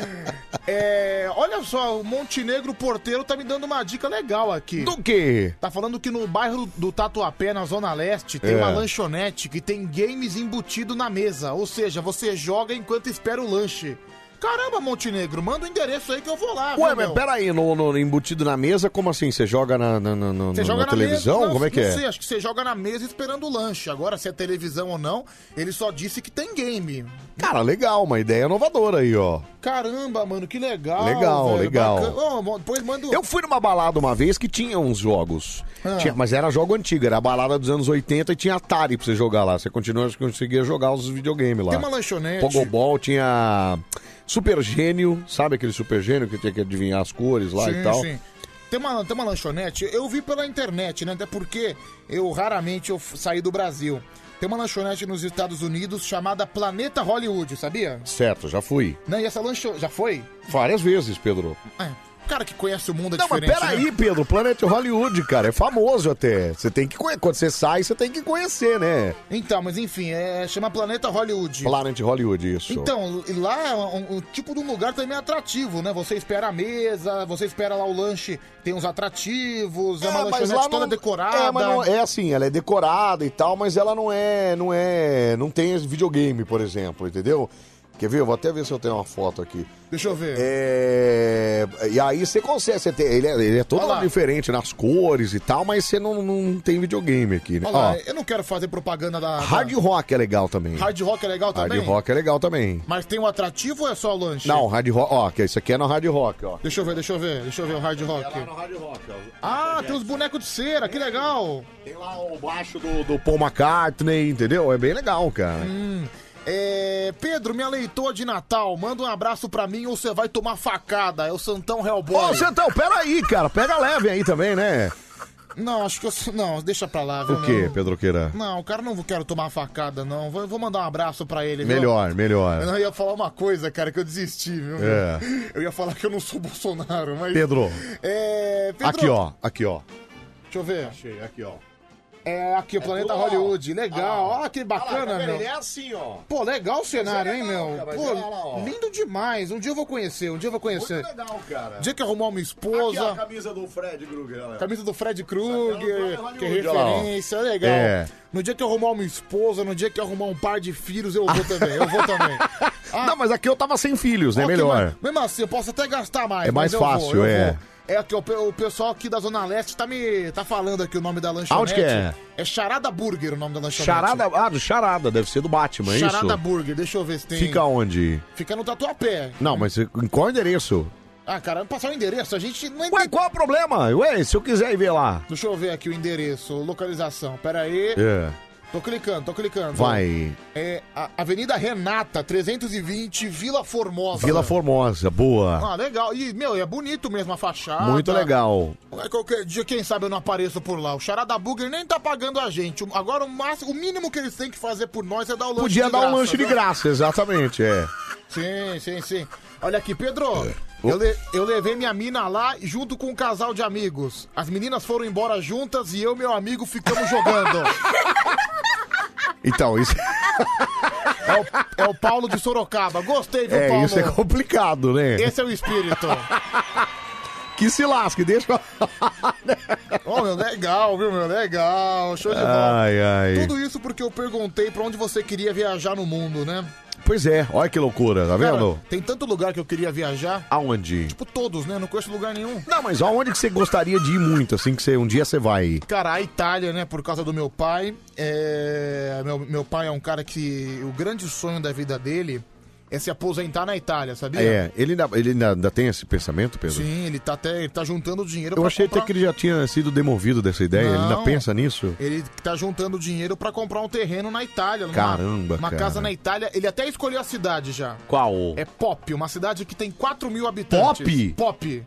É, olha só, o Montenegro Porteiro tá me dando uma dica legal aqui.
Do quê?
Tá falando que no bairro do Tatuapé, na Zona Leste, tem
É.
uma lanchonete que tem games embutido na mesa. Ou seja, você joga enquanto espera o lanche. Caramba, Montenegro, manda o endereço aí que eu vou lá.
Ué,
viu,
mas
meu?
É, peraí, no, no- embutido na mesa, como assim? Você joga na, na- na- na-
Você
na
joga na
televisão?
mesa, não,
como é que
não
é?
sei, acho que você joga na mesa esperando o lanche. Agora, se é televisão ou não, ele só disse que tem game.
Cara, legal, uma ideia inovadora aí, ó.
Caramba, mano, que legal.
Legal,
velho,
legal.
bacana. Ó, mo- pois manda o-
Eu fui numa balada uma vez que tinha uns jogos.
Ah.
Tinha- mas era jogo antigo, era a balada dos anos 80 e tinha Atari pra você jogar lá. Você continua, conseguia jogar os videogames lá.
Tem uma lanchonete.
Pogobol, tinha Super Gênio, sabe aquele Super Gênio que tinha que adivinhar as cores lá e tal?
Tem uma, tem uma lanchonete, eu vi pela internet, né? Até porque eu raramente eu f- saí do Brasil. Tem uma lanchonete nos Estados Unidos chamada Planeta Hollywood, sabia?
Certo, já fui.
Não, e essa lanchonete. Já foi? É.
Várias vezes, Pedro.
Cara que conhece o mundo é
Não, mas
diferente.
peraí,
né?
Pedro, Planet Hollywood, cara, é famoso até. Você tem que conhecer. Quando você sai, você tem que conhecer, né?
Então, mas enfim, é, chama Planeta Hollywood.
Planet Hollywood, isso.
Então, e lá é um, um tipo de um lugar também atrativo, né? Você espera a mesa, você espera lá o lanche, tem uns atrativos, é, uma
É,
lanchonete toda decorada.
É, mas não- é assim, ela é decorada e tal, mas ela não é, não é, não tem videogame, por exemplo, entendeu? Quer ver? Eu vou até ver se eu tenho uma foto aqui.
Deixa eu ver.
É, e aí você consegue, você tem- ele, é, ele é todo
Olha lá.
diferente nas cores e tal, mas você não, não tem videogame aqui, né?
Olha lá,
Ó,
eu não quero fazer propaganda da... da-
hard rock é legal também.
Hard rock é legal
Hard
também?
rock é legal também.
Mas tem um atrativo ou é só o lanche?
Não, hard rock, ó, que isso aqui é no hard rock, ó.
Deixa eu ver, deixa eu ver, deixa eu ver o hard rock. Ah, tem os bonecos de cera, que legal.
Tem lá o baixo do... Do Paul McCartney, entendeu? É bem legal, cara.
Hum, é, Pedro, minha leitora de Natal, manda um abraço pra mim ou você vai tomar facada. É o Santão Hellboy.
Ô, Santão, peraí, cara. Pega leve aí também, né?
Não, acho que eu... Não, deixa pra lá. viu,
O quê,
não.
Pedro Queira?
Não, o cara não quero tomar facada, não. Vou, vou mandar um abraço pra ele. viu?
Melhor,
Eu
melhor.
não ia falar uma coisa, cara, que eu desisti, viu?
É.
Eu ia falar que eu não sou Bolsonaro, mas...
Pedro.
É, Pedro.
Aqui, ó. Aqui, ó.
Deixa eu ver.
Achei, aqui, ó.
É, aqui, o Planeta Hollywood. Legal, olha que bacana, meu.
assim, ó.
Pô, legal o cenário,
Isso é
hein,
legal,
meu?
cara, mas
Pô,
olha lá, ó.
lindo demais. Um dia eu vou conhecer, um dia eu vou conhecer.
Muito legal, cara.
Um dia que eu arrumar uma
Aqui, ó, a
esposa,
camisa do Fred Krueger, olha.
camisa do Fred Krueger,
um Hollywood,
que é
olha lá, ó.
referência, legal.
É.
No dia que eu arrumar uma esposa, no dia que eu arrumar um par de filhos, eu vou também, eu vou também.
Não, mas aqui eu tava sem filhos, né?
Ok,
Melhor.
mas- Mesmo assim, eu posso até gastar mais.
É mais
mas eu vou,
fácil,
eu
é.
vou. É que o, pe- o pessoal aqui da Zona Leste tá me tá falando aqui o nome da lanchonete.
Aonde que é?
É Charada Burger o nome da lanchonete.
Charada. Ah, do Charada, deve ser do Batman, é isso?
Charada Burger, deixa eu ver se tem.
Fica onde?
Fica no Tatuapé.
Não, mas em qual endereço?
Ah, cara, passar o endereço, a gente não
Ué, qual é o problema? Ué, se eu quiser ir ver lá.
Deixa eu ver aqui o endereço, localização. Pera aí.
É.
Tô clicando, tô clicando.
Vai.
É a Avenida Renata, 320, Vila Formosa.
Vila Formosa, boa.
Ah, legal. E, meu, é bonito mesmo a fachada.
Muito legal.
É, Qualquer dia, quem sabe eu não apareço por lá. O Charada Burger nem tá pagando a gente. O- Agora, o, máximo, o mínimo que eles têm que fazer por nós é dar o lanche
Podia
de
dar
graça.
um lanche de
viu?
graça, exatamente, é.
Sim, sim, sim. Olha aqui, Pedro. Eu, le- eu levei minha mina lá junto com um casal de amigos. As meninas foram embora juntas e eu e meu amigo ficamos jogando.
Então, isso
É o, é o Paulo de Sorocaba. Gostei, viu,
é,
Paulo?
isso é complicado, né?
Esse é o espírito.
Que se lasque, deixa.
Ô, meu, legal, viu, meu? Legal. Show de bola.
Ai, ai.
Tudo isso porque eu perguntei pra onde você queria viajar no mundo, né?
Pois é, olha que loucura, tá
Cara,
vendo?
tem tanto lugar que eu queria viajar.
Aonde?
Tipo, todos, né? Não conheço lugar nenhum.
Não, mas aonde que você gostaria de ir muito, assim, que você, um dia você vai?
Cara, a Itália, né? Por causa do meu pai. é, Meu, meu pai é um cara que. O grande sonho da vida dele é se aposentar na Itália, sabia?
É, ele ainda, ele ainda, ainda tem esse pensamento, Pedro?
Sim, ele tá até. Ele tá juntando dinheiro
Eu
pra
achei
comprar...
até que ele já tinha sido demovido dessa ideia, ele ainda
Não.
pensa nisso?
Ele tá juntando dinheiro pra comprar um terreno na Itália. numa-
Caramba,
Uma
cara.
casa na Itália. Ele até escolheu a cidade já.
Qual?
É Pop, uma cidade que tem 4 mil
Pop?
habitantes. Pop.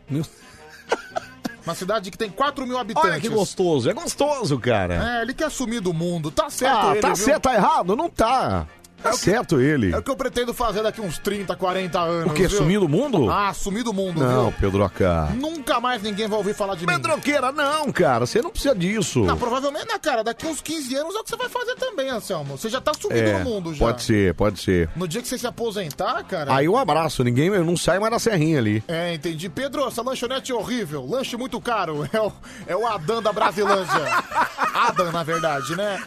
Uma cidade que tem 4 mil habitantes.
Olha que gostoso, é gostoso, cara.
É, ele quer sumir do mundo. Tá certo
Ah,
ele,
tá
viu?
certo, tá errado? Não tá. Tá certo ele.
É o que eu pretendo fazer daqui uns 30, 40 anos.
O quê?
viu?
Sumir do mundo?
Ah, sumir do mundo,
Não,
viu?
Pedroca.
Nunca mais ninguém vai ouvir falar de mim.
Pedroqueira, não, cara, você não precisa disso.
Tá
Não, provavelmente, na cara, daqui uns 15 anos é o que você vai fazer também, Anselmo. Você já tá sumido
é,
no mundo já.
Pode ser, pode ser.
No dia que você se aposentar, cara.
Aí um abraço, ninguém eu não sai mais da serrinha ali.
É, entendi. Pedro, essa lanchonete é horrível. Lanche muito caro. É o, é o Adam da Brasilândia. Adam, na verdade, né?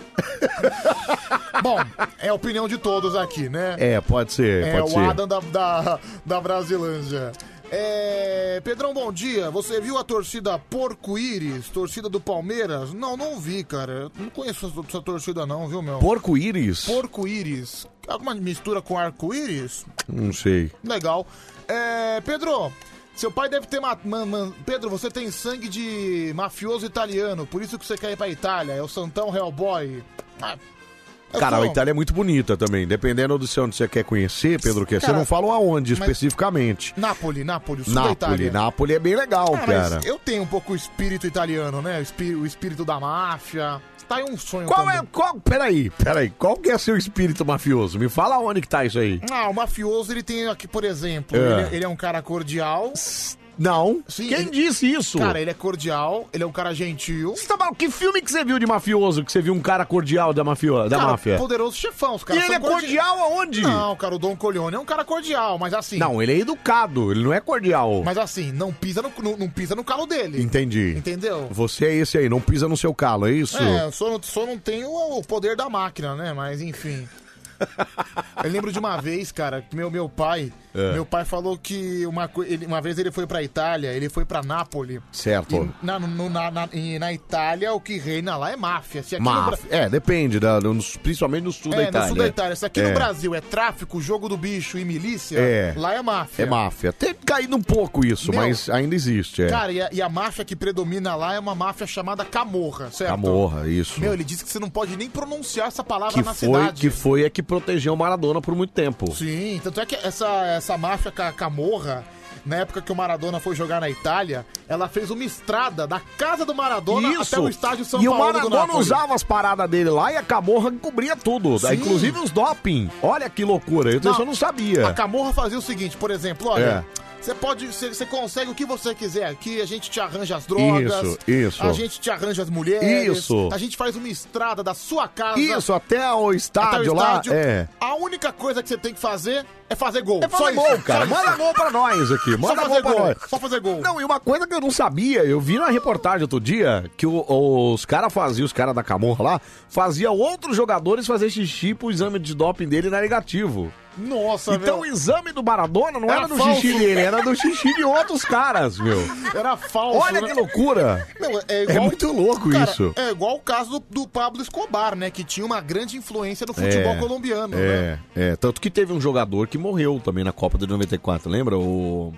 Bom, é a opinião de todos aqui, né?
É, pode ser,
É,
pode
o
ser.
Adam da, da, da Brasilândia. É, Pedrão, bom dia. Você viu a torcida Porco-Íris, torcida do Palmeiras? Não, não vi, cara. Eu Não conheço essa, essa torcida não, viu, meu?
Porco-íris?
Porco-Íris. Alguma mistura com arco-íris?
Não sei.
Legal. É, Pedro, seu pai deve ter... ma- man- man- Pedro, você tem sangue de mafioso italiano, por isso que você quer ir pra Itália. É o Santão Hellboy. Ah, eu
Cara,
sou-
a Itália é muito bonita também. Dependendo do céu onde você quer conhecer, Pedro, que é, você
Cara,
não fala aonde
mas-
especificamente.
Nápoles, Nápoles, sul da
Nápoles.
Itália.
Nápoles é bem legal,
Ah, mas
cara.
eu tenho um pouco o espírito italiano, né? O espí- o espírito da máfia. Tá aí um sonho
Qual
também.
é. Qual, peraí, peraí. Qual que é seu espírito mafioso? Me fala onde que tá isso aí.
Ah, o mafioso, ele tem aqui, por exemplo,
É.
Ele, ele é um cara cordial.
Não.
Sim,
Quem
ele-
disse isso?
Cara, ele é cordial, ele é um cara gentil.
Você tá mal- que filme que você viu de mafioso? Que você viu um cara cordial da, mafio... da
Cara,
máfia?
Poderoso chefão, os caras
E ele
são
é cordial aonde?
Não, cara, o Don Corleone é um cara cordial, mas assim...
Não, ele é educado, ele não é cordial.
Mas assim, não pisa no, não, não pisa no calo dele.
Entendi.
Entendeu?
Você é esse aí, não pisa no seu calo, é isso?
É, eu só, só não tenho o poder da máquina, né? Mas enfim. Eu lembro de uma vez, cara, que meu, meu pai.
É.
Meu pai falou que uma, co- ele- uma vez ele foi pra Itália, ele foi pra Nápoles.
Certo.
E na, no- na, na, e na Itália, o que reina lá é máfia. Se aqui no
Mas,
Bra-
é, depende, da, no- principalmente no sul da
é,
Itália.
no sul da Itália. Se aqui
É.
no Brasil é tráfico, jogo do bicho e milícia,
É.
lá é máfia.
É máfia. Tem caído um pouco isso,
Meu,
mas ainda existe. É.
Cara, e a, e a máfia que predomina lá é uma máfia chamada camorra, certo?
Camorra, isso.
Meu, ele disse que você não pode nem pronunciar essa palavra
que
na
foi,
cidade.
que foi é que protegeu o Maradona por muito tempo.
Sim, tanto é que essa, essa máfia ca- camorra, na época que o Maradona foi jogar na Itália, ela fez uma estrada da casa do Maradona
Isso.
até o estádio São
e
Paulo
o
do
Maradona
Napoli.
usava as paradas dele lá e a Camorra cobria tudo,
Sim.
inclusive os doping. Olha que loucura, eu
Não,
só não sabia.
A Camorra fazia o seguinte, por exemplo, olha...
É.
Você pode, você você consegue o que você quiser aqui, a gente te arranja as drogas.
Isso, isso.
A gente te arranja as mulheres.
Isso.
A gente faz uma estrada da sua casa.
Isso, até o estádio,
Até o
lá.
estádio.
É.
A única coisa que você tem que fazer é fazer gol.
É fazer
Só
gol,
isso,
cara.
só
Manda
isso.
gol pra nós aqui. Manda
Só
gol
fazer
pra
gol,
nós.
Só fazer gol.
Não, e uma coisa que eu não sabia, eu vi na reportagem outro dia que o- os caras faziam, os caras da Camorra lá, faziam outros jogadores fazer xixi pro exame de doping dele era negativo.
Nossa,
então
meu.
o exame do Maradona não era,
Era
do
falso.
xixi dele, era do xixi de outros caras, meu.
Era falso.
Olha
né?
que loucura.
Meu, é,
É
igual,
muito louco
Cara,
isso.
É igual o caso do, do Pablo Escobar, né? Que tinha uma grande influência no futebol colombiano, né?
é, é. tanto que teve um jogador que morreu também na Copa de 94, lembra? O.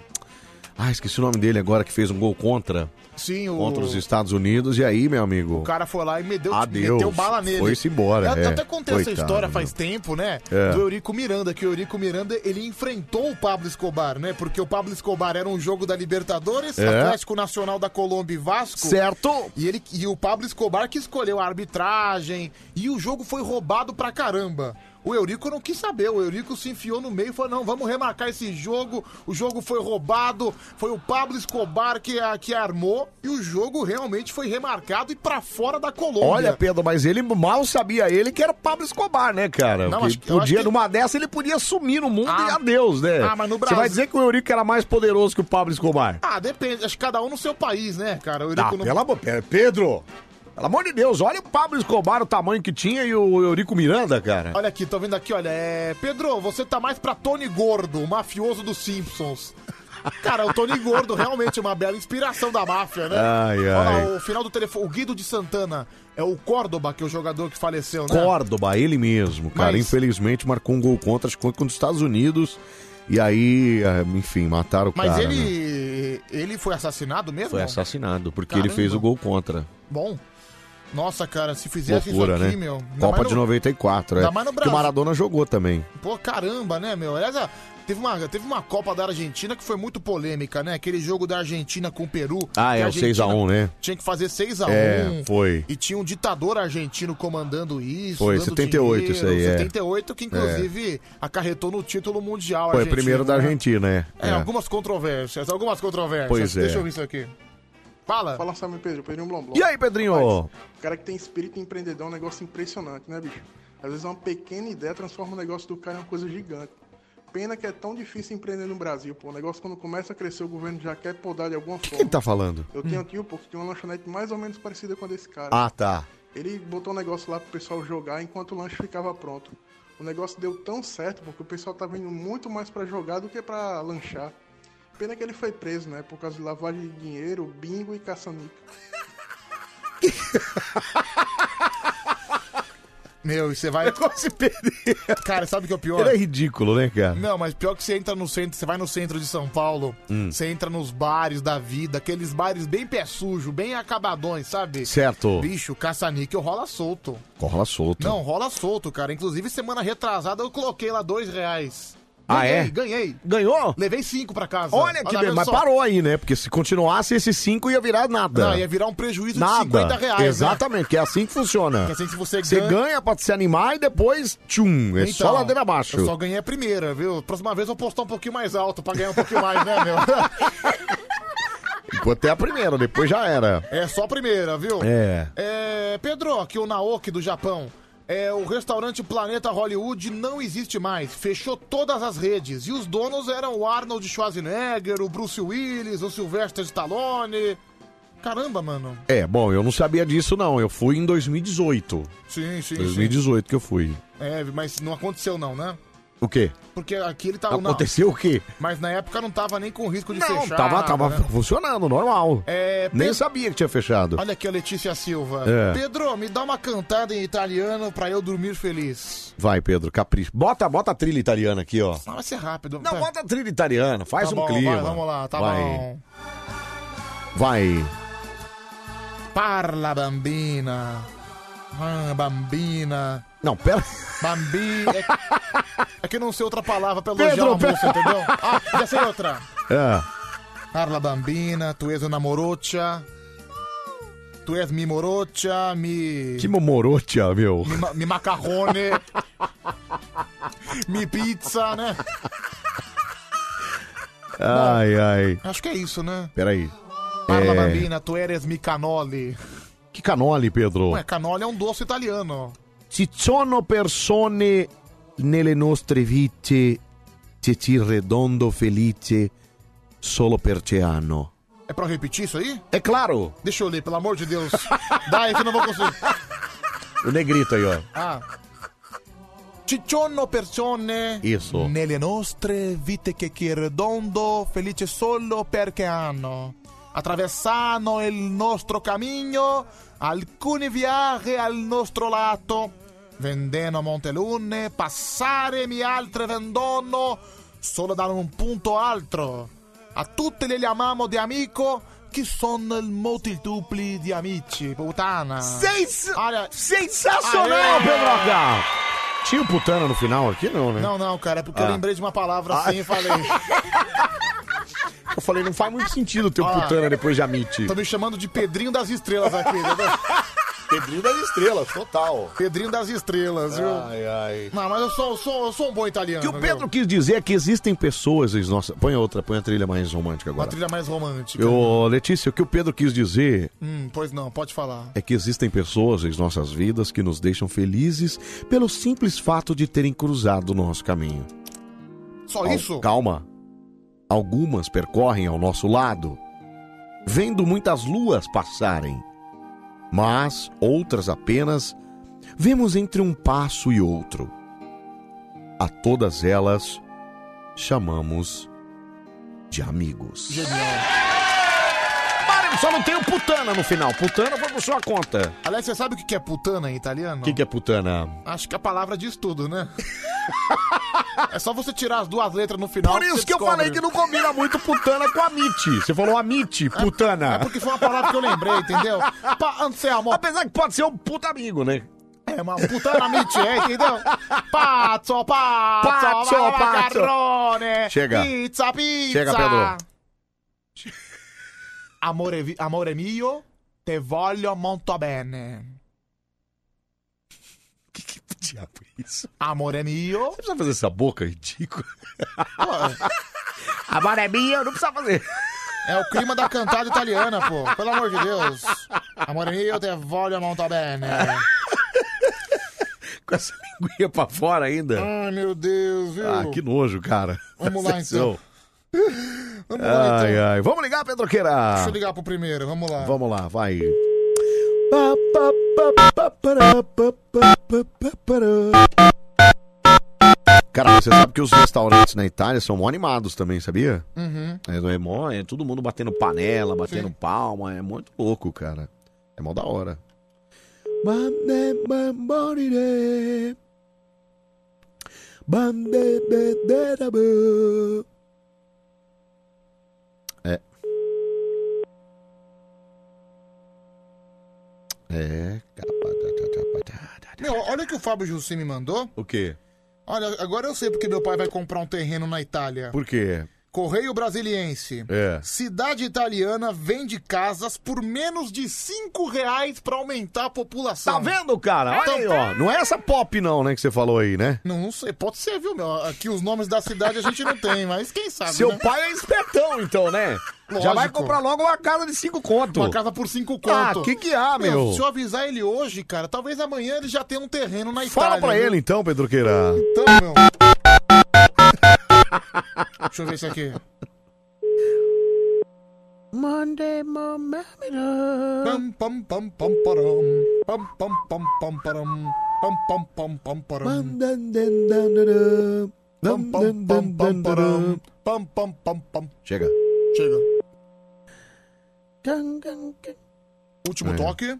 Ah, esqueci o nome dele agora, que fez um gol contra.
Sim, o-
Contra os Estados Unidos, e aí, meu amigo?
O cara foi lá e me deu,
Adeus.
meteu bala nele.
Foi-se embora,
Eu, eu
é.
até contei essa
Coitado,
história
meu.
faz tempo, né?
É.
Do Eurico Miranda, que o Eurico Miranda ele enfrentou o Pablo Escobar, né? Porque o Pablo Escobar era um jogo da Libertadores,
É.
Atlético Nacional da Colômbia e Vasco.
Certo.
E, ele, e o Pablo Escobar que escolheu a arbitragem. E o jogo foi roubado pra caramba. O Eurico não quis saber, o Eurico se enfiou no meio e falou: não, vamos remarcar esse jogo. O jogo foi roubado, foi o Pablo Escobar que, a- que armou e o jogo realmente foi remarcado e pra fora da é Colômbia.
Olha, Pedro, mas ele mal sabia ele que era Pablo Escobar, né, cara?
Não,
Que
acho que- eu
podia,
acho que-
numa dessa, ele podia sumir no mundo e adeus, né?
Ah, mas no
Você
Brasil-
vai dizer que o Eurico era mais poderoso que o Pablo Escobar?
Ah, depende, acho que cada um no seu país, né, cara? O
Ah,
Eurico não-
pelo amor... pera- Pedro! Pelo amor de Deus, olha o Pablo Escobar, o tamanho que tinha, e o Eurico Miranda, cara.
Olha aqui, tô vendo aqui, olha. É... Pedro, você tá mais pra Tony Gordo, o mafioso dos Simpsons. Cara, o Tony Gordo realmente é uma bela inspiração da máfia, né?
Ai, ai.
Olha lá, o final do telefone. O Guido de Santana é o Córdoba, que é o jogador que faleceu, né?
Córdoba, ele mesmo, cara.
Mas-
Infelizmente marcou um gol contra, acho que contra os Estados Unidos. E aí, eh, enfim, mataram o
Mas
cara. né?
ele. Ele foi assassinado mesmo?
Foi assassinado, porque ele
Caramba.
fez o gol contra.
Bom. Nossa, cara, se fizesse
Loucura,
isso é aqui,
né?
meu. ainda
Copa
mais
de
no-
94, é.
ainda mais no
Que o
Brasil.
Maradona jogou também.
Pô, caramba, né, meu? Aliás, a- teve uma, teve uma Copa da Argentina que foi muito polêmica, né? Aquele jogo da Argentina com o Peru.
Ah,
que
é,
a
o
Argentina
6x1, né?
Tinha que fazer 6x1.
É, foi.
E tinha um ditador argentino comandando isso.
Foi,
dando
78 isso aí, é.
78, que inclusive acarretou no título mundial.
Foi
argentino,
primeiro da
né?
Argentina, é.
É,
É.
algumas controvérsias, algumas controvérsias.
Pois é.
Deixa eu ouvir isso aqui. Fala.
Fala, Samuel Pedro, Pedrinho Blom Blom.
E aí, Pedrinho?
O cara que tem espírito empreendedor é um negócio impressionante, né, bicho? Às vezes uma pequena ideia transforma o negócio do cara em uma coisa gigante. Pena que é tão difícil empreender no Brasil, pô. O negócio quando começa a crescer, o governo já quer podar de alguma
Quem
forma.
tá falando?
Eu tenho aqui, pô, que tem uma lanchonete mais ou menos parecida com a desse cara.
Ah, tá.
Ele botou um negócio lá pro pessoal jogar enquanto o lanche ficava pronto. O negócio deu tão certo porque o pessoal tava indo muito mais pra jogar do que pra lanchar. Pena que ele foi preso, né? Por causa de lavagem de dinheiro, bingo e caçanica.
Meu, e você vai. É como
se perder.
Cara, sabe o que é o pior?
Ele é ridículo, né, cara?
Não, mas pior que você entra no centro, você vai no centro de São Paulo,
Hum.
você entra nos bares da vida, aqueles bares bem pé sujo, bem acabadões, sabe?
Certo.
Bicho, caça-níquel rola solto.
Corla solto.
Não, rola solto, cara. Inclusive, semana retrasada eu coloquei lá dois reais.
Ah,
Ganhei,
é?
Ganhei.
Ganhou?
Levei cinco pra casa.
Olha que
tá
bem,
vendo
mas
só?
parou aí, né? Porque se continuasse esses cinco ia virar nada.
Não, ia virar um prejuízo de
nada.
50 reais. né?
Exatamente, que é assim que funciona.
Que assim que você
Você
ganha-
ganha pra se animar e depois, tchum, é só
Então,
ladeira abaixo.
Eu só ganhei a primeira, viu? Próxima vez eu vou postar um pouquinho mais alto pra ganhar um pouquinho mais, né, meu?
Ficou até a primeira, depois já era.
É só a primeira, viu?
É.
É, Pedro, aqui o Naoki do Japão. É, o restaurante Planeta Hollywood não existe mais. Fechou todas as redes. E os donos eram o Arnold Schwarzenegger, o Bruce Willis, o Sylvester Stallone. Caramba, mano.
É, bom, eu não sabia disso não, eu fui em 2018.
Sim, sim,
2018 que eu fui.
sim. É, mas não aconteceu não, né?
O quê?
Porque aqui ele tava...
Aconteceu o quê?
Não, mas na época não tava nem com risco de
Não,
fechar.
tava, tava
né?
funcionando, normal.
É,
Nem
Pedro-
sabia que tinha fechado.
Olha aqui a Letícia Silva.
É.
Pedro, me dá uma cantada em italiano pra eu dormir feliz.
Vai, Pedro, capricho. Bota, bota a trilha italiana aqui, ó.
Não, vai ser rápido.
Não, bota a trilha italiana, Tá faz
Tá
um
bom, vai,
clima.
vamos lá, tá
vai.
bom.
Vai.
Parla, bambina. Ah, bambina.
Não, pera.
Bambi. É, é que eu não sei outra palavra pra elogiar
Pedro,
uma moça,
pera-
entendeu? Ah, já sei outra.
Ah,
Parla, bambina. Tu és namorocha. Tu és mi morocha, mi...
que momorotia, meu.
Mi, ma- mi macarrone. mi pizza, né?
Ai, ai.
Acho que é isso, né?
Peraí.
Parla,
É,
bambina. Tu eres mi canoli.
Que canole, Pedro.
Ué, canoli é um doce italiano.
Ci sono persone nelle nostre vite che ci redondo felice solo per te hanno.
É pra eu repetir isso aí?
É claro.
Deixa eu ler, pelo amor de Deus. Dá, esse eu não vou conseguir.
O negrito aí, ó.
Ah. Ci sono persone
Isso.
nelle nostre vite che chi redondo felice solo perché hanno attraversano il nostro cammino alcuni viaggi al nostro lato vendendo Montelune passare mi altre vendono solo da un punto all'altro a tutti li chiamiamo di amico che sono il moltitupli di amici puttana
Sens-
Olha-
Sensacional,
Aê!
Pedroca! Tinha o putana no final aqui, não, né?
Não, não, cara, é porque
Ah.
eu lembrei de uma palavra assim e falei.
Eu falei, não faz muito sentido ter o
Ah.
putana depois de Amit.
Tô me chamando de Pedrinho das Estrelas aqui, entendeu?
Pedrinho das Estrelas, total.
Pedrinho das Estrelas, viu?
Ai, ai.
Não, mas eu sou, eu sou, eu sou um bom italiano.
O que
viu?
o Pedro quis dizer é que existem pessoas. em Nossa, põe outra, põe a trilha mais romântica
Uma
agora.
trilha mais romântica.
Eu, Letícia, o que o Pedro quis dizer
Hum, pois não, pode falar.
é que existem pessoas em nossas vidas que nos deixam felizes pelo simples fato de terem cruzado o nosso caminho.
Só
Al-
isso?
Calma. Algumas percorrem ao nosso lado, vendo muitas luas passarem, mas outras apenas vemos entre um passo e outro. A todas elas chamamos de amigos.
Pare, só não tem o putana no final. Putana foi por sua conta.
Aliás, você sabe o que que é putana em italiano?
O que, que é putana?
Acho que a palavra diz tudo, né? é só você tirar as duas letras no final.
Por isso que eu falei que não combina muito putana com amite. Você falou amite, putana.
É porque foi uma palavra que eu lembrei, entendeu? Pa Anselmo.
Apesar que pode ser um puta amigo, né?
É, uma putana amite, é, entendeu? Pazzo, pazzo,
Pazzo,
ma-
pazzo.
macarrone,
Chega.
Pizza, pizza.
Chega, Pedro.
Amore, é vi- amore mio, te voglio molto bene.
Que diabo é isso?
Amore mio.
Você precisa fazer essa boca ridícula. A vara é minha, não precisa fazer.
É o clima da cantada italiana, pô. Pelo amor de Deus. Amore mio, te voglio molto bene.
Com essa linguinha pra fora ainda.
Ai, Ah, meu Deus, viu?
Ah, que nojo, cara.
Vamos lá, então. Vamos lá,
Ai,
então.
ai. Vamos ligar, Pedroqueira.
Deixa eu ligar pro primeiro, vamos lá.
Vamos lá, vai. Cara, você sabe que os restaurantes na Itália são mó animados também, sabia?
Uhum.
É, é, mó, é todo mundo batendo panela, batendo
Sim.
palma, é muito louco, cara. É mó da hora.
Bande bamborire. Bande bederabu.
É. É.
Meu, olha o que o Fábio Jussi me mandou.
O quê?
Olha, agora eu sei porque meu pai vai comprar um terreno na Itália.
Por quê?
Correio Brasiliense.
É.
Cidade italiana vende casas por menos de 5 reais pra aumentar a população.
Tá vendo, cara? Olha aí, ó. Não é essa pop, não, né, que você falou aí, né?
Não, não sei, pode ser, viu, meu? Aqui os nomes da cidade a gente não tem, mas quem sabe,
Seu
né?
pai é espertão, então, né? Já vai
Lógico.
comprar logo uma casa de cinco conto.
Uma casa por cinco conto.
Ah, que que há, meu?
Se eu avisar ele hoje, cara, talvez amanhã ele já tenha um terreno na
Fala
Itália.
pra
viu?
ele, então, Pedroqueira.
Então, meu. Deixa eu ver isso aqui.
Monday
Pam, pam, pam, pam, param. Pam, pam, pam, pam, param. Pam, pam, pam, pam, param. Pam, pam, pam, pam, param. Pam, pam, pam, pam.
Chega.
Chega.
É.
Último toque.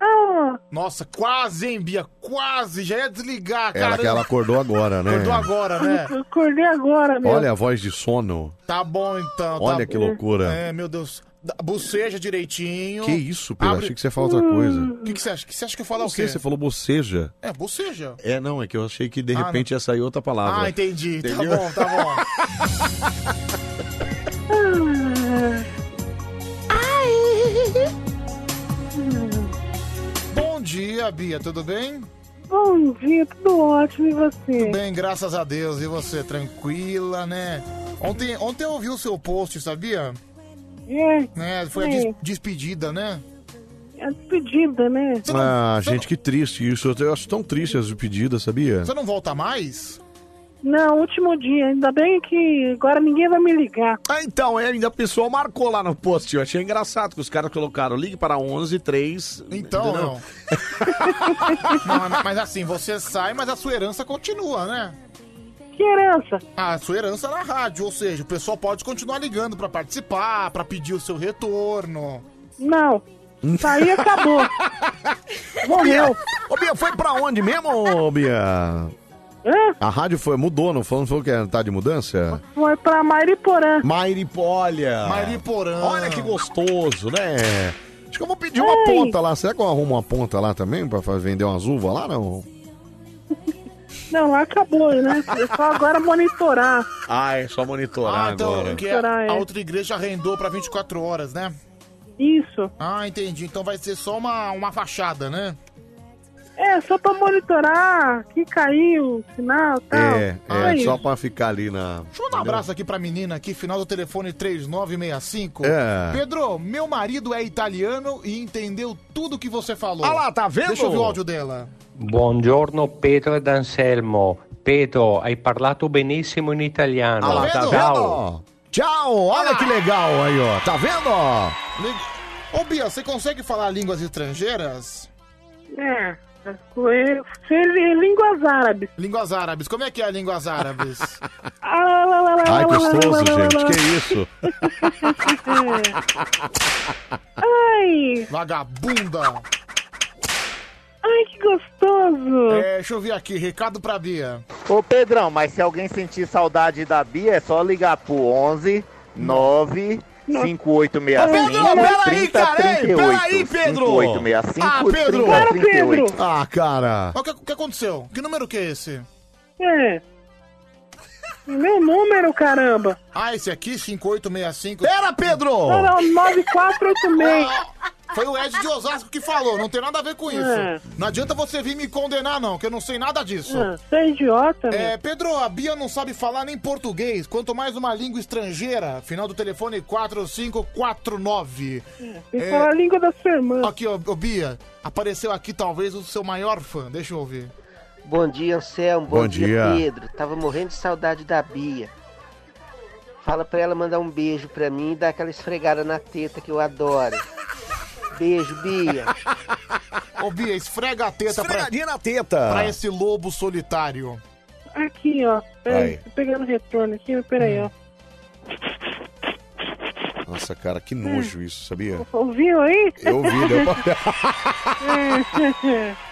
Ah.
Nossa, quase, hein, Bia? Quase! Já ia desligar, cara.
Ela que ela acordou agora, né?
Acordou agora, né?
Acordei agora, meu.
Olha a voz de sono.
Tá bom, então. tá
Olha que
bom.
loucura.
É, meu Deus. Da- Buceja direitinho.
Que isso, Pedro?
Abre-
Achei que você ia falar outra coisa.
Hum.
O que, que você acha? Que você acha que eu falar
Não
o quê?
sei, você falou boceja.
É, buceja.
É, não, é que eu achei que de
Ah,
repente ia sair outra palavra.
Ah, entendi.
Entendeu?
Tá bom, tá bom. bom dia, Bia. Tudo bem?
Bom dia, tudo ótimo e você?
Bem, graças a Deus. E você, tranquila, né? Ontem, ontem eu ouvi o seu post, sabia? É. foi a
É.
des- despedida, né?
É despedida, né?
Ah, gente, que triste isso. Eu acho tão triste as pedidas, sabia?
Você não volta mais?
Não, último dia. Ainda bem que agora ninguém vai me ligar.
Ah, então, é, ainda o pessoal marcou lá no post. Eu achei engraçado que os caras colocaram ligue para 11, 3.
Então,
entendeu?
não. Não, mas- mas assim, você sai, mas a sua herança continua, né?
Que herança?
Ah, a sua herança na rádio, ou seja, o pessoal pode continuar ligando pra participar, pra pedir o seu retorno.
Não. Aí acabou.
Morreu. Ô, Bia, foi pra onde mesmo, ô, Bia?
É,
A rádio foi, mudou, não foi? Não foi que era- tá de mudança?
Foi pra Mariporã.
Mairipolha.
Mariporã.
Olha que gostoso, né? Acho que eu vou pedir uma ponta lá. Será que eu arrumo uma ponta lá também pra fa- vender umas uvas lá, não?
Não, lá acabou, né? É só agora monitorar.
Ah, é só monitorar
Ah, então,
agora.
que
Será,
a,
é?
a outra igreja arrendou pra 24 horas, né?
Isso.
Ah, entendi. Então vai ser só uma, uma fachada, né?
É, só pra monitorar que caiu o sinal e tal.
É,
Só
é,
isso.
só pra ficar ali na...
Deixa eu mandar um abraço aqui pra menina aqui, final do telefone 3965.
É.
Pedro, meu marido é italiano e entendeu tudo que você falou.
Ah lá, tá vendo?
Deixa eu ouvir o áudio dela.
Buongiorno Pedro ed Anselmo. Pedro, hai parlato benissimo in
Tá
italiano.
Ah lá, tá vendo? Tchau, olha que legal aí, ó. Tá vendo? ó?
Lig- Ô Bia, você consegue falar línguas estrangeiras?
É, eu sei li- línguas árabes.
Línguas árabes, como é que é línguas árabes?
Ai, gostoso, gente. Que isso?
Ai!
Vagabunda!
Ai, que gostoso!
É, deixa eu ver aqui, recado pra Bia.
Ô Pedrão, mas se alguém sentir saudade da Bia, é só ligar pro 11 9
Tá
Tá
5865
Pedro, peraí,
30
cara, ei,
38.
peraí, Pedro!
5865
Ah, Pedro!
30
Para, Pedro!
38.
Ah, cara.
Mas O que, o que aconteceu? Que número que é esse?
É. Meu número, caramba!
Ah, esse aqui, 5865.
Pera, Pedro!
Não, não, 9486.
Ah, Foi o Ed de Osasco que falou, não tem nada a ver com isso.
É.
Não adianta você vir me condenar, não, que eu não sei nada disso.
Ah, Você é idiota, meu.
É, Pedro, a Bia não sabe falar nem português, quanto mais uma língua estrangeira. Final do telefone 4549.
Tem
É.
que falar a língua da sua irmã.
É. Aqui, ó, ô, Bia, apareceu aqui talvez o seu maior fã, deixa eu ouvir.
Bom dia, Anselmo. Bom,
Bom
dia,
dia.
Pedro. Tava morrendo de saudade da Bia. Fala pra ela mandar um beijo pra mim e dar aquela esfregada na teta que eu adoro. Beijo, Bia.
Ô, Bia, esfrega a teta pra,
Esfregadinha na teta.
pra esse lobo solitário.
Aqui, ó. Peraí,
Aí.
tô pegando retorno aqui, peraí, ó.
Nossa, cara, que nojo isso, sabia?
Ouviu aí?
Eu ouvi, deu pra...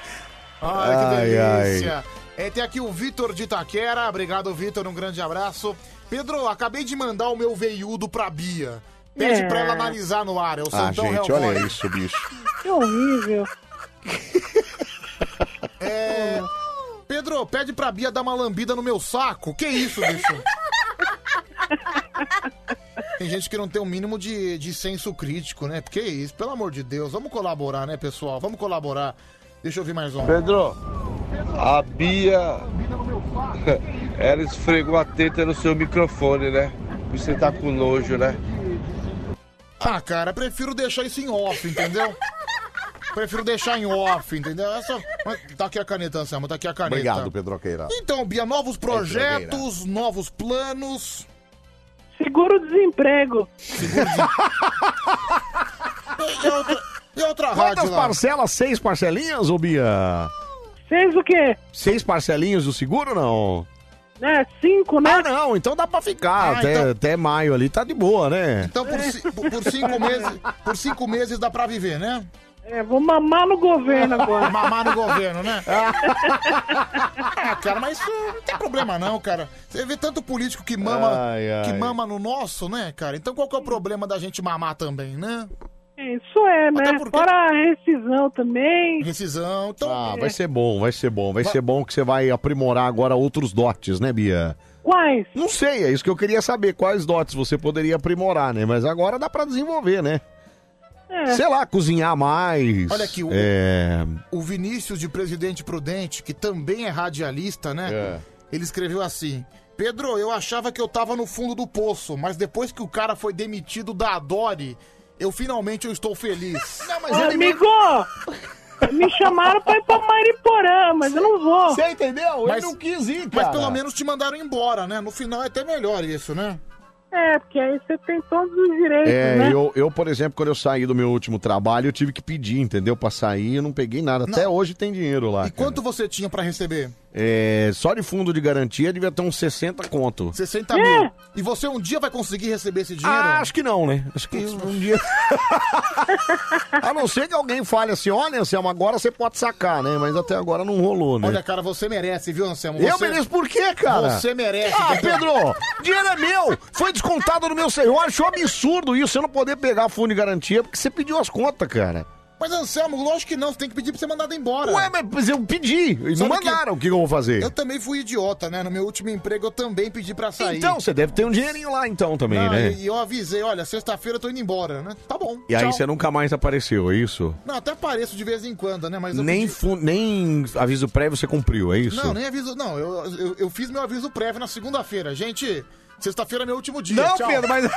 Ai, que
Ai,
delícia. É, tem aqui o Vitor de Itaquera. Obrigado, Vitor. Um grande abraço. Pedro, acabei de mandar o meu veiudo pra Bia. Pede
É.
pra ela analisar no ar. Eu sou
Ah,
tão
gente,
Hellboy.
olha isso, bicho.
que horrível.
É... Pedro, pede pra Bia dar uma lambida no meu saco. Que isso, bicho? Tem gente que não tem o mínimo de, de senso crítico, né? Porque isso, pelo amor de Deus. Vamos colaborar, né, pessoal? Vamos colaborar. Deixa eu ouvir mais um.
Pedro, a Bia. Ela esfregou a teta no seu microfone, né? Você tá com nojo, né?
Ah, cara, prefiro deixar isso em off, entendeu? Prefiro deixar em off, entendeu? Essa... mas Tá aqui a caneta, Anselmo, tá aqui a caneta.
Obrigado, Pedro Queira.
Então, Bia, novos
né?
projetos, novos planos.
Seguro-desemprego.
E outra, e outra
Quantas
rádio lá?
parcelas? Seis parcelinhas, ô Bia?
Seis o quê?
Seis parcelinhas do seguro ou não?
É, cinco, né?
Ah, não, então dá pra ficar.
Ah,
até,
então-
até maio ali tá de boa, né?
Então, por, ci- por- por cinco meses, por cinco meses dá pra viver, né?
É, vou mamar no governo agora.
Mamar no governo, né? Ah, cara, mas isso não tem problema não, cara. Você vê tanto político que mama,
Ai, ai.
que mama no nosso, né, cara? Então qual que é o problema da gente mamar também, né?
É, Isso é, né? Fora a rescisão também.
tá Rescisão, então.
Ah, vai ser bom, vai ser bom. Vai ser bom que você vai aprimorar agora outros dotes, né, Bia?
Quais?
Não sei, é isso que eu queria saber. Quais dotes você poderia aprimorar, né? Mas agora dá pra desenvolver, né?
É.
Sei lá, cozinhar mais.
Olha aqui, o-
É...
O Vinícius de Presidente Prudente, que também é radialista, né?
É.
Ele escreveu assim: Pedro, eu achava que eu tava no fundo do poço, mas depois que o cara foi demitido da Adore, eu finalmente eu estou feliz. Não,
Ô, amigo! Me chamaram pra ir pra Mariporã, mas eu não vou.
Você entendeu?
Eu
quis ir,
cara.
Mas pelo menos te mandaram embora, né? No final é até melhor isso, né?
É, porque aí você tem todos os direitos,
É,
né?
eu, eu, por exemplo, quando eu saí do meu último trabalho, eu tive que pedir, entendeu? Pra sair, eu não peguei nada. Até hoje tem dinheiro lá. cara.
Quanto você tinha pra receber?
É, só de fundo de garantia devia ter uns 60 conto.
60 mil. E você um dia vai conseguir receber esse dinheiro?
É. Ah, acho que não, né? Acho que um dia. A não ser que alguém fale assim: olha, Anselmo, agora você pode sacar, né? Mas até agora não rolou, né?
Olha, cara, você merece, viu, Anselmo?
Eu
Você-
mereço por quê, cara?
Você merece.
Ah,
entendeu?
Pedro, dinheiro é meu. Foi descontado no meu senhor. Achou absurdo isso. Você não poder pegar fundo de garantia porque você pediu as contas, cara.
Mas, Anselmo, lógico que não. Você tem que pedir pra ser mandado embora.
Ué, mas eu pedi. E não
Sabe que-
mandaram. O que eu vou fazer?
Eu também fui idiota, né? No meu último emprego eu também pedi pra sair.
Então, você deve ter um dinheirinho lá, então, também,
Não,
né?
e, e eu avisei, olha, sexta-feira eu tô indo embora, né? Tá bom.
E aí
tchau.
você nunca mais apareceu, é isso?
Não, até apareço de vez em quando, né? Mas eu
Nem,
pedi-
fu- nem aviso prévio você cumpriu, é isso?
Não, nem aviso. Não, eu, eu, eu fiz meu aviso prévio na segunda-feira. Gente, sexta-feira é meu último dia.
Não,
tchau.
Pedro, mas.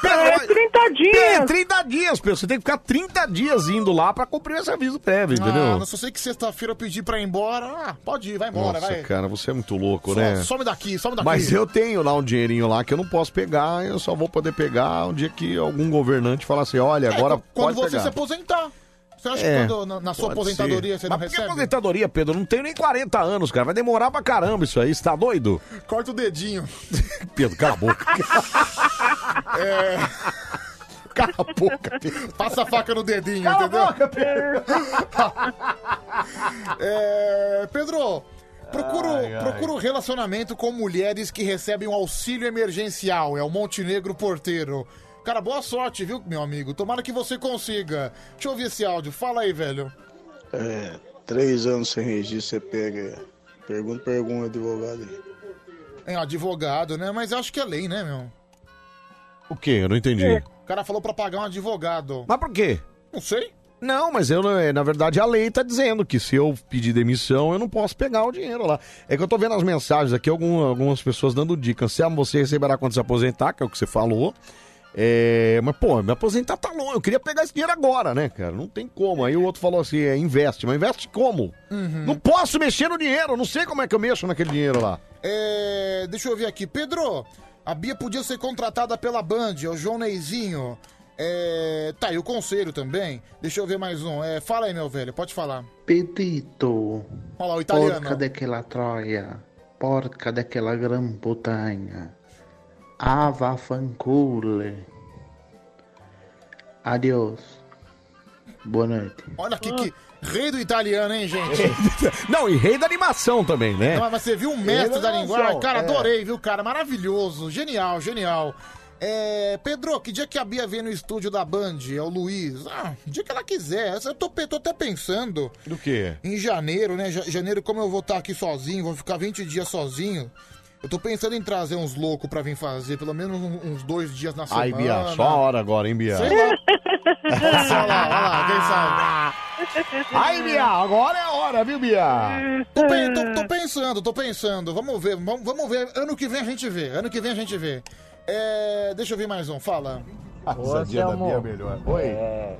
Pedro,
é 30 dias.
É, 30 dias, Pedro. Você tem que ficar 30 dias indo lá pra cumprir esse aviso prévio,
Ah,
entendeu?
não só sei que sexta-feira eu pedi pra ir embora. Ah, pode ir, vai embora,
Nossa,
vai.
cara, você é muito louco,
So-
né?
Some daqui, some daqui.
Mas eu tenho lá um dinheirinho lá que eu não posso pegar, eu só vou poder pegar um dia que algum governante falar assim, olha, agora
É, Quando
pode
você
pegar.
se aposentar. Você acha
É,
que quando, na, na sua
pode
aposentadoria
ser.
você não
Mas por que
recebe?
aposentadoria, Pedro? Eu Não tenho nem 40 anos, cara. Vai demorar pra caramba isso aí. Você tá doido?
Corta o dedinho.
Pedro, cala a boca.
É.
Cala a boca, Pedro.
Passa a faca no dedinho,
Cala a
entendeu?
boca,
Pedro. É, Pedro, procura,
Ai, ai.
procura um relacionamento com mulheres que recebem um auxílio emergencial. É o Montenegro Porteiro. Cara, boa sorte, viu, meu amigo? Tomara que você consiga. Deixa eu ouvir esse áudio. Fala aí, velho.
É, três anos sem registro, você pega. Pergunta pra algum advogado aí.
É um advogado, né? Mas eu acho que é lei, né, meu?
O quê? Eu não entendi.
O cara falou pra pagar um advogado.
Mas por quê?
Não sei.
Não, mas eu, eh, na verdade, a lei tá dizendo que se eu pedir demissão, eu não posso pegar o dinheiro lá. É que eu tô vendo as mensagens aqui, algum- algumas pessoas dando dicas. Se você receberá quando se aposentar, que é o que você falou. É, mas, pô, me aposentar tá longe. Eu queria pegar esse dinheiro agora, né, cara? Não tem como. Aí o outro falou assim: é, investe. Mas investe como?
Uhum.
Não posso mexer no dinheiro. eu Não sei como é que eu mexo naquele dinheiro lá.
É, deixa eu ver aqui. Pedro, a Bia podia ser contratada pela Band, é o João Neizinho. É, tá, e o conselho também. Deixa eu ver mais um. É, fala aí, meu velho, pode falar.
Pedito.
Olha lá, o italiano.
Porca daquela Troia. Porca daquela gran putanha. Ava fancule. Adiós. Boa noite.
Olha aqui que rei do italiano, hein, gente?
não, e rei da animação também, né?
Não, mas você viu um mestre
Ele
da
é
linguagem?
razão,
Cara,
é.
adorei, viu, cara? Maravilhoso, genial, genial. É, Pedro, que dia que a Bia vem no estúdio da Band? É o Luiz. Ah, o dia que ela quiser. Essa Eu tô, pe- tô até pensando.
Do quê?
Em janeiro, né? Ja- Janeiro, como eu vou estar aqui sozinho, vou ficar 20 dias sozinho. Eu tô pensando em trazer uns loucos pra vir fazer, pelo menos um- uns dois dias na semana.
Ai, Bia, só a hora agora, hein, Bia?
Sei lá. Sei lá, olha lá, quem sabe.
Ai, Bia, agora é a hora, viu, Bia? É.
Tô, pe- tô- tô pensando, tô pensando. Vamos ver, vamos, vamos ver. Ano que vem a gente vê. Ano que vem a gente vê. É, deixa eu ver mais um, fala.
A risadinha da Bia é melhor. Oi.
É,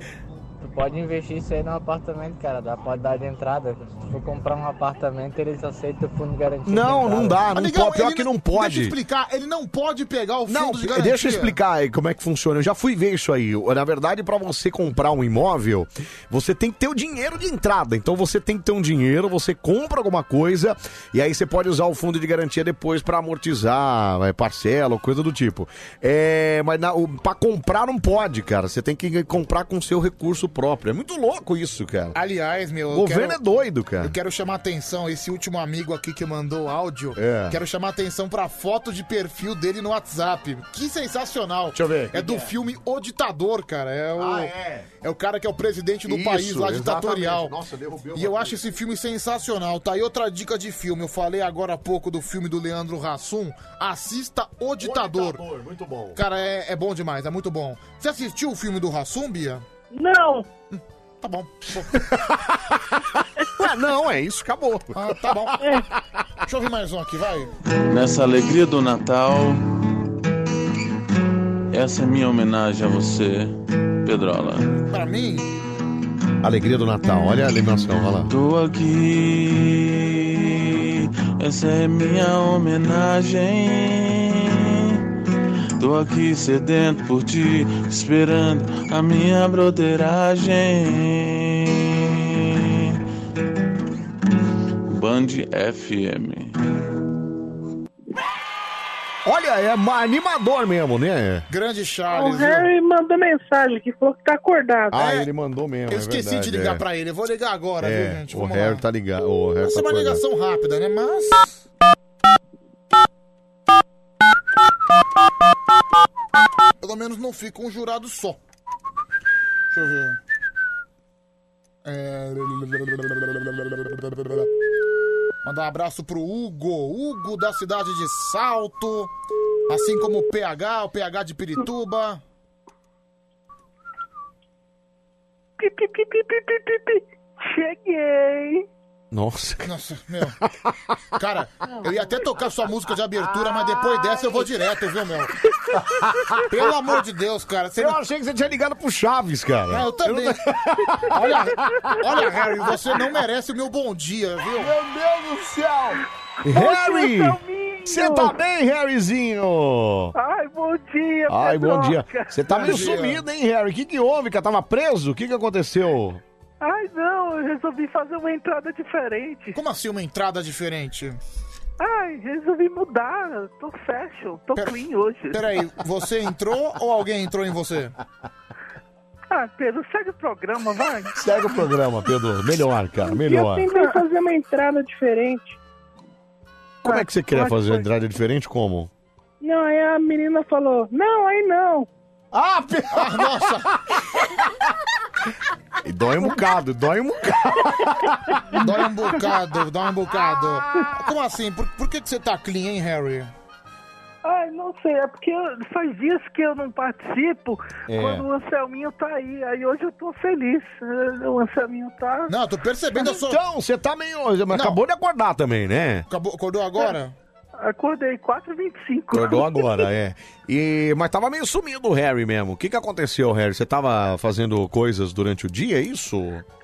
tu pode investir isso aí no apartamento, cara. Dá pode dar de entrada. Se for comprar um apartamento, eles aceitam o fundo garantido.
Não, não dá, não
Amigão,
pode, pior
ele
que não
Deixa eu
pode.
explicar, ele não pode pegar o fundo
Não,
de garantia.
deixa eu explicar aí como é que funciona. Eu já fui ver isso aí. Na verdade, pra você comprar um imóvel, você tem que ter o dinheiro de entrada. Então você tem que ter um dinheiro, você compra alguma coisa e aí você pode usar o fundo de garantia depois pra amortizar, é, parcela, ou coisa do tipo. É, mas na, o- pra comprar não pode, cara. Você tem que comprar com seu recurso próprio. É muito louco isso, cara.
Aliás, meu.
O
eu
governo
quero-
é doido, cara.
Eu quero chamar atenção, esse último amigo aqui que mandou o áudio,
É.
quero chamar atenção pra foto de perfil dele no WhatsApp. Que sensacional. Deixa
eu ver.
É do filme O Ditador, cara. É o,
Ah,
é. o cara que é o presidente do
Isso,
país lá,
exatamente.
ditatorial.
Nossa, derrubei
E eu acho esse filme sensacional. Tá aí outra dica de filme. Eu falei agora há pouco do filme do Leandro Hassum. Assista O é um Ditador.
muito bom.
Cara, é, é bom demais, é muito bom. Você assistiu o filme do Hassum, Bia? Não. Tá bom.
Ah, não, é isso, acabou.
Ah, tá bom. Deixa eu ouvir mais um aqui, vai.
Nessa alegria do Natal, essa é minha homenagem a você, Pedrola.
Pra mim,
Alegria do Natal, olha a animação, olha lá.
Tô aqui, essa é minha homenagem. Tô aqui sedento por ti, esperando a minha broderagem. Band FM.
Olha, é ma- animador mesmo, né?
Grande
O
Charles. viu?
Harry mandou mensagem que falou que tá acordado.
Ah, ele mandou mesmo.
Eu
é
esqueci
Esqueci de
verdade,
ligar
é.
pra ele. Eu vou ligar agora,
é,
viu, gente?
O
Vamos
Harry
lá.
tá ligado. O Harry
Essa
tá
é uma
acordado.
ligação rápida, né? Mas. Pelo menos não fica um jurado só. Deixa eu ver. É... Mandar um abraço pro Hugo. Hugo da cidade de Salto. Assim como o PH, o PH de Pirituba.
Cheguei.
Nossa.
Nossa, meu. Cara, eu ia até tocar sua música de abertura, mas depois dessa eu vou direto, viu, meu? Pelo amor de Deus, cara. Você
Eu
não-
achei que você tinha ligado pro Chaves, cara.
É, eu também. Olha, olha, Harry, você não merece o meu bom dia, viu? Meu Deus do céu!
Harry!
é
Você tá bem, Harryzinho?
Ai, bom dia,
Ai, bom dia.
Pedroca.
Você tá meio
Bom dia.
sumido, hein, Harry? O que, que houve, cara? Tava preso? O que, que aconteceu?
Ai, não, eu resolvi fazer uma entrada diferente.
Como assim uma entrada diferente?
Ai, resolvi mudar. Tô fashion, tô clean hoje.
Peraí, você entrou ou alguém entrou em você?
Ah, Pedro, segue o programa, vai.
Segue o programa, Pedro. Melhor, cara, melhor.
Eu tentei fazer uma entrada diferente.
Como é que você queria fazer uma entrada diferente? Como?
Não, aí a menina falou, não, aí não.
Ah, nossa! E dói um bocado, dói um bocado.
Dói um bocado, dói um bocado. Como assim? Por, por que, que você tá clean, hein, Harry?
Ai, não sei, é porque eu- faz dias que eu não participo
É.
quando o Anselminho tá aí. Aí hoje eu tô feliz. eh, O Anselminho tá.
Não, tô percebendo a sua.
Então, você tá meio. Mas acabou de acordar também, né?
Acabou, acordou agora?
Acordei, 4h25.
Acordou agora, é. E, mas tava meio sumido o Harry mesmo. O que, que aconteceu, Harry? Você tava fazendo coisas durante o dia, é isso?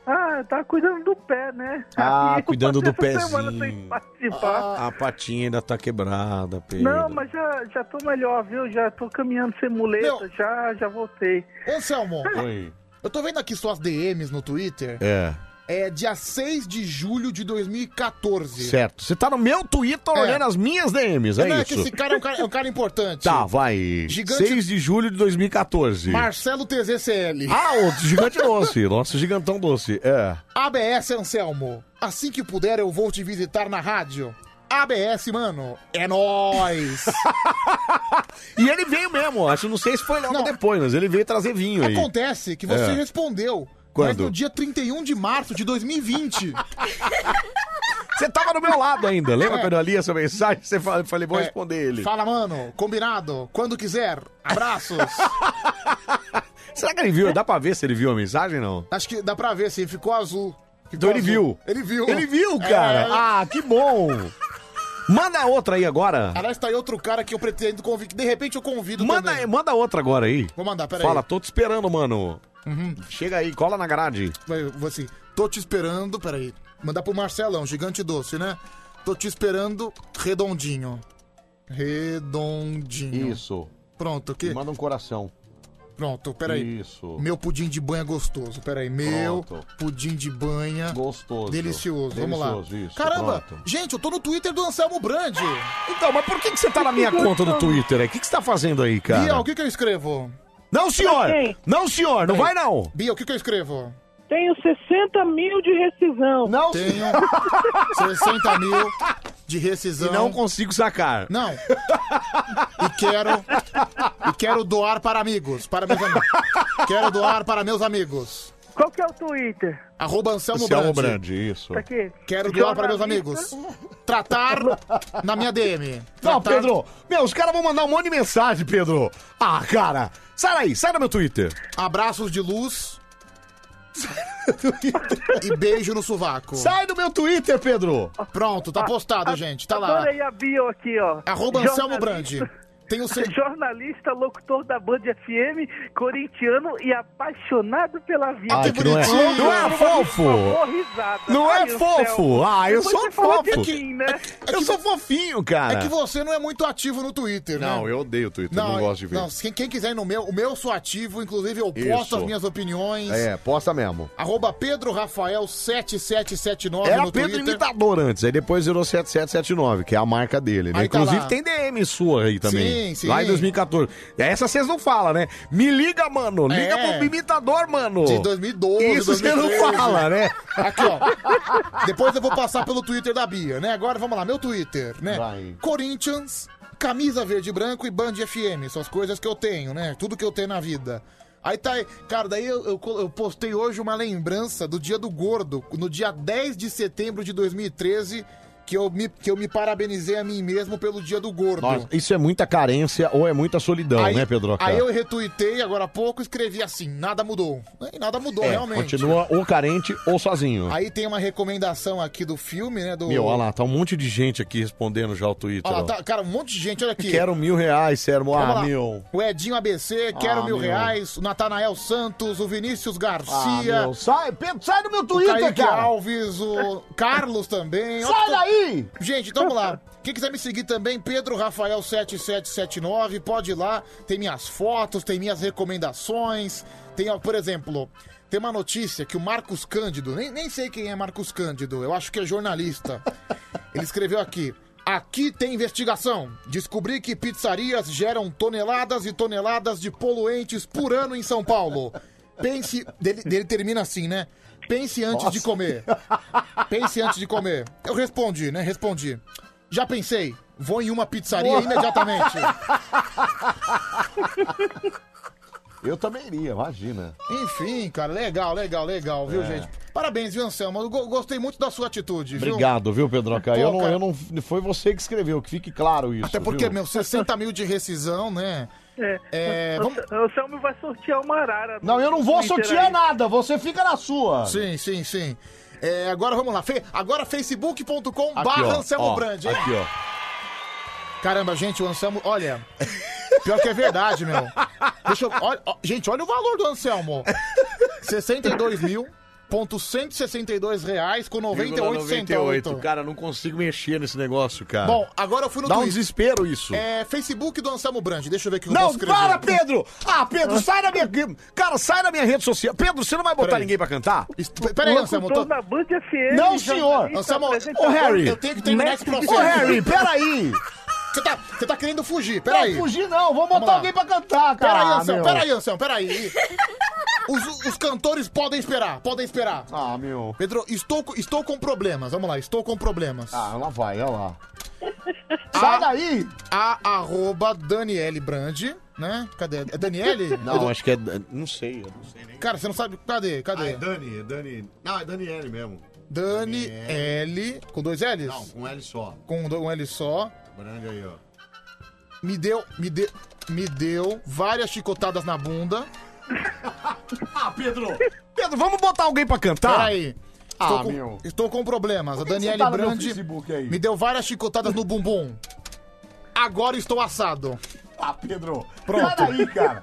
Ah, tá cuidando do pé, né?
Ah,
Aí eu
cuidando do
passei essa semana sem
pezinho.
participar.
A patinha ainda tá quebrada, Pedro.
Não, mas já, já tô melhor, viu? Já tô caminhando sem muleta, já, já voltei.
Anselmo,
Oi.
eu tô vendo aqui suas DMs no Twitter.
É.
É dia 6 de julho de 2014.
Certo. Você tá no meu Twitter
É.
olhando as minhas DMs, é
Não, é que
isso?
esse cara é um cara, é um cara importante.
Tá, vai.
Gigante-
6 de julho de 2014.
Marcelo TZCL.
Ah, outro gigante doce. Nosso gigantão doce. É.
ABS Anselmo, assim que puder eu vou te visitar na rádio. ABS, mano, é nóis!
E ele veio mesmo, acho, não sei se foi logo depois, mas ele veio trazer vinho aí.
Acontece que você
É.
respondeu. Mas
Quando?
no dia 31 de março de 2020.
Você tava no meu lado ainda, lembra
É.
quando eu li essa mensagem? Você fala- eu falei, vou
É.
responder ele.
Fala, mano, combinado, quando quiser, abraços.
Será que ele viu? Dá pra ver se ele viu a mensagem não?
Acho que dá pra ver, assim, ficou azul.
Então ele viu.
Ele viu.
Ele viu, cara.
É.
Ah, que bom. Manda outra aí agora.
Aliás, tá aí outro cara que eu pretendo convidar. De repente eu convido
Ah. Manda,
também.
manda outra agora aí.
Vou mandar, peraí.
Fala, tô te esperando, mano.
Uhum.
Chega aí, cola na grade.
Vai, eu vou assim, tô te esperando, peraí. Mandar pro Marcelão, gigante doce, né? Tô te esperando redondinho. Redondinho.
Isso.
Pronto, que?
Manda um coração.
Pronto, peraí.
Isso.
Meu pudim de banha gostoso, peraí. Meu
Pronto.
pudim de banha.
Gostoso.
Delicioso, vamos
Delicioso,
lá.
isso,
Caramba,
pronto.
gente, eu tô no Twitter do Anselmo Brandi.
Então, mas por que, que você tá na minha conta do Twitter aí? O que, que você tá fazendo aí, cara?
Bia, o que que eu escrevo?
Não, senhor!
Pra quem?
Não, senhor! Não
Peraí.
vai, não!
Bia, o que que eu escrevo?
Tenho 60 mil de rescisão.
Não,
Tenho 60 mil de
E
rescisão.
não consigo sacar.
Não. E quero e quero doar para amigos, para meus amigos. Quero doar para meus amigos.
Qual que é o Twitter?
Arroba Anselmo,
Anselmo
Brandi.
Brandi, isso.
Tá aqui.
Quero doar para meus amigos.
Jornalista.
Tratar na minha DM.
Não,
Tratar-
Pedro! Meu, os caras vão mandar um monte de mensagem, Pedro! Ah, cara! Sai daí, sai do meu Twitter!
Abraços de luz. e beijo no sovaco.
Sai do meu Twitter, Pedro!
Pronto, tá postado, gente. Tá lá.
Ah, Adorei a bio aqui, ó.
Arroba Anselmo Brandi. Tem o seu-
Jornalista, locutor da Band FM, corintiano e apaixonado pela vida.
Ai, que não é- não é fofo. Não é fofo. Ah, eu sou fofo.
né?
Eu sou fofinho, cara!
É que você não é muito ativo no Twitter, né?
Não, eu odeio o Twitter, não, gosto de ver.
Não, quem, quem quiser ir no meu, o meu eu sou ativo, inclusive eu
Isso.
posto as minhas opiniões.
É, posta mesmo.
Arroba Pedro Rafael 7779
Era
no
É Pedro
Twitter.
Imitador antes, aí depois virou 7779, que é a marca dele, né?
Aí tá
Inclusive
lá.
tem DM sua aí também.
Sim, sim.
Lá em 2014. Essa vocês não falam, né? Me liga, mano. Liga
É.
pro imitador, mano.
De 2012,
Isso você não
2013.
fala, né?
Aqui, ó. Depois eu vou passar pelo Twitter da Bia, né? Agora vamos lá, meu Twitter, né?
Vai.
Corinthians, camisa verde e branco e Band FM. São as coisas que eu tenho, né? Tudo que eu tenho na vida. Aí tá aí. Cara, daí eu, eu col- eu postei hoje uma lembrança do dia do gordo, no dia 10 de setembro de 2013. que eu me, que eu me parabenizei a mim mesmo pelo dia do gordo.
Nossa, isso é muita carência ou é muita solidão, né, Pedro?
Aí eu retuitei agora há pouco e escrevi assim, nada mudou. E nada mudou,
É,
realmente.
Continua ou carente ou sozinho.
Aí tem uma recomendação aqui do filme, né? Do...
Meu, olha lá, tá um monte de gente aqui respondendo já o Twitter.
Olha lá,
ó.
tá- cara, um monte de gente, olha aqui.
Quero mil reais, Sermo.
Vamos
Ah,
lá.
meu.
O Edinho ABC, quero
Ah, meu.
mil reais. O Natanael Santos, o Vinícius
Ah,
Garcia.
meu,
Sai, sai do meu
Twitter,
o Kaique
cara.
Alves, o Carlos também.
Sai daí!
Gente, então vamos lá. Quem quiser me seguir também, Pedro Rafael 7779, pode ir lá. Tem minhas fotos, tem minhas recomendações. Tem, ó, por exemplo, tem uma notícia que o Marcos Cândido, nem, nem sei quem é Marcos Cândido, eu acho que é jornalista. Ele escreveu aqui. Aqui tem investigação. Descobri que pizzarias geram toneladas e toneladas de poluentes por ano em São Paulo. Pense. Dele, dele termina assim, né? Pense antes de comer. Pense antes de comer. Eu respondi, né? Respondi. Já pensei. Vou em uma pizzaria imediatamente.
Eu também iria, imagina.
Enfim, cara, legal, legal, legal, viu,
É.
gente? Parabéns, viu, Anselmo? Eu go- gostei muito da sua atitude, viu?
Obrigado, viu, Pedroca? eu,
Pô,
não,
cara.
eu não. Foi você que escreveu, que fique claro isso.
Até porque,
viu?
meu, 60 mil de rescisão, né?
É.
É,
o,
vamos-
o Anselmo vai sortear uma arara.
Não, eu não vou
no Twitter
sortear
aí.
nada, você fica na sua.
Sim, sim, sim. É, agora vamos lá. Fe- agora facebook.com
Aqui,
barra
ó,
Anselmo
ó,
Brand, hein?
Aqui, ó.
Caramba, gente, o Anselmo, olha. Pior que é verdade, meu. Deixa eu. Olha, ó, gente, olha o valor do Anselmo. 62 mil. Ponto 162 reais com 98
98.
centavos.
Cara, não consigo mexer nesse negócio, cara.
Bom, agora eu fui no
Dá um
Twitter.
desespero isso.
É, Facebook do Anselmo Brand. Deixa eu ver o que eu
Não,
posso escrever.
para, Pedro! Ah, Pedro, sai da minha. Cara, sai da minha rede social. Pedro, você não vai botar ninguém pra cantar?
Peraí, Anselmo. tô-
Não, senhor!
Anselmo,
Ô, Harry!
Eu tenho que terminar esse processo.
Ô, Harry, peraí!
Você tá, você tá querendo fugir, peraí.
Não, fugir não, vamos botar
lá.
alguém pra cantar, cara.
Peraí,
Ah,
Anselmo,
meu.
peraí, Anselmo, peraí. Os, os cantores podem esperar, podem esperar.
Ah, meu.
Pedro, estou, co- estou com problemas, vamos lá, estou com problemas.
Ah, lá vai, olha lá.
Sai daí! A arroba Daniele Brandi, né? Cadê? É Daniele?
Não, acho que é. Não sei, eu não sei nem.
Cara, você não sabe. Cadê? Cadê?
Ah, é Dani, é Dani. Não, é Daniele mesmo.
Dani L. Com dois L's?
Não, com L só.
Com do- um L só.
Grande aí, ó.
Me deu. Me deu. Me deu várias chicotadas na bunda.
Ah, Pedro! Pedro, vamos botar alguém pra cantar?
Peraí. Estou,
Ah,
com,
meu.
estou com problemas. A
que que
Daniele
você tá no meu
Brandi
Facebook aí?
me deu várias chicotadas no bumbum. Agora estou assado.
Ah, Pedro.
Pronto.
Sai daí, cara.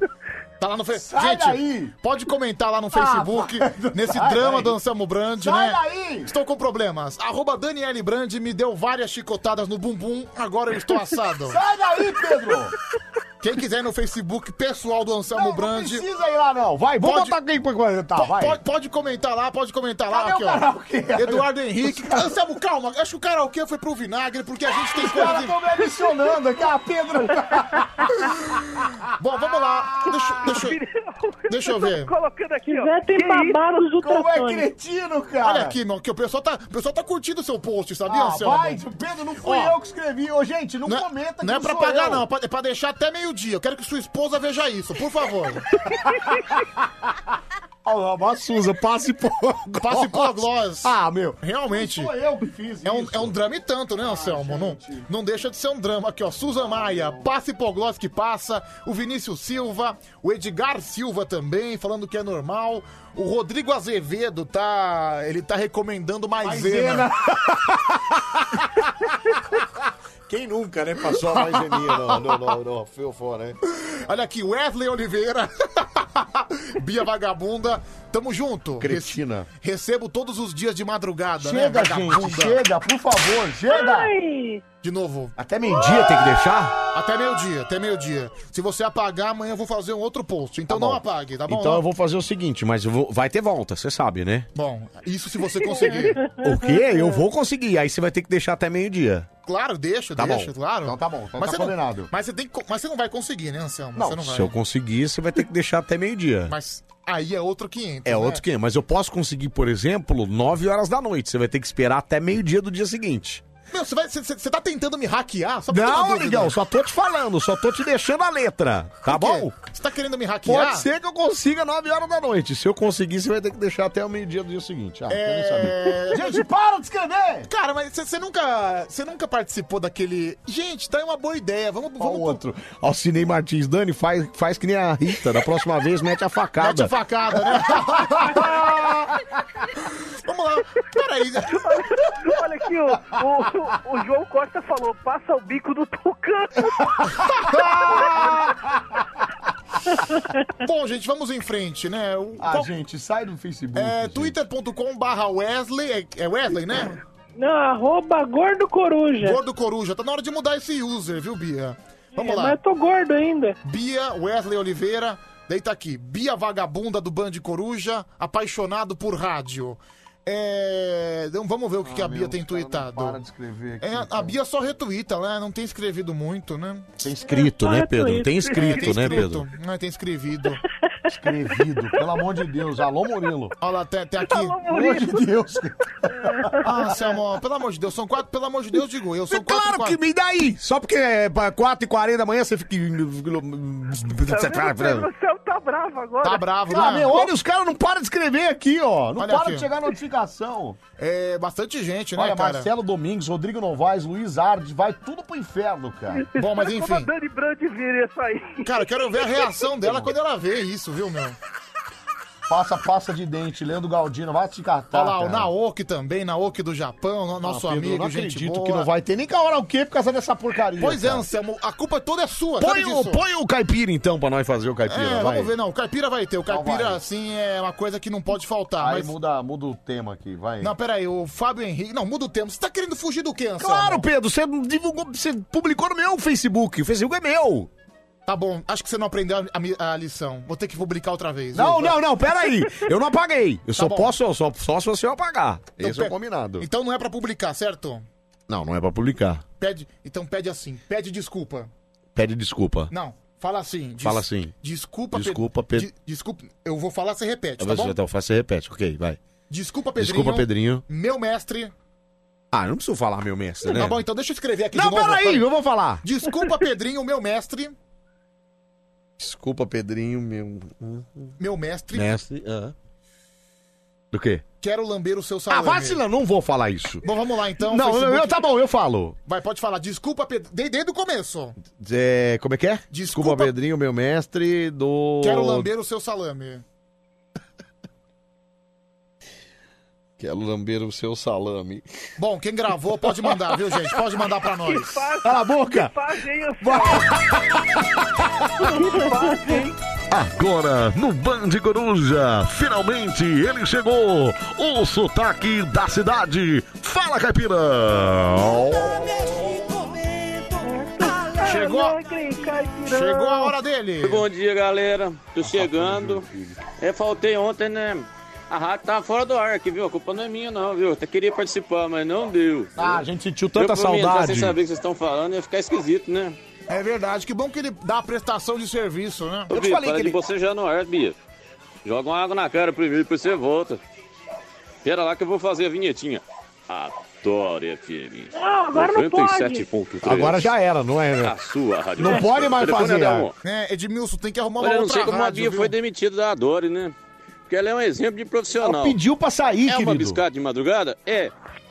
Tá lá no Facebook.
Sai
Gente,
daí.
pode comentar lá no
Ah,
Facebook,
Pedro,
nesse
sai
drama
daí.
do Anselmo Brandi,
Sai
né?
daí.
Estou com problemas. Arroba Daniele Brandi me deu várias chicotadas no bumbum, agora eu estou assado.
Sai daí, Pedro!
Quem quiser ir no Facebook pessoal do Anselmo Brandi...
precisa ir lá, não. Vai, vamos
Pode-
botar alguém pra cantar,
Po-
vai.
Pode, pode comentar lá, pode comentar lá.
Cadê
aqui,
o karaokê?
ó. Eduardo Henrique. Anselmo, calma. Acho que o karaokê foi pro vinagre, porque a gente tem
Os
coisa.
caras
de-
estão me adicionando aqui, ah, Pedro.
Bom, vamos lá. Deixa, deixa, deixa eu ver.
Colocando aqui, ó.
Quiser, tem
Que isso?
babados
Como é
ultrassônicos.
cretino, cara.
Olha aqui, meu, que o pessoal tá, o pessoal tá curtindo o seu post, sabia,
Ah,
Anselmo?
vai, Pedro, não fui
Ó.
eu que escrevi. Ô, gente, não,
Não é-
comenta que
não é
não
pra
sou
pagar,
eu.
não. É pra- é pra deixar até meio-dia. Eu quero que sua esposa veja isso, por favor.
Ó, ó, ó, Suza, passe por
Passe por gloss.
Ah, meu.
Realmente.
Não sou eu que fiz
É um,
isso. Ah,
é um drama e tanto, né, Anselmo? não, não deixa de ser um drama. Aqui, ó. Susan Maia, passe hipoglós que passa. O Vinícius Silva, o Edgar Silva também, falando que é normal. O Rodrigo Azevedo tá. Ele tá recomendando maisena.
Maisena. Quem nunca, né, passou a maisenia no, no, no, no fiofó, né?
Olha aqui, Wesley Oliveira. Bia Vagabunda. Tamo junto.
Cretina.
Rece- recebo todos os dias de madrugada, né,
Chega,
vagabunda?
gente, chega, por favor, chega.
De novo.
Até meio-dia tem que deixar?
Até meio-dia, até meio-dia. Se você apagar, amanhã eu vou fazer um outro post. Então não apague, tá bom?
Então eu vou fazer o seguinte, mas eu vou- vai ter volta, você sabe, né?
Bom, isso se você conseguir.
O quê? Eu vou conseguir, aí você vai ter que deixar até meio-dia.
Claro, deixa,
Tá
deixa,
bom.
claro.
Então tá bom, então tá
você não-
combinado.
mas, você tem que co- mas você não vai conseguir, né, Anselmo? você não vai.
Se eu conseguir, você vai ter que deixar até meio-dia.
Mas aí é outro 500,
É
né?
outro que, mas eu posso conseguir, por exemplo, 9 horas da noite. Você vai ter que esperar até meio-dia do dia seguinte.
Meu, você vai- você- você- você tá tentando me hackear? Só pra ter uma
Não,
dúvida.
amigão, só tô te falando, só tô te deixando a letra, tá
Por quê?
bom?
Você tá querendo me hackear?
Pode ser que eu consiga 9 horas da noite. Se eu conseguir, você vai ter que deixar até o meio-dia do dia seguinte. Ah, não quero nem saber.
Gente, para de escrever! É. Cara, mas você nunca, você nunca participou daquele. Gente, tá aí uma boa ideia. Vamos,
Qual
vamos
outro? Alcinei Martins, Dani, faz, faz que nem a Rita. Da próxima vez, mete a facada.
Mete a facada, né? Vamos lá. Peraí.
Olha aqui, o, o, o João Costa falou, passa o bico do tucano.
Bom, gente, vamos em frente, né? O-
Ah,
qual-
gente, sai do Facebook.
É twitter.com barra Wesley, é- é Wesley, né?
Não, arroba gordo coruja.
Gordo Coruja, tá na hora de mudar esse user, viu, Bia? Vamos
É,
lá.
mas eu tô gordo ainda.
Bia Wesley Oliveira, daí tá aqui. Bia Vagabunda do Band Coruja, apaixonado por rádio. É... Então vamos ver o que, que a Bia tem tweetado. Para de
escrever
aqui, então. a Bia só retuita, né? Não tem escrevido muito, né?
Tem escrito, né, Pedro? Tem escrito, né, Pedro?
Não, tem escrevido.
Escrevido, pelo amor de Deus. Alô, Murilo.
Olha lá, até, até aqui. Pelo
amor de Deus.
Ah, Anselmo, pelo amor de Deus, são quatro, pelo amor de Deus, digo eu, são quatro.
É Claro
quatro.
que me daí! Só porque é 4h40 da manhã você fica.
Tá céu tá bravo agora.
Tá bravo,
Ah,
né?
meu, olha, os caras não param de escrever aqui, ó. Não
Olha
para
aqui.
de chegar notificação.
É, bastante gente, né,
Olha,
cara?
Marcelo Domingos, Rodrigo Novaes, Luiz Arde, vai tudo pro inferno, cara.
Bom, mas enfim.
Dani Brand vira isso aí.
Cara, eu quero ver a reação dela quando ela vê isso, viu, meu?
Passa pasta de dente, Leandro Galdino, vai te catar.
Olha lá, o
tá, cara.
Naoki também, Naoki do Japão, no- nosso
Ah, Pedro,
amigo,
não
gente
acredito
boa.
que não vai ter nem karaokê por causa dessa porcaria.
Pois é,
cara.
Anselmo, a culpa toda é sua,
Põe
sabe
o,
disso?
põe o caipira então pra nós fazer o caipira.
É,
vai. Então
vamos ver, não, o caipira vai ter, o caipira,
vai.
assim, é uma coisa que não pode faltar,
Aí
mas...
muda, muda o tema aqui, vai.
Não, peraí, o Fábio Henrique... Não, muda o tempo, você tá querendo fugir do quê, Anselmo?
Claro, Pedro, você divulgou, você publicou no meu Facebook. O Facebook é meu.
Tá bom, acho que você não aprendeu a, mi- a lição, vou ter que publicar outra vez.
Não,
viu?
não, não, peraí. Eu não apaguei. Eu
Tá
só
bom.
posso, só, só se você eu apagar.
Então
Esse é o
pe-
combinado.
Então não é pra publicar, certo?
Não, não é pra publicar.
Pede, então pede assim, pede desculpa.
Pede desculpa.
Não, fala assim.
Fala assim.
Desculpa, Pe-
Desculpa, Pe-
de- desculpa, eu vou falar, você repete, tá
Talvez
bom?
até eu faça você repete, ok, vai.
Desculpa, Pedrinho.
Desculpa, Pedrinho.
Meu mestre.
Ah, eu não preciso falar meu mestre, né?
Tá bom, então deixa eu escrever aqui
Não,
de novo.
peraí,
Vai.
eu vou falar.
Desculpa, Pedrinho, meu mestre.
Desculpa, Pedrinho, meu.
Meu mestre.
Mestre. ah. Do quê?
Quero lamber o seu salame.
Ah, vacila, não vou falar isso.
Bom, vamos lá, então.
não,
Facebook-
eu, tá bom, eu falo.
Vai, pode falar. Desculpa, Pedrinho. Desde o começo.
É, como é que é? Desculpa, Pedrinho, meu mestre do.
Quero lamber o seu salame.
Quero lamber o seu salame.
Bom, quem gravou pode mandar, viu, gente? Pode mandar pra nós.
Que fácil. Cala a boca. Que Agora, no Band Coruja, finalmente ele chegou, o sotaque da cidade. Fala, Caipira!
Chegou. Chegou a hora dele.
Bom dia, galera. Tô chegando. É, faltei ontem, né? A rádio tá fora do ar aqui, viu? A culpa não é minha, não, viu? Até queria participar, mas não deu.
Ah, a gente sentiu tanta
Eu, pra mim, entrar
saudade.
Sem saber o que vocês estão falando, ia ficar esquisito, né?
É verdade, que bom que ele dá a prestação de serviço, né?
Ô, Bia, para de bocejar no ar, Bia. Joga uma água na cara primeiro, depois você volta. Pera lá que eu vou fazer a vinhetinha. Adoro FM.
Não, agora não pode.
97.3.
Agora já era, não
A
é?
sua rádio.
Não pode mais
Telefone
fazer.
é da um.
É, Edmilson, tem que arrumar uma
Olha, eu não
outra
sei como
rádio,
a Bia
viu?
foi demitida da Dori, né? Porque ela é um exemplo de profissional.
Ela pediu pra sair,
É uma
querido.
biscate de madrugada? É.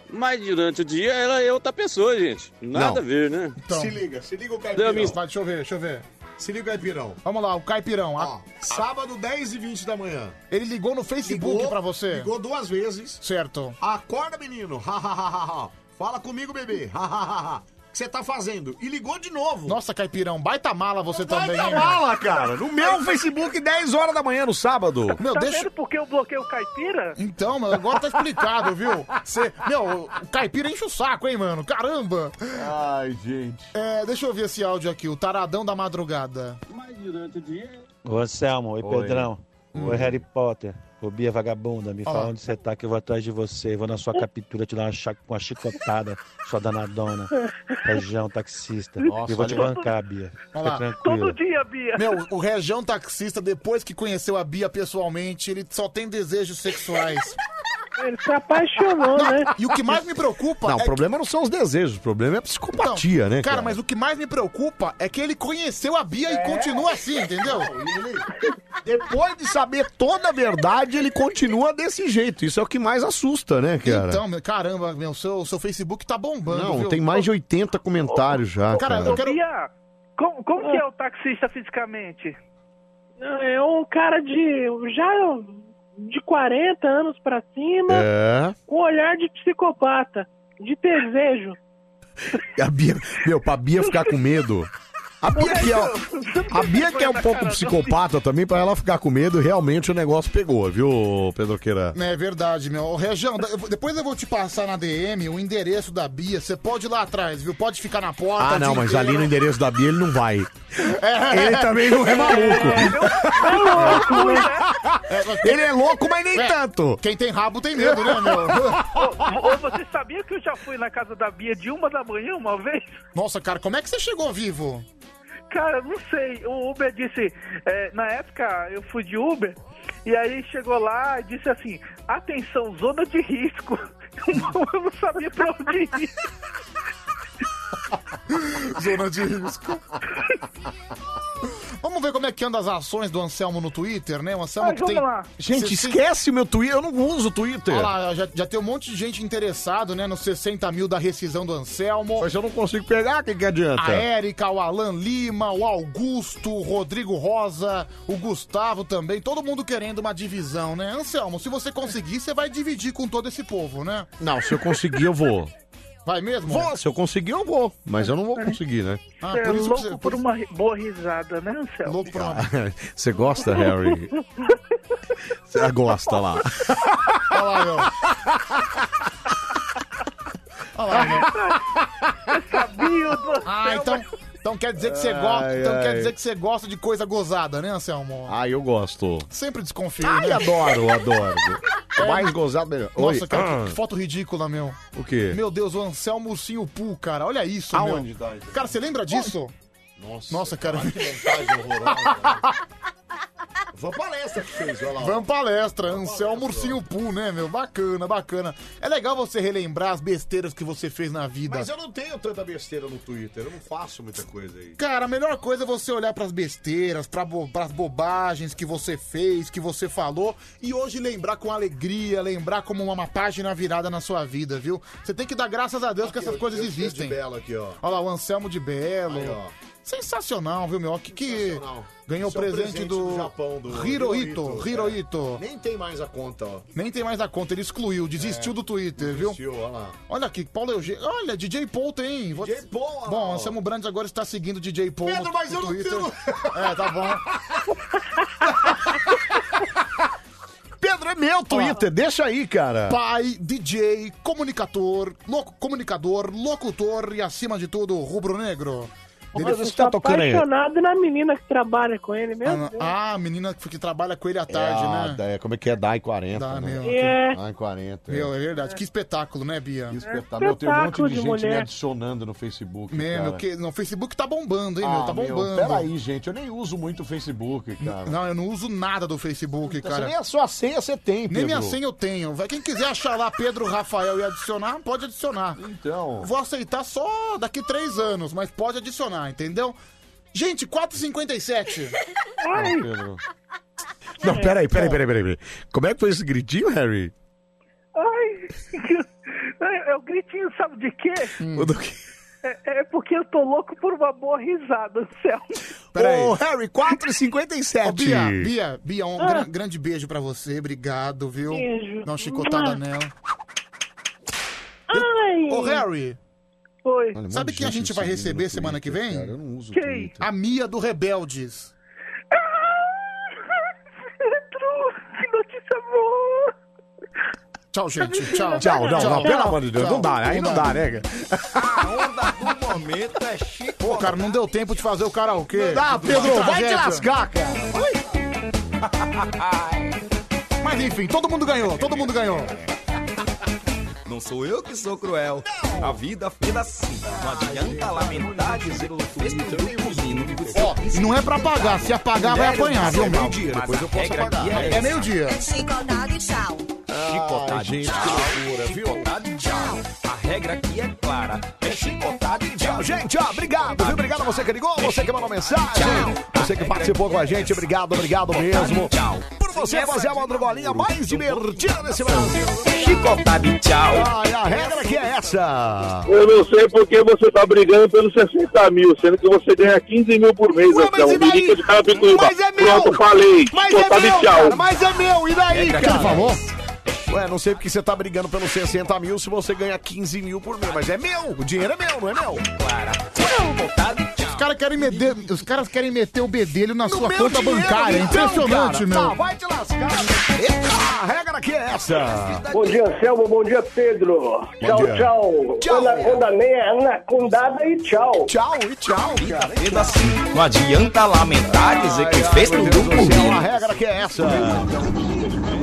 Mas durante o dia ela é outra pessoa, gente. Nada
Não.
a ver, né?
Então.
Se liga, se liga o
Deu
caipirão.
minha-
Vai, deixa eu ver, deixa eu ver.
Se liga o caipirão.
Vamos lá, o Caipirão. a-
Sábado, 10 e 20 da manhã.
Ele ligou no Facebook
Ligou,
pra você.
Ligou duas vezes.
Certo.
Acorda, menino. Ha, ha, ha, ha, ha. Fala comigo, bebê. Ha, ha, ha, ha. O que você tá fazendo? E ligou de novo.
Nossa, Caipirão, baita mala você também.
Tá
hein?
mala, cara. No meu Facebook, 10 horas da manhã no sábado.
Meu,
tá
deixa.
vendo por que eu bloqueei o caipira?
Então, mano, agora tá explicado, viu? Cê... Meu, o caipira enche o saco, hein, mano? Caramba!
Ai, gente.
É, deixa eu ouvir esse áudio aqui, o Taradão da Madrugada.
Mas durante o dia.
Ô Anselmo, oi,
Oi. Hum.
Pedrão.
Oi.
Oi, Harry Potter. Ô Bia Vagabunda, me
Olá.
fala onde você tá que eu vou atrás de você. Vou na sua captura te dar uma, cha- uma chicotada, sua danadona. Região taxista.
Nossa,
eu vou te
olha aí.
bancar, Bia. Fica
Olha lá.
tranquila.
dia, Bia. Meu, o Região Taxista, depois que conheceu a Bia pessoalmente, ele só tem desejos sexuais.
Ele se apaixonou, né?
E o que mais me preocupa
Não,
é
o problema não são os desejos, o problema é a
Então,
psicopatia, né?
Cara, mas o que mais me preocupa é que ele conheceu a Bia e continua assim, entendeu?
Depois de saber toda a verdade, ele continua desse jeito. Isso é o que mais assusta, né, cara?
Então, meu, caramba, meu, seu, seu Facebook tá bombando.
não,
viu?
tem mais de 80 comentários já.
Cara,
Cara,
eu quero-
Bia, como, como que é o taxista fisicamente?
Não, É um cara de já de 40 anos pra cima,
É.
com olhar de psicopata, de desejo.
A Bia, meu, pra Bia ficar com medo. A Bia que é, a Bia que é um pouco psicopata também, pra ela ficar com medo, realmente o negócio pegou, viu, Pedro Queira?
É verdade, meu. Ô, Região, da- eu vou- depois eu vou te passar na DM o endereço da Bia. Você pode ir lá atrás, viu? Pode ficar na porta.
Ah,
o
não,
dia
mas ali
inteiro.
no endereço da Bia ele não vai.
É.
Ele também não é maluco.
É louco,
Ele é louco, mas nem tanto.
Quem tem rabo tem medo, né, meu?
Ô, ô, você sabia que eu já fui na casa da Bia de uma da manhã uma vez?
Nossa, cara, como é que você chegou vivo?
Cara, não sei. O Uber disse. é, na época eu fui de Uber. E aí chegou lá e disse assim: atenção, zona de risco. Eu não sabia pra onde ir.
Zona de risco. Vamos ver como é que anda as ações do Anselmo no Twitter, né? O Anselmo
Ah,
Mas
que
vamos
tem...
lá.
Então, Gente,
Se- se-
esquece meu Twitter, eu não uso o Twitter.
Olha lá, já, já tem um monte de gente interessado, né, nos 60 mil da rescisão do Anselmo.
Mas eu não consigo pegar, o que, que
A
adianta?
Érica, o Alan Lima, o Augusto, o Rodrigo Rosa, o Gustavo também, todo mundo querendo uma divisão, né? Anselmo, se você conseguir, você vai dividir com todo esse povo, né?
Não, se eu conseguir, eu vou.
Vai mesmo?
Vou, se eu conseguir, eu vou. Mas eu não vou conseguir, né?
Ah,
é
por isso que
louco
você-
por uma ri- boa risada, né, Anselmo?
Louco pra
Você gosta, Harry? Você gosta lá.
Olha lá, meu. Olha lá, meu.
sabia do
Ah, então, então quer dizer que você
Ai,
gosta. Então
ai.
quer dizer que você gosta de coisa gozada, né, Anselmo?
Ah, eu gosto.
Sempre desconfio.
Ai,
né?
adoro, adoro. Mais gozado, melhor.
Nossa,
Oi.
cara, que-
Ah.
que foto ridícula, meu.
O quê?
Meu Deus, o Anselmo Ursinho Poo, cara. Olha isso,
Aonde
meu.
tá isso?
Cara, você lembra disso? Nossa, cara.
Foi a palestra que fez, olha lá. ó.
Vamos palestra, Anselmo Ursinho Poo, né, meu? Bacana, bacana. É legal você relembrar as besteiras que você fez na vida.
Mas eu não tenho tanta besteira no Twitter, eu não faço muita coisa aí.
Cara, a melhor coisa é você olhar pras besteiras, pra bo pras bobagens que você fez, que você falou, e hoje lembrar com alegria, lembrar como uma, uma página virada na sua vida, viu? Você tem que dar graças a Deus que essas coisas existem.
Belo aqui, ó.
Olha lá, o Anselmo de Belo.
Aí, ó.
Sensacional, viu, meu? Que, que
Sensacional.
ganhou
Esse é o
presente, do,
Japão, do
Hirohito.
é.
Hirohito.
Nem tem mais a conta, ó.
Nem tem mais a conta, ele excluiu, desistiu do Twitter,
É. Desistiu,
viu?
olha lá.
Olha aqui, Paulo Eugênio. Olha, DJ Paul tem. Vou-
DJ Paul, olha lá,
Bom,
ó.
Anselmo Brandes agora está seguindo DJ Paul.
Pedro, mas eu não
tenho. É, tá bom.
Pedro, é meu Twitter, deixa aí,
É.
cara.
Pai, DJ, comunicador, loco, comunicador, locutor e, acima de tudo, rubro-negro.
Mas eu
tá
sou apaixonado na menina que trabalha com ele, meu Deus.
Ah, a menina que que trabalha com ele à tarde,
Ah,
né?
da- é, como é que é? Dai 40.
Dá,
né?
meu. É.
Dai 40. é.
Meu, é verdade. Que espetáculo, né, Bia? Que
Tá, meu, tem um monte de, gente me adicionando no Facebook.
Meu,
cara.
meu, que, no Facebook tá bombando, hein, meu? Tá
Ah, meu,
bombando.
Peraí, gente, eu nem uso muito o Facebook, cara.
Não, eu não uso nada do Facebook,
Então,
cara.
você nem a sua senha você tem, Pedro.
Nem minha senha eu tenho. Vai, Quem quiser achar lá Pedro Rafael e adicionar, pode adicionar.
Então.
Vou aceitar só daqui três anos, mas pode adicionar, entendeu? Gente, 4,57.
Não, Pedro. Não, peraí, peraí, peraí, peraí, peraí. Como é que foi esse gritinho, Harry?
Ai, é o gritinho, sabe de quê?
Hum.
O do quê?
É, é porque eu tô louco por uma boa risada, Anselmo.
Ô, Harry, 4,57.
Ô, Bia, Bia, Bia, um
Ah.
gran- grande beijo pra você. Obrigado, viu?
Beijo.
Dá uma chicotada
Mua.
nela.
Ai!
Ô, Harry.
Oi.
Sabe quem a um gente vai receber semana que vem?
Quem?
A Mia do Rebeldes.
Pedro, que notícia boa!
Tchau, gente. Tchau.
Tchau, não, não, pelo amor de Deus, não dá,
Tchau.
aí não dá, né, cara?
O momento é chique. Pô, cara, não deu tempo de fazer o karaokê.
Não dá, Pedro,
Muita
vai te
gente.
lascar, cara.
Mas enfim, todo mundo ganhou, todo mundo ganhou.
Não sou eu que sou cruel, a vida fica assim. Não adianta lamentar, dizer o fez tudo
Ó, e não é pra apagar,
é
se apagar vai apanhar, viu, meu?
Meio-dia, depois eu posso apagar. É
É meio-dia.
Chicotado e tchau.
Ai,
Chicotada
gente,
tchau.
que loucura, viu?
Chicotada tchau. A regra aqui é clara. É chicotada e
Tchau,
tchau.
gente. Ó, obrigado, viu? Obrigado a você que ligou, você que mandou mensagem, você que participou com a gente. Obrigado, obrigado mesmo. Por você fazer a
é
madrugolinha mais divertida desse Brasil.
Chicotada e tchau.
Ai, a regra aqui é essa.
Eu não sei porque você tá brigando pelos 60 mil, sendo que você ganha 15 mil por mês, Anselmo. Mirica de Carapituba.
Mas é meu.
Pronto, falei.
Mas
Então
é
tá de
meu,
tchau.
cara. Mas é meu. E daí,
Regra
cara?
que ele falou?
Ué, não sei porque você tá brigando pelos 60 mil se você ganha 15 mil por mês. Mas é meu. O dinheiro é meu, não é meu.
Os caras querem meter, os caras querem meter o bedelho na sua
meu
conta
dinheiro,
bancária. É
então,
impressionante,
cara.
meu.
Tá, vai te lascar. A regra aqui é essa.
Bom dia, Anselmo. Bom dia, Pedro. tchau,
dia.
tchau.
Tchau.
Anaconda meia, anacondada e é tchau.
Tchau e tchau, cara.
Não adianta lamentar dizer que fez tudo por
A
mim.
regra aqui é essa.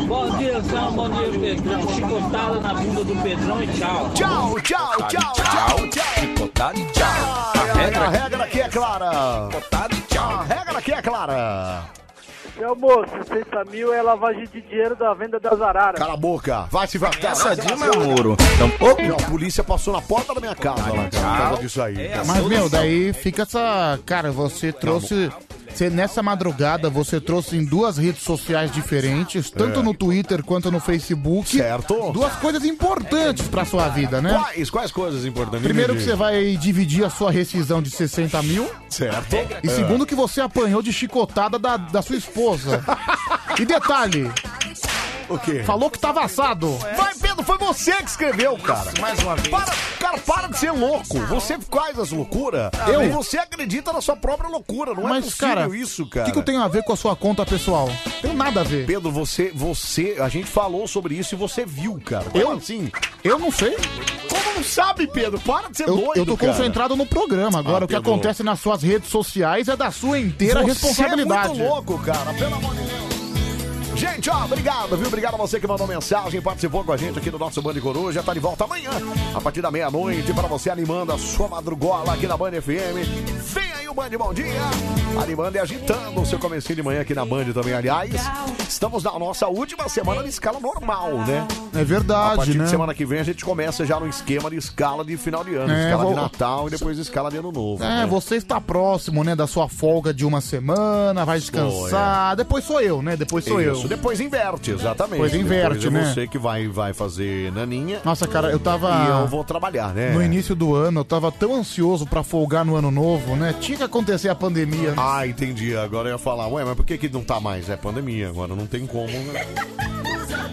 Bom dia, Sal, bom dia, Pedrão. Chicotada na bunda do Pedrão e tchau.
Tchau, tchau, tchau, tchau, tchau.
Chicotada e tchau.
A regra, a regra aqui é clara. A regra aqui é clara.
Meu amor, 60 mil é lavagem de dinheiro da venda das araras.
Cala a boca. Vai se vacar.
Essa de
namoro. Tampouco. né? A polícia passou Então, na porta da minha casa É, lá, cara. Por causa disso aí. Tá. cara.
Mas, meu, daí fica essa. Cara, você trouxe. Você, nessa madrugada, você trouxe em duas redes sociais diferentes, tanto
É.
no Twitter quanto no Facebook.
Certo.
Duas coisas importantes pra sua vida, né?
Quais, quais coisas importantes?
Primeiro que você vai dividir a sua rescisão de 60 mil.
Certo.
E
É.
segundo que você apanhou de chicotada da, da sua esposa. e detalhe.
O quê?
Falou que tava assado.
Vai, Pedro, foi você que escreveu, cara. É. Mais uma vez. Para, cara, para de ser louco. Você faz as loucuras.
Eu?
E Tá Você acredita na sua própria loucura. Não é
Mas,
possível
cara,
isso,
O
cara.
que, que eu tenho a ver com a sua conta pessoal? Tenho nada a ver.
Pedro, você, você, a gente falou sobre isso e você viu, cara.
Eu?
Sim.
Eu não sei.
Como não sabe, Pedro? Para de ser
Eu,
é doido,
eu tô
cara.
concentrado no programa agora.
Ah,
o que
Pedro.
acontece nas suas redes sociais é da sua inteira responsabilidade.
Você é muito louco, cara. Pelo amor de Deus. Gente, ó, obrigado, viu? Obrigado a você que mandou mensagem, participou com a gente aqui do nosso Band Coruja. Tá de volta amanhã, a partir da meia-noite, pra você animando a sua madrugola aqui na Band FM. Vem aí o Band Bom Dia, animando e agitando o seu comecinho de manhã aqui na Band também. Aliás, estamos na nossa última semana de escala normal, né?
É verdade,
A partir
né?
de semana que vem a gente começa já no esquema de escala de final de ano,
É,
escala
vou-
de Natal e depois escala de Ano Novo.
É,
né?
você está próximo, né, da sua folga de uma semana, vai descansar. Depois sou eu, né? Depois sou
Isso,
eu.
depois inverte, exatamente.
Depois inverte,
é
né?
você que vai, vai fazer naninha.
Nossa, cara, eu tava-
E eu vou trabalhar, né?
No início do ano, eu tava tão ansioso pra folgar no ano novo, né? Tinha que acontecer a pandemia. né?
Ah, entendi. Agora eu ia falar, ué, mas por que que não tá mais? É pandemia, agora não tem como né?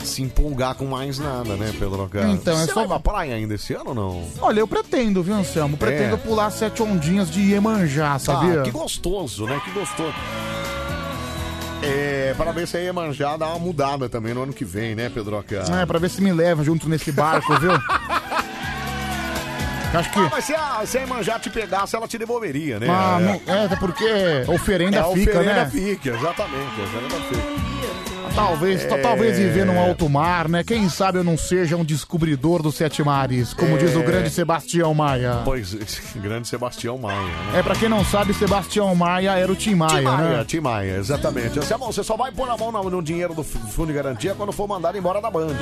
se empolgar com mais nada, né, Pedro? Cara?
Então, é
Você
só-
vai pra praia ainda esse ano ou não?
Olha, eu pretendo, viu, Anselmo? Pretendo
É.
pular sete ondinhas de Iemanjá, sabia?
Ah, que gostoso, né? Que gostoso. É, para ver se a Iemanjá dá uma mudada também no ano que vem, né, Pedroca?
É, pra ver se me leva junto nesse barco, viu? Acho que.
Ah, mas se a, se a Iemanjá te pegasse, ela te devolveria, né?
Ah,
É.
não- é, até porque oferenda
É, a
fica,
oferenda
né?
fica, exatamente. a oferenda fica.
Talvez, ta-
É.
talvez viver num alto mar, né? Quem sabe eu não seja um descobridor dos sete mares, como diz o
É.
grande Sebastião Maia.
Pois, esse grande Sebastião Maia. Né?
É, pra quem não sabe, Sebastião Maia era o Tim Maia,
Tim Maia,
né?
Tim Maia, exatamente. Você, você só vai pôr a mão no, no dinheiro do f- fundo de garantia quando for mandado embora da Band.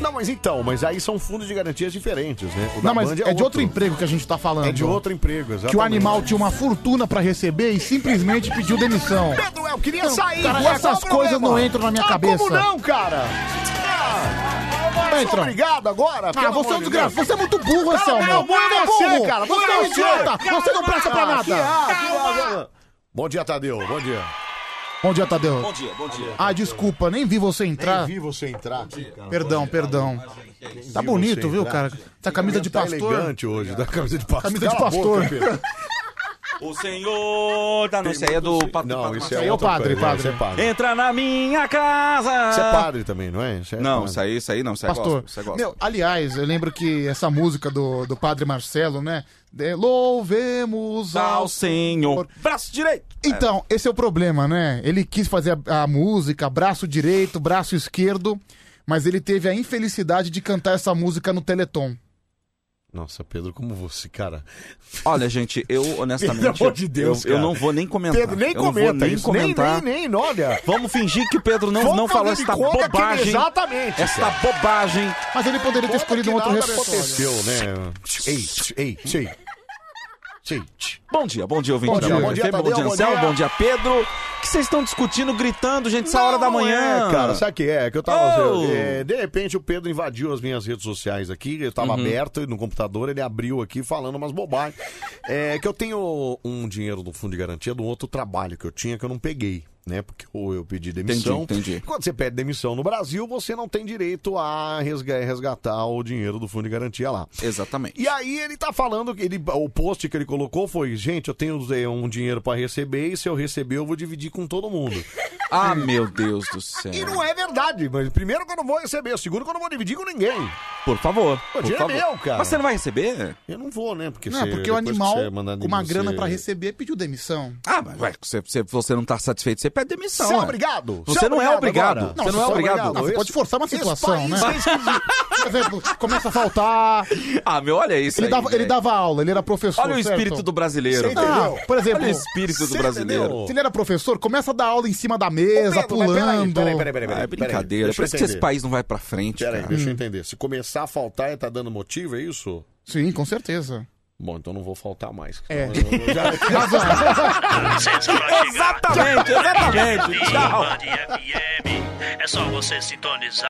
Não, mas então, mas aí são fundos de garantias diferentes, né? O da
Não, mas
Band
é, de outro emprego que a gente tá falando.
É de outro emprego, exatamente.
Que o animal tinha uma fortuna pra receber e simplesmente pediu demissão.
Pedro, eu queria
Não,
sair.
cara,
ué, qual
essas
o
coisas
problema?
não entram na minha
Ah,
cabeça.
Como não, cara? Ah, eu sou
Entram.
obrigado agora.
Ah,
pelo
você é um
amor de
desgraçado.
Deus.
Você é muito burro,
Não,
Anselmo.
não, burro é
Você é
você,
burro.
cara, burro
Você é um
é você.
idiota. Você não
Calma.
presta pra
Que
nada.
ar, que ar. Bom dia, Tadeu. Bom dia.
Bom dia, Tadeu.
Bom dia, bom dia.
Ah, desculpa, nem vi você entrar.
Nem vi você entrar. cara.
Perdão, perdão. Tá
vi
bonito,
você
viu,
entrar.
cara? Tá camisa de
tá
pastor.
elegante hoje, tá da camisa de pastor.
Camisa de
Cala a boca,
pastor.
Pedro.
O senhor da noite é do patrão.
Não, isso
Isso
é,
aí é o
outra
padre,
coisa,
padre.
Isso é padre.
Entra na minha casa.
Isso é padre também, não é? Isso é
ah, Não,
padre.
isso aí, isso aí não, isso aí
Pastor,
gospel, isso é aí gospel.
meu, aliás, eu lembro que essa música do, do Padre Marcelo, né? De- louvemos ao
Ao Senhor. Braço direito.
Então, esse é o problema, né? Ele quis fazer a, a música, braço direito, braço esquerdo, mas ele teve a infelicidade de cantar essa música no Teleton.
Nossa, Pedro, como você, cara.
Olha, gente, eu honestamente.
Pelo amor de Deus,
eu, eu
cara.
não vou nem comentar.
Pedro, nem
Eu não vou
comenta
nem
isso, nem-
comentar.
nem- é. nem, olha.
Vamos fingir que o Pedro não,
Vamos
não falou
fazer de
esta
conta que ele-
bobagem.
exatamente,
Esta
cara.
bobagem.
Mas ele poderia ter escolhido um outro responder.
Aconteceu, né? Ei, ei, ei.
Bom dia, bom dia, ouvinte
Bom
da
dia,
Band
bom dia,
FM, bom
Tadeu,
dia,
bom
Anselmo,
dia.
bom dia, Pedro. O que vocês estão discutindo, gritando, gente, essa hora da manhã?
É, cara, sabe o que é? Que eu tava.
Oh!
é, de repente o Pedro invadiu as minhas redes sociais aqui, eu tava
Uhum.
aberto no computador, ele abriu aqui falando umas bobagens. É que eu tenho um dinheiro do fundo de garantia do outro trabalho que eu tinha que eu não peguei. Né? Porque ou eu pedi demissão.
entendi.
Quando você pede demissão no Brasil, você não tem direito a resga- resgatar o dinheiro do fundo de garantia lá.
Exatamente.
E aí ele tá falando que ele, o post que ele colocou foi, gente, eu tenho é, um dinheiro pra receber e se eu receber eu vou dividir com todo mundo.
Ah, meu Deus do céu.
E não é verdade, mas primeiro que eu não vou receber, segundo que eu não vou dividir com ninguém.
Por favor.
Pô,
por
dinheiro
favor.
é meu, cara.
Mas você não vai receber?
Eu não vou, né? Porque
Não, porque o animal, com uma grana pra receber, pediu demissão.
Ah, mas ué, você, você, você não tá satisfeito, você pede demissão.
Você é
ué.
obrigado.
Você,
Você é
não é
obrigado
obrigado.
agora.
Você
Não,
não é
você é
obrigado.
obrigado. Não, você pode forçar uma situação,
é
né? Por exemplo, começa a faltar.
ah, meu, olha isso.
Ele
aí,
dava, ele
velho.
dava aula, ele era professor.
Olha o
certo?
espírito do brasileiro.
Você entendeu?
Ah,
por exemplo,
Olha o espírito do
você
brasileiro.
entendeu? Se ele era professor, começa a dar aula em cima da mesa, pulando.
Ah, é brincadeira.
Deixa eu
Parece que esse
entender.
país não vai pra frente.
Peraí,
cara. Hum.
deixa eu entender. Se começar a faltar e tá dando motivo, é isso?
Sim, com certeza.
Bom, então não vou faltar mais.
É.
Eu já- é
exatamente, exatamente. Tchau.
É só você sintonizar.